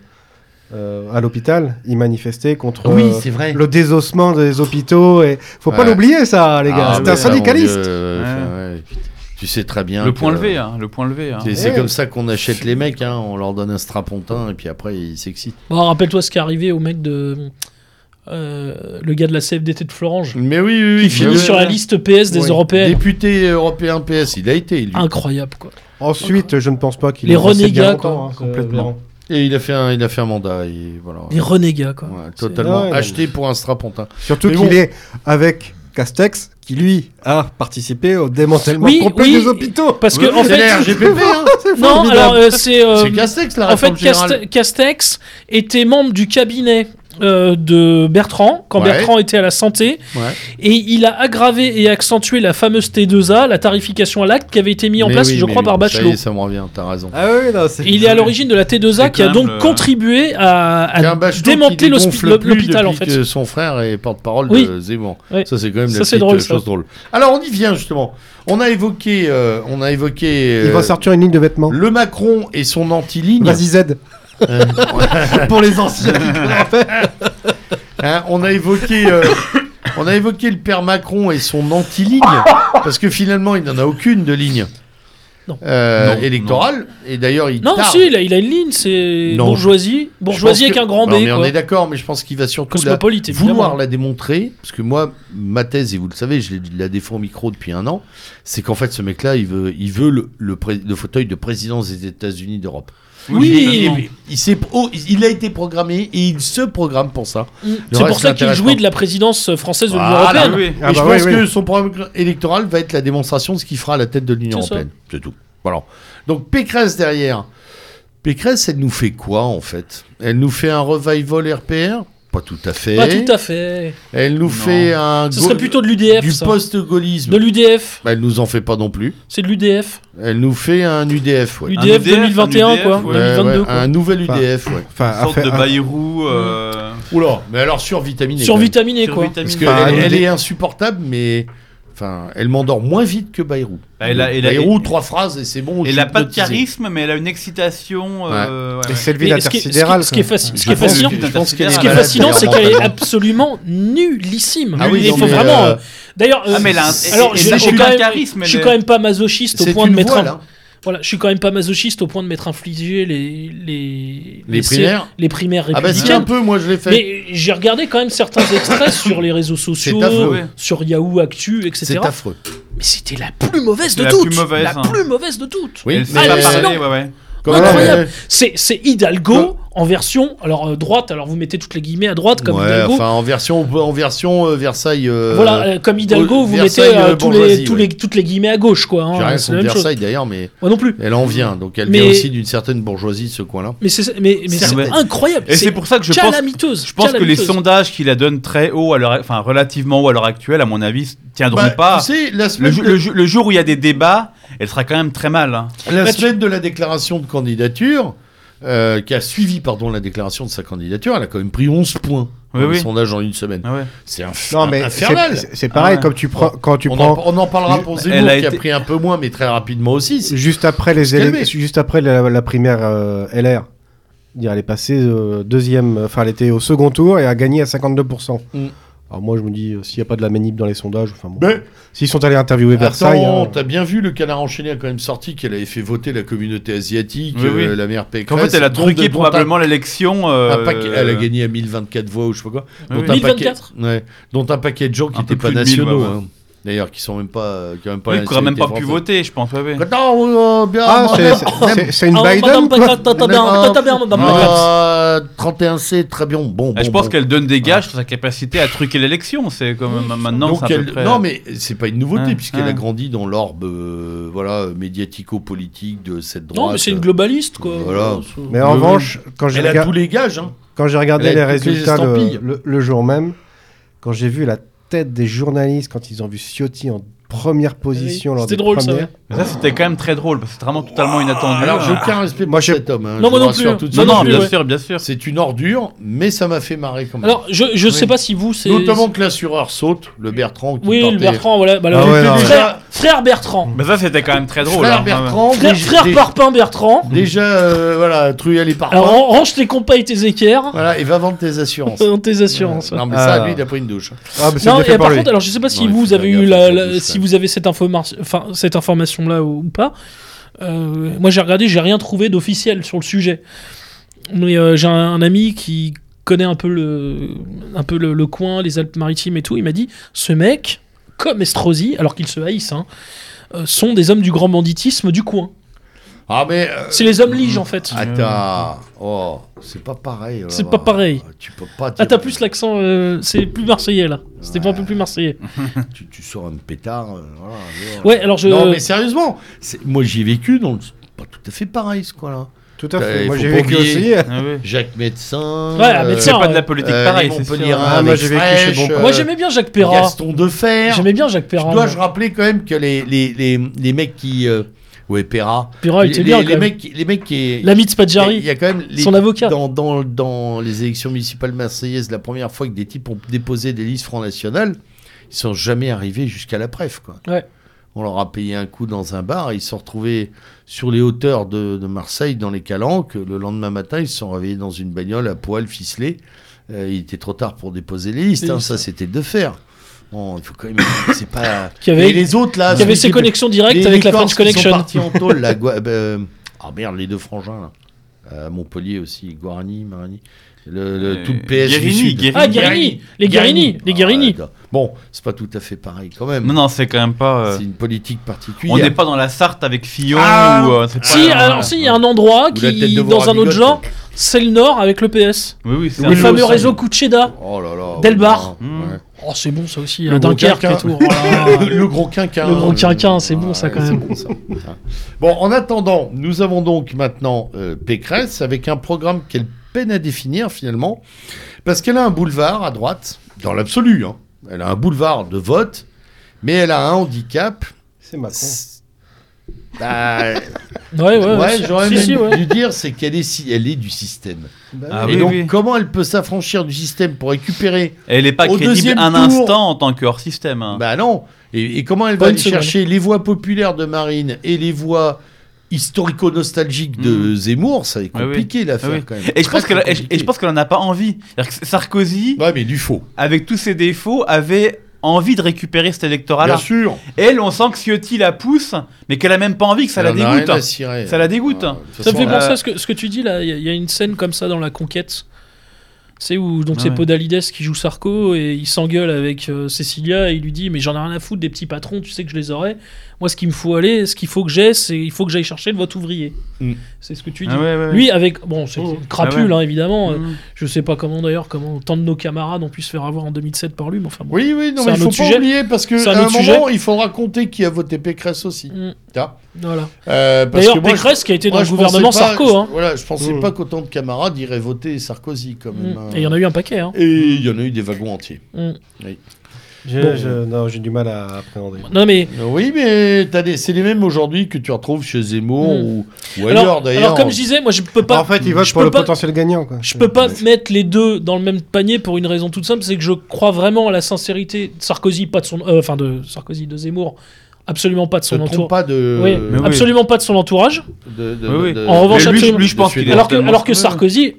[SPEAKER 2] euh, à l'hôpital, il manifestait contre
[SPEAKER 1] Oui,
[SPEAKER 2] euh,
[SPEAKER 1] c'est vrai.
[SPEAKER 2] le désossement des hôpitaux. Et faut pas
[SPEAKER 1] Ouais.
[SPEAKER 2] l'oublier, ça, les gars.
[SPEAKER 1] Ah,
[SPEAKER 2] C'était
[SPEAKER 1] mais
[SPEAKER 2] un
[SPEAKER 1] ça, mon
[SPEAKER 2] syndicaliste.
[SPEAKER 1] Dieu, euh,
[SPEAKER 3] Ouais.
[SPEAKER 1] enfin, ouais, putain, Tu sais très bien.
[SPEAKER 3] Le
[SPEAKER 1] que-
[SPEAKER 3] point levé, hein, le point levé. hein.
[SPEAKER 1] Euh, C'est c'est
[SPEAKER 2] Ouais.
[SPEAKER 1] comme ça qu'on achète les mecs, hein, on leur donne un strapontin et puis après ils s'excitent.
[SPEAKER 4] Bon, rappelle-toi ce qui est arrivé au mec de euh, le gars de la CFDT de Florange.
[SPEAKER 1] Mais oui, oui,
[SPEAKER 4] Il finit sur la liste PS des Européennes.
[SPEAKER 1] Député européen PS, il a été élu.
[SPEAKER 4] Incroyable quoi.
[SPEAKER 2] Ensuite, je ne pense pas qu'il
[SPEAKER 4] Les
[SPEAKER 2] ait passé bien
[SPEAKER 4] renégats,
[SPEAKER 2] longtemps, hein,
[SPEAKER 4] quoi, Euh,
[SPEAKER 2] ce
[SPEAKER 3] complètement.
[SPEAKER 1] Et il a fait un, il a fait un mandat. et voilà.
[SPEAKER 4] Les renégats quoi.
[SPEAKER 1] Ouais, totalement
[SPEAKER 2] Ouais, ouais.
[SPEAKER 1] acheté pour un strapontin.
[SPEAKER 2] Surtout
[SPEAKER 1] Mais
[SPEAKER 2] qu'il
[SPEAKER 1] bon.
[SPEAKER 2] est avec Castex, qui lui a participé au démantèlement
[SPEAKER 4] Oui,
[SPEAKER 2] complet
[SPEAKER 4] oui.
[SPEAKER 2] des hôpitaux.
[SPEAKER 4] Parce que
[SPEAKER 1] Oui,
[SPEAKER 4] en
[SPEAKER 1] c'est
[SPEAKER 4] fait,
[SPEAKER 1] la RGPP, hein.
[SPEAKER 4] non,
[SPEAKER 2] formidable.
[SPEAKER 4] alors euh, c'est euh,
[SPEAKER 1] c'est Castex la
[SPEAKER 4] en fait
[SPEAKER 1] réforme générale.
[SPEAKER 4] Caste- Castex était membre du cabinet euh, de Bertrand quand
[SPEAKER 1] Ouais.
[SPEAKER 4] Bertrand était à la santé
[SPEAKER 1] Ouais.
[SPEAKER 4] et il a aggravé et accentué la fameuse T2A, la tarification à l'acte qui avait été mise en
[SPEAKER 1] Mais
[SPEAKER 4] place,
[SPEAKER 1] oui,
[SPEAKER 4] je
[SPEAKER 1] mais
[SPEAKER 4] crois,
[SPEAKER 1] oui,
[SPEAKER 4] par
[SPEAKER 1] Ça,
[SPEAKER 4] Bachelot.
[SPEAKER 1] y est, ça me revient, t'as raison.
[SPEAKER 2] Ah oui, non, c'est.
[SPEAKER 4] Et il est à l'origine de la T2A
[SPEAKER 3] C'est
[SPEAKER 4] qui a
[SPEAKER 3] quand
[SPEAKER 4] donc
[SPEAKER 3] même le-
[SPEAKER 4] contribué à, à
[SPEAKER 1] C'est un Bachelot qui
[SPEAKER 4] démanteler
[SPEAKER 1] ne
[SPEAKER 4] l'hospi-
[SPEAKER 1] gonfle plus
[SPEAKER 4] l'hôpital en
[SPEAKER 1] depuis
[SPEAKER 4] fait.
[SPEAKER 1] que son frère est porte-parole
[SPEAKER 4] Oui.
[SPEAKER 1] de Zemmour.
[SPEAKER 4] Oui.
[SPEAKER 1] Ça c'est quand même
[SPEAKER 4] Ça,
[SPEAKER 1] la
[SPEAKER 4] c'est
[SPEAKER 1] petite,
[SPEAKER 4] drôle,
[SPEAKER 1] euh,
[SPEAKER 4] ça.
[SPEAKER 1] chose drôle. Alors on y vient justement. On a évoqué, euh, on a évoqué
[SPEAKER 2] Il
[SPEAKER 1] euh,
[SPEAKER 2] va sortir une ligne de vêtements.
[SPEAKER 1] le Macron et son anti-ligne.
[SPEAKER 2] Vas-y Z. Ah
[SPEAKER 1] Euh,
[SPEAKER 2] Pour les anciens.
[SPEAKER 1] hein, on a évoqué, euh, on a évoqué le père Macron et son anti-ligne parce que finalement il n'en a aucune de ligne
[SPEAKER 4] Non.
[SPEAKER 1] euh,
[SPEAKER 3] Non,
[SPEAKER 1] électorale. Et d'ailleurs il
[SPEAKER 4] Non,
[SPEAKER 1] tarde.
[SPEAKER 4] si, il a, il a une ligne, c'est
[SPEAKER 1] Non,
[SPEAKER 4] bourgeoisie, bourgeoisie
[SPEAKER 1] Je pense
[SPEAKER 4] avec
[SPEAKER 1] que-
[SPEAKER 4] un grand B,
[SPEAKER 1] Non, mais on
[SPEAKER 4] quoi.
[SPEAKER 1] est d'accord, mais je pense qu'il va surtout la,
[SPEAKER 4] cosmopolite, évidemment.
[SPEAKER 1] vouloir la démontrer, parce que moi, ma thèse, et vous le savez, je la défends au micro depuis un an, c'est qu'en fait, ce mec-là, il veut, il veut le, le, pré- le fauteuil de président des États-Unis d'Europe.
[SPEAKER 4] Oui,
[SPEAKER 1] il, est- il s'est- oh, il a été programmé et il se programme pour ça.
[SPEAKER 4] Mm.
[SPEAKER 1] Le
[SPEAKER 4] C'est
[SPEAKER 1] reste
[SPEAKER 4] pour ça qu'il
[SPEAKER 1] n'intéresse
[SPEAKER 4] jouit
[SPEAKER 1] pas.
[SPEAKER 4] de la présidence française de l'Union
[SPEAKER 1] Voilà.
[SPEAKER 4] européenne.
[SPEAKER 3] oui.
[SPEAKER 2] Ah
[SPEAKER 1] et je
[SPEAKER 2] bah
[SPEAKER 1] pense
[SPEAKER 2] oui, oui.
[SPEAKER 1] que son programme électoral va être la démonstration de ce qu'il fera à la tête de l'Union
[SPEAKER 4] C'est ça.
[SPEAKER 1] européenne. C'est tout. Voilà. Donc Pécresse derrière. Pécresse, elle nous fait quoi en fait Elle nous fait un revival RPR Pas tout à fait.
[SPEAKER 4] Pas tout à fait.
[SPEAKER 1] Elle nous fait un.
[SPEAKER 4] Ce
[SPEAKER 1] go-
[SPEAKER 4] serait plutôt de l'UDF,
[SPEAKER 1] du
[SPEAKER 4] ça.
[SPEAKER 1] post-gaullisme.
[SPEAKER 4] De l'UDF.
[SPEAKER 1] Bah, Elle nous en fait pas non plus.
[SPEAKER 4] C'est de l'UDF.
[SPEAKER 1] Elle nous fait un UDF, ouais.
[SPEAKER 4] L'UDF
[SPEAKER 3] UDF,
[SPEAKER 4] 2021,
[SPEAKER 3] un
[SPEAKER 4] quoi.
[SPEAKER 3] UDF, ouais.
[SPEAKER 1] Ouais,
[SPEAKER 4] 2022,
[SPEAKER 1] ouais,
[SPEAKER 4] quoi.
[SPEAKER 1] Un nouvel UDF, ouais.
[SPEAKER 2] Enfin,
[SPEAKER 3] Une sorte
[SPEAKER 2] affaire-
[SPEAKER 3] de Bayrou. euh,
[SPEAKER 1] Oula, mais alors survitaminé.
[SPEAKER 4] Survitaminé, quoi.
[SPEAKER 3] survitaminé.
[SPEAKER 1] Parce qu'elle
[SPEAKER 2] Enfin,
[SPEAKER 1] Bah, elle,
[SPEAKER 2] elle
[SPEAKER 1] est insupportable, mais. Enfin, elle m'endort moins vite que Bayrou.
[SPEAKER 3] Bah, elle a- elle a-
[SPEAKER 1] Bayrou, trois phrases et c'est bon. je
[SPEAKER 3] Elle
[SPEAKER 1] suis
[SPEAKER 3] n'a pas de
[SPEAKER 1] hypnotisé.
[SPEAKER 3] charisme, mais elle a une excitation. euh, ouais,
[SPEAKER 2] Et
[SPEAKER 3] ouais.
[SPEAKER 2] c'est le
[SPEAKER 4] Mais
[SPEAKER 2] vide
[SPEAKER 4] ce qui est- ce qui est-
[SPEAKER 2] intersidéral.
[SPEAKER 4] ce qui est
[SPEAKER 2] quoi.
[SPEAKER 4] faci- ce qui est
[SPEAKER 1] Je pense
[SPEAKER 4] fascinant,
[SPEAKER 1] que- je pense qu'elle
[SPEAKER 3] Ce
[SPEAKER 4] ce
[SPEAKER 1] un
[SPEAKER 4] qui est
[SPEAKER 1] malade
[SPEAKER 4] fascinant, c'est qu'elle est
[SPEAKER 1] permanente.
[SPEAKER 4] absolument nullissime.
[SPEAKER 1] Ah oui,
[SPEAKER 4] Il
[SPEAKER 1] non,
[SPEAKER 4] faut
[SPEAKER 1] mais,
[SPEAKER 4] vraiment.
[SPEAKER 1] euh,
[SPEAKER 4] euh, D'ailleurs,
[SPEAKER 3] Ah,
[SPEAKER 4] euh,
[SPEAKER 3] mais elle a un-
[SPEAKER 4] alors
[SPEAKER 3] elle
[SPEAKER 4] je
[SPEAKER 3] a
[SPEAKER 4] je suis
[SPEAKER 3] aucun
[SPEAKER 4] quand même-
[SPEAKER 3] charisme,
[SPEAKER 4] je suis
[SPEAKER 3] elle-
[SPEAKER 4] quand même pas masochiste au
[SPEAKER 1] C'est
[SPEAKER 4] point de
[SPEAKER 1] une
[SPEAKER 4] mettre
[SPEAKER 1] voile,
[SPEAKER 4] un.
[SPEAKER 1] hein.
[SPEAKER 4] Voilà, je suis quand même pas masochiste au point de m'être infligé les les
[SPEAKER 1] Les
[SPEAKER 4] sé-
[SPEAKER 1] primaires
[SPEAKER 4] les primaires
[SPEAKER 1] Ah bah si,
[SPEAKER 4] républicaines.
[SPEAKER 1] un peu, moi je l'ai fait.
[SPEAKER 4] mais j'ai regardé quand même certains extraits sur les réseaux sociaux,
[SPEAKER 1] affreux,
[SPEAKER 3] ouais.
[SPEAKER 4] sur Yahoo Actu, etc.
[SPEAKER 1] C'est affreux.
[SPEAKER 4] Mais c'était la plus mauvaise de
[SPEAKER 3] La
[SPEAKER 4] toutes.
[SPEAKER 3] plus mauvaise,
[SPEAKER 4] la
[SPEAKER 3] hein.
[SPEAKER 4] plus mauvaise de toutes.
[SPEAKER 1] Oui,
[SPEAKER 3] Elle
[SPEAKER 1] mais-
[SPEAKER 3] sait pas
[SPEAKER 4] Hallucinant.
[SPEAKER 3] parler, ouais, ouais.
[SPEAKER 1] Comment-
[SPEAKER 4] Incroyable.
[SPEAKER 1] Ouais,
[SPEAKER 4] C'est c'est Hidalgo en version alors euh, droite. Alors vous mettez toutes les guillemets à droite comme Hidalgo.
[SPEAKER 1] enfin, en version, en version euh, Versailles. euh,
[SPEAKER 4] voilà, euh, comme Hidalgo,
[SPEAKER 1] au-
[SPEAKER 4] vous mettez
[SPEAKER 1] Versailles,
[SPEAKER 4] euh,
[SPEAKER 1] euh,
[SPEAKER 4] tous les,
[SPEAKER 1] bourgeoisie,
[SPEAKER 4] tous
[SPEAKER 1] ouais.
[SPEAKER 4] les, toutes les guillemets à gauche, quoi. hein,
[SPEAKER 1] J'ai rien
[SPEAKER 4] c'est la
[SPEAKER 1] contre
[SPEAKER 4] même chose.
[SPEAKER 1] Versailles d'ailleurs, mais
[SPEAKER 4] Moi non plus.
[SPEAKER 1] elle en vient. Donc elle
[SPEAKER 4] Mais-
[SPEAKER 1] vient aussi d'une certaine bourgeoisie de ce coin-là.
[SPEAKER 4] Mais c'est mais, mais c'est
[SPEAKER 3] Certaines.
[SPEAKER 4] incroyable.
[SPEAKER 3] Et c'est pour ça que je pense
[SPEAKER 4] calamiteuse.
[SPEAKER 3] Je pense que les
[SPEAKER 4] calamiteuse.
[SPEAKER 3] sondages qui la donnent très haut, à l'heure- enfin relativement haut à l'heure actuelle, à mon avis, tiendront
[SPEAKER 1] Bah,
[SPEAKER 3] pas.
[SPEAKER 1] Tu sais, la
[SPEAKER 3] le,
[SPEAKER 1] semaine,
[SPEAKER 3] ju- le ju- le jour où il y a des débats, elle sera quand même très mal. hein.
[SPEAKER 1] la
[SPEAKER 4] Bah, tu-
[SPEAKER 1] semaine de la déclaration de candidature, euh, qui a suivi pardon, la déclaration de sa candidature, elle a quand même pris 11 points
[SPEAKER 3] Oui,
[SPEAKER 1] dans le
[SPEAKER 3] oui.
[SPEAKER 1] sondage en une semaine.
[SPEAKER 3] Ah ouais.
[SPEAKER 1] C'est inf-
[SPEAKER 2] Non, mais c'est-
[SPEAKER 1] infernal.
[SPEAKER 2] c'est c'est pareil,
[SPEAKER 3] Ah ouais.
[SPEAKER 2] comme tu prends, quand tu
[SPEAKER 1] on,
[SPEAKER 2] prends
[SPEAKER 1] en, on en parlera pour Zemmour
[SPEAKER 3] Elle a
[SPEAKER 1] qui a
[SPEAKER 3] été-
[SPEAKER 1] pris un peu moins, mais très rapidement aussi. C'est-
[SPEAKER 2] juste après les
[SPEAKER 1] Se calmer.
[SPEAKER 2] éle- juste après la, la primaire euh, LR. Dire, elle est passée euh, deuxième, enfin elle était au second tour et a gagné à 52%.
[SPEAKER 1] Mm.
[SPEAKER 2] Alors moi je me dis, euh, s'il n'y a pas de la manip dans les sondages, enfin bon.
[SPEAKER 1] Mais-
[SPEAKER 2] S'ils sont allés interviewer Versailles.
[SPEAKER 1] Attends,
[SPEAKER 2] hein,
[SPEAKER 1] t'as bien vu, le canard enchaîné a quand même sorti qu'elle avait fait voter la communauté asiatique,
[SPEAKER 3] Oui, oui.
[SPEAKER 1] euh, la mère
[SPEAKER 3] En
[SPEAKER 1] Pécresse.
[SPEAKER 3] fait, elle a
[SPEAKER 1] dont- dont
[SPEAKER 3] truqué
[SPEAKER 1] un-
[SPEAKER 3] probablement l'élection. euh,
[SPEAKER 1] un paquet- Elle a gagné à 1024 voix ou je sais pas quoi.
[SPEAKER 3] Oui,
[SPEAKER 1] Dont
[SPEAKER 3] oui.
[SPEAKER 1] un
[SPEAKER 4] 1024?
[SPEAKER 1] paquet, ouais, Dont un paquet de gens qui
[SPEAKER 3] Un peu
[SPEAKER 1] n'étaient pas
[SPEAKER 3] plus de 1000,
[SPEAKER 1] nationaux.
[SPEAKER 3] ouais, ouais.
[SPEAKER 1] hein. D'ailleurs, qui sont même pas. euh, qui ont même pas
[SPEAKER 3] Oui,
[SPEAKER 1] la
[SPEAKER 3] qui aurait même pas pu
[SPEAKER 1] nationalité
[SPEAKER 3] voter, je pense. ouais, ouais.
[SPEAKER 1] française. Attends, euh, bien,
[SPEAKER 2] Ah, c'est- Ah,
[SPEAKER 1] madame-
[SPEAKER 2] c'est- c'est- c'est une
[SPEAKER 4] Ah, madame
[SPEAKER 2] Biden quoi
[SPEAKER 4] Patate, tata bien,
[SPEAKER 1] Madame-
[SPEAKER 4] tata bien, madame
[SPEAKER 3] Madame-
[SPEAKER 4] Patate.
[SPEAKER 1] Euh, 31C, très bien. Bon,
[SPEAKER 3] Ah, je
[SPEAKER 1] bon,
[SPEAKER 3] pense
[SPEAKER 1] bon.
[SPEAKER 3] qu'elle donne des gages sur sa capacité à truquer l'élection. C'est comme maintenant,
[SPEAKER 1] Donc
[SPEAKER 3] c'est à peu
[SPEAKER 1] elle-
[SPEAKER 3] près. euh,
[SPEAKER 1] Non, mais c'est pas une nouveauté,
[SPEAKER 3] Ouais,
[SPEAKER 1] puisqu'elle
[SPEAKER 3] ouais.
[SPEAKER 1] a grandi dans l'orbe euh, voilà, médiatico-politique de cette droite.
[SPEAKER 4] Non, mais c'est une globaliste, quoi.
[SPEAKER 1] Voilà.
[SPEAKER 4] C'est-
[SPEAKER 2] Mais en
[SPEAKER 1] Oui, oui.
[SPEAKER 2] revanche, quand j'ai
[SPEAKER 1] Elle a
[SPEAKER 2] regardé
[SPEAKER 1] tous les gages. Hein.
[SPEAKER 2] Quand j'ai regardé
[SPEAKER 1] Elle
[SPEAKER 2] les
[SPEAKER 1] a toutes les
[SPEAKER 2] résultats le,
[SPEAKER 1] estampilles.
[SPEAKER 2] le- le jour même, quand j'ai vu la tête des journalistes quand ils ont vu Ciotti en première position
[SPEAKER 4] oui,
[SPEAKER 2] lors
[SPEAKER 4] c'était
[SPEAKER 2] des
[SPEAKER 4] drôle, ça,
[SPEAKER 2] premières.
[SPEAKER 3] Mais Ça, c'était quand même très drôle parce que c'est vraiment totalement inattendu.
[SPEAKER 1] Alors, j'ai aucun respect
[SPEAKER 2] Moi,
[SPEAKER 1] pour
[SPEAKER 2] je-
[SPEAKER 1] cet homme. hein,
[SPEAKER 4] Non,
[SPEAKER 1] je
[SPEAKER 4] moi
[SPEAKER 1] vous
[SPEAKER 4] non
[SPEAKER 1] rassure
[SPEAKER 4] plus, hein.
[SPEAKER 1] tout de
[SPEAKER 3] Non,
[SPEAKER 1] suite.
[SPEAKER 3] non,
[SPEAKER 4] plus,
[SPEAKER 3] bien
[SPEAKER 4] ouais.
[SPEAKER 3] sûr, bien sûr.
[SPEAKER 1] C'est une ordure, mais ça m'a fait marrer quand même.
[SPEAKER 4] Alors, je, je sais
[SPEAKER 3] Oui.
[SPEAKER 4] pas si vous, c'est.
[SPEAKER 1] Notamment que l'assureur saute, le Bertrand qui
[SPEAKER 4] Oui,
[SPEAKER 1] tentait-
[SPEAKER 4] le Bertrand, voilà. bah,
[SPEAKER 2] Ah
[SPEAKER 4] le-
[SPEAKER 2] ouais, non, mais-
[SPEAKER 4] frère, frère Bertrand.
[SPEAKER 3] Mais ça, c'était quand même très drôle.
[SPEAKER 1] Frère
[SPEAKER 3] hein.
[SPEAKER 1] Bertrand,
[SPEAKER 4] Frère,
[SPEAKER 1] déjà-
[SPEAKER 4] frère
[SPEAKER 1] dé-
[SPEAKER 4] Parpin Bertrand.
[SPEAKER 1] déjà euh, voilà, Truel et Parpin.
[SPEAKER 4] Ah, Alors, ran- range tes compas et tes équerres.
[SPEAKER 1] Voilà, et va vendre tes assurances.
[SPEAKER 4] dans tes assurances.
[SPEAKER 1] non, mais ça,
[SPEAKER 2] Ah.
[SPEAKER 1] lui, il a pris une douche.
[SPEAKER 2] Ah, mais c'est
[SPEAKER 4] Non,
[SPEAKER 2] bien fait
[SPEAKER 4] et
[SPEAKER 2] pour
[SPEAKER 4] par
[SPEAKER 2] lui.
[SPEAKER 4] contre, alors je sais pas si
[SPEAKER 1] Non, il faut
[SPEAKER 4] vous
[SPEAKER 1] faire
[SPEAKER 4] avez eu
[SPEAKER 1] gaffe
[SPEAKER 4] la,
[SPEAKER 1] à sa
[SPEAKER 4] la-
[SPEAKER 1] bouche,
[SPEAKER 4] si
[SPEAKER 1] ouais.
[SPEAKER 4] vous avez cette info enfin cette information là ou, ou pas. Euh, moi j'ai regardé, j'ai rien trouvé d'officiel sur le sujet. Mais euh, j'ai un, un ami qui connaît un peu le un peu le, le coin, les Alpes-Maritimes et tout, il m'a dit ce mec comme Estrosi, alors qu'ils se haïssent, hein, euh, sont des hommes du grand banditisme du coin.
[SPEAKER 1] Ah, mais. euh,
[SPEAKER 4] C'est les hommes liges en fait.
[SPEAKER 1] Ah, Attends. Oh, c'est pas pareil.
[SPEAKER 4] C'est
[SPEAKER 1] là-bas.
[SPEAKER 4] pas pareil.
[SPEAKER 1] Tu peux pas.
[SPEAKER 4] Ah
[SPEAKER 1] dire-
[SPEAKER 4] t'as plus l'accent, euh, c'est plus marseillais là. C'était pas un peu plus marseillais.
[SPEAKER 1] Tu, tu sors un pétard. euh, voilà, voilà.
[SPEAKER 4] Hein. Ouais, alors je.
[SPEAKER 1] Non, mais sérieusement, c'est- moi j'y ai vécu, donc c'est pas tout à fait pareil ce coin-là.
[SPEAKER 2] Tout
[SPEAKER 1] Euh,
[SPEAKER 2] à fait.
[SPEAKER 1] il
[SPEAKER 2] Moi
[SPEAKER 1] faut
[SPEAKER 2] j'ai
[SPEAKER 1] pas
[SPEAKER 2] vécu aussi.
[SPEAKER 1] oublier.
[SPEAKER 3] Ah oui.
[SPEAKER 1] Jacques Médecin.
[SPEAKER 4] Ouais, un
[SPEAKER 1] euh,
[SPEAKER 3] C'est
[SPEAKER 4] médecin.
[SPEAKER 3] pas de la politique
[SPEAKER 1] euh,
[SPEAKER 3] pareil,
[SPEAKER 1] les
[SPEAKER 3] c'est sûr.
[SPEAKER 1] Montpelliérains
[SPEAKER 2] Ah, moi,
[SPEAKER 1] avec
[SPEAKER 2] j'ai vécu chez
[SPEAKER 1] Fresh,
[SPEAKER 2] Bon-
[SPEAKER 4] Moi
[SPEAKER 1] euh,
[SPEAKER 4] j'aimais bien Jacques Perra.
[SPEAKER 1] Gaston Defer.
[SPEAKER 4] J'aimais bien Jacques
[SPEAKER 1] Je
[SPEAKER 4] Perrin.
[SPEAKER 1] dois
[SPEAKER 4] moi.
[SPEAKER 1] je rappeler quand même que les, les, les, les mecs qui. euh, ouais, Perra.
[SPEAKER 4] Perra
[SPEAKER 1] les,
[SPEAKER 4] était bien,
[SPEAKER 1] les-
[SPEAKER 4] quand
[SPEAKER 1] les
[SPEAKER 4] même.
[SPEAKER 1] mecs, qui- les mecs qui.
[SPEAKER 4] L'ami
[SPEAKER 1] il y
[SPEAKER 4] de
[SPEAKER 1] a-
[SPEAKER 4] Spadjari.
[SPEAKER 1] il y a quand même les-
[SPEAKER 4] Son avocat.
[SPEAKER 1] Dans, dans, dans les élections municipales marseillaises, la première fois que des types ont déposé des listes Front National, ils sont jamais arrivés jusqu'à la préf. Quoi.
[SPEAKER 4] Ouais.
[SPEAKER 1] On leur a payé un coup dans un bar, et ils se sont retrouvés sur les hauteurs de, de Marseille, dans les calanques. Le lendemain matin, ils se sont réveillés dans une bagnole à poil ficelée. Euh, il était trop tard pour déposer les listes,
[SPEAKER 4] Les
[SPEAKER 1] hein,
[SPEAKER 4] listes.
[SPEAKER 1] ça c'était de faire. Bon, il faut quand même. C'est pas.
[SPEAKER 4] Qui avait-
[SPEAKER 1] Et les autres là.
[SPEAKER 4] Il y avait
[SPEAKER 1] ceux
[SPEAKER 4] ses
[SPEAKER 1] qui-
[SPEAKER 4] connexions directes
[SPEAKER 1] les
[SPEAKER 4] avec la
[SPEAKER 1] Corses
[SPEAKER 4] French
[SPEAKER 1] qui sont
[SPEAKER 4] Connection.
[SPEAKER 1] partis en tôle, là. Gua- euh, ah merde, les deux frangins, là. Euh, Montpellier aussi, Guarani, Marani. Le, le-
[SPEAKER 3] Euh,
[SPEAKER 1] tout le PS du
[SPEAKER 3] Guérini,
[SPEAKER 1] Sud.
[SPEAKER 3] Guérini.
[SPEAKER 4] Ah, Guérini Les Guérini
[SPEAKER 1] Ah,
[SPEAKER 4] Les Guérini
[SPEAKER 1] d'accord. bon, c'est pas tout à fait pareil quand même.
[SPEAKER 3] Non, non, c'est quand même pas. euh,
[SPEAKER 1] C'est une politique particulière.
[SPEAKER 3] On n'est pas dans la Sarthe avec Fillon
[SPEAKER 1] Ah,
[SPEAKER 3] ou. euh, c'est pas-
[SPEAKER 4] Si,
[SPEAKER 3] euh,
[SPEAKER 4] alors si, il y a un endroit
[SPEAKER 1] Ou la tête
[SPEAKER 4] qui,
[SPEAKER 1] de
[SPEAKER 4] dans un autre
[SPEAKER 1] Vorabigote.
[SPEAKER 4] genre, c'est le Nord avec le PS.
[SPEAKER 3] Oui, oui, c'est
[SPEAKER 4] Le
[SPEAKER 3] un-
[SPEAKER 4] fameux
[SPEAKER 1] aussi.
[SPEAKER 4] réseau Kucheda.
[SPEAKER 1] Oh là là.
[SPEAKER 4] Delbar.
[SPEAKER 3] Hmm.
[SPEAKER 1] ouais, non, ouais.
[SPEAKER 4] Oh, c'est bon ça aussi,
[SPEAKER 1] Le
[SPEAKER 4] à
[SPEAKER 1] gros
[SPEAKER 4] Dunkerque
[SPEAKER 1] quinquin.
[SPEAKER 4] et tout. Oh là là.
[SPEAKER 1] Le gros quinquin.
[SPEAKER 4] Le gros quinquin, c'est bon,
[SPEAKER 1] Ouais,
[SPEAKER 4] ça, quand
[SPEAKER 1] c'est
[SPEAKER 4] même.
[SPEAKER 1] bon, ça. Ouais. Bon, en attendant, nous avons donc maintenant euh, Pécresse avec un programme qu'elle peine à définir finalement, parce qu'elle a un boulevard à droite, dans l'absolu. hein. Elle a un boulevard de vote, mais elle a un handicap.
[SPEAKER 4] Ah,
[SPEAKER 2] C'est Macron.
[SPEAKER 1] C'est- Bah,
[SPEAKER 4] Ouais, ouais,
[SPEAKER 1] ouais,
[SPEAKER 4] ouais.
[SPEAKER 1] j'aurais
[SPEAKER 4] Si,
[SPEAKER 1] même
[SPEAKER 4] si, ouais.
[SPEAKER 1] dû dire, c'est qu'elle est, si- elle est du système.
[SPEAKER 4] Bah
[SPEAKER 3] Ah
[SPEAKER 1] Et
[SPEAKER 3] oui,
[SPEAKER 1] donc,
[SPEAKER 3] oui.
[SPEAKER 1] comment elle peut s'affranchir du système pour récupérer
[SPEAKER 3] Elle est pas
[SPEAKER 1] Au
[SPEAKER 3] crédible
[SPEAKER 1] deuxième
[SPEAKER 3] un
[SPEAKER 1] tour-
[SPEAKER 3] instant en tant que hors système. hein.
[SPEAKER 1] Bah non. Et, et comment elle
[SPEAKER 4] Pas
[SPEAKER 1] va
[SPEAKER 4] une
[SPEAKER 1] aller
[SPEAKER 4] seconde.
[SPEAKER 1] chercher les voix populaires de Marine et les voix historico-nostalgiques de Zemmour Ça est
[SPEAKER 3] Ah oui.
[SPEAKER 1] compliqué l'affaire
[SPEAKER 3] Ah oui.
[SPEAKER 1] quand même.
[SPEAKER 3] et je pense
[SPEAKER 1] Très,
[SPEAKER 3] qu'elle,
[SPEAKER 1] très
[SPEAKER 3] et je- et je
[SPEAKER 1] compliqué. Bah.
[SPEAKER 3] pense qu'elle en a pas envie. C'est-à-dire que Sarkozy,
[SPEAKER 1] Ouais, mais du faux.
[SPEAKER 3] avec tous ses défauts, avait envie de récupérer cet électorat-là.
[SPEAKER 1] Bien sûr.
[SPEAKER 3] Elle, on sent que Ciotti la pousse, mais qu'elle a même pas envie que ça
[SPEAKER 1] Elle
[SPEAKER 3] la
[SPEAKER 1] en a rien
[SPEAKER 3] dégoûte. hein.
[SPEAKER 1] à cirer.
[SPEAKER 3] Ça la dégoûte.
[SPEAKER 1] Ah, de toute
[SPEAKER 4] Ça me fait
[SPEAKER 1] façon,
[SPEAKER 3] bon-
[SPEAKER 4] penser
[SPEAKER 3] euh,
[SPEAKER 4] à ce que, ce que tu dis là. Il y a- il y, a une scène comme ça dans La Conquête. C'est où donc
[SPEAKER 3] Ah
[SPEAKER 4] c'est
[SPEAKER 3] ouais.
[SPEAKER 4] Podalides qui joue Sarko et il s'engueule avec euh, Cecilia et il lui dit mais j'en ai rien à foutre des petits patrons tu sais que je les aurais moi ce qu'il me faut aller ce qu'il faut que j'ai c'est il faut que j'aille chercher le vote ouvrier
[SPEAKER 1] Mm.
[SPEAKER 4] c'est ce que tu dis
[SPEAKER 3] Ah ouais, ouais, ouais.
[SPEAKER 4] lui avec bon c'est
[SPEAKER 2] Oh.
[SPEAKER 4] une crapule
[SPEAKER 3] Ah
[SPEAKER 4] hein, évidemment euh,
[SPEAKER 3] Mmh.
[SPEAKER 4] je sais pas comment d'ailleurs comment tant de nos camarades ont pu se faire avoir en 2007 par lui mais enfin bon.
[SPEAKER 1] euh, Oui, oui, non, mais
[SPEAKER 4] C'est un
[SPEAKER 1] il faut pas
[SPEAKER 4] autre sujet.
[SPEAKER 1] oublier parce que
[SPEAKER 4] C'est un
[SPEAKER 1] à un moment,
[SPEAKER 4] autre sujet.
[SPEAKER 1] il faudra compter qui a voté Pécresse aussi.
[SPEAKER 4] Mm.
[SPEAKER 1] Tiens.
[SPEAKER 4] Voilà.
[SPEAKER 1] Euh, parce
[SPEAKER 4] D'ailleurs,
[SPEAKER 1] que moi, je-
[SPEAKER 4] Pécresse qui a été dans
[SPEAKER 1] moi,
[SPEAKER 4] le
[SPEAKER 1] je pensais
[SPEAKER 4] gouvernement
[SPEAKER 1] pas-
[SPEAKER 4] Sarko. hein.
[SPEAKER 1] je- Voilà, je pensais
[SPEAKER 2] Mm.
[SPEAKER 1] pas qu'autant de camarades iraient voter Sarkozy quand même. hein.
[SPEAKER 4] Mmh. Et il y en a eu un paquet. Hein.
[SPEAKER 1] Et il y en a eu des wagons entiers.
[SPEAKER 4] Mm.
[SPEAKER 2] J'ai
[SPEAKER 4] Bon.
[SPEAKER 2] je- non, j'ai du mal à appréhender.
[SPEAKER 4] Non mais
[SPEAKER 1] Oui, mais t'as des- c'est les mêmes aujourd'hui que tu retrouves chez Zemmour
[SPEAKER 4] Mm.
[SPEAKER 1] ou, ou
[SPEAKER 4] alors,
[SPEAKER 1] ailleurs d'ailleurs.
[SPEAKER 4] alors, comme je disais, moi je peux pas.
[SPEAKER 2] en fait, ils votent
[SPEAKER 4] je
[SPEAKER 2] pour
[SPEAKER 4] peux
[SPEAKER 2] le
[SPEAKER 4] pas-
[SPEAKER 2] potentiel gagnant. Quoi.
[SPEAKER 4] Je peux pas mettre les deux dans le même panier pour une raison toute simple, c'est que je crois vraiment à la sincérité de Sarkozy, pas de son, euh, enfin de Sarkozy, de Zemmour, absolument pas de
[SPEAKER 1] te
[SPEAKER 4] son
[SPEAKER 1] trompe
[SPEAKER 4] entourage.
[SPEAKER 1] pas euh, de.
[SPEAKER 4] Oui,
[SPEAKER 3] Mais oui.
[SPEAKER 4] absolument pas de son entourage.
[SPEAKER 1] de- de-
[SPEAKER 3] Oui, oui.
[SPEAKER 1] de-
[SPEAKER 4] En revanche,
[SPEAKER 1] Mais lui,
[SPEAKER 4] absolument.
[SPEAKER 1] lui, je pense qu'il est
[SPEAKER 4] alors que,
[SPEAKER 3] totalement
[SPEAKER 4] alors que
[SPEAKER 3] ce que-
[SPEAKER 4] Sarkozy,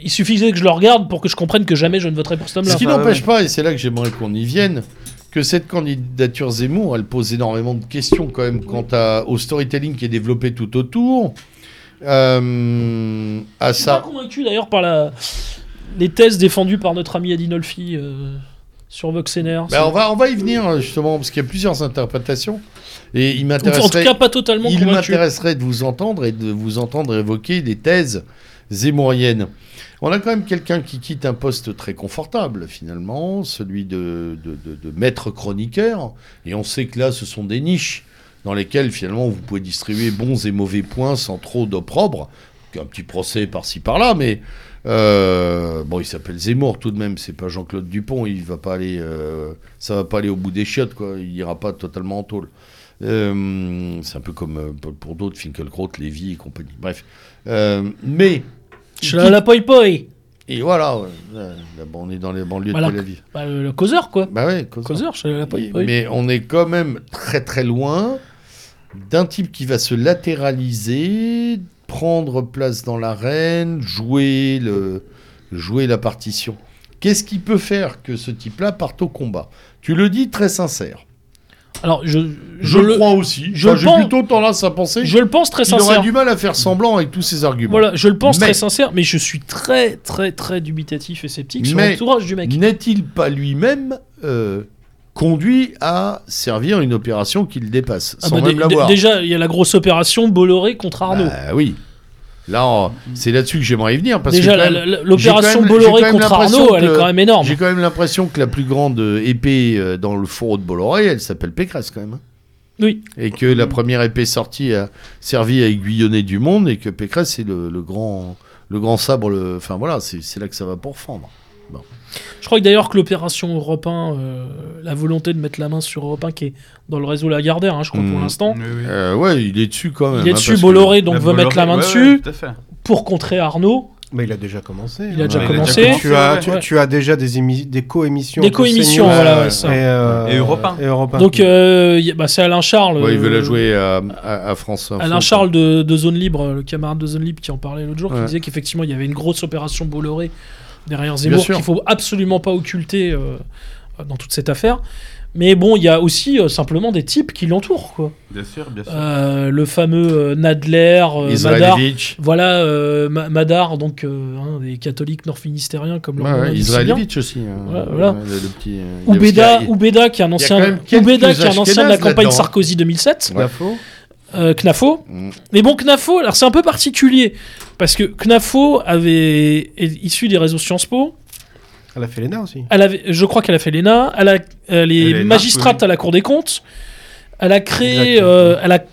[SPEAKER 4] il suffisait que je le regarde pour que je comprenne que jamais je ne voterai pour cet homme-là.
[SPEAKER 1] Ce qui
[SPEAKER 3] Enfin,
[SPEAKER 1] n'empêche pas, et c'est là que j'aimerais qu'on y vienne, que cette candidature Zemmour, elle pose énormément de questions quand même quant à- au storytelling qui est développé tout autour. Euh, à
[SPEAKER 4] Je suis pas
[SPEAKER 1] ça.
[SPEAKER 4] convaincu d'ailleurs par la... les thèses défendues par notre ami Adinolfi euh, sur Voxener.
[SPEAKER 1] Bah, on, va, on va y venir justement, parce qu'il y a plusieurs interprétations. Et il
[SPEAKER 4] en tout
[SPEAKER 1] m'intéresserait.
[SPEAKER 4] cas, pas totalement
[SPEAKER 1] Il
[SPEAKER 4] convaincu.
[SPEAKER 1] m'intéresserait de vous entendre et de vous entendre évoquer des thèses zémouriennes. On a quand même quelqu'un qui quitte un poste très confortable, finalement, celui de, de- de- de maître chroniqueur. Et on sait que là, ce sont des niches dans lesquelles, finalement, vous pouvez distribuer bons et mauvais points sans trop d'opprobre. Un petit procès par-ci par-là, mais euh, bon, il s'appelle Zemmour tout de même. C'est pas Jean-Claude Dupont. Il va pas aller, euh, ça va pas aller au bout des chiottes, quoi. Il ira pas totalement en tôle. Euh, c'est un peu comme euh, pour- pour d'autres, Finkelkraut, Lévy et compagnie. Bref. Euh, mais,
[SPEAKER 4] Chlalapoi-poi.
[SPEAKER 1] et voilà, ouais, là, là, bon, on est dans les banlieues
[SPEAKER 4] Voilà.
[SPEAKER 1] de Tel Aviv.
[SPEAKER 4] Bah, le, le causeur, quoi.
[SPEAKER 1] Bah ouais, cause-
[SPEAKER 4] Causeur,
[SPEAKER 1] Oui,
[SPEAKER 4] Chlalapoi-poi.
[SPEAKER 1] Mais on est quand même très très loin d'un type qui va se latéraliser, prendre place dans l'arène, jouer, le, jouer la partition. Qu'est-ce qui peut faire que ce type-là parte au combat Tu le dis très sincère.
[SPEAKER 4] Alors, je, je,
[SPEAKER 1] Je,
[SPEAKER 4] le,
[SPEAKER 1] crois aussi.
[SPEAKER 4] je
[SPEAKER 1] Enfin,
[SPEAKER 4] le
[SPEAKER 1] J'ai
[SPEAKER 4] pense-
[SPEAKER 1] plutôt tendance à penser
[SPEAKER 4] je le pense très
[SPEAKER 1] Il aurait
[SPEAKER 4] sincère.
[SPEAKER 1] du mal à faire semblant avec tous ses arguments.
[SPEAKER 4] Voilà, je le pense
[SPEAKER 1] Mais-
[SPEAKER 4] très sincère, mais je suis très, très, très dubitatif et sceptique sur
[SPEAKER 1] Mais-
[SPEAKER 4] l'entourage du mec.
[SPEAKER 1] N'est-il pas lui-même euh, conduit à servir une opération qui le dépasse
[SPEAKER 4] Ah
[SPEAKER 1] sans
[SPEAKER 4] bah,
[SPEAKER 1] même
[SPEAKER 4] dé-
[SPEAKER 1] l'avoir
[SPEAKER 4] dé- déjà, il y a la grosse opération Bolloré contre Arnaud.
[SPEAKER 1] Bah oui. Là, on- c'est là-dessus que j'aimerais y venir parce
[SPEAKER 4] déjà,
[SPEAKER 1] que quand
[SPEAKER 4] la-
[SPEAKER 1] même,
[SPEAKER 4] la-
[SPEAKER 1] j'ai
[SPEAKER 4] l'opération
[SPEAKER 1] quand même- j'ai
[SPEAKER 4] Bolloré
[SPEAKER 1] quand même
[SPEAKER 4] contre
[SPEAKER 1] l'impression
[SPEAKER 4] Arnaud, elle
[SPEAKER 1] que-
[SPEAKER 4] est quand même énorme.
[SPEAKER 1] j'ai quand même l'impression que la plus grande euh, épée euh, dans le fourreau de Bolloré, elle s'appelle Pécresse quand même. hein.
[SPEAKER 4] Oui.
[SPEAKER 1] Et que la première épée sortie a servi à aiguillonner du monde et que Pécresse c'est le, le grand le grand sabre. le- Enfin voilà, c'est c'est là que ça va pourfendre.
[SPEAKER 4] Je crois que d'ailleurs que l'opération Europe 1, euh, la volonté de mettre la main sur Europe 1, qui est dans le réseau Lagardère, hein, je crois, pour
[SPEAKER 1] Mm.
[SPEAKER 4] l'instant,
[SPEAKER 1] Euh, ouais, il est dessus quand même.
[SPEAKER 4] il est
[SPEAKER 1] hein,
[SPEAKER 4] dessus,
[SPEAKER 1] parce que-
[SPEAKER 4] Bolloré, donc veut mettre la main
[SPEAKER 3] Ouais,
[SPEAKER 4] dessus
[SPEAKER 3] ouais, tout à fait.
[SPEAKER 4] pour contrer Arnaud.
[SPEAKER 2] Mais il a déjà commencé. hein.
[SPEAKER 4] Il a déjà
[SPEAKER 3] il a
[SPEAKER 4] commencé.
[SPEAKER 3] déjà commencé.
[SPEAKER 2] tu, as,
[SPEAKER 3] ouais.
[SPEAKER 2] tu, tu as déjà des, émi- des co-émissions.
[SPEAKER 4] Des
[SPEAKER 2] entre
[SPEAKER 4] co-émissions,
[SPEAKER 2] CNews
[SPEAKER 4] voilà,
[SPEAKER 1] ouais,
[SPEAKER 4] ouais,
[SPEAKER 2] Et,
[SPEAKER 4] ça.
[SPEAKER 2] euh,
[SPEAKER 3] Et Europe un.
[SPEAKER 2] et Europe un.
[SPEAKER 4] Donc, euh, y a- bah, c'est Alain Charles.
[SPEAKER 1] Ouais, il veut
[SPEAKER 4] euh,
[SPEAKER 1] la jouer à, à, à France. Info.
[SPEAKER 4] Alain Charles de, de Zone Libre, euh, le camarade de Zone Libre qui en parlait l'autre jour,
[SPEAKER 1] Ouais.
[SPEAKER 4] qui disait qu'effectivement il y avait une grosse opération Bolloré derrière
[SPEAKER 1] Bien
[SPEAKER 4] Zemmour
[SPEAKER 1] sûr.
[SPEAKER 4] qu'il faut absolument pas occulter euh, dans toute cette affaire. Mais bon, il y a aussi euh, simplement des types qui l'entourent, quoi.
[SPEAKER 3] Bien sûr, bien sûr.
[SPEAKER 4] Euh, le fameux euh, Nadler, euh, Madar.
[SPEAKER 1] Israelevich.
[SPEAKER 4] Voilà, euh, Ma- Madar, donc euh, un des catholiques nord-finistériens comme
[SPEAKER 1] Ouais, ouais,
[SPEAKER 4] leur nom indique si bien.
[SPEAKER 1] Israelevich aussi. hein.
[SPEAKER 4] Voilà, voilà.
[SPEAKER 1] Ouais, le- le petit, euh, il y a-
[SPEAKER 4] Oubeda,
[SPEAKER 1] il y a-
[SPEAKER 4] Oubeda, qui est
[SPEAKER 1] y
[SPEAKER 4] un
[SPEAKER 1] a quand
[SPEAKER 4] ancien,
[SPEAKER 1] même quelques
[SPEAKER 4] Oubeda, qui est un ancien de la
[SPEAKER 1] Ashkénazes
[SPEAKER 4] campagne
[SPEAKER 1] là-dedans. hein.
[SPEAKER 4] Sarkozy 2007,
[SPEAKER 1] Ouais.
[SPEAKER 2] Lafo.
[SPEAKER 4] euh, Knafo.
[SPEAKER 1] Mm.
[SPEAKER 4] Mais bon, Knafo, alors c'est un peu particulier, parce que Knafo avait est issue des réseaux Sciences Po.
[SPEAKER 2] Elle a fait l'ENA aussi.
[SPEAKER 4] Elle avait, je crois qu'elle a fait l'ENA. Elle, a- elle est
[SPEAKER 3] Elle est
[SPEAKER 4] magistrate
[SPEAKER 3] narco,
[SPEAKER 4] à la Cour des comptes. Elle a créé,
[SPEAKER 2] Exactement.
[SPEAKER 4] euh, elle a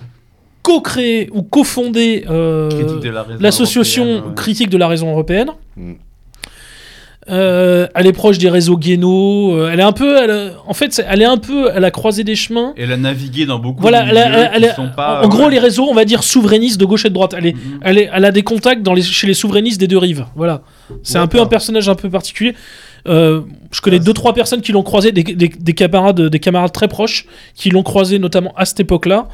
[SPEAKER 4] co-créé ou co-fondé euh,
[SPEAKER 3] Critique de la raison
[SPEAKER 4] l'association
[SPEAKER 3] européenne, ouais.
[SPEAKER 4] critique de la raison européenne.
[SPEAKER 1] Mm.
[SPEAKER 4] Euh, elle est proche des réseaux guénaux. euh, elle est un peu, elle, euh, en fait, c'est- elle est un peu, elle a croisé des chemins.
[SPEAKER 3] Elle a navigué dans beaucoup
[SPEAKER 4] Voilà,
[SPEAKER 3] de
[SPEAKER 4] elle a-
[SPEAKER 3] milieux
[SPEAKER 4] elle-
[SPEAKER 3] qui
[SPEAKER 4] elle a-
[SPEAKER 3] sont pas. euh,
[SPEAKER 4] en gros,
[SPEAKER 3] ouais.
[SPEAKER 4] les réseaux, on va dire, souverainistes de gauche et de droite. Elle, est,
[SPEAKER 3] Mhm.
[SPEAKER 4] elle, est- elle a des contacts dans les, chez les souverainistes des deux rives. Voilà. C'est un peu un
[SPEAKER 2] D'accord.
[SPEAKER 4] personnage un peu particulier. Euh, je connais deux trois personnes qui l'ont croisé, des, des- des camarades, des camarades très proches, qui l'ont croisé notamment à cette époque-là,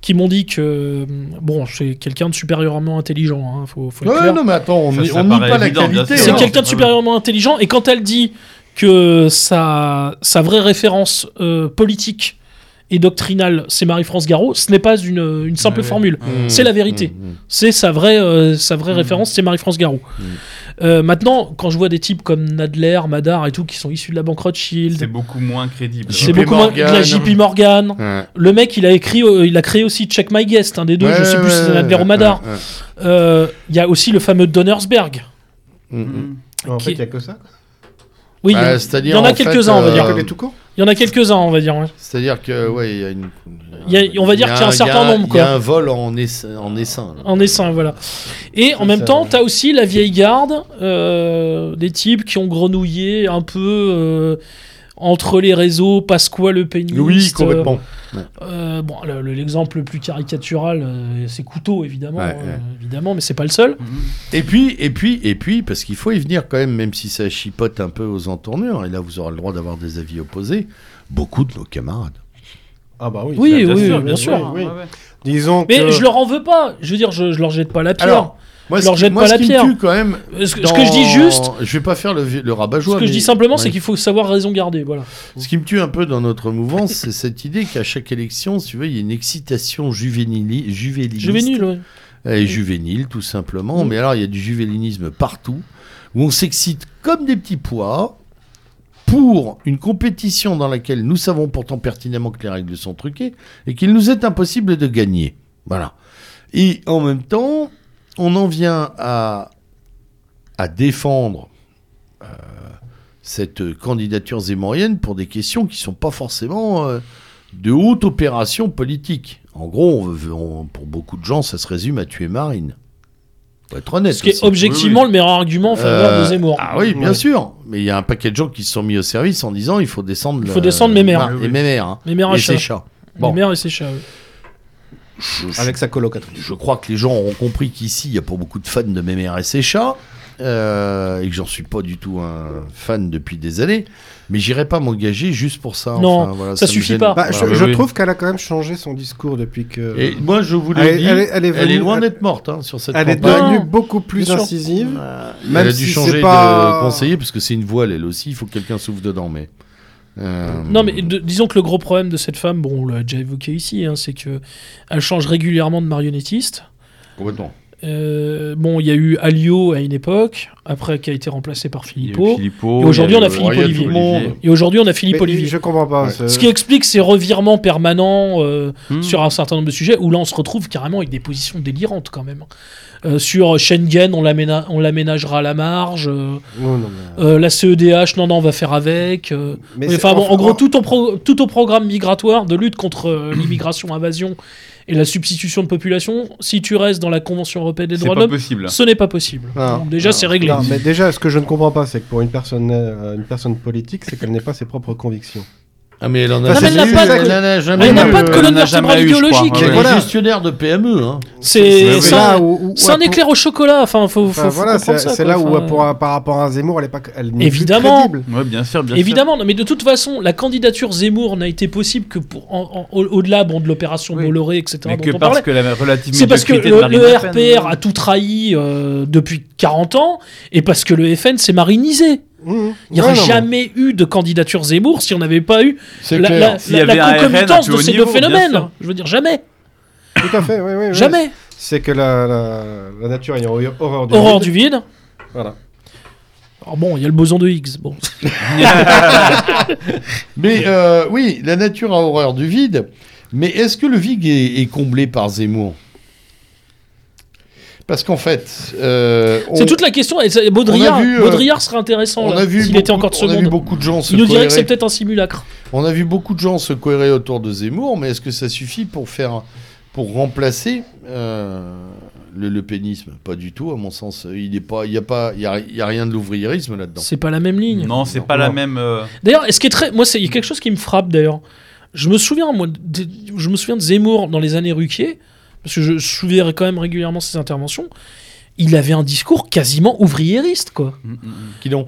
[SPEAKER 4] qui m'ont dit que euh, bon, c'est quelqu'un de supérieurement intelligent. hein, faut, faut être
[SPEAKER 1] Ouais,
[SPEAKER 4] clair.
[SPEAKER 1] non, mais attends, on
[SPEAKER 3] Ça,
[SPEAKER 1] n'y
[SPEAKER 3] ça
[SPEAKER 1] on nie
[SPEAKER 3] paraît
[SPEAKER 1] pas la
[SPEAKER 3] évident, bien
[SPEAKER 1] qualité.
[SPEAKER 3] sûr.
[SPEAKER 4] C'est
[SPEAKER 1] hein.
[SPEAKER 3] Non,
[SPEAKER 4] quelqu'un de
[SPEAKER 3] c'est pas
[SPEAKER 4] supérieurement intelligent. Et quand elle dit que sa, sa vraie référence euh, politique et doctrinale, c'est Marie-France Garot, ce n'est pas une, une simple
[SPEAKER 2] Ouais, ouais.
[SPEAKER 4] formule.
[SPEAKER 1] Mmh,
[SPEAKER 4] C'est la vérité.
[SPEAKER 1] mmh, mmh.
[SPEAKER 4] C'est sa vraie, euh, sa vraie référence, c'est Marie-France Garot. Euh, maintenant, quand je vois des types comme Nadler, Madar et tout, qui sont issus de la banque
[SPEAKER 3] C'est
[SPEAKER 4] Rothschild,
[SPEAKER 3] beaucoup moins crédible.
[SPEAKER 1] J.P.
[SPEAKER 4] Mm. c'est beaucoup moins de la
[SPEAKER 1] Morgan.
[SPEAKER 4] JP Morgan.
[SPEAKER 1] Ouais.
[SPEAKER 4] Le mec, il a écrit, euh, il a créé aussi Check My Guest, un des deux, je
[SPEAKER 1] Ouais,
[SPEAKER 4] sais plus
[SPEAKER 1] ouais,
[SPEAKER 4] si c'est Nadler
[SPEAKER 1] ouais,
[SPEAKER 4] ou Madar.
[SPEAKER 1] ouais, ouais.
[SPEAKER 4] Euh, Il y a aussi le fameux Donnersberg.
[SPEAKER 3] Mm.
[SPEAKER 1] Mmh, mmh.
[SPEAKER 2] En fait,
[SPEAKER 4] Qui-
[SPEAKER 2] il n'y a que ça.
[SPEAKER 4] Oui,
[SPEAKER 1] Bah,
[SPEAKER 4] il y a- il
[SPEAKER 1] c'est-à-dire,
[SPEAKER 4] y en a
[SPEAKER 1] en fait,
[SPEAKER 4] quelques-uns, on va
[SPEAKER 1] euh,
[SPEAKER 4] dire.
[SPEAKER 2] Que les tout court
[SPEAKER 4] Il y en a quelques-uns, on va dire. ouais.
[SPEAKER 1] C'est-à-dire que, ouais, il y a une.
[SPEAKER 4] Il y a- on va dire
[SPEAKER 1] il y a
[SPEAKER 4] qu'il y a un certain
[SPEAKER 1] il y a-
[SPEAKER 4] nombre,
[SPEAKER 1] Il y
[SPEAKER 4] quoi.
[SPEAKER 1] a un vol en, essa- en essaim. là.
[SPEAKER 4] En essaim, voilà. Et en
[SPEAKER 2] Ça,
[SPEAKER 4] même
[SPEAKER 2] ça-
[SPEAKER 4] temps, t'as aussi la vieille garde, euh, des types qui ont grenouillé un peu euh, entre les réseaux, Pasqua le péniste.
[SPEAKER 1] Oui, complètement.
[SPEAKER 4] euh, bon, le- le- l'exemple le plus caricatural, euh, c'est Couteau, évidemment,
[SPEAKER 1] Ouais,
[SPEAKER 4] hein,
[SPEAKER 1] ouais.
[SPEAKER 4] évidemment, mais c'est pas le seul.
[SPEAKER 3] Mm.
[SPEAKER 1] Et puis, et puis, et puis, parce qu'il faut y venir quand même, même si ça chipote un peu aux entournures, et là vous aurez le droit d'avoir des avis opposés, beaucoup de nos camarades.
[SPEAKER 2] Ah bah oui.
[SPEAKER 4] Oui,
[SPEAKER 2] bien-
[SPEAKER 4] oui,
[SPEAKER 2] bien sûr,
[SPEAKER 4] bien sûr.
[SPEAKER 2] oui, oui. Disons
[SPEAKER 4] Mais
[SPEAKER 2] que...
[SPEAKER 4] je leur en veux pas. Je veux dire, je, je leur jette pas la pierre.
[SPEAKER 1] euh, Alors, Moi,
[SPEAKER 4] Leur
[SPEAKER 1] ce, qui-
[SPEAKER 4] jette
[SPEAKER 1] moi,
[SPEAKER 4] pas
[SPEAKER 1] ce
[SPEAKER 4] la
[SPEAKER 1] qui
[SPEAKER 4] pierre.
[SPEAKER 1] me tue quand même.
[SPEAKER 4] ce, que- ce que je dis juste,
[SPEAKER 1] Je vais pas faire le, vi- le
[SPEAKER 4] ce
[SPEAKER 1] rabat-joie.
[SPEAKER 4] que je
[SPEAKER 1] mais-
[SPEAKER 4] dis simplement,
[SPEAKER 1] Ouais.
[SPEAKER 4] c'est qu'il faut savoir raison garder. Voilà.
[SPEAKER 1] Ce qui me tue un peu dans notre mouvance, c'est cette idée qu'à chaque élection, si tu veux, il y a une excitation juvénili- juvéniliste.
[SPEAKER 4] Je vais nul. ouais.
[SPEAKER 1] Et juvénile, tout simplement.
[SPEAKER 4] Mm.
[SPEAKER 1] Mais alors, il y a du juvénilisme partout, où on s'excite comme des petits pois pour une compétition dans laquelle nous savons pourtant pertinemment que les règles sont truquées et qu'il nous est impossible de gagner. Voilà. Et en même temps, on en vient à, à défendre euh, cette candidature zémorienne pour des questions qui ne sont pas forcément euh, de haute opération politique. En gros, on veut- on- pour beaucoup de gens, ça se résume à tuer Marine. Faut être honnête.
[SPEAKER 4] Ce qui est
[SPEAKER 1] aussi.
[SPEAKER 4] objectivement le meilleur argument en faveur
[SPEAKER 1] Euh,
[SPEAKER 4] de Zemmour.
[SPEAKER 1] Ah oui, bien
[SPEAKER 2] Ouais.
[SPEAKER 1] sûr. Mais il y a un paquet de gens qui se sont mis au service en disant il faut descendre.
[SPEAKER 4] Il faut
[SPEAKER 1] le-
[SPEAKER 4] descendre mes mères.
[SPEAKER 1] Ah, Et mes mères. hein.
[SPEAKER 4] Les mères à
[SPEAKER 1] Et
[SPEAKER 4] chat.
[SPEAKER 1] ses chats.
[SPEAKER 4] Les
[SPEAKER 1] Bon,
[SPEAKER 4] mères et ses chats. ouais.
[SPEAKER 1] je, je-
[SPEAKER 2] Avec sa colocatrice.
[SPEAKER 1] je crois que les gens auront compris qu'ici, il n'y a pas beaucoup de fans de mes mères et ses chats. euh, et que j'en suis pas du tout un fan depuis des années. Mais j'irai pas m'engager juste pour ça.
[SPEAKER 4] Non,
[SPEAKER 1] Enfin, voilà,
[SPEAKER 4] ça
[SPEAKER 1] me
[SPEAKER 4] suffit
[SPEAKER 1] gêne.
[SPEAKER 4] pas.
[SPEAKER 2] Bah, je
[SPEAKER 1] Voilà.
[SPEAKER 2] je
[SPEAKER 3] oui.
[SPEAKER 2] trouve qu'elle a quand même changé son discours depuis que...
[SPEAKER 1] Et moi, je vous
[SPEAKER 2] Elle est-
[SPEAKER 1] l'ai dit,
[SPEAKER 2] elle est- elle est venue-
[SPEAKER 1] loin
[SPEAKER 2] elle-
[SPEAKER 1] d'être morte hein, sur cette
[SPEAKER 2] Elle est
[SPEAKER 1] campagne.
[SPEAKER 2] devenue
[SPEAKER 4] Non,
[SPEAKER 2] beaucoup plus
[SPEAKER 4] bien sûr.
[SPEAKER 2] incisive.
[SPEAKER 1] Elle
[SPEAKER 2] même
[SPEAKER 1] a
[SPEAKER 2] si
[SPEAKER 1] dû
[SPEAKER 2] c'est
[SPEAKER 1] changer
[SPEAKER 2] pas-
[SPEAKER 1] de conseiller parce que c'est une voile, elle aussi. Il faut que quelqu'un souffle dedans. Mais euh,
[SPEAKER 4] Non, mais de- disons que le gros problème de cette femme, bon, on l'a déjà évoqué ici, hein, c'est que elle change régulièrement de marionnettiste.
[SPEAKER 1] complètement.
[SPEAKER 4] Euh, bon, il y a eu Alio à une époque, après qui a été remplacé par
[SPEAKER 3] Il y a eu
[SPEAKER 4] Filippo.
[SPEAKER 3] Philippot,
[SPEAKER 4] Et aujourd'hui,
[SPEAKER 3] il y a
[SPEAKER 4] on a
[SPEAKER 3] eu
[SPEAKER 4] Philippe
[SPEAKER 3] Royal
[SPEAKER 4] Olivier.
[SPEAKER 1] Tout le monde.
[SPEAKER 4] Et aujourd'hui, on a Philippe
[SPEAKER 2] Mais
[SPEAKER 4] Olivier.
[SPEAKER 2] Je euh, comprends pas.
[SPEAKER 1] Ouais.
[SPEAKER 2] ce-
[SPEAKER 4] Ce qui explique ces revirements permanents euh,
[SPEAKER 3] Hmm.
[SPEAKER 4] sur un certain nombre de sujets, où là, on se retrouve carrément avec des positions délirantes quand même. Euh, sur Schengen, on l'aména- on l'aménagera à la marge. euh,
[SPEAKER 2] Non, non, mais-
[SPEAKER 4] euh, la CEDH, non, non, on va faire avec. euh,
[SPEAKER 2] mais
[SPEAKER 4] Oui,
[SPEAKER 2] c'est-
[SPEAKER 4] enfin, bon, en gros,
[SPEAKER 2] en-
[SPEAKER 4] tout, ton pro- tout au programme migratoire de lutte contre euh, l'immigration, invasion et la substitution de population, si tu restes dans la Convention européenne des
[SPEAKER 3] C'est
[SPEAKER 4] droits de
[SPEAKER 3] pas
[SPEAKER 4] l'homme,
[SPEAKER 3] possible.
[SPEAKER 4] ce n'est pas possible.
[SPEAKER 2] Non.
[SPEAKER 4] Donc, déjà,
[SPEAKER 2] Non.
[SPEAKER 4] c'est réglé.
[SPEAKER 2] Ah. Non, mais déjà, ce que je ne comprends pas, c'est que pour une personne, euh, une personne politique, c'est qu'elle n'ait pas ses propres convictions.
[SPEAKER 1] Ah mais elle en a
[SPEAKER 2] Ah, mais
[SPEAKER 1] jamais
[SPEAKER 2] elle n'a
[SPEAKER 1] eu,
[SPEAKER 2] pas de-
[SPEAKER 1] elle en a jamais
[SPEAKER 4] Ah, il n'y a
[SPEAKER 1] eu.
[SPEAKER 4] pas de
[SPEAKER 3] euh, on
[SPEAKER 4] colonne
[SPEAKER 3] n'a
[SPEAKER 4] vertébrale
[SPEAKER 3] jamais eu, je crois.
[SPEAKER 4] idéologique.
[SPEAKER 1] Il y a
[SPEAKER 2] Ouais.
[SPEAKER 1] des
[SPEAKER 2] Voilà.
[SPEAKER 1] gestionnaires de PME. Hein.
[SPEAKER 4] C'est
[SPEAKER 3] Oui,
[SPEAKER 4] c'est
[SPEAKER 3] oui.
[SPEAKER 4] un,
[SPEAKER 2] là où- où-
[SPEAKER 4] c'est un
[SPEAKER 2] où-
[SPEAKER 4] éclair au chocolat. Enfin, faut, faut,
[SPEAKER 2] Enfin,
[SPEAKER 4] faut
[SPEAKER 2] voilà, c'est
[SPEAKER 4] comprendre ça,
[SPEAKER 2] c'est
[SPEAKER 4] quoi.
[SPEAKER 2] là où
[SPEAKER 4] Enfin, euh,
[SPEAKER 2] pour un- par rapport à Zemmour, elle est pas, elle n'est plus
[SPEAKER 4] Évidemment.
[SPEAKER 2] crédible.
[SPEAKER 3] Ouais, bien sûr, bien sûr.
[SPEAKER 4] Évidemment, non, mais de toute façon, la candidature Zemmour n'a été possible que pour en- en- au- au-delà bon, de l'opération
[SPEAKER 3] Oui.
[SPEAKER 4] Bolloré, etc.
[SPEAKER 3] Mais
[SPEAKER 4] dont
[SPEAKER 3] que
[SPEAKER 4] on
[SPEAKER 3] parce
[SPEAKER 4] parlait.
[SPEAKER 3] que la relative
[SPEAKER 4] C'est parce que
[SPEAKER 3] médiocrité de Marine
[SPEAKER 4] le, le
[SPEAKER 3] Le Pen,
[SPEAKER 4] RPR
[SPEAKER 3] euh,
[SPEAKER 4] a tout trahi euh, depuis 40 ans et parce que le FN s'est marinisé.
[SPEAKER 2] Mmh.
[SPEAKER 4] Il n'y aurait
[SPEAKER 2] Ouais, non, mais-
[SPEAKER 4] jamais eu de candidature Zemmour si on n'avait pas eu
[SPEAKER 1] C'est
[SPEAKER 4] la, la-
[SPEAKER 3] S'il y
[SPEAKER 4] la- la
[SPEAKER 3] avait un RN à
[SPEAKER 4] concomitance
[SPEAKER 3] plus
[SPEAKER 4] de
[SPEAKER 3] haut
[SPEAKER 4] ces
[SPEAKER 3] niveau,
[SPEAKER 4] deux
[SPEAKER 3] bien
[SPEAKER 4] phénomènes.
[SPEAKER 3] sûr.
[SPEAKER 4] Je veux dire, jamais.
[SPEAKER 2] Tout à fait, oui, oui, oui.
[SPEAKER 4] jamais.
[SPEAKER 2] C'est que la, la, la nature ayant eu horreur du
[SPEAKER 4] Horreur
[SPEAKER 2] vide,
[SPEAKER 4] du vide.
[SPEAKER 2] Voilà.
[SPEAKER 4] Alors bon, il y a le boson de Higgs. Bon.
[SPEAKER 1] Mais euh, oui, la nature a horreur du vide. Mais est-ce que le vide est, est comblé par Zemmour Parce qu'en fait, euh, on,
[SPEAKER 4] C'est toute la question. Et ça- et Baudrillard,
[SPEAKER 1] on a vu, euh,
[SPEAKER 4] Baudrillard serait intéressant
[SPEAKER 1] on
[SPEAKER 4] là,
[SPEAKER 1] a vu
[SPEAKER 4] s'il
[SPEAKER 1] beaucoup-
[SPEAKER 4] était encore de
[SPEAKER 1] on a vu
[SPEAKER 4] seconde.
[SPEAKER 1] beaucoup de gens se
[SPEAKER 4] Il nous dirait
[SPEAKER 1] cohérer.
[SPEAKER 4] que c'est peut-être un simulacre.
[SPEAKER 1] On a vu beaucoup de gens se cohérer autour de Zemmour, mais est-ce que ça suffit pour faire, pour remplacer euh, le lepénisme Pas du tout, à mon sens. Il n'y pas, il y a pas, il y a, il y a rien de l'ouvriérisme là-dedans.
[SPEAKER 4] C'est pas la même ligne.
[SPEAKER 3] Non, c'est
[SPEAKER 1] Non,
[SPEAKER 3] pas la
[SPEAKER 1] non.
[SPEAKER 3] même. euh,
[SPEAKER 4] D'ailleurs, est-ce qui est très, moi, c'est il y a quelque chose qui me frappe d'ailleurs. Je me souviens, moi, de, je me souviens de Zemmour dans les années Ruquier, parce que je souviens quand même régulièrement ses interventions. Il avait un discours quasiment ouvriériste, quoi. Euh,
[SPEAKER 3] mm, mm, mm.
[SPEAKER 1] Qui donc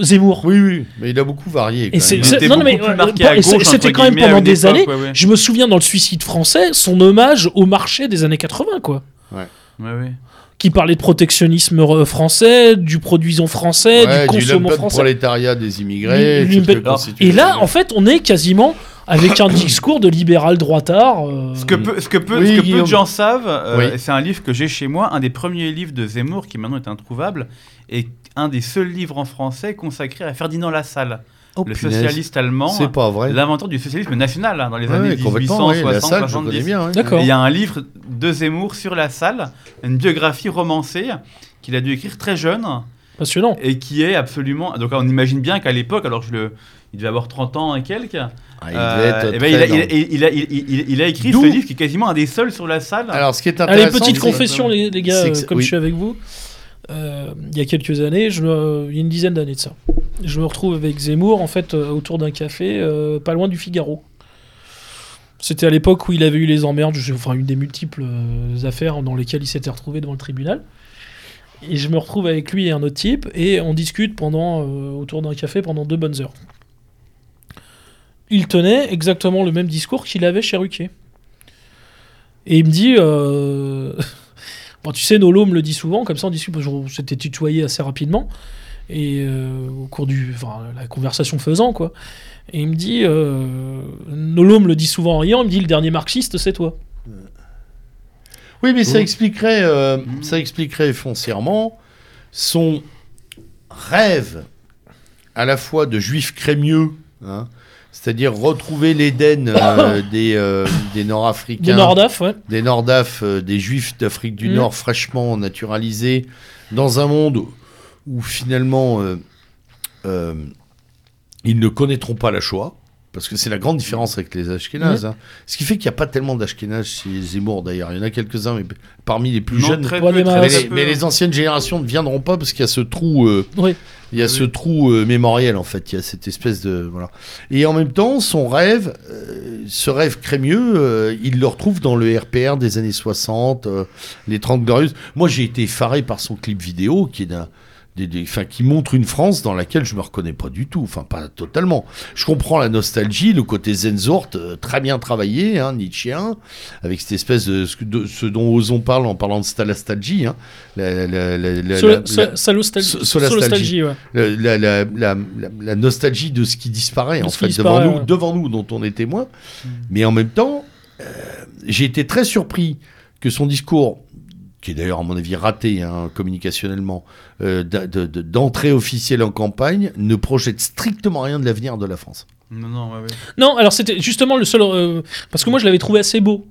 [SPEAKER 4] Zemmour.
[SPEAKER 1] Oui, oui, mais il a beaucoup varié.
[SPEAKER 4] Et
[SPEAKER 1] quand
[SPEAKER 4] c'est-
[SPEAKER 1] même.
[SPEAKER 3] Il
[SPEAKER 4] c'est-
[SPEAKER 3] était
[SPEAKER 4] non, non,
[SPEAKER 3] beaucoup
[SPEAKER 4] mais,
[SPEAKER 3] plus
[SPEAKER 4] euh,
[SPEAKER 3] marqué
[SPEAKER 4] bon,
[SPEAKER 3] à
[SPEAKER 4] et c'est-
[SPEAKER 3] gauche,
[SPEAKER 4] c'était
[SPEAKER 3] entre
[SPEAKER 4] quand même
[SPEAKER 3] guillemets, à
[SPEAKER 4] pendant
[SPEAKER 3] une
[SPEAKER 4] des
[SPEAKER 3] époque,
[SPEAKER 4] années.
[SPEAKER 3] ouais, ouais.
[SPEAKER 4] Je me souviens dans le suicide français, son hommage au marché des années 80, quoi.
[SPEAKER 3] Ouais, ouais.
[SPEAKER 4] qui parlait de protectionnisme re- français, du produisons français,
[SPEAKER 1] Ouais,
[SPEAKER 4] eh, du
[SPEAKER 1] du
[SPEAKER 4] consommant
[SPEAKER 1] l'impact
[SPEAKER 4] français.
[SPEAKER 1] prolétariat des immigrés.
[SPEAKER 4] L'im-
[SPEAKER 1] tout ce que
[SPEAKER 4] l'impact-
[SPEAKER 1] constitue
[SPEAKER 4] Et
[SPEAKER 1] le
[SPEAKER 4] là,
[SPEAKER 1] Sénégal.
[SPEAKER 4] en fait, on est quasiment avec un discours de libéral droitard. euh,
[SPEAKER 3] Ce que peu, ce que peu,
[SPEAKER 1] Oui,
[SPEAKER 3] ce que peu de
[SPEAKER 1] Guillaume.
[SPEAKER 3] gens savent, euh,
[SPEAKER 1] Oui.
[SPEAKER 3] et c'est un livre que j'ai chez moi, un des premiers livres de Zemmour qui maintenant est introuvable, et un des seuls livres en français consacré à Ferdinand Lassalle,
[SPEAKER 1] Oh,
[SPEAKER 3] le
[SPEAKER 1] punaise.
[SPEAKER 3] socialiste allemand,
[SPEAKER 1] C'est pas vrai.
[SPEAKER 3] l'inventeur du socialisme national hein, dans les
[SPEAKER 1] Ouais,
[SPEAKER 3] années
[SPEAKER 1] ouais, complètement, ouais, la salle, je connais
[SPEAKER 3] 1860-70.
[SPEAKER 1] bien. ouais.
[SPEAKER 4] D'accord.
[SPEAKER 3] Il y a un livre de Zemmour sur Lassalle, une biographie romancée qu'il a dû écrire très jeune,
[SPEAKER 4] Passionnant.
[SPEAKER 3] et qui est absolument... Donc on imagine bien qu'à l'époque, alors je le... Il devait avoir 30 ans et quelques.
[SPEAKER 1] Ah, il
[SPEAKER 3] euh,
[SPEAKER 1] devait être
[SPEAKER 3] eh ben, il,
[SPEAKER 1] très
[SPEAKER 3] a, il,
[SPEAKER 1] dans-
[SPEAKER 3] a, il, a, il- il- il a écrit
[SPEAKER 1] D'où-
[SPEAKER 3] ce livre qui est quasiment un des seuls sur la salle.
[SPEAKER 1] Alors, ce qui est
[SPEAKER 4] Allez,
[SPEAKER 1] intéressant.
[SPEAKER 4] petite
[SPEAKER 1] c'est-
[SPEAKER 4] confession, les, les gars,
[SPEAKER 1] c'est
[SPEAKER 4] euh,
[SPEAKER 1] que-
[SPEAKER 4] comme
[SPEAKER 1] oui.
[SPEAKER 4] je suis avec vous. Euh, il y a quelques années, je me- il y a une dizaine d'années de ça, je me retrouve avec Zemmour, en fait, euh, autour d'un café, euh, pas loin du Figaro. C'était à l'époque où il avait eu les emmerdes, je- enfin une des multiples euh, affaires dans lesquelles il s'était retrouvé devant le tribunal. Et je me retrouve avec lui et un autre type, et on discute pendant, euh, autour d'un café pendant deux bonnes heures. Il tenait exactement le même discours qu'il avait chez Ruquier. Et il me dit, euh, bon, tu sais, Nolo me le dit souvent, comme ça on discute, parce qu'on s'était tutoyé assez rapidement, et euh, au cours du, enfin, la conversation faisant, quoi. Et il me dit, euh, Nolo me le dit souvent en riant, il me dit, le dernier marxiste, c'est toi.
[SPEAKER 1] Oui, mais ça
[SPEAKER 2] Mmh.
[SPEAKER 1] expliquerait, euh,
[SPEAKER 3] Mmh.
[SPEAKER 1] ça expliquerait foncièrement son rêve à la fois de juif crémieux, hein, c'est-à-dire retrouver l'Éden euh, des, euh, des
[SPEAKER 4] De
[SPEAKER 1] Nord-Africains,
[SPEAKER 4] Nordaf, ouais.
[SPEAKER 1] des Nordaf, euh, des Juifs d'Afrique du
[SPEAKER 3] Mm.
[SPEAKER 4] Mmh.
[SPEAKER 1] Nord fraîchement naturalisés, dans un monde où, où finalement euh, euh, ils ne connaîtront pas la Shoah, parce que c'est la grande différence avec les Ashkénazes.
[SPEAKER 3] Mm.
[SPEAKER 1] hein. Ce qui fait qu'il n'y a pas tellement d'Ashkénazes chez Zemmour d'ailleurs. Il y en a quelques-uns, mais parmi les plus
[SPEAKER 3] Non,
[SPEAKER 1] jeunes.
[SPEAKER 3] très
[SPEAKER 4] Ouais,
[SPEAKER 3] peu,
[SPEAKER 4] mais
[SPEAKER 3] très
[SPEAKER 1] Mais
[SPEAKER 4] ça hein.
[SPEAKER 1] les,
[SPEAKER 3] peu.
[SPEAKER 1] mais les anciennes générations ne viendront pas parce qu'il y a ce trou, euh,
[SPEAKER 4] Oui.
[SPEAKER 1] il y a ce trou euh, mémoriel en fait. Il y a cette espèce de voilà. Et en même temps, son rêve, euh, ce rêve crémieux, euh, il le retrouve dans le RPR des années 60, euh, les 30 glorieuses. Moi, j'ai été effaré par son clip vidéo qui est d'un des- des- enfin, qui montre une France dans laquelle je me reconnais pas du tout, enfin pas totalement. Je comprends la nostalgie, le côté Zenzort, euh, très bien travaillé, hein, Nietzschéen, avec cette espèce de ce, que- de ce dont Ozon parle en parlant de stalastalgie, hein, la, la- la- la-
[SPEAKER 4] Sol-
[SPEAKER 1] la- la-
[SPEAKER 4] sol- solostal-
[SPEAKER 1] so- solastalgie.
[SPEAKER 4] solostalgie, ouais.
[SPEAKER 1] la, la- la- la- la nostalgie de ce qui disparaît,
[SPEAKER 4] De
[SPEAKER 1] en
[SPEAKER 4] ce qui
[SPEAKER 1] fait,
[SPEAKER 4] disparaît,
[SPEAKER 1] devant, nous,
[SPEAKER 4] ouais. Hmm.
[SPEAKER 1] devant nous, dont on est témoin. Mais en même temps, euh, j'ai été très surpris que son discours, qui est d'ailleurs, à mon avis, raté hein, communicationnellement, euh, d'a- de- de- d'entrée officielle en campagne, ne projette strictement rien de l'avenir de la France.
[SPEAKER 3] Non, non, ouais, ouais.
[SPEAKER 4] Non, alors c'était justement le seul. euh, parce que moi, je l'avais trouvé assez beau.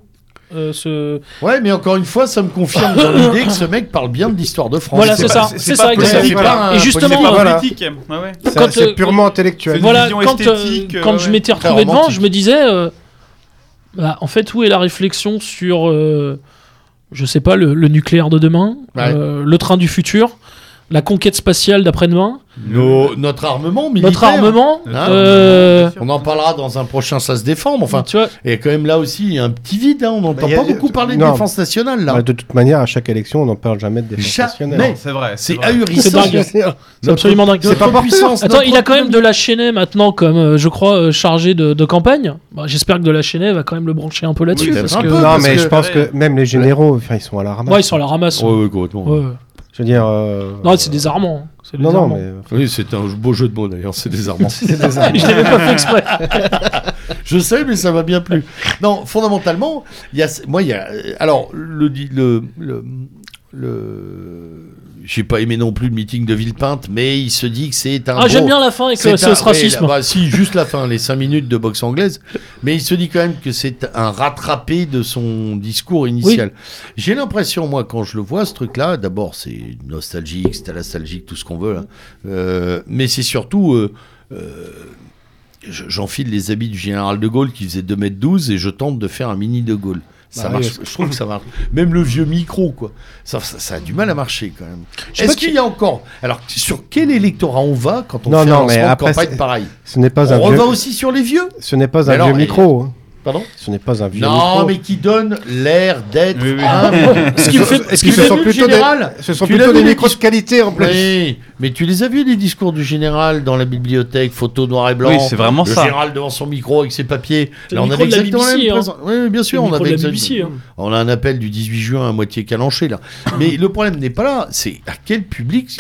[SPEAKER 4] euh, ce...
[SPEAKER 1] Ouais, mais encore une fois, ça me confirme dans l'idée que ce mec parle bien de l'histoire de France.
[SPEAKER 4] Voilà,
[SPEAKER 1] C'est pas-
[SPEAKER 4] c'est ça.
[SPEAKER 3] Oh, c'est-
[SPEAKER 4] C'est
[SPEAKER 3] c'est
[SPEAKER 4] ça,
[SPEAKER 3] pas
[SPEAKER 1] politique,
[SPEAKER 4] exactement.
[SPEAKER 1] Ah, voilà.
[SPEAKER 4] Et
[SPEAKER 3] C'est
[SPEAKER 4] justement,
[SPEAKER 3] pas Ah,
[SPEAKER 2] voilà.
[SPEAKER 3] politique. ouais, ouais.
[SPEAKER 2] C'est-
[SPEAKER 4] Quand,
[SPEAKER 2] C'est
[SPEAKER 4] euh,
[SPEAKER 2] purement intellectuel.
[SPEAKER 3] Voilà.
[SPEAKER 4] voilà,
[SPEAKER 3] vision
[SPEAKER 4] quand, euh,
[SPEAKER 3] esthétique, euh,
[SPEAKER 4] quand je
[SPEAKER 3] ouais.
[SPEAKER 4] m'étais
[SPEAKER 1] Très
[SPEAKER 4] retrouvé devant,
[SPEAKER 1] romantique.
[SPEAKER 4] je me disais, euh, bah, en fait, où est la réflexion sur, euh, je sais pas, le, le nucléaire de demain,
[SPEAKER 1] Ouais.
[SPEAKER 4] euh, le train du futur, la conquête spatiale d'après-demain,
[SPEAKER 1] Nos- notre armement militaire.
[SPEAKER 4] notre armement
[SPEAKER 1] Hein
[SPEAKER 4] euh,
[SPEAKER 1] On en parlera dans un prochain Ça se défendre. Enfin,
[SPEAKER 4] tu vois,
[SPEAKER 1] Et quand même là aussi, un petit vide. hein, on n'entend
[SPEAKER 2] Bah, y a-
[SPEAKER 1] pas beaucoup parler de
[SPEAKER 2] non.
[SPEAKER 1] défense nationale là.
[SPEAKER 2] Bah, de toute manière, à chaque élection, on n'en parle jamais de défense
[SPEAKER 1] Jamais.
[SPEAKER 2] nationale.
[SPEAKER 3] C'est vrai.
[SPEAKER 1] C'est
[SPEAKER 3] vrai.
[SPEAKER 4] C'est
[SPEAKER 1] ahurissant.
[SPEAKER 4] dingue. C'est
[SPEAKER 1] Notre-
[SPEAKER 4] absolument dingue.
[SPEAKER 1] notre
[SPEAKER 2] pas porteur.
[SPEAKER 1] puissance,
[SPEAKER 4] Attends,
[SPEAKER 1] notre
[SPEAKER 4] il a quand même de la chaînée maintenant comme, euh, je crois, euh, chargé de, de campagne. Bah, J'espère que de la chaînée va quand même le brancher un peu là-dessus.
[SPEAKER 1] peut-être
[SPEAKER 4] parce
[SPEAKER 1] un
[SPEAKER 4] que...
[SPEAKER 1] peu.
[SPEAKER 2] Non,
[SPEAKER 1] parce
[SPEAKER 2] mais
[SPEAKER 1] que-
[SPEAKER 2] je pense que même les généraux, enfin, ils sont à la ramasse.
[SPEAKER 4] Ouais, ils sont à la ramasse.
[SPEAKER 1] Ouais, ouais, complètement.
[SPEAKER 4] Ouais.
[SPEAKER 2] Je veux dire. euh,
[SPEAKER 4] Non, c'est désarmant. C'est
[SPEAKER 2] Non, non,
[SPEAKER 4] désarmant.
[SPEAKER 2] mais.
[SPEAKER 1] Oui, c'est un beau jeu de mots d'ailleurs, c'est désarmant.
[SPEAKER 2] C'est désarmant.
[SPEAKER 4] Je l'avais pas fait exprès.
[SPEAKER 1] Je sais, mais ça m'a bien plu. Non, fondamentalement, il y a, moi, il y a, euh, alors le di- le le, le- j'ai pas aimé non plus le meeting de Villepinte, mais il se dit que c'est un.
[SPEAKER 4] Ah, j'aime
[SPEAKER 1] bon-
[SPEAKER 4] bien la fin et que
[SPEAKER 1] C'est
[SPEAKER 4] c'est
[SPEAKER 1] un-
[SPEAKER 4] ce racisme.
[SPEAKER 1] oui, là, bah, si, juste la fin, les 5 minutes de boxe anglaise. Mais il se dit quand même que c'est un rattrapé de son discours initial. J'ai l'impression, moi, quand je le vois, ce truc-là, d'abord, c'est nostalgique, c'est nostalgique, tout ce qu'on veut. hein. Euh, mais c'est surtout. euh, euh, je- J'enfile les habits du général de Gaulle qui faisait 2m12 et je tente de faire un mini de Gaulle. Ça
[SPEAKER 2] Bah oui,
[SPEAKER 1] marche, je trouve que ça marche. Même le vieux micro, quoi. Ça, ça- ça a du mal à marcher quand même.
[SPEAKER 4] Je sais
[SPEAKER 1] Est-ce
[SPEAKER 4] pas
[SPEAKER 1] qu'il y a encore. Alors, sur quel électorat on va quand on
[SPEAKER 2] Non,
[SPEAKER 1] fait
[SPEAKER 2] non,
[SPEAKER 1] un
[SPEAKER 2] mais
[SPEAKER 1] lancement de
[SPEAKER 2] après,
[SPEAKER 1] campagne
[SPEAKER 2] c'est-
[SPEAKER 1] pareil
[SPEAKER 2] Ce n'est pas
[SPEAKER 1] on
[SPEAKER 2] un
[SPEAKER 1] revient
[SPEAKER 2] vieux.
[SPEAKER 1] aussi sur les vieux.
[SPEAKER 2] Ce n'est pas
[SPEAKER 1] Mais
[SPEAKER 2] un
[SPEAKER 1] alors,
[SPEAKER 2] vieux
[SPEAKER 1] et-
[SPEAKER 2] micro. hein.
[SPEAKER 1] Pardon
[SPEAKER 2] Ce n'est pas un vieux
[SPEAKER 1] Non,
[SPEAKER 2] micro.
[SPEAKER 1] mais qui donne l'air d'être
[SPEAKER 3] Oui, oui.
[SPEAKER 1] un-
[SPEAKER 4] Ce qui
[SPEAKER 1] Ce-
[SPEAKER 4] fait-
[SPEAKER 1] ce
[SPEAKER 4] ce
[SPEAKER 1] qui
[SPEAKER 4] qui
[SPEAKER 1] fait
[SPEAKER 4] fait
[SPEAKER 1] plutôt
[SPEAKER 2] plutôt
[SPEAKER 1] général.
[SPEAKER 2] des, ce sont
[SPEAKER 1] Tu l'as
[SPEAKER 2] plutôt
[SPEAKER 1] vu,
[SPEAKER 2] des
[SPEAKER 1] les
[SPEAKER 2] micros de qualité en plus.
[SPEAKER 1] Oui, mais tu les as vus les discours du général dans la bibliothèque, photo noir et blanc.
[SPEAKER 3] Oui, c'est vraiment
[SPEAKER 1] le
[SPEAKER 3] ça.
[SPEAKER 1] général devant son micro avec ses papiers.
[SPEAKER 4] C'est le micro de
[SPEAKER 1] la
[SPEAKER 4] la BBC,
[SPEAKER 1] même
[SPEAKER 4] hein.
[SPEAKER 1] présent- Oui, oui, bien sûr,
[SPEAKER 4] Le
[SPEAKER 1] on
[SPEAKER 4] micro
[SPEAKER 1] avait
[SPEAKER 4] de la
[SPEAKER 1] exact-
[SPEAKER 4] BBC, hein.
[SPEAKER 1] On a un appel du 18 juin à moitié calanché là. Mais le problème n'est pas là, c'est à quel public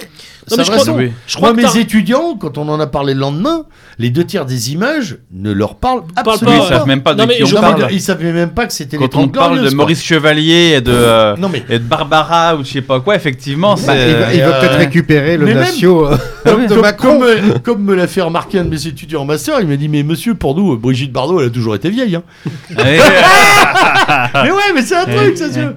[SPEAKER 4] Non, mais je crois-
[SPEAKER 1] s'adresse-t-on
[SPEAKER 3] Oui.
[SPEAKER 4] Je crois
[SPEAKER 1] Moi,
[SPEAKER 4] que
[SPEAKER 1] mes
[SPEAKER 4] t'as-
[SPEAKER 1] étudiants, quand on en a parlé le lendemain, les deux tiers des images ne leur parlent
[SPEAKER 4] parle
[SPEAKER 1] absolument
[SPEAKER 3] Ils
[SPEAKER 4] pas,
[SPEAKER 1] pas.
[SPEAKER 3] savent même pas
[SPEAKER 4] Non,
[SPEAKER 3] de
[SPEAKER 4] mais
[SPEAKER 3] qui on
[SPEAKER 4] je-
[SPEAKER 1] Non, mais
[SPEAKER 3] parle.
[SPEAKER 1] ils savaient même pas que c'était les
[SPEAKER 3] Quand on
[SPEAKER 1] Trente
[SPEAKER 3] parle de
[SPEAKER 1] Glorieuses, quoi.
[SPEAKER 3] Maurice Chevalier et de, euh,
[SPEAKER 1] Non mais
[SPEAKER 3] et de Barbara ou je sais pas quoi, effectivement,
[SPEAKER 2] Bah, il
[SPEAKER 3] c'est.
[SPEAKER 2] va, il va
[SPEAKER 1] euh,
[SPEAKER 2] peut-être récupérer le
[SPEAKER 1] mais même-
[SPEAKER 2] Lazio euh,
[SPEAKER 1] Comme,
[SPEAKER 2] de
[SPEAKER 1] comme-
[SPEAKER 2] Macron.
[SPEAKER 1] comme, euh, comme me l'a fait remarquer un de mes étudiants en master, il m'a dit Mais monsieur, pour nous, euh, Brigitte Bardot, elle a toujours été vieille. hein.
[SPEAKER 3] Ouais.
[SPEAKER 1] mais ouais, mais c'est un
[SPEAKER 3] Eh,
[SPEAKER 1] truc, ça.
[SPEAKER 3] eh.
[SPEAKER 1] c'est-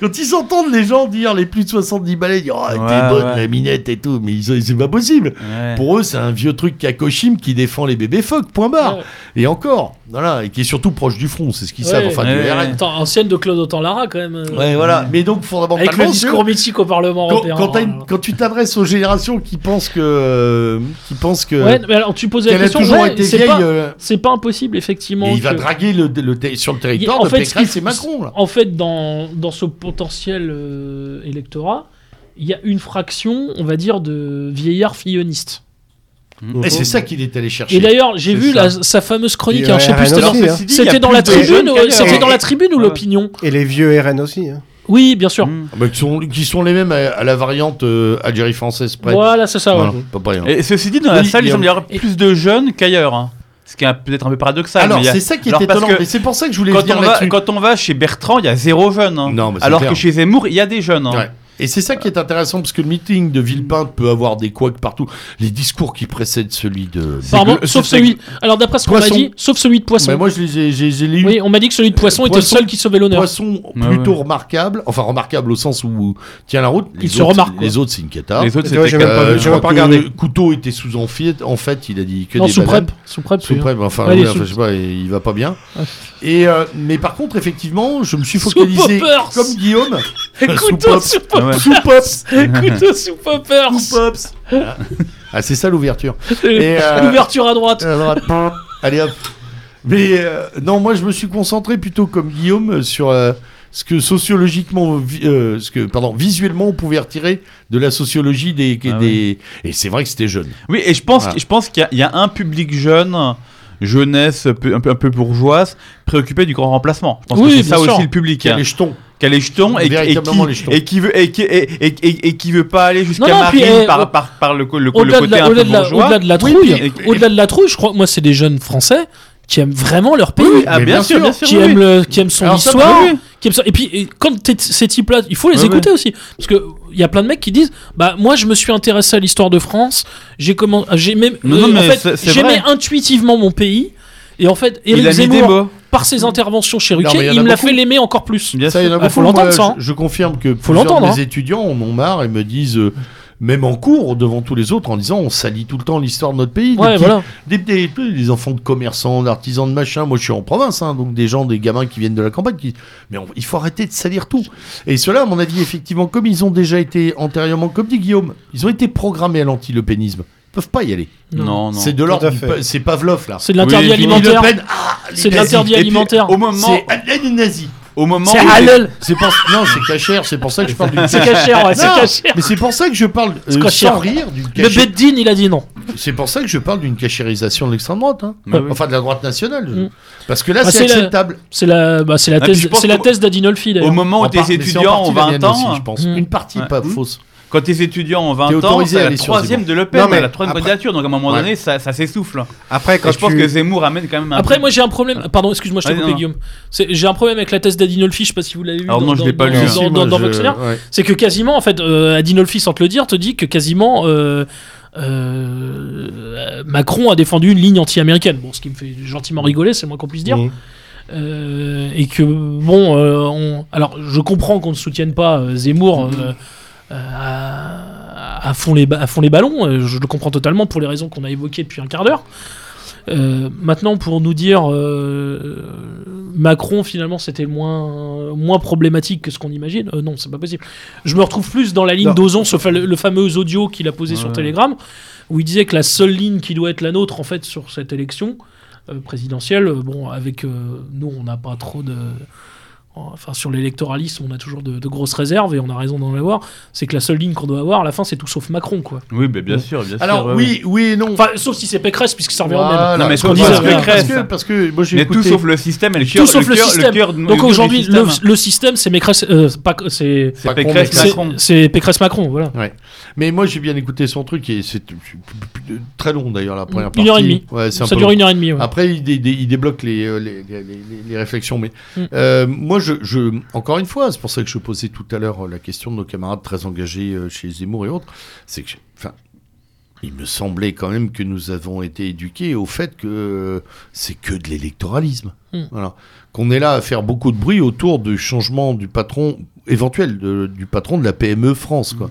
[SPEAKER 1] Quand ils entendent les gens dire les plus de 70 balais, dire Oh, t'es
[SPEAKER 3] Ouais,
[SPEAKER 1] bonne,
[SPEAKER 3] ouais.
[SPEAKER 1] la minette et tout, mais ils ont- c'est pas possible.
[SPEAKER 3] Ouais.
[SPEAKER 1] Pour eux, c'est un vieux truc Kakoshim qui défend les bébés phoques, point barre.
[SPEAKER 4] Ouais.
[SPEAKER 1] Et encore, voilà, et qui est surtout proche du front, c'est ce qu'ils
[SPEAKER 4] Ouais.
[SPEAKER 1] savent, enfin,
[SPEAKER 3] Ouais,
[SPEAKER 1] du
[SPEAKER 3] ouais.
[SPEAKER 1] RN.
[SPEAKER 4] Attends, ancienne de Claude Autant-Lara quand même. euh,
[SPEAKER 1] Ouais, voilà. Mais donc, fondamentalement,
[SPEAKER 4] Avec le
[SPEAKER 1] c'est-
[SPEAKER 4] discours mythique au Parlement
[SPEAKER 1] quand,
[SPEAKER 4] européen. hein.
[SPEAKER 1] quand t'as une- quand tu t'adresses aux générations qui pensent que. euh, qui pensent que.
[SPEAKER 4] Ouais, mais alors tu posais la
[SPEAKER 1] qu'elle a
[SPEAKER 4] question.
[SPEAKER 1] toujours
[SPEAKER 4] ouais,
[SPEAKER 1] été
[SPEAKER 4] c'est
[SPEAKER 1] vieille.
[SPEAKER 4] pas-
[SPEAKER 1] euh,
[SPEAKER 4] C'est pas impossible, effectivement.
[SPEAKER 1] Et il va
[SPEAKER 4] que-
[SPEAKER 1] draguer le, le ter- sur le
[SPEAKER 4] Il-
[SPEAKER 1] territoire
[SPEAKER 4] en
[SPEAKER 1] de
[SPEAKER 4] fait, ce
[SPEAKER 1] Pécresse
[SPEAKER 4] qui-
[SPEAKER 1] et Macron. Là.
[SPEAKER 4] En fait, dans, dans ce potentiel euh, électorat, il y a une fraction, on va dire, de vieillards fillonistes.
[SPEAKER 1] Et c'est ça qu'il est allé chercher.
[SPEAKER 4] Et d'ailleurs, j'ai
[SPEAKER 3] C'est
[SPEAKER 4] vu
[SPEAKER 3] ça.
[SPEAKER 4] la- sa fameuse chronique,
[SPEAKER 2] Et
[SPEAKER 4] alors, je sais
[SPEAKER 2] RN
[SPEAKER 4] plus, c'était
[SPEAKER 2] aussi,
[SPEAKER 4] dans-
[SPEAKER 2] hein.
[SPEAKER 3] Ceci dit, il y a
[SPEAKER 4] c'était dans
[SPEAKER 3] plus
[SPEAKER 4] la
[SPEAKER 3] de-
[SPEAKER 4] tribune,
[SPEAKER 3] Ouais.
[SPEAKER 4] ou- c'était dans la tribune ou
[SPEAKER 3] Ouais.
[SPEAKER 4] l'opinion
[SPEAKER 2] Et les vieux RN aussi. hein.
[SPEAKER 4] Oui, bien sûr.
[SPEAKER 3] Mm.
[SPEAKER 1] Ah bah, qui, sont, qui sont les mêmes à, à la variante euh, Algérie française près.
[SPEAKER 4] Voilà, c'est ça. ouais.
[SPEAKER 1] Voilà, pas pareil, hein.
[SPEAKER 3] Et ceci dit, dans la
[SPEAKER 1] Oui,
[SPEAKER 3] salle, il
[SPEAKER 1] Guillaume.
[SPEAKER 3] semble y avoir plus de jeunes qu'ailleurs. hein. Ce qui est un- peut-être un peu paradoxal.
[SPEAKER 1] Alors,
[SPEAKER 3] mais il y a-
[SPEAKER 1] c'est ça qui est
[SPEAKER 3] alors, parce
[SPEAKER 1] étonnant.
[SPEAKER 3] que
[SPEAKER 1] Et c'est pour ça que je voulais
[SPEAKER 3] quand,
[SPEAKER 1] venir
[SPEAKER 3] on va,
[SPEAKER 1] là-dessus.
[SPEAKER 3] quand on va chez Bertrand, il y a zéro jeune. hein.
[SPEAKER 1] Non, mais c'est
[SPEAKER 3] Alors
[SPEAKER 1] clair.
[SPEAKER 3] que chez Zemmour, il y a des jeunes. hein.
[SPEAKER 1] Ouais. Et c'est ça qui est intéressant, parce que le meeting de Villepinte peut avoir des couacs partout. Les discours qui précèdent celui de.
[SPEAKER 3] C'est
[SPEAKER 4] Pardon,
[SPEAKER 3] que-
[SPEAKER 4] sauf
[SPEAKER 3] c'est-
[SPEAKER 4] celui. Alors, d'après ce qu'on m'a
[SPEAKER 1] Poisson.
[SPEAKER 4] dit, sauf celui de poisson.
[SPEAKER 1] Mais moi, je les ai, j'ai- j'ai les eu.
[SPEAKER 4] oui, on m'a dit que celui de poisson était le
[SPEAKER 1] Poisson-
[SPEAKER 4] seul qui sauvait l'honneur.
[SPEAKER 1] Poisson
[SPEAKER 3] Ouais,
[SPEAKER 1] plutôt
[SPEAKER 3] ouais.
[SPEAKER 1] remarquable, enfin remarquable au sens où tient la route. Les
[SPEAKER 4] Il se
[SPEAKER 1] autres-
[SPEAKER 4] remarque, quoi.
[SPEAKER 1] Les autres, c'est une cata.
[SPEAKER 3] Les autres,
[SPEAKER 2] Et toi,
[SPEAKER 3] c'était
[SPEAKER 2] j'ai même
[SPEAKER 3] quatre-
[SPEAKER 2] pas
[SPEAKER 1] Euh, je
[SPEAKER 2] vu, j'ai
[SPEAKER 1] crois
[SPEAKER 2] même pas
[SPEAKER 1] que
[SPEAKER 2] regardé.
[SPEAKER 1] Couteau était sous amphite. En fait, il a dit que
[SPEAKER 4] Non,
[SPEAKER 1] des
[SPEAKER 4] sous
[SPEAKER 1] bananes.
[SPEAKER 4] prep, sous prep,
[SPEAKER 1] Sous
[SPEAKER 4] oui. hein.
[SPEAKER 1] prep, enfin,
[SPEAKER 4] Ouais,
[SPEAKER 1] oui,
[SPEAKER 4] les
[SPEAKER 1] enfin,
[SPEAKER 4] sous-
[SPEAKER 1] je sais pas, il il va pas bien. Et euh, mais par contre, effectivement, je me suis focalisé
[SPEAKER 4] Sous poppers.
[SPEAKER 1] comme Guillaume.
[SPEAKER 4] Couteau
[SPEAKER 1] Sous
[SPEAKER 4] sous
[SPEAKER 3] Ah ouais.
[SPEAKER 4] poppers.
[SPEAKER 1] Sous pops.
[SPEAKER 4] Couteau sous poppers.
[SPEAKER 1] pops. Ah, Ah, c'est ça l'ouverture. Et, euh,
[SPEAKER 4] L'ouverture à droite.
[SPEAKER 1] Euh, droite. Allez hop. Mais euh, non, moi je me suis concentré plutôt comme Guillaume sur euh, ce que sociologiquement, vi- euh, ce que pardon, visuellement on pouvait retirer de la sociologie des,
[SPEAKER 3] Ah
[SPEAKER 1] des- et c'est vrai que c'était jeune.
[SPEAKER 3] Oui, et je pense,
[SPEAKER 1] Voilà.
[SPEAKER 3] je pense qu'il y a- il y, a un public jeune, jeunesse peu- un peu, un peu bourgeoise, préoccupé du grand remplacement. Je pense
[SPEAKER 4] Oui,
[SPEAKER 3] que c'est ça
[SPEAKER 4] bien sûr.
[SPEAKER 3] aussi le public.
[SPEAKER 1] Qui a
[SPEAKER 3] hein.
[SPEAKER 1] les jetons.
[SPEAKER 3] Qui a les jetons et, et
[SPEAKER 1] Véritablement les
[SPEAKER 3] qui,
[SPEAKER 1] jetons.
[SPEAKER 3] et qui veut et qui, et, et, et- et qui veut pas aller jusqu'à
[SPEAKER 4] Non, non,
[SPEAKER 3] Marine
[SPEAKER 4] puis, eh,
[SPEAKER 3] par,
[SPEAKER 4] au-
[SPEAKER 3] par, par le, co- le, co- le
[SPEAKER 4] Au-delà de,
[SPEAKER 3] côté
[SPEAKER 4] la-
[SPEAKER 3] un peu
[SPEAKER 4] au-delà de la-
[SPEAKER 3] bourgeois.
[SPEAKER 4] au-delà de la
[SPEAKER 3] Oui,
[SPEAKER 4] trouille,
[SPEAKER 3] puis- et-
[SPEAKER 4] au-delà de la trouille, je crois, moi, c'est des jeunes français qui aiment vraiment leur pays,
[SPEAKER 3] oui, ah,
[SPEAKER 1] Mais
[SPEAKER 3] bien
[SPEAKER 1] bien
[SPEAKER 3] sûr,
[SPEAKER 1] sûr,
[SPEAKER 3] bien sûr.
[SPEAKER 4] qui
[SPEAKER 3] oui,
[SPEAKER 4] aiment
[SPEAKER 3] oui.
[SPEAKER 4] le- qui aiment son
[SPEAKER 1] Alors ça,
[SPEAKER 4] histoire,
[SPEAKER 3] oui.
[SPEAKER 4] qui aiment ça- Et puis, et quand t'es de ces types-là, il faut les
[SPEAKER 3] Ouais,
[SPEAKER 4] écouter aussi, parce que il y a plein de mecs qui disent, bah moi, je me suis intéressé à l'histoire de France, j'ai comment, j'ai même, euh,
[SPEAKER 3] Non, non, mais
[SPEAKER 4] en
[SPEAKER 3] c'est- c'est
[SPEAKER 4] fait, j'aimais
[SPEAKER 3] vrai.
[SPEAKER 4] intuitivement mon pays. Et en fait,
[SPEAKER 3] Il
[SPEAKER 4] Éric
[SPEAKER 3] a mis des
[SPEAKER 4] Zemmour,
[SPEAKER 3] mots.
[SPEAKER 4] par ses interventions chez
[SPEAKER 1] mais il y
[SPEAKER 4] Ruquier,
[SPEAKER 1] en a
[SPEAKER 4] il me l'a
[SPEAKER 1] beaucoup.
[SPEAKER 4] fait l'aimer encore plus.
[SPEAKER 3] Bien
[SPEAKER 1] Ça,
[SPEAKER 3] sûr.
[SPEAKER 1] il y en a
[SPEAKER 4] Ah, faut
[SPEAKER 1] beaucoup.
[SPEAKER 4] l'entendre,
[SPEAKER 1] Moi,
[SPEAKER 4] ça, hein.
[SPEAKER 1] Je, je confirme que plusieurs
[SPEAKER 4] l'entendre, hein.
[SPEAKER 1] des étudiants en ont marre et me disent. euh, même en cours, devant tous les autres, en disant on salit tout le temps l'histoire de notre pays. Des
[SPEAKER 4] Ouais,
[SPEAKER 1] petits-
[SPEAKER 4] voilà.
[SPEAKER 1] Des, des- des enfants de commerçants, d'artisans, de machin. Moi, je suis en province, hein, donc des gens, des gamins qui viennent de la campagne. Qui... Mais on- il faut arrêter de salir tout. Et ceux-là, à mon avis, effectivement, comme ils ont déjà été antérieurement, comme dit Guillaume, ils ont été programmés à l'antilopénisme. Ils peuvent pas y aller.
[SPEAKER 3] Non, non.
[SPEAKER 1] C'est de
[SPEAKER 2] Tout
[SPEAKER 1] l'ordre.
[SPEAKER 2] à
[SPEAKER 1] du
[SPEAKER 2] fait.
[SPEAKER 1] pa- C'est Pavlov, là.
[SPEAKER 4] Oh C'est de l'interdit
[SPEAKER 3] Oui, Jean-Luc
[SPEAKER 4] alimentaire.
[SPEAKER 1] Le Pen, ah, les
[SPEAKER 4] C'est de
[SPEAKER 1] nazis.
[SPEAKER 4] l'interdit
[SPEAKER 3] Et puis,
[SPEAKER 4] alimentaire.
[SPEAKER 3] au moment,
[SPEAKER 1] C'est ah, les nazis.
[SPEAKER 3] au moment,
[SPEAKER 4] C'est
[SPEAKER 3] où-
[SPEAKER 4] halal.
[SPEAKER 1] C'est pour... Non, c'est cachère, c'est pour ça que je parle du
[SPEAKER 4] C'est cachère, ouais, c'est
[SPEAKER 1] Non,
[SPEAKER 4] cachère.
[SPEAKER 1] Mais c'est pour ça que je parle euh,
[SPEAKER 4] C'est cachère.
[SPEAKER 1] sans rire d'une
[SPEAKER 4] Le
[SPEAKER 1] cachère-
[SPEAKER 4] Beddin, il a dit non.
[SPEAKER 1] C'est pour ça que je parle d'une cachérisation de l'extrême droite, hein.
[SPEAKER 3] Ouais, ouais.
[SPEAKER 1] enfin de la droite nationale. je-
[SPEAKER 4] Bah Mm.
[SPEAKER 1] Parce que là,
[SPEAKER 4] Ah,
[SPEAKER 1] c'est
[SPEAKER 4] c'est la-
[SPEAKER 1] acceptable.
[SPEAKER 4] C'est la, bah, c'est la
[SPEAKER 3] Ah, puis je
[SPEAKER 4] thèse,
[SPEAKER 3] pense
[SPEAKER 4] c'est la
[SPEAKER 3] que-
[SPEAKER 4] thèse d'Adinolfi
[SPEAKER 3] au
[SPEAKER 4] d'ailleurs.
[SPEAKER 3] moment où
[SPEAKER 1] En par-
[SPEAKER 3] tes
[SPEAKER 1] mais c'est en
[SPEAKER 3] étudiants
[SPEAKER 1] partie
[SPEAKER 3] ont
[SPEAKER 1] la
[SPEAKER 3] 20
[SPEAKER 1] mienne
[SPEAKER 3] ans,
[SPEAKER 1] aussi, je pense. Mmh.
[SPEAKER 4] Mm.
[SPEAKER 1] Une partie,
[SPEAKER 3] Ouais.
[SPEAKER 1] pas
[SPEAKER 3] Mm.
[SPEAKER 1] fausse.
[SPEAKER 3] Quand tes étudiants ont 20
[SPEAKER 1] T'es
[SPEAKER 3] ans,
[SPEAKER 1] autorisé à
[SPEAKER 3] c'est la
[SPEAKER 1] aller sur
[SPEAKER 3] troisième de Le Pen,
[SPEAKER 2] Non, mais
[SPEAKER 3] la troisième
[SPEAKER 2] après-
[SPEAKER 3] candidature, donc à un moment
[SPEAKER 1] Ouais.
[SPEAKER 3] donné, ça, ça s'essouffle.
[SPEAKER 2] Après, quand
[SPEAKER 3] Et je pense
[SPEAKER 2] tu-
[SPEAKER 3] que Zemmour amène quand même un
[SPEAKER 4] Après,
[SPEAKER 3] peu-
[SPEAKER 4] moi j'ai un problème.
[SPEAKER 1] Ah.
[SPEAKER 4] Pardon, excuse-moi, je t'ai
[SPEAKER 3] Vas-y,
[SPEAKER 4] coupé,
[SPEAKER 3] non.
[SPEAKER 4] Guillaume. C'est- J'ai un problème avec la thèse d'Adinolfi. Je sais pas si vous l'avez vu.
[SPEAKER 3] Alors
[SPEAKER 4] dans-
[SPEAKER 3] non, je
[SPEAKER 4] dans-
[SPEAKER 3] l'ai pas
[SPEAKER 4] dans-
[SPEAKER 3] lu, hein.
[SPEAKER 4] dans- dans- dans Voxener.
[SPEAKER 1] ouais.
[SPEAKER 4] C'est que quasiment, en fait, euh, Adinolfi, sans te le dire, te dit que quasiment euh, euh, Macron a défendu une ligne anti-américaine. Bon, ce qui me fait gentiment rigoler, c'est le moins qu'on puisse dire.
[SPEAKER 2] Mhm.
[SPEAKER 4] Euh, et que bon, euh, on... alors je comprends qu'on ne soutienne pas euh, Zemmour euh, euh, à, à fond les ba- à fond les ballons. euh, je le comprends totalement pour les raisons qu'on a évoquées depuis un quart d'heure. Euh, maintenant, pour nous dire euh, Macron finalement c'était moins moins problématique que ce qu'on imagine, euh, non, c'est pas possible. Je me retrouve plus dans la ligne
[SPEAKER 2] Non.
[SPEAKER 4] d'Ozon, ce fa- le fameux audio qu'il a posé sur
[SPEAKER 3] Ouais.
[SPEAKER 4] Telegram, où il disait que la seule ligne qui doit être la nôtre en fait sur cette élection, euh, présidentielle. Bon, avec euh, nous, on n'a pas trop de. Enfin, sur l'électoralisme, on a toujours de, de grosses réserves et on a raison d'en avoir. C'est que la seule ligne qu'on doit avoir à la fin, c'est tout sauf Macron, quoi.
[SPEAKER 3] Oui, ben, bien sûr, bien sûr.
[SPEAKER 1] Alors
[SPEAKER 3] ouais, ouais.
[SPEAKER 1] oui, oui et non.
[SPEAKER 4] Enfin, sauf si c'est Pécresse, puisque ça revient au même.
[SPEAKER 1] Voilà.
[SPEAKER 3] Non, mais ce qu'on
[SPEAKER 1] Parce
[SPEAKER 3] disait
[SPEAKER 1] que-
[SPEAKER 3] avec
[SPEAKER 1] parce
[SPEAKER 3] Crest.
[SPEAKER 1] que, parce que moi j'ai
[SPEAKER 3] Mais tout
[SPEAKER 1] écouté
[SPEAKER 3] sauf le système et le cœur.
[SPEAKER 4] tout sauf le,
[SPEAKER 3] cœur-
[SPEAKER 4] système.
[SPEAKER 3] cœur de-
[SPEAKER 4] Donc
[SPEAKER 3] cœur du
[SPEAKER 4] aujourd'hui, le,
[SPEAKER 3] système.
[SPEAKER 4] le système, c'est Pécresse, euh, pas que- c'est
[SPEAKER 3] c'est
[SPEAKER 1] Pas
[SPEAKER 3] Pécresse
[SPEAKER 1] convaincu.
[SPEAKER 4] c'est-
[SPEAKER 3] Macron.
[SPEAKER 4] c'est Pécresse Macron, voilà.
[SPEAKER 1] Mais moi j'ai bien écouté son truc et c'est très long d'ailleurs la première partie.
[SPEAKER 4] Une heure et demie.
[SPEAKER 1] Ouais, c'est un
[SPEAKER 4] Ça
[SPEAKER 1] peu Ah,
[SPEAKER 4] dure
[SPEAKER 1] long.
[SPEAKER 4] une heure et demie. ouais.
[SPEAKER 1] Après, il, dé- dé- il débloque les, euh, les, les- les- les réflexions. Mais
[SPEAKER 4] Mm.
[SPEAKER 1] euh, moi, je, je- encore une fois, c'est pour ça que je posais tout à l'heure euh, la question de nos camarades très engagés euh, chez Zemmour et autres. C'est que, j'ai- enfin, il me semblait quand même que nous avons été éduqués au fait que euh, c'est que de l'électoralisme.
[SPEAKER 4] Mm.
[SPEAKER 1] Voilà. Qu'on est là à faire beaucoup de bruit autour du changement du patron éventuel de- du patron de la PME France, quoi.
[SPEAKER 4] Mm.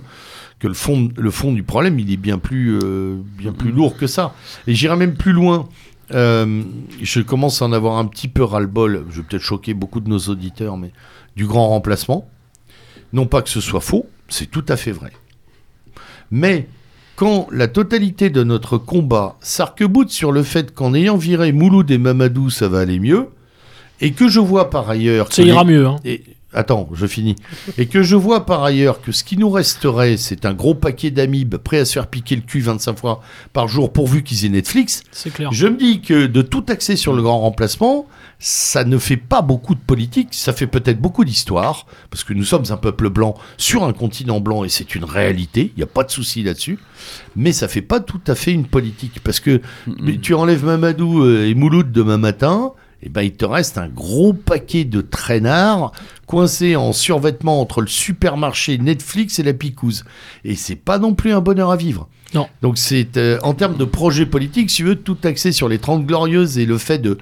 [SPEAKER 1] Que le fond, le fond du problème, il est bien plus, euh, bien
[SPEAKER 4] Mm.
[SPEAKER 1] plus lourd que ça. Et j'irai même plus loin. Euh, je commence à en avoir un petit peu ras-le-bol. Je vais peut-être choquer beaucoup de nos auditeurs, mais du grand remplacement. Non pas que ce soit faux, c'est tout à fait vrai. Mais quand la totalité de notre combat s'arc-boute sur le fait qu'en ayant viré Mouloud et Mamadou, ça va aller mieux, et que je vois par ailleurs... que
[SPEAKER 4] Ça
[SPEAKER 1] les-
[SPEAKER 4] ira mieux. hein.
[SPEAKER 1] et, attends, je finis. Et que je vois par ailleurs que ce qui nous resterait, c'est un gros paquet d'amibes prêts à se faire piquer le cul 25 fois par jour pourvu qu'ils aient Netflix.
[SPEAKER 4] C'est clair.
[SPEAKER 1] Je me dis que de tout axer sur le grand remplacement, ça ne fait pas beaucoup de politique, ça fait peut-être beaucoup d'histoire, parce que nous sommes un peuple blanc sur un continent blanc et c'est une réalité, il n'y a pas de souci là-dessus, mais ça fait pas tout à fait une politique, parce que mais tu enlèves Mamadou euh, et Mouloud demain matin, et ben il te reste un gros paquet de traînards coincés en survêtement entre le supermarché Netflix et la picouse. Et c'est pas non plus un bonheur à vivre.
[SPEAKER 4] Non.
[SPEAKER 1] Donc c'est euh, en termes de projet politique, si tu veux, tout axé sur les 30 glorieuses et le fait de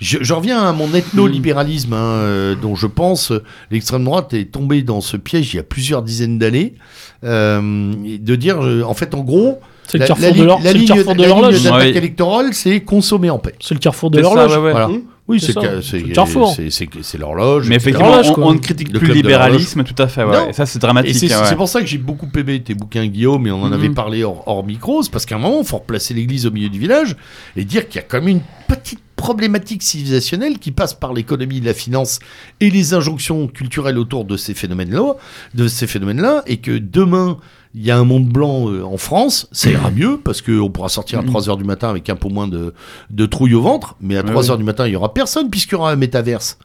[SPEAKER 1] je, je reviens à mon ethno-libéralisme, hein, euh, dont je pense euh, l'extrême droite est tombée dans ce piège il y a plusieurs dizaines d'années, euh, et de dire, euh, en fait, en gros,
[SPEAKER 4] C'est le
[SPEAKER 1] la-
[SPEAKER 4] carrefour
[SPEAKER 1] la
[SPEAKER 4] de
[SPEAKER 1] ligne-
[SPEAKER 4] l'hor-
[SPEAKER 1] la
[SPEAKER 4] c'est le
[SPEAKER 1] ligne-
[SPEAKER 4] carrefour de
[SPEAKER 1] la ligne
[SPEAKER 4] l'horloge.
[SPEAKER 1] d'attaque
[SPEAKER 3] Ouais.
[SPEAKER 1] électorale, c'est consommer en paix.
[SPEAKER 4] C'est le carrefour de
[SPEAKER 3] C'est ça,
[SPEAKER 4] l'horloge.
[SPEAKER 3] ouais, ouais.
[SPEAKER 1] Voilà. Oui,
[SPEAKER 4] C'est
[SPEAKER 1] c'est
[SPEAKER 4] ça,
[SPEAKER 1] que-
[SPEAKER 4] c'est le
[SPEAKER 1] c'est
[SPEAKER 4] carrefour.
[SPEAKER 1] c'est- c'est que- c'est l'horloge.
[SPEAKER 3] Mais
[SPEAKER 1] etc.
[SPEAKER 3] effectivement,
[SPEAKER 4] l'horloge,
[SPEAKER 3] on,
[SPEAKER 4] quoi.
[SPEAKER 3] on ne critique
[SPEAKER 1] Le
[SPEAKER 3] plus le
[SPEAKER 1] club de
[SPEAKER 3] libéralisme, tout à fait. ouais.
[SPEAKER 1] Non.
[SPEAKER 3] Et ça, c'est
[SPEAKER 1] Et
[SPEAKER 3] dramatique.
[SPEAKER 1] c'est
[SPEAKER 3] hein, ouais. Mhm.
[SPEAKER 1] c'est pour ça que j'ai beaucoup aimé tes bouquins, Guillaume, et on en avait parlé hors, hors micro. C'est parce qu'à un moment, il faut replacer l'église au milieu du village et dire qu'il y a comme une petite problématique civilisationnelle qui passe par l'économie, la finance et les injonctions culturelles autour de ces phénomènes-là, de ces phénomènes-là, et que demain il y a un monde blanc euh, en France, ça ira mieux parce qu'on pourra sortir à
[SPEAKER 3] Mm.
[SPEAKER 1] 3 heures du matin avec un peu moins de, de trouille au ventre, mais à 3
[SPEAKER 3] oui.
[SPEAKER 1] heures du matin il y aura personne puisqu'il y aura un métaverse.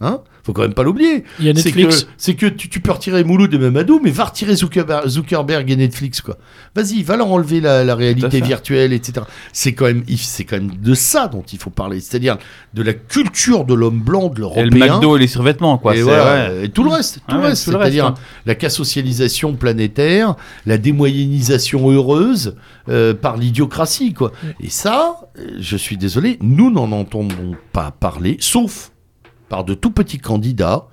[SPEAKER 1] Hein Faut quand même pas l'oublier.
[SPEAKER 4] Il y a
[SPEAKER 1] C'est
[SPEAKER 4] Netflix.
[SPEAKER 1] que, c'est que tu, tu peux retirer Mouloud et Mamadou, mais va retirer Zuckerber- Zuckerberg et Netflix, quoi. Vas-y, va leur enlever la, la réalité
[SPEAKER 3] fait.
[SPEAKER 1] virtuelle, etc. C'est quand même, c'est quand même de ça dont il faut parler, c'est-à-dire de la culture de l'homme blanc, de l'européen.
[SPEAKER 3] Et le McDo et les survêtements, quoi.
[SPEAKER 1] et,
[SPEAKER 3] c'est-
[SPEAKER 1] voilà,
[SPEAKER 3] ouais.
[SPEAKER 1] et tout le reste, tout
[SPEAKER 3] Ah
[SPEAKER 1] le
[SPEAKER 3] ouais,
[SPEAKER 1] reste,
[SPEAKER 3] tout le reste,
[SPEAKER 1] c'est-à-dire
[SPEAKER 3] hein.
[SPEAKER 1] la cassocialisation planétaire, la démoyennisation heureuse euh, par l'idiocratie, quoi.
[SPEAKER 3] Mm.
[SPEAKER 1] Et ça, euh, je suis désolé, nous n'en entendons pas parler, sauf par de tout petits candidats,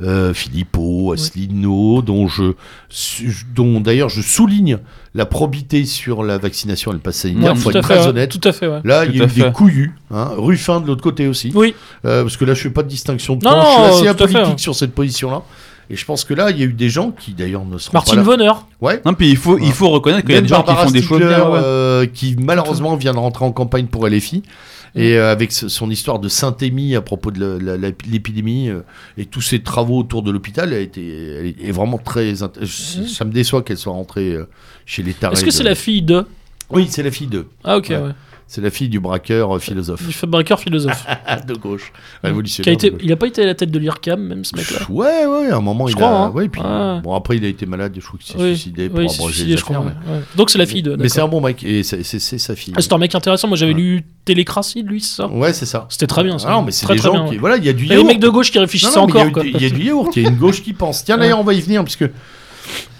[SPEAKER 1] euh, Philippot, Asselineau, dont je, su- dont d'ailleurs je souligne la probité sur la vaccination et le pass sanitaire,
[SPEAKER 4] Ouais,
[SPEAKER 1] faut
[SPEAKER 4] tout,
[SPEAKER 1] être
[SPEAKER 4] à fait,
[SPEAKER 1] très
[SPEAKER 4] ouais.
[SPEAKER 1] honnête.
[SPEAKER 4] tout à fait, ouais.
[SPEAKER 1] Là,
[SPEAKER 3] Tout
[SPEAKER 1] il y a
[SPEAKER 3] à
[SPEAKER 1] eu des
[SPEAKER 3] fait.
[SPEAKER 1] couillus, hein, Ruffin de l'autre côté aussi.
[SPEAKER 4] Oui,
[SPEAKER 1] Euh, parce que là, je fais pas de distinction de
[SPEAKER 4] Non,
[SPEAKER 1] camp,
[SPEAKER 4] non,
[SPEAKER 1] je suis assez
[SPEAKER 4] euh, tout à fait,
[SPEAKER 1] apolitique
[SPEAKER 4] hein.
[SPEAKER 1] sur cette position-là. Et je pense que là, il y a eu des gens qui, d'ailleurs, ne seront pas
[SPEAKER 4] Martine
[SPEAKER 1] là.
[SPEAKER 4] Vonner.
[SPEAKER 1] Ouais.
[SPEAKER 3] Non, puis il faut, il faut reconnaître qu'il y a
[SPEAKER 1] Même
[SPEAKER 3] des gens qui
[SPEAKER 1] Barbara
[SPEAKER 3] font des choses
[SPEAKER 1] Stiegler,
[SPEAKER 3] bien. ouais.
[SPEAKER 1] euh, qui malheureusement vient de rentrer en campagne pour
[SPEAKER 4] Mm.
[SPEAKER 1] LFI. Et euh, avec ce- son histoire de Saint-Émy à propos de la- la- la- l'épidémie euh, et tous ses travaux autour de l'hôpital, elle, était, elle est vraiment très. int- je- Ça me déçoit qu'elle soit rentrée euh, chez les tarés.
[SPEAKER 4] Mm. Est-ce que
[SPEAKER 1] de-
[SPEAKER 4] c'est la fille de
[SPEAKER 1] Oui, c'est la fille de.
[SPEAKER 4] Ah ok,
[SPEAKER 1] Ouais.
[SPEAKER 4] ouais.
[SPEAKER 1] C'est la fille du braqueur euh, philosophe
[SPEAKER 4] du fabriqueur philosophe.
[SPEAKER 1] de gauche.
[SPEAKER 4] Euh, Mm. Qui a
[SPEAKER 1] Ah, Révolutionnaire. de
[SPEAKER 4] été...
[SPEAKER 1] gauche.
[SPEAKER 4] Il a pas été à la tête de l'IRCAM, même ce mec-là.
[SPEAKER 1] Ouais, ouais, à un moment,
[SPEAKER 4] Je
[SPEAKER 1] il
[SPEAKER 4] crois,
[SPEAKER 1] a.
[SPEAKER 4] hein.
[SPEAKER 1] ouais, puis,
[SPEAKER 4] Ouais.
[SPEAKER 1] Bon, après, il a été malade, je crois qu'il s'est
[SPEAKER 4] Oui.
[SPEAKER 1] suicidé pour
[SPEAKER 4] Oui, c'est
[SPEAKER 1] abroger
[SPEAKER 4] suicidé,
[SPEAKER 1] les
[SPEAKER 4] je crois.
[SPEAKER 1] affaires,
[SPEAKER 4] ouais.
[SPEAKER 1] mais-
[SPEAKER 4] Ouais. Donc c'est la fille de.
[SPEAKER 1] Mais c'est
[SPEAKER 4] d'accord.
[SPEAKER 1] un bon mec, et c'est c'est- c'est sa fille.
[SPEAKER 4] Ah, c'est un mec intéressant. Moi j'avais
[SPEAKER 1] Ouais.
[SPEAKER 4] lu Télécratie de lui, c'est ça.
[SPEAKER 1] Ouais, c'est ça.
[SPEAKER 4] C'était très bien. Ça.
[SPEAKER 1] Ah non, mais c'est
[SPEAKER 4] Très,
[SPEAKER 1] des
[SPEAKER 4] très
[SPEAKER 1] gens
[SPEAKER 4] bien,
[SPEAKER 1] qui.
[SPEAKER 4] ouais.
[SPEAKER 1] Voilà, il y a du
[SPEAKER 4] Il y a les
[SPEAKER 1] yaourt.
[SPEAKER 4] mecs de gauche qui
[SPEAKER 1] Non,
[SPEAKER 4] réfléchissent
[SPEAKER 1] non, mais
[SPEAKER 4] encore.
[SPEAKER 1] il y a
[SPEAKER 4] quoi.
[SPEAKER 1] du- Il y a du yaourt, il y a une gauche qui pense. Tiens, d'ailleurs, on va y venir, parce que.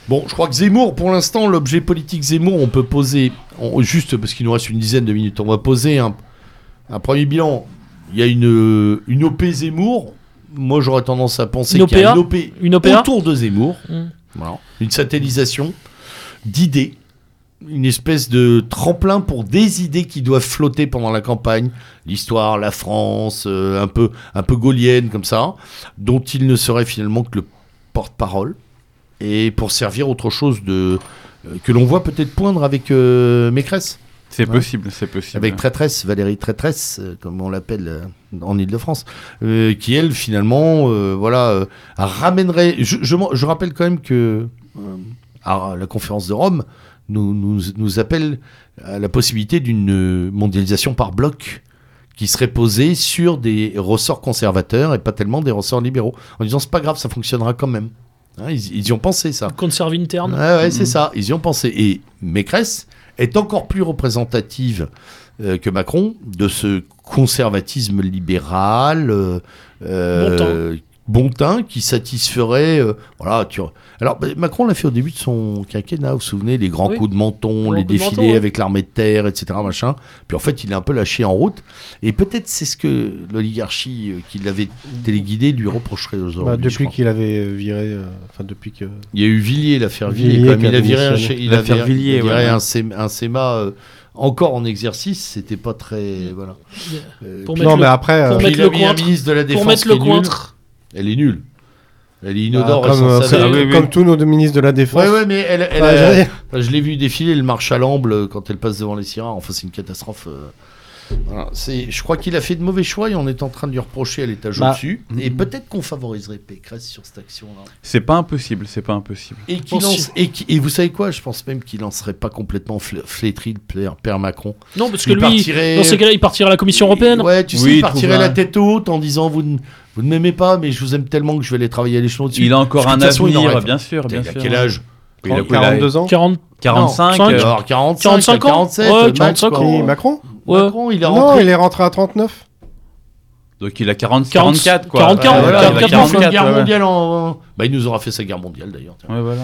[SPEAKER 1] Bon, je crois que Zemmour, pour l'instant, l'objet politique Zemmour, on peut poser, on- juste parce qu'il nous reste une dizaine de minutes, on va poser un, un premier bilan. Il y a une, une OP Zemmour. Moi, j'aurais tendance à penser
[SPEAKER 4] Une
[SPEAKER 1] qu'il y a
[SPEAKER 4] OPA?
[SPEAKER 1] une OP
[SPEAKER 4] Une opéra.
[SPEAKER 1] autour de Zemmour.
[SPEAKER 4] Mm.
[SPEAKER 1] Voilà. Une satellisation d'idées. Une espèce de tremplin pour des idées qui doivent flotter pendant la campagne. L'histoire, la France, euh, un, peu, un peu gaulienne comme ça, dont il ne serait finalement que le porte-parole. Et pour servir autre chose de, euh, que l'on voit peut-être poindre avec euh, Mécresse.
[SPEAKER 3] C'est
[SPEAKER 5] Voilà.
[SPEAKER 3] possible, c'est possible.
[SPEAKER 5] Avec Traîtresse, Valérie Traîtresse, euh, comme on l'appelle euh, en Ile-de-France,
[SPEAKER 1] euh, qui elle finalement euh, voilà euh, ramènerait je, je m'en- je rappelle quand même que euh, à la conférence de Rome nous, nous, nous appelle à la possibilité d'une euh, mondialisation par bloc qui serait posée sur des ressorts conservateurs et pas tellement des ressorts libéraux en disant c'est pas grave ça fonctionnera quand même Hein, ils, ils y ont pensé ça
[SPEAKER 4] Conserve interne.
[SPEAKER 1] Ouais, ouais, c'est
[SPEAKER 3] Mhm.
[SPEAKER 1] ça, ils y ont pensé. Et Mécresse est encore plus représentative euh, que Macron de ce conservatisme libéral, euh, euh, bon teint, qui satisferait. euh, voilà, tu... Alors, bah, Macron l'a fait au début de son quinquennat, vous vous souvenez, les grands
[SPEAKER 4] Oui.
[SPEAKER 1] coups de menton,
[SPEAKER 4] Grands
[SPEAKER 1] les
[SPEAKER 4] coups de
[SPEAKER 1] défilés
[SPEAKER 4] menton, ouais.
[SPEAKER 1] avec l'armée de terre, etc. Machin. Puis en fait, il est un peu lâché en route. Et peut-être c'est ce que l'oligarchie euh, qui l'avait téléguidé lui reprocherait aujourd'hui.
[SPEAKER 2] Bah,
[SPEAKER 1] je crois.
[SPEAKER 2] depuis qu'il avait euh, viré, euh, enfin depuis que
[SPEAKER 1] Il y a eu Villiers, l'affaire
[SPEAKER 2] Villiers
[SPEAKER 1] Villiers. quand même.
[SPEAKER 2] qui a
[SPEAKER 1] il a viré un,
[SPEAKER 2] démissionné.
[SPEAKER 1] ché- il
[SPEAKER 3] L'affaire
[SPEAKER 1] a viré-
[SPEAKER 3] Villiers,
[SPEAKER 1] il a viré
[SPEAKER 3] ouais.
[SPEAKER 1] un, sé- un SEMA euh, encore en exercice. C'était pas très. Voilà. Euh,
[SPEAKER 4] Pour
[SPEAKER 1] puis-
[SPEAKER 4] mettre
[SPEAKER 2] non
[SPEAKER 4] le-
[SPEAKER 2] mais après euh,
[SPEAKER 4] pour
[SPEAKER 1] puis
[SPEAKER 4] mettre
[SPEAKER 1] il a
[SPEAKER 4] le
[SPEAKER 1] mis un
[SPEAKER 4] cointre.
[SPEAKER 1] ministre de la défense.
[SPEAKER 4] Pour mettre
[SPEAKER 1] qui
[SPEAKER 4] le
[SPEAKER 1] est nul.
[SPEAKER 4] cointre.
[SPEAKER 1] Elle est nulle. Elle est
[SPEAKER 2] bah,
[SPEAKER 1] inodore. et
[SPEAKER 2] comme,
[SPEAKER 1] sans
[SPEAKER 2] euh,
[SPEAKER 1] saveur.
[SPEAKER 3] Ah oui, oui.
[SPEAKER 2] comme tous nos deux ministres de la défense.
[SPEAKER 1] Ouais, ouais, mais elle, elle
[SPEAKER 2] Ouais,
[SPEAKER 1] a-
[SPEAKER 2] j'allais dire.
[SPEAKER 1] Enfin, je l'ai vu défiler le marche à l'amble euh, quand elle passe devant les sirènes. Enfin, c'est une catastrophe. euh. Voilà, c'est- je crois qu'il a fait de mauvais choix et on est en train de lui reprocher à l'étage
[SPEAKER 3] Bah,
[SPEAKER 1] au-dessus. Et
[SPEAKER 2] mm-hmm.
[SPEAKER 3] mhm.
[SPEAKER 1] peut-être qu'on favoriserait Pécresse sur cette action-là.
[SPEAKER 3] C'est pas impossible, c'est pas impossible.
[SPEAKER 1] Et, qui
[SPEAKER 4] Aussi.
[SPEAKER 1] lance- et, qui- et vous savez quoi Je pense même qu'il lancerait pas complètement fl- flétri le père, père Macron.
[SPEAKER 4] Non, parce que
[SPEAKER 1] Il
[SPEAKER 4] lui,
[SPEAKER 1] partirait-
[SPEAKER 4] dans ces cas-là, il partira à la Commission européenne.
[SPEAKER 1] Ouais, tu sais,
[SPEAKER 3] Oui,
[SPEAKER 1] il
[SPEAKER 3] il
[SPEAKER 1] partirait la
[SPEAKER 3] trouvera-
[SPEAKER 1] tête haute en disant vous ne, vous ne m'aimez pas, mais je vous aime tellement que je vais aller travailler à l'échelon au-dessus. Euh,
[SPEAKER 3] Il a encore
[SPEAKER 1] Parce que
[SPEAKER 3] un
[SPEAKER 1] de toute façon, il
[SPEAKER 3] avenir,
[SPEAKER 1] aurait-
[SPEAKER 3] bien sûr,
[SPEAKER 1] Putain,
[SPEAKER 3] bien
[SPEAKER 1] il a
[SPEAKER 3] sûr.
[SPEAKER 1] quel âge
[SPEAKER 3] Il a quoi, il a
[SPEAKER 2] 42 ans.
[SPEAKER 4] 40.
[SPEAKER 3] 45.
[SPEAKER 1] Il
[SPEAKER 4] Non,
[SPEAKER 1] va
[SPEAKER 3] euh,
[SPEAKER 1] avoir 45,
[SPEAKER 4] 45 ans
[SPEAKER 1] 47,
[SPEAKER 4] Ouais,
[SPEAKER 1] max,
[SPEAKER 4] 45
[SPEAKER 1] quoi.
[SPEAKER 4] ans.
[SPEAKER 2] Qui, Macron
[SPEAKER 4] Ouais.
[SPEAKER 1] Macron, il a
[SPEAKER 2] Non,
[SPEAKER 1] rentré.
[SPEAKER 2] il est rentré à 39.
[SPEAKER 3] Donc il a 40,
[SPEAKER 4] 40,
[SPEAKER 3] 44, quoi.
[SPEAKER 4] 44,
[SPEAKER 3] Ouais, voilà, il a
[SPEAKER 4] 44,
[SPEAKER 1] il a fait
[SPEAKER 3] 44,
[SPEAKER 1] une guerre
[SPEAKER 3] ouais.
[SPEAKER 1] mondiale en. Bah, il nous aura fait sa guerre mondiale d'ailleurs. tiens.
[SPEAKER 3] Ouais, voilà.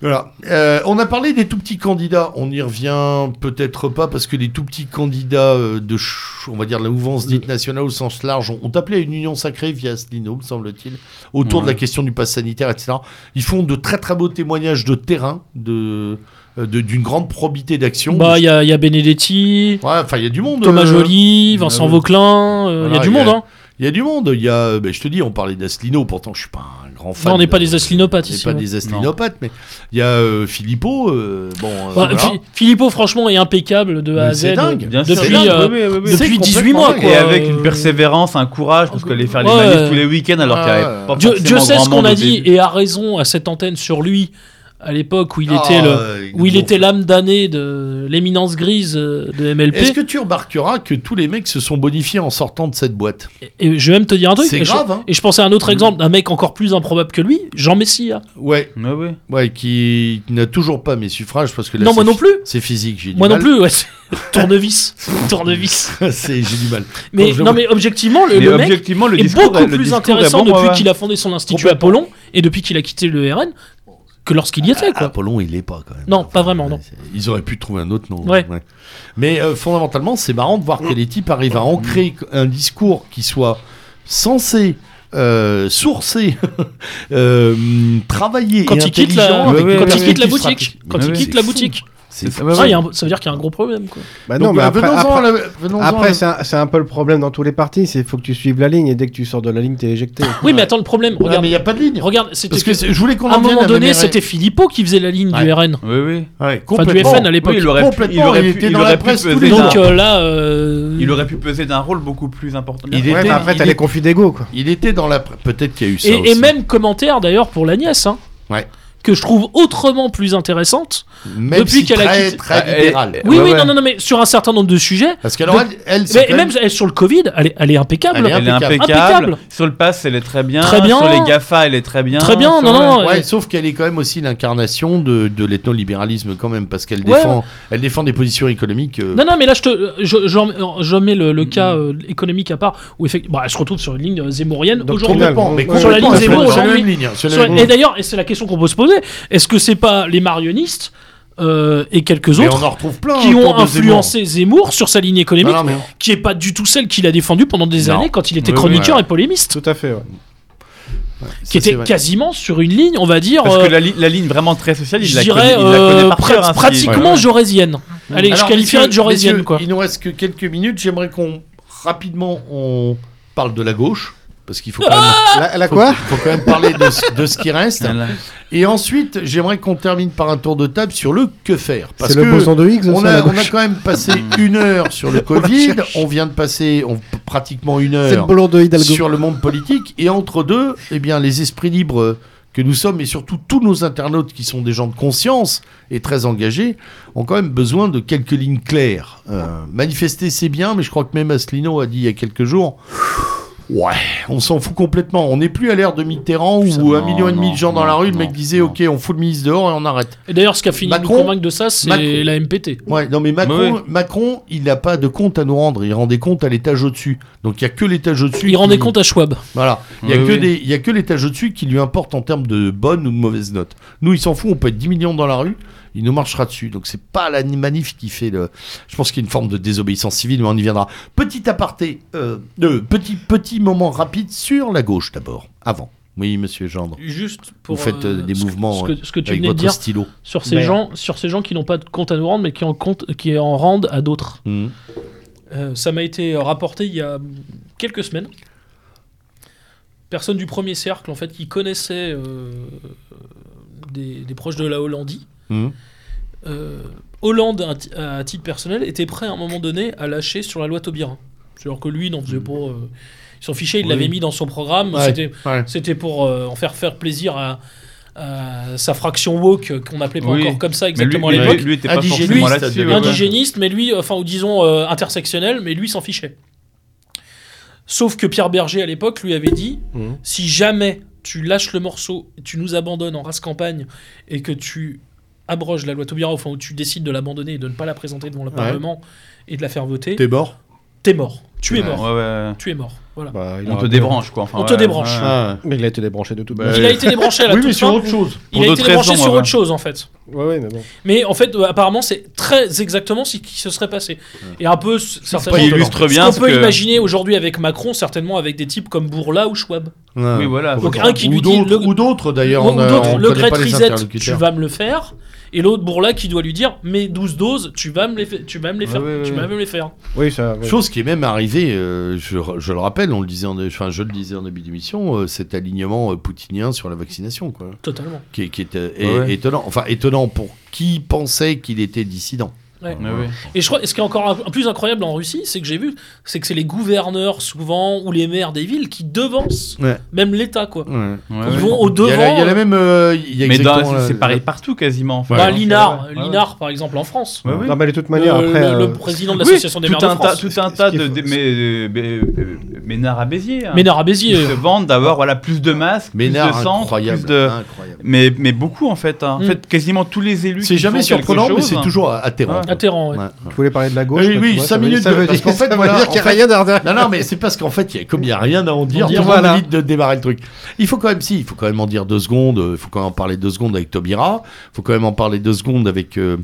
[SPEAKER 1] Voilà. Euh, on a parlé des tout petits candidats. On y revient peut-être pas parce que les tout petits candidats euh, de, ch- on va dire, de la mouvance dite
[SPEAKER 4] Euh.
[SPEAKER 1] nationale au sens large ont, ont appelé à une union sacrée via Asselineau, me semble-t-il, autour
[SPEAKER 3] Ouais.
[SPEAKER 1] de
[SPEAKER 4] Mmh.
[SPEAKER 1] la question du pass sanitaire, etc. Ils font de très très beaux témoignages de terrain, de euh, de- d'une grande probité d'action.
[SPEAKER 4] Bah,
[SPEAKER 1] De-
[SPEAKER 4] il y, a- il y a Benedetti,
[SPEAKER 1] Ouais, enfin, il y a du monde.
[SPEAKER 4] Thomas
[SPEAKER 1] euh,
[SPEAKER 4] Joly, Vincent
[SPEAKER 1] euh,
[SPEAKER 4] Vauquelin. euh, Il y
[SPEAKER 1] voilà,
[SPEAKER 4] a du
[SPEAKER 1] il y a-
[SPEAKER 4] monde, hein.
[SPEAKER 1] Il y a du monde. Il y a, ben, je te dis, on parlait d'Asselineau. Pourtant, je suis pas un grand fan.
[SPEAKER 4] Non, on n'est pas
[SPEAKER 1] de-
[SPEAKER 4] des aslinopathes
[SPEAKER 1] On n'est
[SPEAKER 4] ici.
[SPEAKER 1] pas
[SPEAKER 4] ouais.
[SPEAKER 1] des aslinopathes, mais il y a euh, Philippot. euh, bon, euh,
[SPEAKER 4] Bah,
[SPEAKER 1] voilà.
[SPEAKER 4] Fi- Philippot, franchement, est impeccable de A
[SPEAKER 1] Mais
[SPEAKER 4] à Z.
[SPEAKER 1] c'est dingue.
[SPEAKER 3] Bien
[SPEAKER 4] Depuis,
[SPEAKER 3] sûr.
[SPEAKER 4] euh,
[SPEAKER 1] oui. C'est
[SPEAKER 4] depuis
[SPEAKER 1] complètement
[SPEAKER 4] 18 mois,
[SPEAKER 1] dingue.
[SPEAKER 4] quoi.
[SPEAKER 3] Et avec
[SPEAKER 4] Euh,
[SPEAKER 3] une persévérance, un courage, parce qu'aller faire les
[SPEAKER 4] Ouais.
[SPEAKER 3] manifs tous les week-ends alors qu'il n'y avait pas
[SPEAKER 4] Dieu, Dieu
[SPEAKER 3] forcément
[SPEAKER 4] sait ce
[SPEAKER 3] grand
[SPEAKER 4] qu'on a
[SPEAKER 3] monde au
[SPEAKER 4] dit
[SPEAKER 3] début.
[SPEAKER 4] et a raison à cette antenne sur lui à l'époque où il
[SPEAKER 1] Ah,
[SPEAKER 4] était le,
[SPEAKER 1] euh,
[SPEAKER 4] où il
[SPEAKER 1] bon.
[SPEAKER 4] était l'âme d'année de l'éminence grise euh, de
[SPEAKER 1] Est-ce
[SPEAKER 4] MLP.
[SPEAKER 1] que tu remarqueras que tous les mecs se sont bonifiés en sortant de cette boîte
[SPEAKER 4] Et je vais même te dire un truc.
[SPEAKER 1] C'est
[SPEAKER 4] et je-
[SPEAKER 1] grave, hein
[SPEAKER 4] Et je pensais à un autre exemple d'un mec encore plus improbable que lui, Jean Messia.
[SPEAKER 1] Ouais,
[SPEAKER 3] Ouais, ouais.
[SPEAKER 1] ouais, qui n'a toujours pas mes suffrages parce que là,
[SPEAKER 4] Non,
[SPEAKER 1] c'est
[SPEAKER 4] moi non
[SPEAKER 1] phy-
[SPEAKER 4] plus.
[SPEAKER 1] C'est physique, j'ai du
[SPEAKER 4] Moi non
[SPEAKER 1] mal.
[SPEAKER 4] plus, ouais. c'est- Tournevis. Tournevis.
[SPEAKER 1] c'est, j'ai du mal.
[SPEAKER 4] Mais,
[SPEAKER 1] je le
[SPEAKER 4] non,
[SPEAKER 1] vois.
[SPEAKER 4] mais objectivement, le,
[SPEAKER 3] Mais
[SPEAKER 4] le mec
[SPEAKER 3] objectivement, le
[SPEAKER 4] est
[SPEAKER 3] discours
[SPEAKER 4] beaucoup
[SPEAKER 3] le
[SPEAKER 4] plus
[SPEAKER 3] discours
[SPEAKER 4] intéressant
[SPEAKER 3] d'avant,
[SPEAKER 4] depuis
[SPEAKER 3] ouais.
[SPEAKER 4] qu'il a fondé son institut Apollon et depuis qu'il a quitté le RN que lorsqu'il y était, quoi.
[SPEAKER 1] Apollon, il l'est pas quand même.
[SPEAKER 4] Non, pas vraiment, non.
[SPEAKER 1] c'est- Ils auraient pu trouver un autre nom.
[SPEAKER 4] Ouais.
[SPEAKER 1] Mais euh, fondamentalement, c'est marrant de voir que les types arrivent à ancrer un discours qui soit censé. euh, sourcé, euh, travailler
[SPEAKER 4] Quand
[SPEAKER 1] et
[SPEAKER 4] il quitte la-
[SPEAKER 1] intelligent avec
[SPEAKER 3] Ouais, ouais,
[SPEAKER 1] une
[SPEAKER 4] Quand il
[SPEAKER 3] ouais,
[SPEAKER 4] quitte la
[SPEAKER 1] perspective
[SPEAKER 4] boutique,
[SPEAKER 1] stratégique.
[SPEAKER 4] quand
[SPEAKER 3] Mais
[SPEAKER 4] il
[SPEAKER 3] oui,
[SPEAKER 4] quitte
[SPEAKER 1] c'est
[SPEAKER 4] la
[SPEAKER 1] fou.
[SPEAKER 4] boutique,
[SPEAKER 1] C'est
[SPEAKER 3] Ouais,
[SPEAKER 4] Ah,
[SPEAKER 3] ouais.
[SPEAKER 4] il y a un- ça veut dire qu'il y a un gros problème. Quoi.
[SPEAKER 2] Bah
[SPEAKER 1] Donc,
[SPEAKER 2] non, mais
[SPEAKER 1] euh,
[SPEAKER 2] après,
[SPEAKER 1] venons-en
[SPEAKER 2] après-
[SPEAKER 1] à la- venons-en à
[SPEAKER 2] après,
[SPEAKER 1] la-
[SPEAKER 2] c'est un, c'est un peu le problème dans tous les partis, c'est faut que tu suives la ligne et dès que tu sors de la ligne, t'es éjecté.
[SPEAKER 4] Oui, mais attends, le problème,
[SPEAKER 1] Ouais,
[SPEAKER 4] regarde,
[SPEAKER 1] mais il n'y a pas de ligne.
[SPEAKER 4] regarde c'était
[SPEAKER 1] Parce que c'est- je voulais qu'on
[SPEAKER 4] à un
[SPEAKER 1] en vienne
[SPEAKER 4] moment donné,
[SPEAKER 1] Maméré.
[SPEAKER 4] c'était Philippot qui faisait la ligne
[SPEAKER 1] Ouais.
[SPEAKER 4] du RN,
[SPEAKER 3] Oui, oui.
[SPEAKER 1] Ah Ouais,
[SPEAKER 4] enfin du
[SPEAKER 1] complètement.
[SPEAKER 4] FN à l'époque.
[SPEAKER 3] Oui, il aurait pu, il
[SPEAKER 1] Complètement,
[SPEAKER 3] aurait
[SPEAKER 1] il
[SPEAKER 3] pu,
[SPEAKER 1] était
[SPEAKER 3] il
[SPEAKER 1] dans la
[SPEAKER 3] aurait pu
[SPEAKER 1] presse tous
[SPEAKER 3] peser
[SPEAKER 1] les
[SPEAKER 3] d'un-
[SPEAKER 4] Donc euh, là, euh,
[SPEAKER 3] il aurait pu peser d'un rôle beaucoup plus important.
[SPEAKER 1] Il
[SPEAKER 2] Ouais, mais après, t'as
[SPEAKER 1] il
[SPEAKER 2] les
[SPEAKER 1] est-
[SPEAKER 2] conflits d'ego, quoi.
[SPEAKER 1] Il était dans la. pre- Peut-être qu'il y a eu ça.
[SPEAKER 4] et, et
[SPEAKER 1] aussi.
[SPEAKER 4] même commentaire d'ailleurs pour la nièce, hein,
[SPEAKER 1] Ouais.
[SPEAKER 4] que je trouve autrement plus intéressante.
[SPEAKER 1] Même
[SPEAKER 4] depuis
[SPEAKER 1] si
[SPEAKER 4] qu'elle a
[SPEAKER 1] très,
[SPEAKER 4] quitté-
[SPEAKER 1] très
[SPEAKER 3] Ah,
[SPEAKER 1] libéral.
[SPEAKER 3] et-
[SPEAKER 4] Oui,
[SPEAKER 3] Ouais,
[SPEAKER 4] oui,
[SPEAKER 3] ouais.
[SPEAKER 4] non, non, non, mais sur un certain nombre de sujets.
[SPEAKER 1] Parce qu'alors, elle, elle, c'est
[SPEAKER 4] Mais
[SPEAKER 1] quand
[SPEAKER 4] et même elle, sur le Covid, elle est, elle est impeccable.
[SPEAKER 1] Elle est
[SPEAKER 3] Elle est
[SPEAKER 1] impeccable.
[SPEAKER 3] impeccable.
[SPEAKER 4] Impeccable.
[SPEAKER 3] Sur le pass, elle est très bien.
[SPEAKER 4] Très bien.
[SPEAKER 3] Sur les GAFA, elle est très bien.
[SPEAKER 4] Très bien,
[SPEAKER 3] Sur-
[SPEAKER 4] non, non.
[SPEAKER 1] même-
[SPEAKER 4] elle-
[SPEAKER 1] ouais, sauf qu'elle est quand même aussi l'incarnation de, de l'ethnolibéralisme quand même, parce qu'elle
[SPEAKER 4] Ouais.
[SPEAKER 1] défend, elle défend des positions économiques. euh,
[SPEAKER 4] Non, non, mais là, je, te, je, je- je mets le, le cas
[SPEAKER 1] Mm.
[SPEAKER 4] euh, économique à part, où effectivement, bah, elle se retrouve sur une ligne euh, zémourienne aujourd'hui.
[SPEAKER 2] Doctrinale.
[SPEAKER 1] complètement, mais
[SPEAKER 2] Ouais.
[SPEAKER 4] Sur la
[SPEAKER 1] complètement,
[SPEAKER 4] ligne
[SPEAKER 1] sur la-
[SPEAKER 4] zéro
[SPEAKER 1] sur la
[SPEAKER 4] aujourd'hui.
[SPEAKER 1] même ligne, hein, sur la
[SPEAKER 4] Sur-
[SPEAKER 1] même
[SPEAKER 4] Et
[SPEAKER 1] ligne.
[SPEAKER 4] d'ailleurs, et c'est la question qu'on peut se poser, est-ce que c'est pas les marionnistes euh, et quelques
[SPEAKER 1] Mais
[SPEAKER 4] autres
[SPEAKER 1] on en retrouve plein
[SPEAKER 4] qui
[SPEAKER 1] autour
[SPEAKER 4] ont
[SPEAKER 1] de Zemmour.
[SPEAKER 4] influencé Zemmour. sur sa ligne économique,
[SPEAKER 1] Non, non, mais-
[SPEAKER 4] qui est pas du tout celle qu'il a défendue pendant des
[SPEAKER 1] Non.
[SPEAKER 4] années quand il était
[SPEAKER 1] Oui, oui,
[SPEAKER 4] chroniqueur
[SPEAKER 1] voilà.
[SPEAKER 4] et polémiste,
[SPEAKER 2] Tout à fait, ouais.
[SPEAKER 1] ça,
[SPEAKER 4] qui
[SPEAKER 1] c'est
[SPEAKER 4] était
[SPEAKER 1] vrai.
[SPEAKER 4] quasiment sur une ligne, on va dire,
[SPEAKER 3] Parce
[SPEAKER 4] euh,
[SPEAKER 3] que la, li- la ligne vraiment très sociale, il
[SPEAKER 4] je
[SPEAKER 3] la
[SPEAKER 4] dirais,
[SPEAKER 3] connaît, il la
[SPEAKER 4] euh,
[SPEAKER 3] connaît par
[SPEAKER 4] prat-
[SPEAKER 3] cœur, hein, si-
[SPEAKER 4] pratiquement
[SPEAKER 3] Ouais.
[SPEAKER 4] jorésienne. Allez,
[SPEAKER 1] Alors,
[SPEAKER 4] je qualifierais de
[SPEAKER 1] messieurs,
[SPEAKER 4] jorésienne,
[SPEAKER 1] messieurs,
[SPEAKER 4] quoi.
[SPEAKER 1] Il nous reste que quelques minutes. J'aimerais qu'on rapidement on parle de la gauche. parce qu'il faut, quand même-
[SPEAKER 4] Ah
[SPEAKER 2] La, la
[SPEAKER 1] faut-
[SPEAKER 2] quoi
[SPEAKER 1] faut quand même parler de, ce- de ce qui reste.
[SPEAKER 3] Voilà.
[SPEAKER 1] Et ensuite, j'aimerais qu'on termine par un tour de table sur le que faire. Parce
[SPEAKER 2] C'est
[SPEAKER 1] que
[SPEAKER 2] le boson de Higgs
[SPEAKER 1] on
[SPEAKER 2] ça, la
[SPEAKER 1] a, on a
[SPEAKER 2] gauche
[SPEAKER 1] quand même passé une heure sur le Covid, on vient de passer on, pratiquement une
[SPEAKER 2] C'est le
[SPEAKER 1] heure
[SPEAKER 2] boulot de Hidalgo.
[SPEAKER 1] sur le monde politique, et entre deux, eh bien, les esprits libres que nous sommes, et surtout tous nos internautes qui sont des gens de conscience et très engagés, ont quand même besoin de quelques lignes claires. Euh, manifester, c'est bien, mais je crois que même Asselineau a dit il y a quelques jours... Ouais, on s'en fout complètement. On n'est plus à l'ère de Mitterrand
[SPEAKER 3] Ça,
[SPEAKER 1] où un
[SPEAKER 3] non,
[SPEAKER 1] million et demi
[SPEAKER 3] non,
[SPEAKER 1] de gens dans la
[SPEAKER 3] non,
[SPEAKER 1] rue, le mec
[SPEAKER 3] non,
[SPEAKER 1] disait
[SPEAKER 3] non.
[SPEAKER 1] OK, on fout le ministre dehors et on arrête.
[SPEAKER 4] Et d'ailleurs, ce qui a fini de nous
[SPEAKER 1] Macron-
[SPEAKER 4] convaincre de ça,
[SPEAKER 1] Macron-
[SPEAKER 4] c'est la MPT.
[SPEAKER 1] Ouais, non mais Macron,
[SPEAKER 3] Ouais, ouais.
[SPEAKER 1] Macron il n'a pas de compte à nous rendre, il rend des comptes à l'étage au-dessus. Donc il n'y a que l'étage au-dessus.
[SPEAKER 4] Il rendait
[SPEAKER 1] qui-
[SPEAKER 4] compte à Schwab.
[SPEAKER 1] Voilà, il n'y a,
[SPEAKER 3] Oui,
[SPEAKER 1] que
[SPEAKER 3] oui.
[SPEAKER 1] des- il y a que l'étage au-dessus qui lui importe en termes de bonnes ou de mauvaises notes. Nous, il s'en fout, on peut être 10 millions dans la rue, il nous marchera dessus. Donc c'est pas la manif qui fait le... Je pense qu'il y a une forme de désobéissance civile, mais on y viendra. Petit aparté, euh, euh, petit, petit moment rapide sur la gauche d'abord, avant. Oui, monsieur Gendre,
[SPEAKER 4] Juste
[SPEAKER 1] vous
[SPEAKER 4] pour.
[SPEAKER 1] faites euh,
[SPEAKER 4] euh,
[SPEAKER 1] des
[SPEAKER 4] ce que-
[SPEAKER 1] mouvements
[SPEAKER 4] Ce
[SPEAKER 1] euh,
[SPEAKER 4] que, ce que tu
[SPEAKER 1] avec
[SPEAKER 4] venais de
[SPEAKER 1] votre
[SPEAKER 4] dire
[SPEAKER 1] stylo.
[SPEAKER 4] sur ces,
[SPEAKER 2] Merde.
[SPEAKER 4] gens, sur ces gens qui n'ont pas de compte à nous rendre, mais qui en, compte, qui en rendent à d'autres.
[SPEAKER 1] Hmm.
[SPEAKER 4] Euh, ça m'a été rapporté il y a quelques semaines. Personne du premier cercle, en fait, qui connaissait euh, des, des proches de la Hollandie.
[SPEAKER 1] Hmm.
[SPEAKER 4] Euh, Hollande, à ti- à titre personnel, était prêt à un moment donné à lâcher sur la loi Taubira. C'est-à-dire que lui, il n'en
[SPEAKER 3] Mm.
[SPEAKER 4] faisait pas. euh, il s'en fichait, il
[SPEAKER 1] Oui.
[SPEAKER 4] l'avait mis dans son programme.
[SPEAKER 1] Ouais,
[SPEAKER 4] C'était-
[SPEAKER 1] ouais.
[SPEAKER 4] C'était pour euh, en faire faire plaisir à, à sa fraction woke, euh, qu'on n'appelait pas
[SPEAKER 3] Oui.
[SPEAKER 4] encore comme ça
[SPEAKER 3] Mais lui,
[SPEAKER 4] exactement à
[SPEAKER 3] lui-
[SPEAKER 4] l'époque.
[SPEAKER 3] lui était pas
[SPEAKER 1] Indigéniste,
[SPEAKER 3] forcément
[SPEAKER 1] lui,
[SPEAKER 3] là-dessus.
[SPEAKER 1] c'était
[SPEAKER 3] ouais, ouais.
[SPEAKER 4] Indigéniste, mais lui, enfin, ou disons euh, intersectionnel, mais lui s'en fichait. Sauf que Pierre Berger, à l'époque, lui avait dit
[SPEAKER 2] Mhm.
[SPEAKER 4] si jamais tu lâches le morceau, tu nous abandonnes en race campagne et que tu abroges la loi Taubira, enfin, ou tu décides de l'abandonner et de ne pas la présenter devant le Parlement et de la faire voter,
[SPEAKER 1] T'es mort
[SPEAKER 4] t'es mort. Tu es mort.
[SPEAKER 3] Ouais, ouais.
[SPEAKER 4] Tu es mort. Voilà.
[SPEAKER 2] Bah, il
[SPEAKER 3] On
[SPEAKER 2] aura
[SPEAKER 3] te
[SPEAKER 2] pu-
[SPEAKER 3] débranche, quoi. enfin,
[SPEAKER 4] On te
[SPEAKER 3] ouais,
[SPEAKER 4] débranche.
[SPEAKER 3] ouais.
[SPEAKER 1] Ah.
[SPEAKER 2] Mais il a été débranché de tout.
[SPEAKER 3] Bah,
[SPEAKER 4] Il a été débranché à la
[SPEAKER 1] Oui, mais
[SPEAKER 4] toute
[SPEAKER 1] sur
[SPEAKER 4] fin.
[SPEAKER 1] autre chose.
[SPEAKER 4] Il
[SPEAKER 3] Pour
[SPEAKER 4] a été
[SPEAKER 3] d'autres
[SPEAKER 4] débranché
[SPEAKER 3] raisons,
[SPEAKER 4] sur
[SPEAKER 3] ouais.
[SPEAKER 4] autre chose, en fait.
[SPEAKER 2] Ouais, ouais, mais bon.
[SPEAKER 4] Mais en fait, euh, apparemment, c'est très exactement ce qui se serait passé. Et un peu, c- certainement,
[SPEAKER 3] Qui illustre bien
[SPEAKER 4] ce
[SPEAKER 3] ce
[SPEAKER 4] qu'on peut
[SPEAKER 3] que-
[SPEAKER 4] imaginer aujourd'hui avec Macron, certainement avec des types comme Bourla ou Schwab.
[SPEAKER 1] Ah.
[SPEAKER 3] Oui, voilà.
[SPEAKER 4] Donc
[SPEAKER 3] faut-
[SPEAKER 4] un qui
[SPEAKER 1] ou
[SPEAKER 4] lui dit
[SPEAKER 1] d'autres,
[SPEAKER 4] le,
[SPEAKER 1] ou d'autres d'ailleurs.
[SPEAKER 4] ou
[SPEAKER 1] on a-
[SPEAKER 4] d'autres,
[SPEAKER 1] on
[SPEAKER 4] le
[SPEAKER 1] connaît
[SPEAKER 4] Great
[SPEAKER 1] pas les
[SPEAKER 4] Reset, tu
[SPEAKER 1] interlocuteurs.
[SPEAKER 4] vas me le faire. Et l'autre Bourla qui doit lui dire, mes 12 doses, tu vas me les, fa- tu vas me les
[SPEAKER 3] Ouais,
[SPEAKER 4] faire,
[SPEAKER 3] ouais,
[SPEAKER 4] tu
[SPEAKER 3] ouais.
[SPEAKER 4] vas me les faire.
[SPEAKER 2] Oui, ça. ouais.
[SPEAKER 1] Chose qui est même arrivée, euh, je, je le rappelle, on le disait en, enfin, je le disais en début d'émission, euh, cet alignement euh, poutinien sur la vaccination, quoi,
[SPEAKER 4] Totalement.
[SPEAKER 1] qui, est- qui est, euh,
[SPEAKER 3] Ouais,
[SPEAKER 1] é-
[SPEAKER 3] ouais.
[SPEAKER 1] étonnant. Enfin, étonnant pour qui pensait qu'il était dissident.
[SPEAKER 4] Ouais.
[SPEAKER 3] Ouais, ouais.
[SPEAKER 4] Et je crois, et ce qui est encore un- plus incroyable en Russie, c'est que j'ai vu, c'est que c'est les gouverneurs souvent ou les maires des villes qui devancent
[SPEAKER 1] Ouais.
[SPEAKER 4] même l'État quoi.
[SPEAKER 3] Ouais,
[SPEAKER 4] Ils
[SPEAKER 3] ouais.
[SPEAKER 4] vont au
[SPEAKER 1] Il
[SPEAKER 4] devant.
[SPEAKER 1] y, a la- il y a la même. euh, il y a
[SPEAKER 3] Mais dans-
[SPEAKER 1] exactement euh, la-
[SPEAKER 3] c'est
[SPEAKER 1] la-
[SPEAKER 3] pareil partout quasiment. enfin.
[SPEAKER 4] Bah, Linard,
[SPEAKER 3] Ouais, ouais.
[SPEAKER 4] Linard par exemple en France.
[SPEAKER 3] Ouais, ouais.
[SPEAKER 2] Non, mais de toute manière,
[SPEAKER 4] le,
[SPEAKER 2] après.
[SPEAKER 4] le- le
[SPEAKER 2] euh,
[SPEAKER 4] président de
[SPEAKER 3] Oui,
[SPEAKER 4] l'association des
[SPEAKER 3] tout
[SPEAKER 4] maires de
[SPEAKER 3] un tas,
[SPEAKER 4] France.
[SPEAKER 3] tout un
[SPEAKER 2] Ce
[SPEAKER 3] tas
[SPEAKER 2] qui
[SPEAKER 3] de,
[SPEAKER 2] est
[SPEAKER 3] de-
[SPEAKER 2] fou,
[SPEAKER 3] mais, euh, bé- euh, Ménard à Béziers. hein.
[SPEAKER 4] Ménard euh, à
[SPEAKER 3] Ils
[SPEAKER 4] Béziers.
[SPEAKER 3] se vendent d'avoir voilà plus de masques,
[SPEAKER 1] Ménard,
[SPEAKER 3] plus de centres,
[SPEAKER 1] incroyable, hein.
[SPEAKER 3] plus de.
[SPEAKER 1] incroyable.
[SPEAKER 3] Mais, mais beaucoup en fait. hein. En
[SPEAKER 4] Mm.
[SPEAKER 3] fait, quasiment tous les élus.
[SPEAKER 1] C'est
[SPEAKER 3] qui
[SPEAKER 1] jamais
[SPEAKER 3] font quelque
[SPEAKER 1] surprenant, mais
[SPEAKER 3] chose,
[SPEAKER 1] c'est
[SPEAKER 3] hein.
[SPEAKER 1] toujours atterrant.
[SPEAKER 3] Ouais.
[SPEAKER 4] À Téhéran, ouais.
[SPEAKER 1] Ouais.
[SPEAKER 2] Tu voulais parler de la gauche.
[SPEAKER 1] Oui,
[SPEAKER 2] là,
[SPEAKER 1] oui,
[SPEAKER 2] tu vois,
[SPEAKER 1] cinq
[SPEAKER 2] ça veut-
[SPEAKER 1] minutes
[SPEAKER 2] ça
[SPEAKER 1] de-
[SPEAKER 2] veut
[SPEAKER 1] parce
[SPEAKER 2] dire-
[SPEAKER 1] qu'en fait,
[SPEAKER 2] ça veut
[SPEAKER 1] voilà,
[SPEAKER 2] dire qu'il n'y
[SPEAKER 1] en
[SPEAKER 2] a
[SPEAKER 1] fait-
[SPEAKER 2] rien à redire.
[SPEAKER 1] Non, non, mais c'est parce qu'en fait, il y a- comme il n'y a rien à en dire,
[SPEAKER 2] dire,
[SPEAKER 1] tout le monde
[SPEAKER 2] voilà.
[SPEAKER 1] évite de démarrer le truc. Il faut quand même, si, il faut quand même en dire deux secondes. euh, Il faut quand même en parler deux secondes avec Tobira. Il faut quand même en parler deux secondes avec. euh,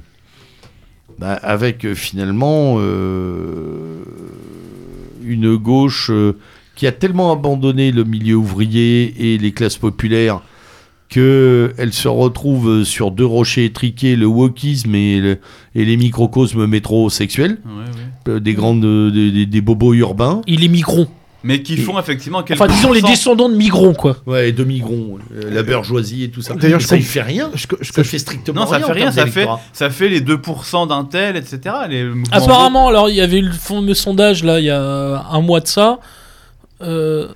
[SPEAKER 1] bah, avec euh, finalement euh, une gauche euh, qui a tellement abandonné le milieu ouvrier et les classes populaires qu'elle se retrouve euh, sur deux rochers étriqués, le wokisme et, le- et les microcosmes métrosexuels,
[SPEAKER 3] Ouais, ouais.
[SPEAKER 1] euh, des, grandes, euh, des- des- des bobos urbains.
[SPEAKER 4] Il est migron.
[SPEAKER 3] Mais qui
[SPEAKER 1] Et-
[SPEAKER 3] font effectivement quelques.
[SPEAKER 4] Enfin, disons les
[SPEAKER 3] pourcents.
[SPEAKER 4] descendants de migrons, quoi.
[SPEAKER 1] Ouais, et de migrons, euh, la bourgeoisie et tout ça.
[SPEAKER 2] D'ailleurs,
[SPEAKER 1] Mais
[SPEAKER 2] je
[SPEAKER 1] ça, il
[SPEAKER 2] comp-
[SPEAKER 1] fait rien.
[SPEAKER 2] Je- je-
[SPEAKER 1] Ça fait strictement
[SPEAKER 3] Non, ça fait
[SPEAKER 1] en
[SPEAKER 3] rien.
[SPEAKER 1] termes
[SPEAKER 3] Ça fait,
[SPEAKER 1] d'électorat.
[SPEAKER 3] ça fait les 2% d'un tel, etc. Les mouvements
[SPEAKER 4] Apparemment, alors il y avait eu le fameux sondage là il y a un mois de ça. Euh,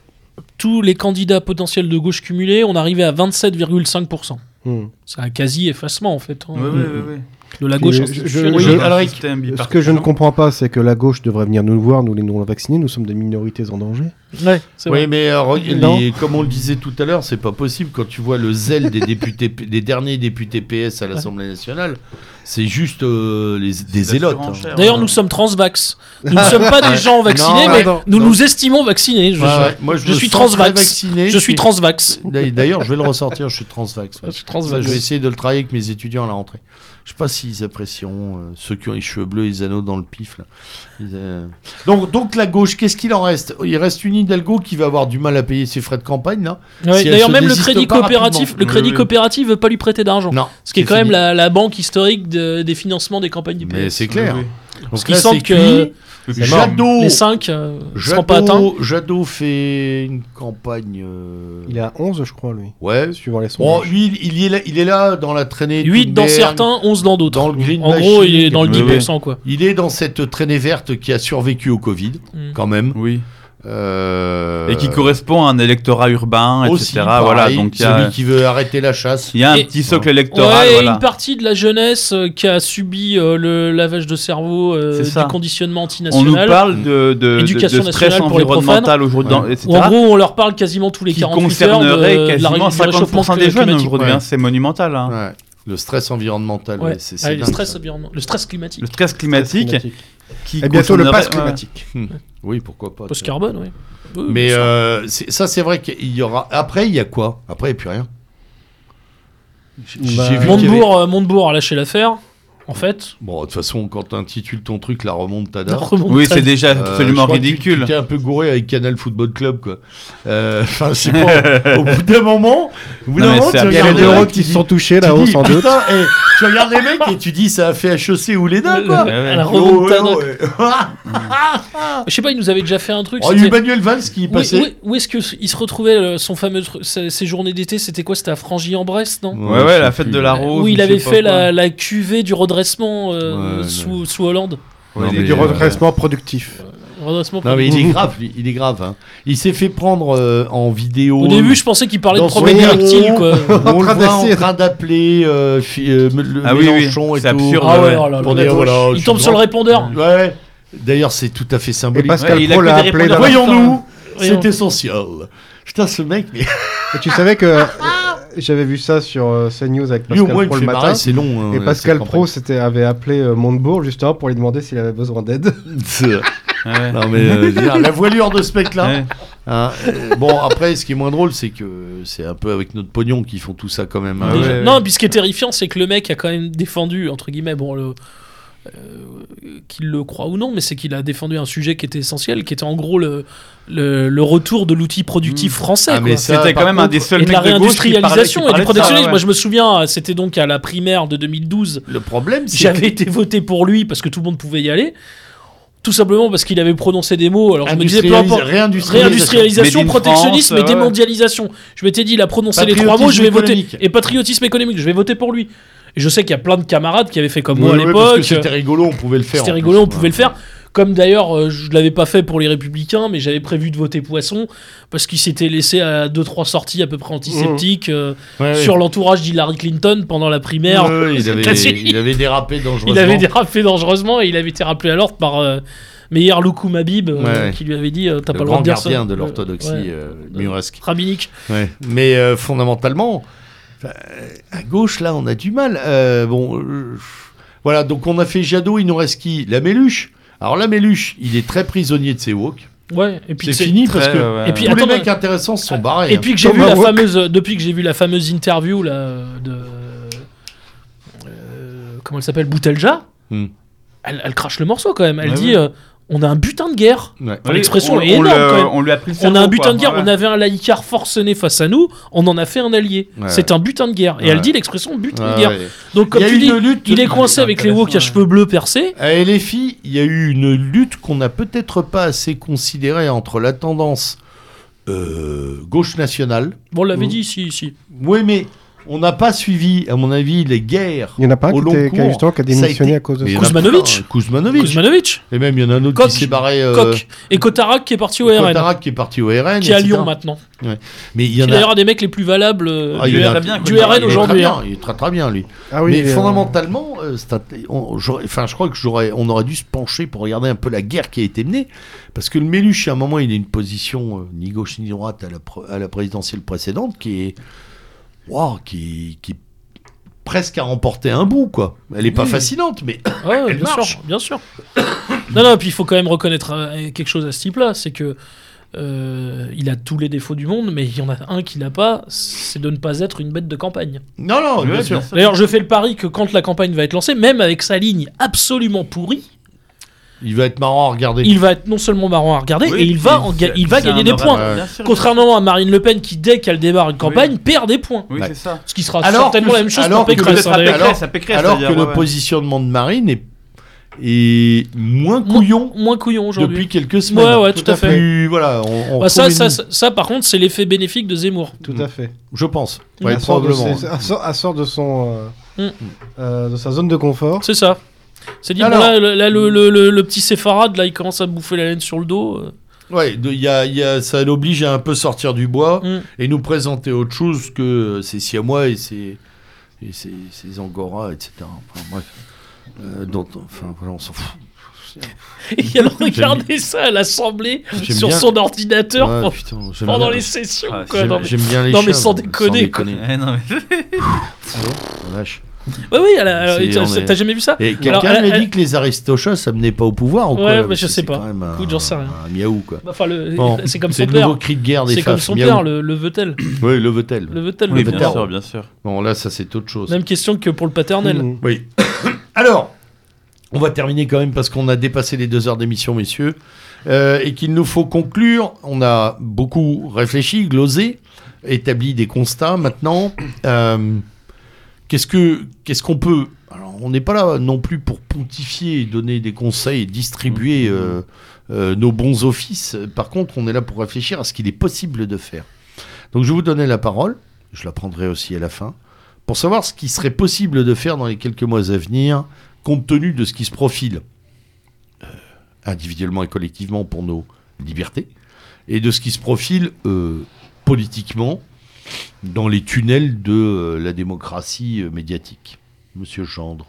[SPEAKER 4] tous les candidats potentiels de gauche cumulés, on arrivait à 27,5%.
[SPEAKER 2] Hmm.
[SPEAKER 4] C'est un quasi effacement en fait hein,
[SPEAKER 3] Ouais, ouais, ouais, ouais.
[SPEAKER 4] de la gauche.
[SPEAKER 2] Je-
[SPEAKER 4] institutionnelle.
[SPEAKER 2] je-
[SPEAKER 4] Oui.
[SPEAKER 2] alors,
[SPEAKER 3] Un système
[SPEAKER 2] Ce que je ne
[SPEAKER 3] bipartisan.
[SPEAKER 2] comprends pas, c'est que la gauche devrait venir nous voir, nous les non-vaccinés, nous sommes des minorités en danger.
[SPEAKER 4] Ouais, c'est
[SPEAKER 1] Oui,
[SPEAKER 4] vrai.
[SPEAKER 1] mais euh, re-
[SPEAKER 2] Non.
[SPEAKER 1] les- comme on le disait tout à l'heure, c'est pas possible quand tu vois le zèle des députés, des derniers députés PS à l'Assemblée nationale. C'est juste euh, les- des
[SPEAKER 3] la
[SPEAKER 1] élotes.
[SPEAKER 3] surenchère.
[SPEAKER 1] hein.
[SPEAKER 4] D'ailleurs, nous sommes transvax. Nous ne sommes pas des gens vaccinés,
[SPEAKER 1] Non,
[SPEAKER 4] mais
[SPEAKER 2] non,
[SPEAKER 4] nous
[SPEAKER 1] non.
[SPEAKER 4] nous estimons vaccinés. Je,
[SPEAKER 1] Ouais, ouais. Moi,
[SPEAKER 4] je
[SPEAKER 1] me
[SPEAKER 4] suis
[SPEAKER 1] sens très
[SPEAKER 4] transvax.
[SPEAKER 1] vacciné.
[SPEAKER 4] je suis transvax.
[SPEAKER 1] D'ailleurs- D'ailleurs, je vais le ressortir. Je suis transvax. ouais.
[SPEAKER 4] Je suis transvax.
[SPEAKER 1] Je vais essayer de le travailler avec mes étudiants à la rentrée. Je sais pas s'ils apprécieront euh, ceux qui ont les cheveux bleus et les anneaux dans le pif. là. Ils, euh, Donc, donc la gauche, qu'est-ce qu'il en reste Il reste une Hidalgo qui va avoir du mal à payer ses frais de campagne là.
[SPEAKER 4] Ouais,
[SPEAKER 1] Si elle
[SPEAKER 4] D'ailleurs,
[SPEAKER 1] se
[SPEAKER 4] même le
[SPEAKER 1] désiste
[SPEAKER 4] crédit
[SPEAKER 1] pas
[SPEAKER 4] coopératif,
[SPEAKER 1] rapidement.
[SPEAKER 4] le crédit
[SPEAKER 3] Oui, oui.
[SPEAKER 4] coopératif veut pas lui prêter d'argent.
[SPEAKER 1] Non.
[SPEAKER 4] Ce qui est
[SPEAKER 1] c'est
[SPEAKER 4] quand même
[SPEAKER 1] fini.
[SPEAKER 4] la, la banque historique de- des financements des campagnes du E.
[SPEAKER 1] Mais
[SPEAKER 4] PS.
[SPEAKER 1] c'est clair.
[SPEAKER 3] Oui,
[SPEAKER 4] Parce
[SPEAKER 1] Donc
[SPEAKER 4] qu'il
[SPEAKER 1] là,
[SPEAKER 4] semble
[SPEAKER 1] c'est
[SPEAKER 4] que
[SPEAKER 1] cuit. Jadot,
[SPEAKER 4] les 5 ne seront pas atteints.
[SPEAKER 1] Jadot, Jadot fait une campagne. euh,
[SPEAKER 2] Il est à 11, je crois, lui.
[SPEAKER 1] Ouais.
[SPEAKER 2] Suivant les sondages.
[SPEAKER 1] Bon, lui, il- il est, là, il est là dans la traînée.
[SPEAKER 4] 8 dans
[SPEAKER 1] Thunberg.
[SPEAKER 4] certains, 11 dans d'autres.
[SPEAKER 1] dans le green
[SPEAKER 4] en gros, il est
[SPEAKER 1] machine.
[SPEAKER 4] dans le
[SPEAKER 3] Oui,
[SPEAKER 4] 10%, quoi.
[SPEAKER 1] Il est dans cette traînée verte qui a survécu au Covid,
[SPEAKER 4] Mm.
[SPEAKER 1] quand même.
[SPEAKER 3] Oui.
[SPEAKER 1] Euh,
[SPEAKER 3] Et qui correspond à un électorat urbain, etc.
[SPEAKER 1] aussi, pareil,
[SPEAKER 3] voilà, donc il y a,
[SPEAKER 1] celui qui veut arrêter la chasse.
[SPEAKER 3] il y a un
[SPEAKER 4] Et-
[SPEAKER 3] petit socle
[SPEAKER 4] Ouais,
[SPEAKER 3] électoral.
[SPEAKER 4] et
[SPEAKER 3] voilà.
[SPEAKER 4] une partie de la jeunesse euh, qui a subi euh, le lavage de cerveau, euh,
[SPEAKER 3] C'est ça.
[SPEAKER 4] du conditionnement
[SPEAKER 3] On nous
[SPEAKER 4] antinational.
[SPEAKER 3] parle de, de, de-
[SPEAKER 4] Éducation
[SPEAKER 3] de stress
[SPEAKER 4] nationale pour les
[SPEAKER 3] environnemental aujourd'hui, dans- etc.
[SPEAKER 4] Où, en gros, on leur parle quasiment tous les
[SPEAKER 3] qui
[SPEAKER 4] 48 heures de,
[SPEAKER 3] concernerait
[SPEAKER 4] de la,
[SPEAKER 3] quasiment
[SPEAKER 4] ré- du réchauffement
[SPEAKER 3] 50% des jeunes
[SPEAKER 4] climatique.
[SPEAKER 3] aujourd'hui.
[SPEAKER 1] ouais.
[SPEAKER 3] hein, C'est monumental. hein.
[SPEAKER 1] Ouais. Le stress environnemental.
[SPEAKER 4] Ouais.
[SPEAKER 1] ouais, c'est,
[SPEAKER 4] Ah,
[SPEAKER 1] c'est
[SPEAKER 4] le,
[SPEAKER 1] dingue,
[SPEAKER 4] stress
[SPEAKER 1] ça.
[SPEAKER 4] environnemental- le stress climatique.
[SPEAKER 3] Le stress climatique. Qui
[SPEAKER 2] Et Eh, bientôt le
[SPEAKER 3] concernerait-
[SPEAKER 2] pass
[SPEAKER 3] ouais.
[SPEAKER 2] climatique.
[SPEAKER 1] Oui, pourquoi pas.
[SPEAKER 4] Post-carbone, oui. Oui,
[SPEAKER 1] Mais
[SPEAKER 4] ça-
[SPEAKER 1] euh, c'est- ça, c'est vrai qu'il y aura. Après, il y a quoi Après, il n'y a plus rien. J-
[SPEAKER 2] Bah,
[SPEAKER 1] J'ai vu qu'il y avait-
[SPEAKER 4] Montebourg, euh, Montebourg a lâché l'affaire, en fait.
[SPEAKER 1] Bon, de toute façon, quand tu intitules ton truc la
[SPEAKER 4] La
[SPEAKER 1] remontada.
[SPEAKER 4] remontée-
[SPEAKER 3] Oui, c'est déjà
[SPEAKER 1] euh,
[SPEAKER 3] absolument
[SPEAKER 1] je crois que tu-
[SPEAKER 3] ridicule.
[SPEAKER 1] Tu t'es un peu gouré avec Canal Football Club, quoi. Euh, Enfin, je sais pas. au bout d'un moment, au bout
[SPEAKER 3] Non,
[SPEAKER 1] d'un
[SPEAKER 3] mais
[SPEAKER 1] moment,
[SPEAKER 3] c'est
[SPEAKER 1] tu
[SPEAKER 3] absurde.
[SPEAKER 2] Il
[SPEAKER 1] regardes les
[SPEAKER 2] y a les
[SPEAKER 3] Regardez,
[SPEAKER 2] deux
[SPEAKER 3] là,
[SPEAKER 1] mecs,
[SPEAKER 2] euros
[SPEAKER 1] tu
[SPEAKER 2] qui
[SPEAKER 1] dis-
[SPEAKER 2] se sont touchés
[SPEAKER 1] tu
[SPEAKER 2] là-haut,
[SPEAKER 1] dis,
[SPEAKER 2] sans doute.
[SPEAKER 1] putain, eh, tu regardes les mecs et tu dis ça a fait HEC ou les dingues, quoi.
[SPEAKER 3] Ouais, ouais.
[SPEAKER 4] La
[SPEAKER 1] Oh, ouais,
[SPEAKER 4] remontada.
[SPEAKER 1] ouais.
[SPEAKER 4] Je sais pas, il nous avait déjà fait un truc.
[SPEAKER 1] Oh, il y a
[SPEAKER 4] c'était-
[SPEAKER 1] eu Manuel Valls qui
[SPEAKER 4] Où,
[SPEAKER 1] passait.
[SPEAKER 4] où- où est-ce qu'il se retrouvait euh, son fameux truc, ses, ses journées d'été C'était quoi C'était à Frangy-en-Bresse, non
[SPEAKER 3] Ouais, ouais,
[SPEAKER 1] Oh, je
[SPEAKER 3] la
[SPEAKER 1] sais
[SPEAKER 3] fête
[SPEAKER 1] plus.
[SPEAKER 3] de la rose.
[SPEAKER 4] Où il
[SPEAKER 3] je
[SPEAKER 4] avait
[SPEAKER 3] sais pas
[SPEAKER 4] fait
[SPEAKER 3] quoi.
[SPEAKER 4] la, la cuvée du redressement euh,
[SPEAKER 1] Ouais, ouais.
[SPEAKER 4] sous, sous Hollande.
[SPEAKER 1] Non,
[SPEAKER 3] Ouais, il
[SPEAKER 1] mais,
[SPEAKER 3] est- euh,
[SPEAKER 2] Du redressement productif.
[SPEAKER 4] Redressement
[SPEAKER 1] Non,
[SPEAKER 4] pour-
[SPEAKER 1] mais il est grave, lui, il est grave. hein. Il s'est fait prendre euh, en vidéo.
[SPEAKER 4] Au début, je pensais qu'il parlait de
[SPEAKER 1] dans son
[SPEAKER 4] problème érectile,
[SPEAKER 1] bureau.
[SPEAKER 4] quoi.
[SPEAKER 1] on le
[SPEAKER 2] train
[SPEAKER 1] voit en
[SPEAKER 2] d'essayer.
[SPEAKER 1] train d'appeler euh, fi- euh, me- le
[SPEAKER 3] Ah oui, oui,
[SPEAKER 1] Mélenchon et
[SPEAKER 3] c'est
[SPEAKER 1] tout.
[SPEAKER 3] absurde.
[SPEAKER 4] Ah ouais,
[SPEAKER 3] ouais.
[SPEAKER 4] oh là là.
[SPEAKER 1] Pour dire, voilà, je
[SPEAKER 4] Il
[SPEAKER 1] suis
[SPEAKER 4] tombe sur le
[SPEAKER 1] grand.
[SPEAKER 4] répondeur.
[SPEAKER 1] Ouais. D'ailleurs, c'est tout à fait
[SPEAKER 2] Et
[SPEAKER 1] symbolique.
[SPEAKER 2] Pascal
[SPEAKER 3] Ouais, il a
[SPEAKER 2] Pro
[SPEAKER 3] que
[SPEAKER 2] l'a
[SPEAKER 3] des
[SPEAKER 2] appelé
[SPEAKER 3] répondeurs.
[SPEAKER 2] dans la-
[SPEAKER 1] Voyons-nous,
[SPEAKER 4] Voyons.
[SPEAKER 1] c'est essentiel. Putain, ce mec, mais
[SPEAKER 2] Et tu savais que euh, j'avais vu ça sur euh, CNews avec
[SPEAKER 1] lui au moins
[SPEAKER 2] Pascal
[SPEAKER 1] il
[SPEAKER 2] Pro
[SPEAKER 1] me
[SPEAKER 2] le
[SPEAKER 1] fait
[SPEAKER 2] matin.
[SPEAKER 1] marrer, c'est long.
[SPEAKER 2] Et
[SPEAKER 1] hein,
[SPEAKER 2] Pascal
[SPEAKER 1] cette
[SPEAKER 2] Pro s'était- avait appelé euh, Montebourg justement pour lui demander s'il avait besoin d'aide.
[SPEAKER 1] campagne.
[SPEAKER 3] Ouais.
[SPEAKER 1] non mais euh, je veux dire, la voilure de ce mec-là.
[SPEAKER 3] Ouais.
[SPEAKER 1] hein, euh, bon après, ce qui est moins drôle, c'est que c'est un peu avec notre pognon qu'ils font tout ça quand même. hein.
[SPEAKER 3] Ah
[SPEAKER 4] Déjà.
[SPEAKER 3] ouais, ouais.
[SPEAKER 4] Non, puis ce qui est terrifiant, c'est que le mec a quand même défendu, entre guillemets, bon, le. euh, qu'il le croit ou non, mais c'est qu'il a défendu un sujet qui était essentiel, qui était en gros le, le, le retour de l'outil productif
[SPEAKER 3] Mmh.
[SPEAKER 4] français.
[SPEAKER 1] Ah, mais
[SPEAKER 4] quoi.
[SPEAKER 1] ça,
[SPEAKER 3] C'était
[SPEAKER 1] par
[SPEAKER 3] quand même un
[SPEAKER 1] contre,
[SPEAKER 3] des seuls
[SPEAKER 4] et de la
[SPEAKER 3] mecs de gauche qui parlait- qui
[SPEAKER 4] réindustrialisation et
[SPEAKER 3] parlait
[SPEAKER 4] du
[SPEAKER 3] de ça,
[SPEAKER 4] protectionnisme.
[SPEAKER 3] ouais.
[SPEAKER 4] Moi, je me souviens, euh, c'était donc à la primaire de 2012.
[SPEAKER 1] Le problème, c'est que
[SPEAKER 4] J'avais été voté pour lui parce que tout le monde pouvait y aller. Tout simplement parce qu'il avait prononcé des mots. Alors je me disais, peu
[SPEAKER 1] industrialisa-
[SPEAKER 4] importe.
[SPEAKER 1] réindustrialisation.
[SPEAKER 4] Réindustrialisation,
[SPEAKER 3] Made in
[SPEAKER 4] protectionnisme
[SPEAKER 3] France,
[SPEAKER 4] et
[SPEAKER 3] ouais, ouais.
[SPEAKER 4] démondialisation. Je m'étais dit, il a prononcé les trois
[SPEAKER 1] Patriotisme
[SPEAKER 4] mots, je vais voter.
[SPEAKER 1] économique.
[SPEAKER 4] Et patriotisme économique, je vais voter pour lui. Et je sais qu'il y a plein de camarades qui avaient fait comme moi à
[SPEAKER 1] Ouais, ouais, parce que
[SPEAKER 4] l'époque.
[SPEAKER 1] c'était rigolo, on pouvait le faire.
[SPEAKER 4] C'était
[SPEAKER 1] en
[SPEAKER 4] rigolo,
[SPEAKER 1] plus,
[SPEAKER 4] on pouvait le faire. Comme d'ailleurs, euh, je ne l'avais pas fait pour les Républicains, mais j'avais prévu de voter Poisson parce qu'il s'était laissé à deux trois sorties à peu près
[SPEAKER 1] Mmh.
[SPEAKER 4] antiseptiques euh,
[SPEAKER 1] Ouais, ouais.
[SPEAKER 4] sur l'entourage d'Hillary Clinton pendant la primaire.
[SPEAKER 1] Ouais, ouais, il, avait,
[SPEAKER 4] États-Unis.
[SPEAKER 1] il avait dérapé dangereusement.
[SPEAKER 4] Il avait dérapé dangereusement et il avait été rappelé à l'ordre par euh, Meyer Loukoum Habib euh,
[SPEAKER 1] Ouais, ouais.
[SPEAKER 4] qui lui avait dit euh, T'as
[SPEAKER 1] le
[SPEAKER 4] pas le droit
[SPEAKER 1] grand
[SPEAKER 4] de dire ça.
[SPEAKER 1] gardien de
[SPEAKER 4] Euh,
[SPEAKER 1] l'orthodoxie
[SPEAKER 4] ouais.
[SPEAKER 1] euh, Muresk.
[SPEAKER 4] Rabbinique.
[SPEAKER 1] Ouais. Mais euh, fondamentalement, enfin, euh, à gauche, là, on a du mal. Euh, bon, euh, voilà, donc on a fait Jadot, il nous reste qui La Méluche. Alors la Méluche, il est très prisonnier de ses woke.
[SPEAKER 4] Ouais, et puis
[SPEAKER 1] C'est euh,
[SPEAKER 4] c'est-
[SPEAKER 1] fini parce
[SPEAKER 3] Très,
[SPEAKER 1] que
[SPEAKER 3] ouais, ouais.
[SPEAKER 4] Et puis,
[SPEAKER 1] tous
[SPEAKER 4] attends,
[SPEAKER 1] les mecs intéressants se sont barrés.
[SPEAKER 4] Et
[SPEAKER 1] hein.
[SPEAKER 4] puis que j'ai vu
[SPEAKER 2] Thomas
[SPEAKER 4] la
[SPEAKER 2] Woke.
[SPEAKER 4] fameuse, depuis que j'ai vu la fameuse interview là, euh, de euh, comment elle s'appelle, Boutelja,
[SPEAKER 1] Hmm.
[SPEAKER 4] elle, elle crache le morceau quand même. Elle
[SPEAKER 3] Ouais,
[SPEAKER 4] dit
[SPEAKER 3] ouais.
[SPEAKER 4] euh, on a un butin de guerre.
[SPEAKER 1] Ouais.
[SPEAKER 3] Oui,
[SPEAKER 4] l'expression
[SPEAKER 3] on-
[SPEAKER 4] est
[SPEAKER 3] on
[SPEAKER 4] énorme,
[SPEAKER 3] le-
[SPEAKER 4] quand même.
[SPEAKER 3] On lui a pris le
[SPEAKER 4] On a
[SPEAKER 3] cerveau,
[SPEAKER 4] un butin
[SPEAKER 3] quoi.
[SPEAKER 4] de guerre.
[SPEAKER 3] Ouais,
[SPEAKER 4] On avait un laïcard forcené face à nous. On en a fait un allié.
[SPEAKER 1] Ouais.
[SPEAKER 4] C'est un butin de guerre. Et
[SPEAKER 1] Ouais.
[SPEAKER 4] elle dit l'expression butin
[SPEAKER 1] Ouais,
[SPEAKER 4] de guerre.
[SPEAKER 1] ouais.
[SPEAKER 4] Donc comme
[SPEAKER 1] Il y a
[SPEAKER 4] tu
[SPEAKER 1] eu
[SPEAKER 4] dis,
[SPEAKER 1] une lutte-
[SPEAKER 4] il est coincé
[SPEAKER 3] c'est
[SPEAKER 4] avec les woke à
[SPEAKER 3] intéressant,
[SPEAKER 4] cheveux bleus percés.
[SPEAKER 1] À LFI, Eh, il y a eu une lutte qu'on n'a peut-être pas assez considérée entre la tendance euh, gauche nationale.
[SPEAKER 4] Bon, on l'avait
[SPEAKER 1] Mhm.
[SPEAKER 4] dit ici, ici.
[SPEAKER 1] Oui, mais on n'a pas suivi, à mon avis, les guerres.
[SPEAKER 2] Il n'y en a pas un
[SPEAKER 1] Au
[SPEAKER 2] qui,
[SPEAKER 1] long
[SPEAKER 2] était- qui a
[SPEAKER 1] cours,
[SPEAKER 2] justement qui a
[SPEAKER 1] ça a
[SPEAKER 2] démissionné
[SPEAKER 1] été-
[SPEAKER 2] à cause de
[SPEAKER 1] Mais il y
[SPEAKER 2] ça.
[SPEAKER 1] en a
[SPEAKER 4] Kuzmanovic.
[SPEAKER 1] plein, hein, Kuzmanovic.
[SPEAKER 4] Kuzmanovic,
[SPEAKER 1] Et même, il y en a un autre
[SPEAKER 4] Koch.
[SPEAKER 1] qui s'est barré. euh,
[SPEAKER 4] Koch et Kotarak qui est parti au RN,
[SPEAKER 1] Kotarak qui est parti au RN.
[SPEAKER 4] qui est à
[SPEAKER 1] etc.
[SPEAKER 4] Lyon maintenant.
[SPEAKER 1] Mais il y
[SPEAKER 4] Qui est
[SPEAKER 1] en
[SPEAKER 4] d'ailleurs
[SPEAKER 1] a.
[SPEAKER 4] un des mecs les plus valables euh,
[SPEAKER 1] Ah,
[SPEAKER 4] du
[SPEAKER 1] il a-
[SPEAKER 4] RN
[SPEAKER 3] bien,
[SPEAKER 4] du
[SPEAKER 3] il est
[SPEAKER 4] RN
[SPEAKER 1] il est très
[SPEAKER 4] aujourd'hui.
[SPEAKER 1] bien,
[SPEAKER 4] hein.
[SPEAKER 1] Il est très très bien, lui.
[SPEAKER 2] Ah oui,
[SPEAKER 1] mais
[SPEAKER 2] euh,
[SPEAKER 1] fondamentalement, euh, c'est un- on- j'aurais- enfin, je crois que j'aurais, on aurait dû se pencher pour regarder un peu la guerre qui a été menée, parce que le Méluche, à un moment, il a une position euh, ni gauche ni droite à la, pr- à la présidentielle précédente, qui est, waouh, qui, qui presque à remporter un bout, quoi. Elle est pas fascinante, mais
[SPEAKER 4] Ouais,
[SPEAKER 1] Elle
[SPEAKER 4] bien
[SPEAKER 1] marche.
[SPEAKER 4] sûr, bien sûr. non, non, puis il faut quand même reconnaître euh, quelque chose à ce type-là, c'est que euh, il a tous les défauts du monde, mais il y en a un qu'il n'a pas, c'est de ne pas être une bête de campagne.
[SPEAKER 1] non, non,
[SPEAKER 3] Ouais,
[SPEAKER 1] bien
[SPEAKER 3] bien
[SPEAKER 1] sûr.
[SPEAKER 3] sûr.
[SPEAKER 4] D'ailleurs, je fais le pari que quand la campagne va être lancée, même avec sa ligne absolument pourrie,
[SPEAKER 1] Il va être marrant à regarder.
[SPEAKER 4] il va être non seulement marrant à regarder,
[SPEAKER 3] Oui,
[SPEAKER 4] et il va,
[SPEAKER 3] puis
[SPEAKER 4] en ga-
[SPEAKER 3] c'est-
[SPEAKER 4] il va
[SPEAKER 3] c'est
[SPEAKER 4] gagner
[SPEAKER 3] un
[SPEAKER 4] des
[SPEAKER 3] horaire,
[SPEAKER 4] points.
[SPEAKER 3] euh, bien sûr.
[SPEAKER 4] Contrairement à Marine Le Pen qui, dès qu'elle démarre une campagne, perd des points.
[SPEAKER 3] Oui,
[SPEAKER 1] Ouais.
[SPEAKER 3] c'est ça.
[SPEAKER 4] Ce qui sera
[SPEAKER 1] Alors
[SPEAKER 4] certainement
[SPEAKER 1] que-
[SPEAKER 4] la même chose
[SPEAKER 1] alors
[SPEAKER 4] pour
[SPEAKER 1] que
[SPEAKER 4] Pécresse.
[SPEAKER 1] peut-être
[SPEAKER 4] hein, d'ailleurs.
[SPEAKER 1] alors-
[SPEAKER 3] Pécresse,
[SPEAKER 1] Alors que
[SPEAKER 3] c'est-à-dire,
[SPEAKER 1] le
[SPEAKER 3] ouais, ouais.
[SPEAKER 1] positionnement de Marine est est moins
[SPEAKER 4] Moins-
[SPEAKER 1] couillon
[SPEAKER 4] Moins couillon aujourd'hui.
[SPEAKER 1] depuis quelques semaines.
[SPEAKER 4] Ouais, ouais, tout à fait.
[SPEAKER 1] Plus- voilà, on, on
[SPEAKER 4] Bah, ça,
[SPEAKER 1] retrouve
[SPEAKER 4] ça,
[SPEAKER 1] une-
[SPEAKER 4] ça, ça, par contre, c'est l'effet bénéfique de Zemmour.
[SPEAKER 2] Tout
[SPEAKER 1] Mm.
[SPEAKER 2] à fait.
[SPEAKER 1] je pense. Ouais,
[SPEAKER 2] Elle sort de
[SPEAKER 1] probablement.
[SPEAKER 2] ses- elle sort- elle sort de son, euh,
[SPEAKER 4] Mm.
[SPEAKER 2] euh, de sa zone de confort.
[SPEAKER 4] C'est ça. C'est dit,
[SPEAKER 1] Alors-
[SPEAKER 4] bon, là, le- là, le, le- le- le petit séfarade, là, il commence à bouffer la laine sur le dos. euh.
[SPEAKER 1] Ouais, de- il y a- il y a- ça l'oblige à un peu sortir du bois
[SPEAKER 4] Mm.
[SPEAKER 1] et nous présenter autre chose que euh, ces siamois et ces, et ces, ces angoras, etc. Enfin, bref. Euh, dont, enfin, voilà, on s'en fout.
[SPEAKER 4] Il vient de regarder ça à l'assemblée
[SPEAKER 1] J'aime
[SPEAKER 4] sur
[SPEAKER 1] bien-
[SPEAKER 4] son ordinateur
[SPEAKER 1] Ouais,
[SPEAKER 4] pour-
[SPEAKER 1] putain, j'aime
[SPEAKER 4] pendant
[SPEAKER 1] bien-
[SPEAKER 4] les sessions.
[SPEAKER 3] Ah,
[SPEAKER 4] quoi.
[SPEAKER 1] j'aime-
[SPEAKER 4] Non, mais-
[SPEAKER 1] J'aime bien les
[SPEAKER 4] non, mais
[SPEAKER 1] chiens,
[SPEAKER 4] sans déconner, Ah,
[SPEAKER 3] Eh, non, mais-
[SPEAKER 1] Oh, la vache.
[SPEAKER 4] Ouais, oui, elle a-
[SPEAKER 1] C'est-
[SPEAKER 4] elle- t'as
[SPEAKER 1] on est-
[SPEAKER 4] t'as jamais vu ça
[SPEAKER 1] Et
[SPEAKER 4] Alors,
[SPEAKER 1] quelqu'un
[SPEAKER 4] elle-
[SPEAKER 1] m'a dit
[SPEAKER 4] elle-
[SPEAKER 1] que les aristochats, ça menait pas au pouvoir ou quoi
[SPEAKER 4] Ouais,
[SPEAKER 1] là,
[SPEAKER 4] mais
[SPEAKER 1] parce
[SPEAKER 4] je
[SPEAKER 1] que
[SPEAKER 4] sais
[SPEAKER 1] c'est
[SPEAKER 4] pas.
[SPEAKER 1] quand même un-
[SPEAKER 4] Écoute, j'en sais rien.
[SPEAKER 1] Un miaou, quoi.
[SPEAKER 4] Bah, Enfin, le-
[SPEAKER 1] Bon.
[SPEAKER 4] c'est comme
[SPEAKER 1] C'est
[SPEAKER 4] son
[SPEAKER 1] le nouveau
[SPEAKER 4] père.
[SPEAKER 1] cri de guerre des
[SPEAKER 4] C'est
[SPEAKER 1] femmes.
[SPEAKER 4] comme son
[SPEAKER 1] miaou.
[SPEAKER 4] père, le, le Vetel.
[SPEAKER 1] Oui, le vetel.
[SPEAKER 4] Le Vetel,
[SPEAKER 1] Oui,
[SPEAKER 4] le
[SPEAKER 1] bien
[SPEAKER 4] grand.
[SPEAKER 1] sûr,
[SPEAKER 3] bien sûr.
[SPEAKER 1] Bon, là, ça, c'est autre chose.
[SPEAKER 4] Même question que pour le paternel.
[SPEAKER 2] Mm.
[SPEAKER 1] Oui. Alors, on va terminer quand même parce qu'on a dépassé les deux heures d'émission, messieurs, euh, et qu'il nous faut conclure. On a beaucoup réfléchi, glosé, établi des constats. Maintenant, euh, qu'est-ce que qu'est-ce qu'on peut Alors, on n'est pas là non plus pour pontifier, et donner des conseils, et distribuer euh, euh, nos bons offices. Par contre, on est là pour réfléchir à ce qu'il est possible de faire. Donc, je vais vous donner la parole. Je la prendrai aussi à la fin pour savoir ce qui serait possible de faire dans les quelques mois à venir, compte tenu de ce qui se profile euh, individuellement et collectivement pour nos libertés, et de ce qui se profile euh, politiquement dans les tunnels de euh, la démocratie euh, médiatique. Monsieur Gendre.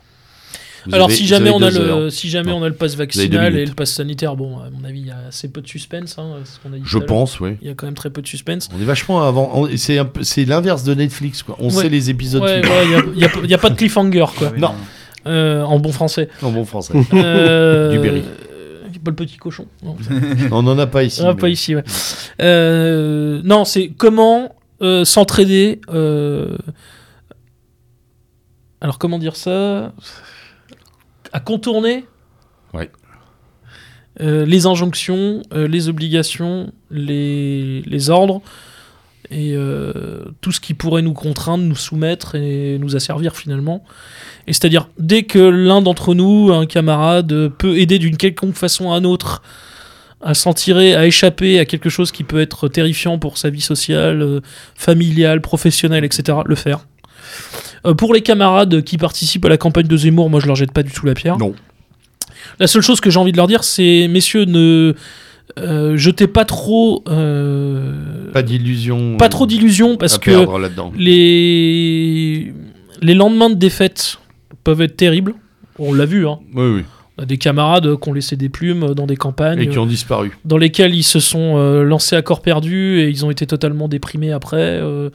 [SPEAKER 1] vous
[SPEAKER 4] Alors
[SPEAKER 1] avez-
[SPEAKER 4] si
[SPEAKER 1] vous
[SPEAKER 4] jamais
[SPEAKER 1] avez
[SPEAKER 4] on a
[SPEAKER 1] deux heures.
[SPEAKER 4] le, si jamais
[SPEAKER 1] Non.
[SPEAKER 4] on a le pass
[SPEAKER 1] avez deux
[SPEAKER 4] vaccinal et
[SPEAKER 1] minutes.
[SPEAKER 4] le pass sanitaire, bon, à mon avis, il y a assez peu de suspense. hein, ce qu'on a dit
[SPEAKER 1] Je
[SPEAKER 4] tout à l'heure.
[SPEAKER 1] pense, oui.
[SPEAKER 4] Il y a quand même très peu de suspense.
[SPEAKER 1] On est vachement avant. on- c'est un peu- C'est l'inverse de Netflix, quoi. On
[SPEAKER 4] Ouais.
[SPEAKER 1] sait les épisodes.
[SPEAKER 4] Ouais,
[SPEAKER 1] suivants.
[SPEAKER 4] ouais, il y a- il y a, il y a pas de cliffhanger, quoi.
[SPEAKER 1] Ah Non.
[SPEAKER 4] Euh, en bon français.
[SPEAKER 1] En bon français.
[SPEAKER 4] Euh,
[SPEAKER 1] Du Berry.
[SPEAKER 4] euh, Pas le petit cochon. Non,
[SPEAKER 1] on n'en a pas ici.
[SPEAKER 4] Ah,
[SPEAKER 1] mais-
[SPEAKER 4] pas ici, ouais. Euh, non, c'est comment euh, s'entraider. euh, Alors, comment dire ça À contourner
[SPEAKER 1] Ouais.
[SPEAKER 4] euh, les injonctions, euh, les obligations, les, les ordres et euh, tout ce qui pourrait nous contraindre, nous soumettre et nous asservir finalement. Et c'est-à-dire, dès que l'un d'entre nous, un camarade, euh, peut aider d'une quelconque façon un autre à s'en tirer, à échapper à quelque chose qui peut être terrifiant pour sa vie sociale, euh, familiale, professionnelle, etc., le faire. Euh, pour les camarades qui participent à la campagne de Zemmour, moi je leur jette pas du tout la pierre.
[SPEAKER 1] Non.
[SPEAKER 4] La seule chose que j'ai envie de leur dire, c'est messieurs, ne euh, jetez pas trop, euh,
[SPEAKER 1] Pas d'illusion. euh,
[SPEAKER 4] pas trop d'illusions parce
[SPEAKER 1] à
[SPEAKER 4] que
[SPEAKER 1] perdre là-dedans.
[SPEAKER 4] les les lendemains de défaite peuvent être terribles. On l'a vu, hein.
[SPEAKER 1] Oui, oui.
[SPEAKER 4] On a des camarades euh, qui ont laissé des plumes euh, dans des campagnes.
[SPEAKER 1] Et qui ont disparu.
[SPEAKER 4] dans lesquels ils se sont euh, lancés à corps perdu et ils ont été totalement déprimés après, euh,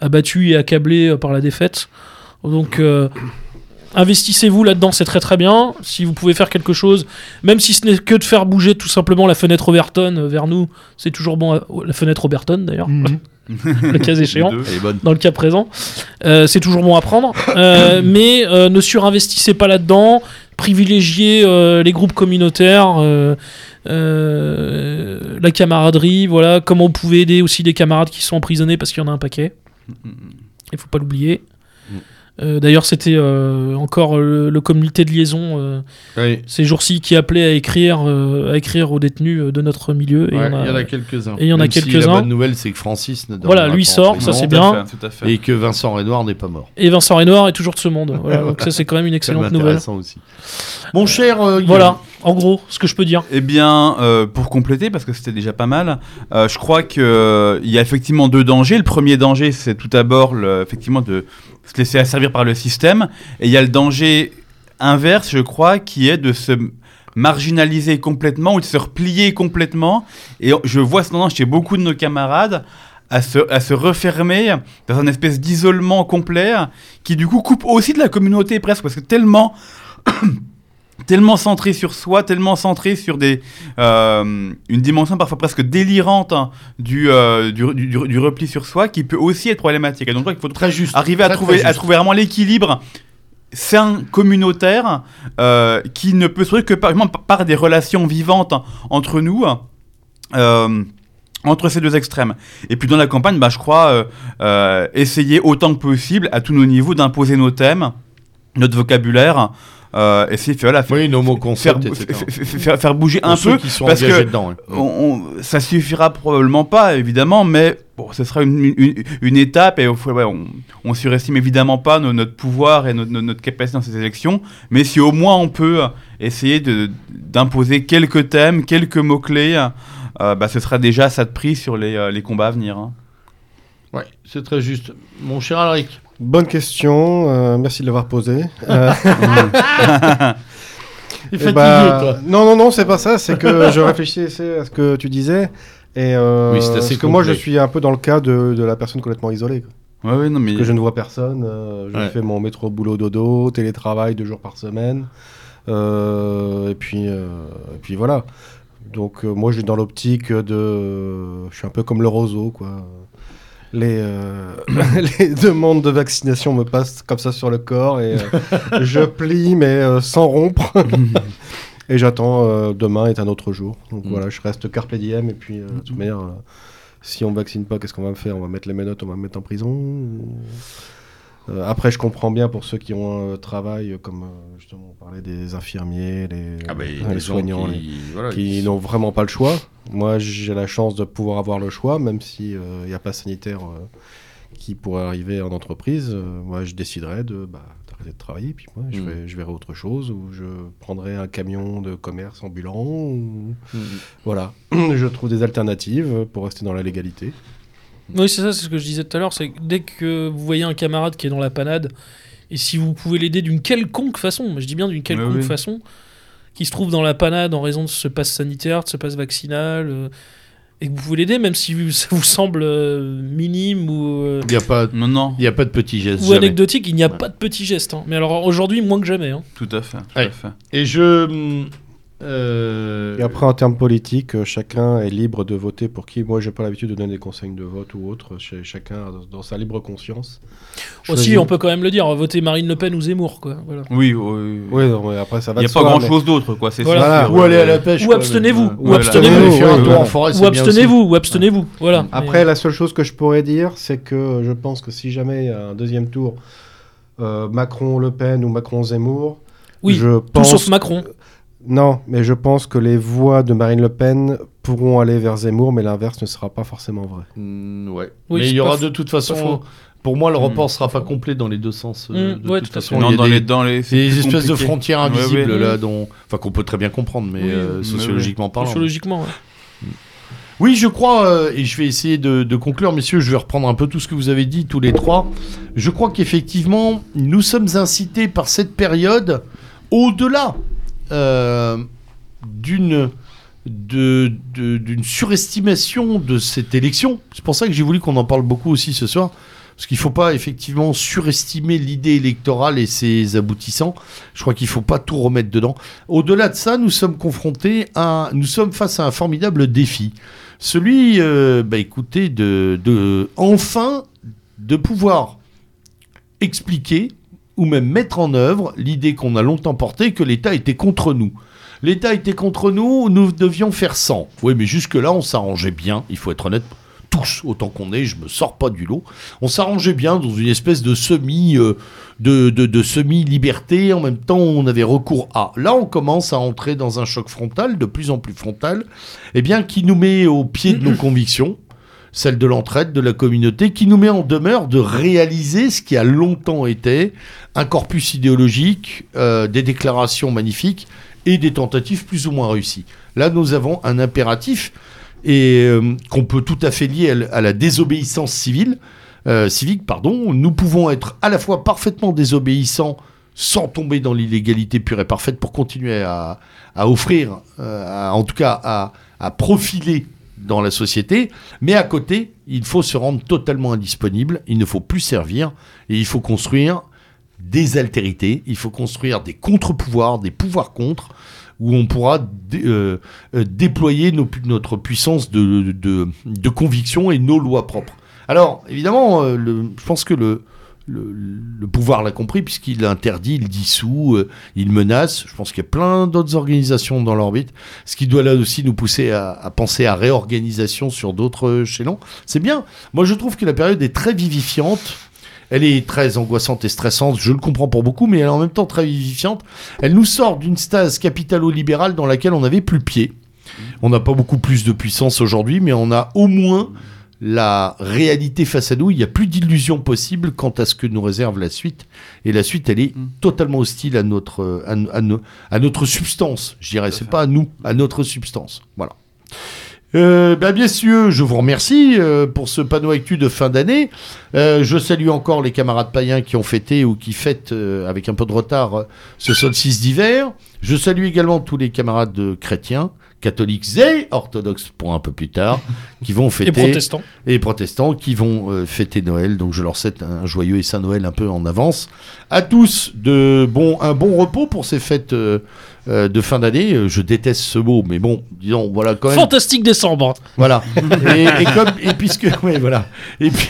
[SPEAKER 4] abattus et accablés euh, par la défaite. Donc euh, investissez-vous là-dedans, c'est très très bien. Si vous pouvez faire quelque chose, même si ce n'est que de faire bouger tout simplement la fenêtre Overton euh, vers nous, c'est toujours bon. à- La fenêtre Overton
[SPEAKER 2] Mm.
[SPEAKER 4] d'ailleurs,
[SPEAKER 1] Mm.
[SPEAKER 4] le cas échéant
[SPEAKER 3] Les deux.
[SPEAKER 1] Elle est bonne.
[SPEAKER 4] dans le cas présent. Euh, c'est toujours bon à prendre. Euh, mais euh, ne surinvestissez pas là-dedans. Privilégiez euh, les groupes communautaires, euh, euh, la camaraderie, voilà. Comment vous pouvez aider aussi des camarades qui sont emprisonnés parce qu'il y en a un paquet. Il faut pas l'oublier.
[SPEAKER 1] Mm.
[SPEAKER 4] Euh, D'ailleurs, c'était euh, encore le, le comité de liaison euh,
[SPEAKER 1] Oui.
[SPEAKER 4] ces jours-ci qui appelait à écrire, euh, à écrire aux détenus euh, de notre milieu. Et
[SPEAKER 1] Ouais,
[SPEAKER 4] il y en a-
[SPEAKER 1] quelques-uns.
[SPEAKER 4] et il y en a
[SPEAKER 1] Même si
[SPEAKER 4] quelques-uns.
[SPEAKER 1] La bonne nouvelle, c'est que Francis ne dort
[SPEAKER 4] Voilà,
[SPEAKER 1] pas
[SPEAKER 4] lui
[SPEAKER 1] pendant
[SPEAKER 4] sort,
[SPEAKER 1] les
[SPEAKER 4] ça,
[SPEAKER 1] dents,
[SPEAKER 4] c'est
[SPEAKER 3] Tout
[SPEAKER 4] bien.
[SPEAKER 3] à fait, Tout à fait.
[SPEAKER 1] Et que Vincent Renoir n'est pas mort.
[SPEAKER 4] et Vincent Renoir est toujours de ce monde. Voilà, donc ça, c'est quand même une
[SPEAKER 1] C'est
[SPEAKER 4] excellente nouvelle.
[SPEAKER 1] intéressant aussi. Mon cher. euh, Guillaume,
[SPEAKER 4] Voilà, en gros, ce que je peux dire.
[SPEAKER 3] Eh bien, euh, pour compléter, parce que c'était déjà pas mal, euh, je crois qu'il il y a effectivement deux dangers. Le premier danger, c'est tout d'abord le- effectivement de se laisser asservir par le système. Et il y a le danger inverse, je crois, qui est de se marginaliser complètement ou de se replier complètement. Et je vois ce tendance chez beaucoup de nos camarades à se, à se refermer dans un espèce d'isolement complet qui du coup coupe aussi de la communauté presque parce que tellement tellement centré sur soi, tellement centré sur des, euh, une dimension parfois presque délirante hein, du, euh, du, du- du- du repli sur soi qui peut aussi être problématique. Et donc je crois qu'il faut
[SPEAKER 1] Très juste.
[SPEAKER 3] arriver à
[SPEAKER 1] Très,
[SPEAKER 3] trouver,
[SPEAKER 1] très
[SPEAKER 3] à
[SPEAKER 1] juste.
[SPEAKER 3] trouver vraiment l'équilibre sain communautaire euh, qui ne peut se trouver que par, vraiment par des relations vivantes entre nous, euh, entre ces deux extrêmes. Et puis dans la campagne, bah, je crois euh, euh, essayer autant que possible, à tous nos niveaux, d'imposer nos thèmes, notre vocabulaire, euh, essayer voilà, faire,
[SPEAKER 1] Oui, nos mots
[SPEAKER 3] faire,
[SPEAKER 1] concept,
[SPEAKER 3] bou-
[SPEAKER 1] etc.
[SPEAKER 3] f- f- faire- faire bouger
[SPEAKER 1] Pour
[SPEAKER 3] un
[SPEAKER 1] ceux
[SPEAKER 3] peu.
[SPEAKER 1] qui sont
[SPEAKER 3] parce
[SPEAKER 1] engagés
[SPEAKER 3] que
[SPEAKER 1] dedans. hein.
[SPEAKER 3] on- on- ça suffira probablement pas, évidemment, mais bon, ce sera une, une- une étape et au fond, ouais, on, on surestime évidemment pas no- notre pouvoir et no- no- notre capacité dans ces élections. Mais si au moins on peut essayer de- d'imposer quelques thèmes, quelques mots-clés, euh, bah, ce sera déjà ça de prix sur les, euh, les combats à venir. hein.
[SPEAKER 1] Ouais, c'est très juste. Mon cher Alric,
[SPEAKER 2] Bonne question, euh, merci de l'avoir posée. Euh,
[SPEAKER 1] il est
[SPEAKER 2] eh
[SPEAKER 1] fatigué,
[SPEAKER 2] bah,
[SPEAKER 1] toi.
[SPEAKER 2] Non, non, non, c'est pas ça, c'est que je réfléchissais à ce que tu disais. Et euh,
[SPEAKER 1] Oui, c'est assez
[SPEAKER 2] parce que moi, je
[SPEAKER 1] complet.
[SPEAKER 2] suis un peu dans le cas de, de la personne complètement isolée. quoi.
[SPEAKER 3] Ouais, ouais, non, mais...
[SPEAKER 2] Parce que je ne vois personne, euh, je
[SPEAKER 1] Ouais.
[SPEAKER 2] fais mon métro boulot dodo, télétravail deux jours par semaine. euh, et, puis, euh, et puis voilà. Donc euh, moi, je suis dans l'optique de... Je suis un peu comme le roseau, quoi. Les, euh, les demandes de vaccination me passent comme ça sur le corps et euh, je plie, mais euh, sans rompre. et j'attends euh, demain est un autre jour. Donc
[SPEAKER 1] Mm.
[SPEAKER 2] voilà, je reste carpe diem et puis euh, de toute manière... euh, si on vaccine pas, qu'est-ce qu'on va me faire On va mettre les menottes, on va me mettre en prison ou- Euh, Après, je comprends bien pour ceux qui ont un travail, euh, comme euh, justement on parlait des infirmiers, les,
[SPEAKER 1] Ah bah, il y a
[SPEAKER 2] les
[SPEAKER 1] des gens
[SPEAKER 2] soignants, les-
[SPEAKER 1] qui, voilà,
[SPEAKER 2] qui
[SPEAKER 1] qui-
[SPEAKER 2] n'ont vraiment pas le choix. Moi, j'ai la chance de pouvoir avoir le choix, même s'il n'y a pas sanitaire euh, qui pourrait arriver en entreprise. Euh, moi, je déciderais de bah, d'arrêter de travailler, puis moi, je,
[SPEAKER 1] Mm.
[SPEAKER 2] vais- je verrai autre chose, ou je prendrai un camion de commerce ambulant. ou-
[SPEAKER 1] Mm.
[SPEAKER 2] Voilà, je trouve des alternatives pour rester dans la légalité.
[SPEAKER 4] Oui, c'est ça, c'est ce que je disais tout à l'heure. C'est que dès que vous voyez un camarade qui est dans la panade, et si vous pouvez l'aider d'une quelconque façon, mais je dis bien d'une quelconque
[SPEAKER 3] oui.
[SPEAKER 4] façon, qui se trouve dans la panade en raison de ce passe sanitaire, de ce passe vaccinal, euh, et que vous pouvez l'aider, même si vous- ça vous semble euh, minime ou, euh,
[SPEAKER 1] Il n'y a, pas-
[SPEAKER 3] Non, non,
[SPEAKER 1] il y a pas de petit geste.
[SPEAKER 4] ou
[SPEAKER 1] jamais.
[SPEAKER 4] anecdotique, il n'y a
[SPEAKER 1] Ouais.
[SPEAKER 4] pas de petits gestes. hein. Mais alors aujourd'hui, moins que jamais. hein.
[SPEAKER 3] tout à fait. tout
[SPEAKER 1] Ouais.
[SPEAKER 3] à fait.
[SPEAKER 1] Et je. hum, euh,
[SPEAKER 2] Et après, en termes politiques, euh, chacun est libre de voter pour qui. Moi, j'ai pas l'habitude de donner des conseils de vote ou autre. Ch- Chacun, a dans- dans sa libre conscience.
[SPEAKER 4] Aussi,
[SPEAKER 2] choisit-
[SPEAKER 4] on peut quand même le dire, voter Marine Le Pen ou Zemmour, quoi. Voilà.
[SPEAKER 3] Oui, oui, oui.
[SPEAKER 2] Oui, non, mais après, ça
[SPEAKER 3] Il
[SPEAKER 2] va
[SPEAKER 3] n'y a
[SPEAKER 2] de
[SPEAKER 3] pas
[SPEAKER 2] soi,
[SPEAKER 3] grand
[SPEAKER 2] mais-
[SPEAKER 3] chose d'autre, quoi. C'est
[SPEAKER 2] Voilà.
[SPEAKER 3] sûr.
[SPEAKER 1] Ou aller à la pêche.
[SPEAKER 4] Ou
[SPEAKER 1] quoi,
[SPEAKER 4] abstenez-vous.
[SPEAKER 1] mais- euh,
[SPEAKER 4] Ou
[SPEAKER 3] Ouais,
[SPEAKER 4] abstenez-vous.
[SPEAKER 2] là-
[SPEAKER 1] Faire un
[SPEAKER 2] ouais,
[SPEAKER 1] tour
[SPEAKER 2] ouais.
[SPEAKER 1] en forêt, c'est
[SPEAKER 4] Ou
[SPEAKER 1] bien aussi.
[SPEAKER 4] abstenez-vous. Ou abstenez-vous. Voilà.
[SPEAKER 2] Après, la seule chose que je pourrais dire, c'est que je pense que si jamais il y a un deuxième tour, euh, Macron-Le Pen ou Macron-Zemmour,
[SPEAKER 4] Oui,
[SPEAKER 2] je
[SPEAKER 4] Tout
[SPEAKER 2] pense...
[SPEAKER 4] euh, sauf Macron.
[SPEAKER 2] Non, mais je pense que les voix de Marine Le Pen pourront aller vers Zemmour, mais l'inverse ne sera pas forcément vrai.
[SPEAKER 3] Hmm,
[SPEAKER 1] Mm, ouais.
[SPEAKER 4] Oui,
[SPEAKER 1] Mais
[SPEAKER 4] c'est
[SPEAKER 1] il y
[SPEAKER 4] pas
[SPEAKER 1] aura
[SPEAKER 4] faux.
[SPEAKER 1] de toute
[SPEAKER 4] Pas faux.
[SPEAKER 1] façon. Pour moi, le
[SPEAKER 3] Mm.
[SPEAKER 1] report sera pas complet dans les deux sens. euh,
[SPEAKER 4] Mm,
[SPEAKER 1] de
[SPEAKER 4] ouais,
[SPEAKER 1] toute
[SPEAKER 4] tout à fait. Hmm.
[SPEAKER 1] façon,
[SPEAKER 3] Non,
[SPEAKER 1] il y a
[SPEAKER 3] dans
[SPEAKER 1] des-
[SPEAKER 3] les, dans les,
[SPEAKER 1] C'est des espèces de
[SPEAKER 3] compliqué.
[SPEAKER 1] frontières
[SPEAKER 3] Ouais,
[SPEAKER 1] invisibles
[SPEAKER 3] ouais.
[SPEAKER 1] là, dont, enfin qu'on peut très bien comprendre, mais
[SPEAKER 4] Oui,
[SPEAKER 1] euh,
[SPEAKER 3] mais
[SPEAKER 1] sociologiquement parlant.
[SPEAKER 4] Sociologiquement. hein, ouais.
[SPEAKER 1] Oui, je crois, euh, et je vais essayer de, de conclure, messieurs, je vais reprendre un peu tout ce que vous avez dit tous les trois. Je crois qu'effectivement, nous sommes incités par cette période au-delà euh, d'une de- de- d'une surestimation de cette élection. C'est pour ça que j'ai voulu qu'on en parle beaucoup aussi ce soir. Parce qu'il ne faut pas effectivement surestimer l'idée électorale et ses aboutissants. Je crois qu'il ne faut pas tout remettre dedans. Au-delà de ça, nous sommes confrontés à, nous sommes face à un formidable défi. Celui, euh, bah, écoutez, de, de enfin de pouvoir expliquer ou même mettre en œuvre l'idée qu'on a longtemps portée que l'État était contre nous. L'État était contre nous, nous devions faire 100. Oui, mais jusque-là, on s'arrangeait bien, il faut être honnête, tous, autant qu'on est, je me sors pas du lot. On s'arrangeait bien dans une espèce de semi... euh, de, de, de semi-liberté, en même temps on avait recours à. Là on commence à entrer dans un choc frontal, de plus en plus frontal, eh bien qui nous met au pied de nos convictions, celles de l'entraide, de la communauté, qui nous met en demeure de réaliser ce qui a longtemps été un corpus idéologique, euh, des déclarations magnifiques et des tentatives plus ou moins réussies. Là nous avons un impératif et euh, qu'on peut tout à fait lier à l- à la désobéissance civile euh, civique, pardon, nous pouvons être à la fois parfaitement désobéissants sans tomber dans l'illégalité pure et parfaite pour continuer à, à offrir, euh, à- en tout cas à, à profiler dans la société, mais à côté, il faut se rendre totalement indisponible, il ne faut plus servir, et il faut construire des altérités, il faut construire des contre-pouvoirs, des pouvoirs contre, où on pourra dé- euh, euh, déployer nos pu- notre puissance de- de- de conviction et nos lois propres. Alors, évidemment, euh, le- je pense que le, le, le pouvoir l'a compris, puisqu'il interdit, il dissout, euh, il menace. Je pense qu'il y a plein d'autres organisations dans l'orbite, ce qui doit là aussi nous pousser à, à penser à réorganisation sur d'autres euh, chaînons. C'est bien. Moi, je trouve que la période est très vivifiante. Elle est très angoissante et stressante, je le comprends pour beaucoup, mais elle est en même temps très vivifiante. Elle nous sort d'une stase capitalo-libérale dans laquelle on n'avait plus pied. On n'a pas beaucoup plus de puissance aujourd'hui, mais on a au moins la réalité face à nous. Il n'y a plus d'illusion possible quant à ce que nous réserve la suite. Et la suite, elle est
[SPEAKER 3] Mm.
[SPEAKER 1] totalement hostile à notre, euh, à, no- à no- à notre substance. Je dirais, c'est pas à nous, à notre substance. Voilà. Euh, ben, messieurs, je vous remercie euh, pour ce panneau actu de fin d'année. Euh, je salue encore les camarades païens qui ont fêté ou qui fêtent euh, avec un peu de retard euh, ce solstice d'hiver. Je salue également tous les camarades euh, chrétiens, catholiques et orthodoxes pour un peu plus tard, qui vont
[SPEAKER 4] Et
[SPEAKER 1] fêter
[SPEAKER 4] protestants.
[SPEAKER 1] et les protestants qui vont euh, fêter Noël. Donc je leur souhaite un joyeux et saint Noël un peu en avance. À tous de bon un bon repos pour ces fêtes euh, euh, de fin d'année. Euh, Je déteste ce mot, mais bon, disons voilà quand même.
[SPEAKER 4] Fantastique décembre.
[SPEAKER 1] Voilà. Et, et comme et puisque ouais, voilà. Et puis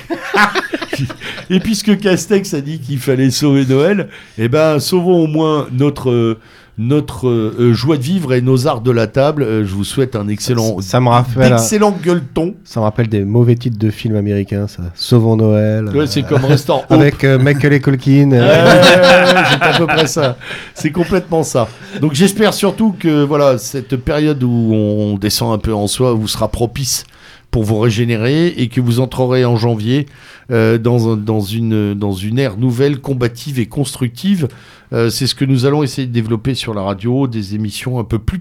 [SPEAKER 1] et puisque Castex a dit qu'il fallait sauver Noël, eh ben sauvons au moins notre euh, notre euh, joie de vivre et nos arts de la table. Euh, je vous souhaite un excellent
[SPEAKER 2] Ça, ça me rappelle, à-
[SPEAKER 1] excellent gueuleton.
[SPEAKER 2] ça me rappelle des mauvais titres de films américains, ça. Sauvons Noël. euh,
[SPEAKER 1] Ouais, c'est comme restant
[SPEAKER 2] avec euh, Michael Culkin.
[SPEAKER 1] Ouais,
[SPEAKER 2] euh,
[SPEAKER 1] ouais, ouais, c'est à peu près ça. C'est complètement ça. Donc j'espère surtout que voilà cette période où on descend un peu en soi vous sera propice pour vous régénérer et que vous entrerez en janvier euh, dans, un- dans, une, dans une ère nouvelle, combative et constructive. Euh, c'est ce que nous allons essayer de développer sur la radio, des émissions un peu plus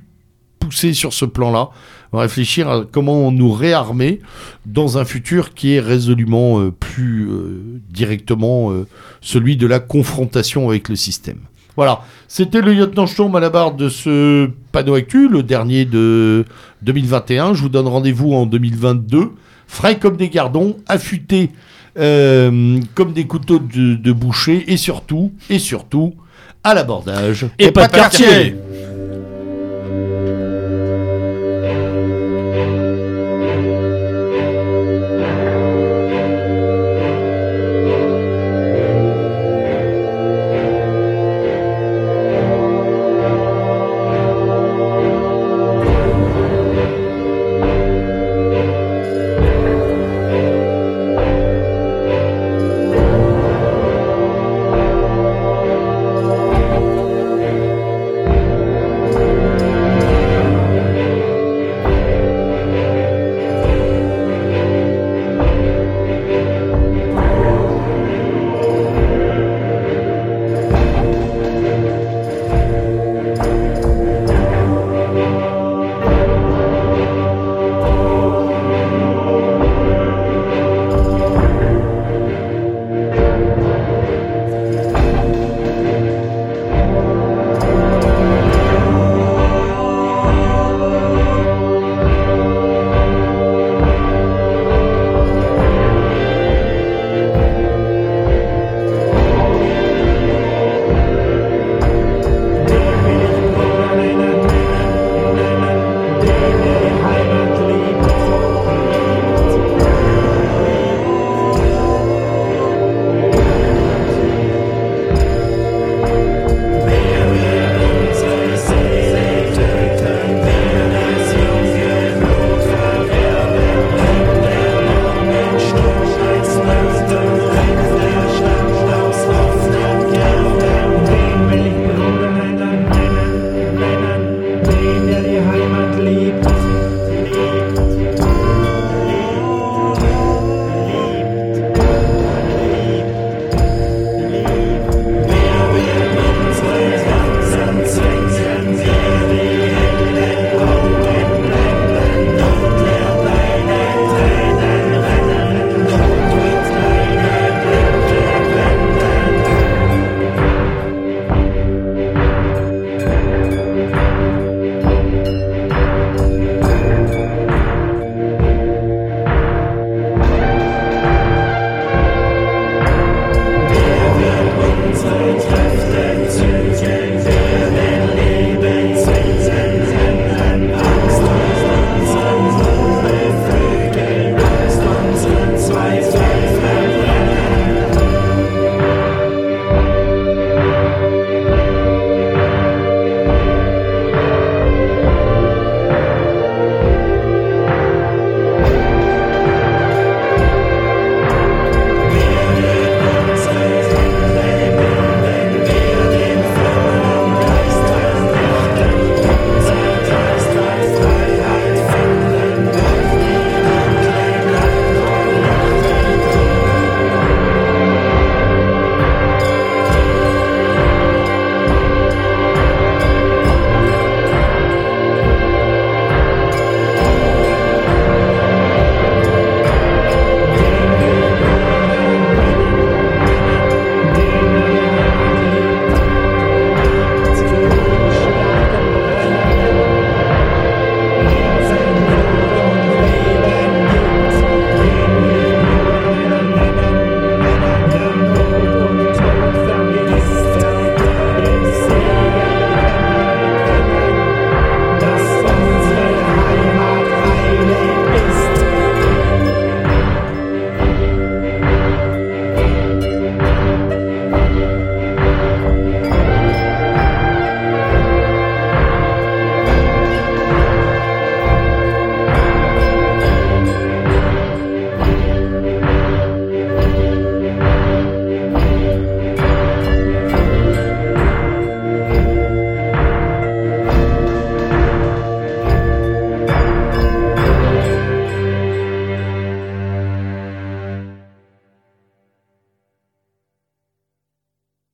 [SPEAKER 1] poussées sur ce plan-là, réfléchir à comment nous réarmer dans un futur qui est résolument euh, plus euh, directement euh, celui de la confrontation avec le système. Voilà, c'était le lieutenant Sturm à la barre de ce panneau actu, le dernier de 2021. Je vous donne rendez-vous en 2022, frais comme des gardons, affûtés euh, comme des couteaux de, de boucher et surtout, et surtout, à l'abordage.
[SPEAKER 4] Et pas de quartier.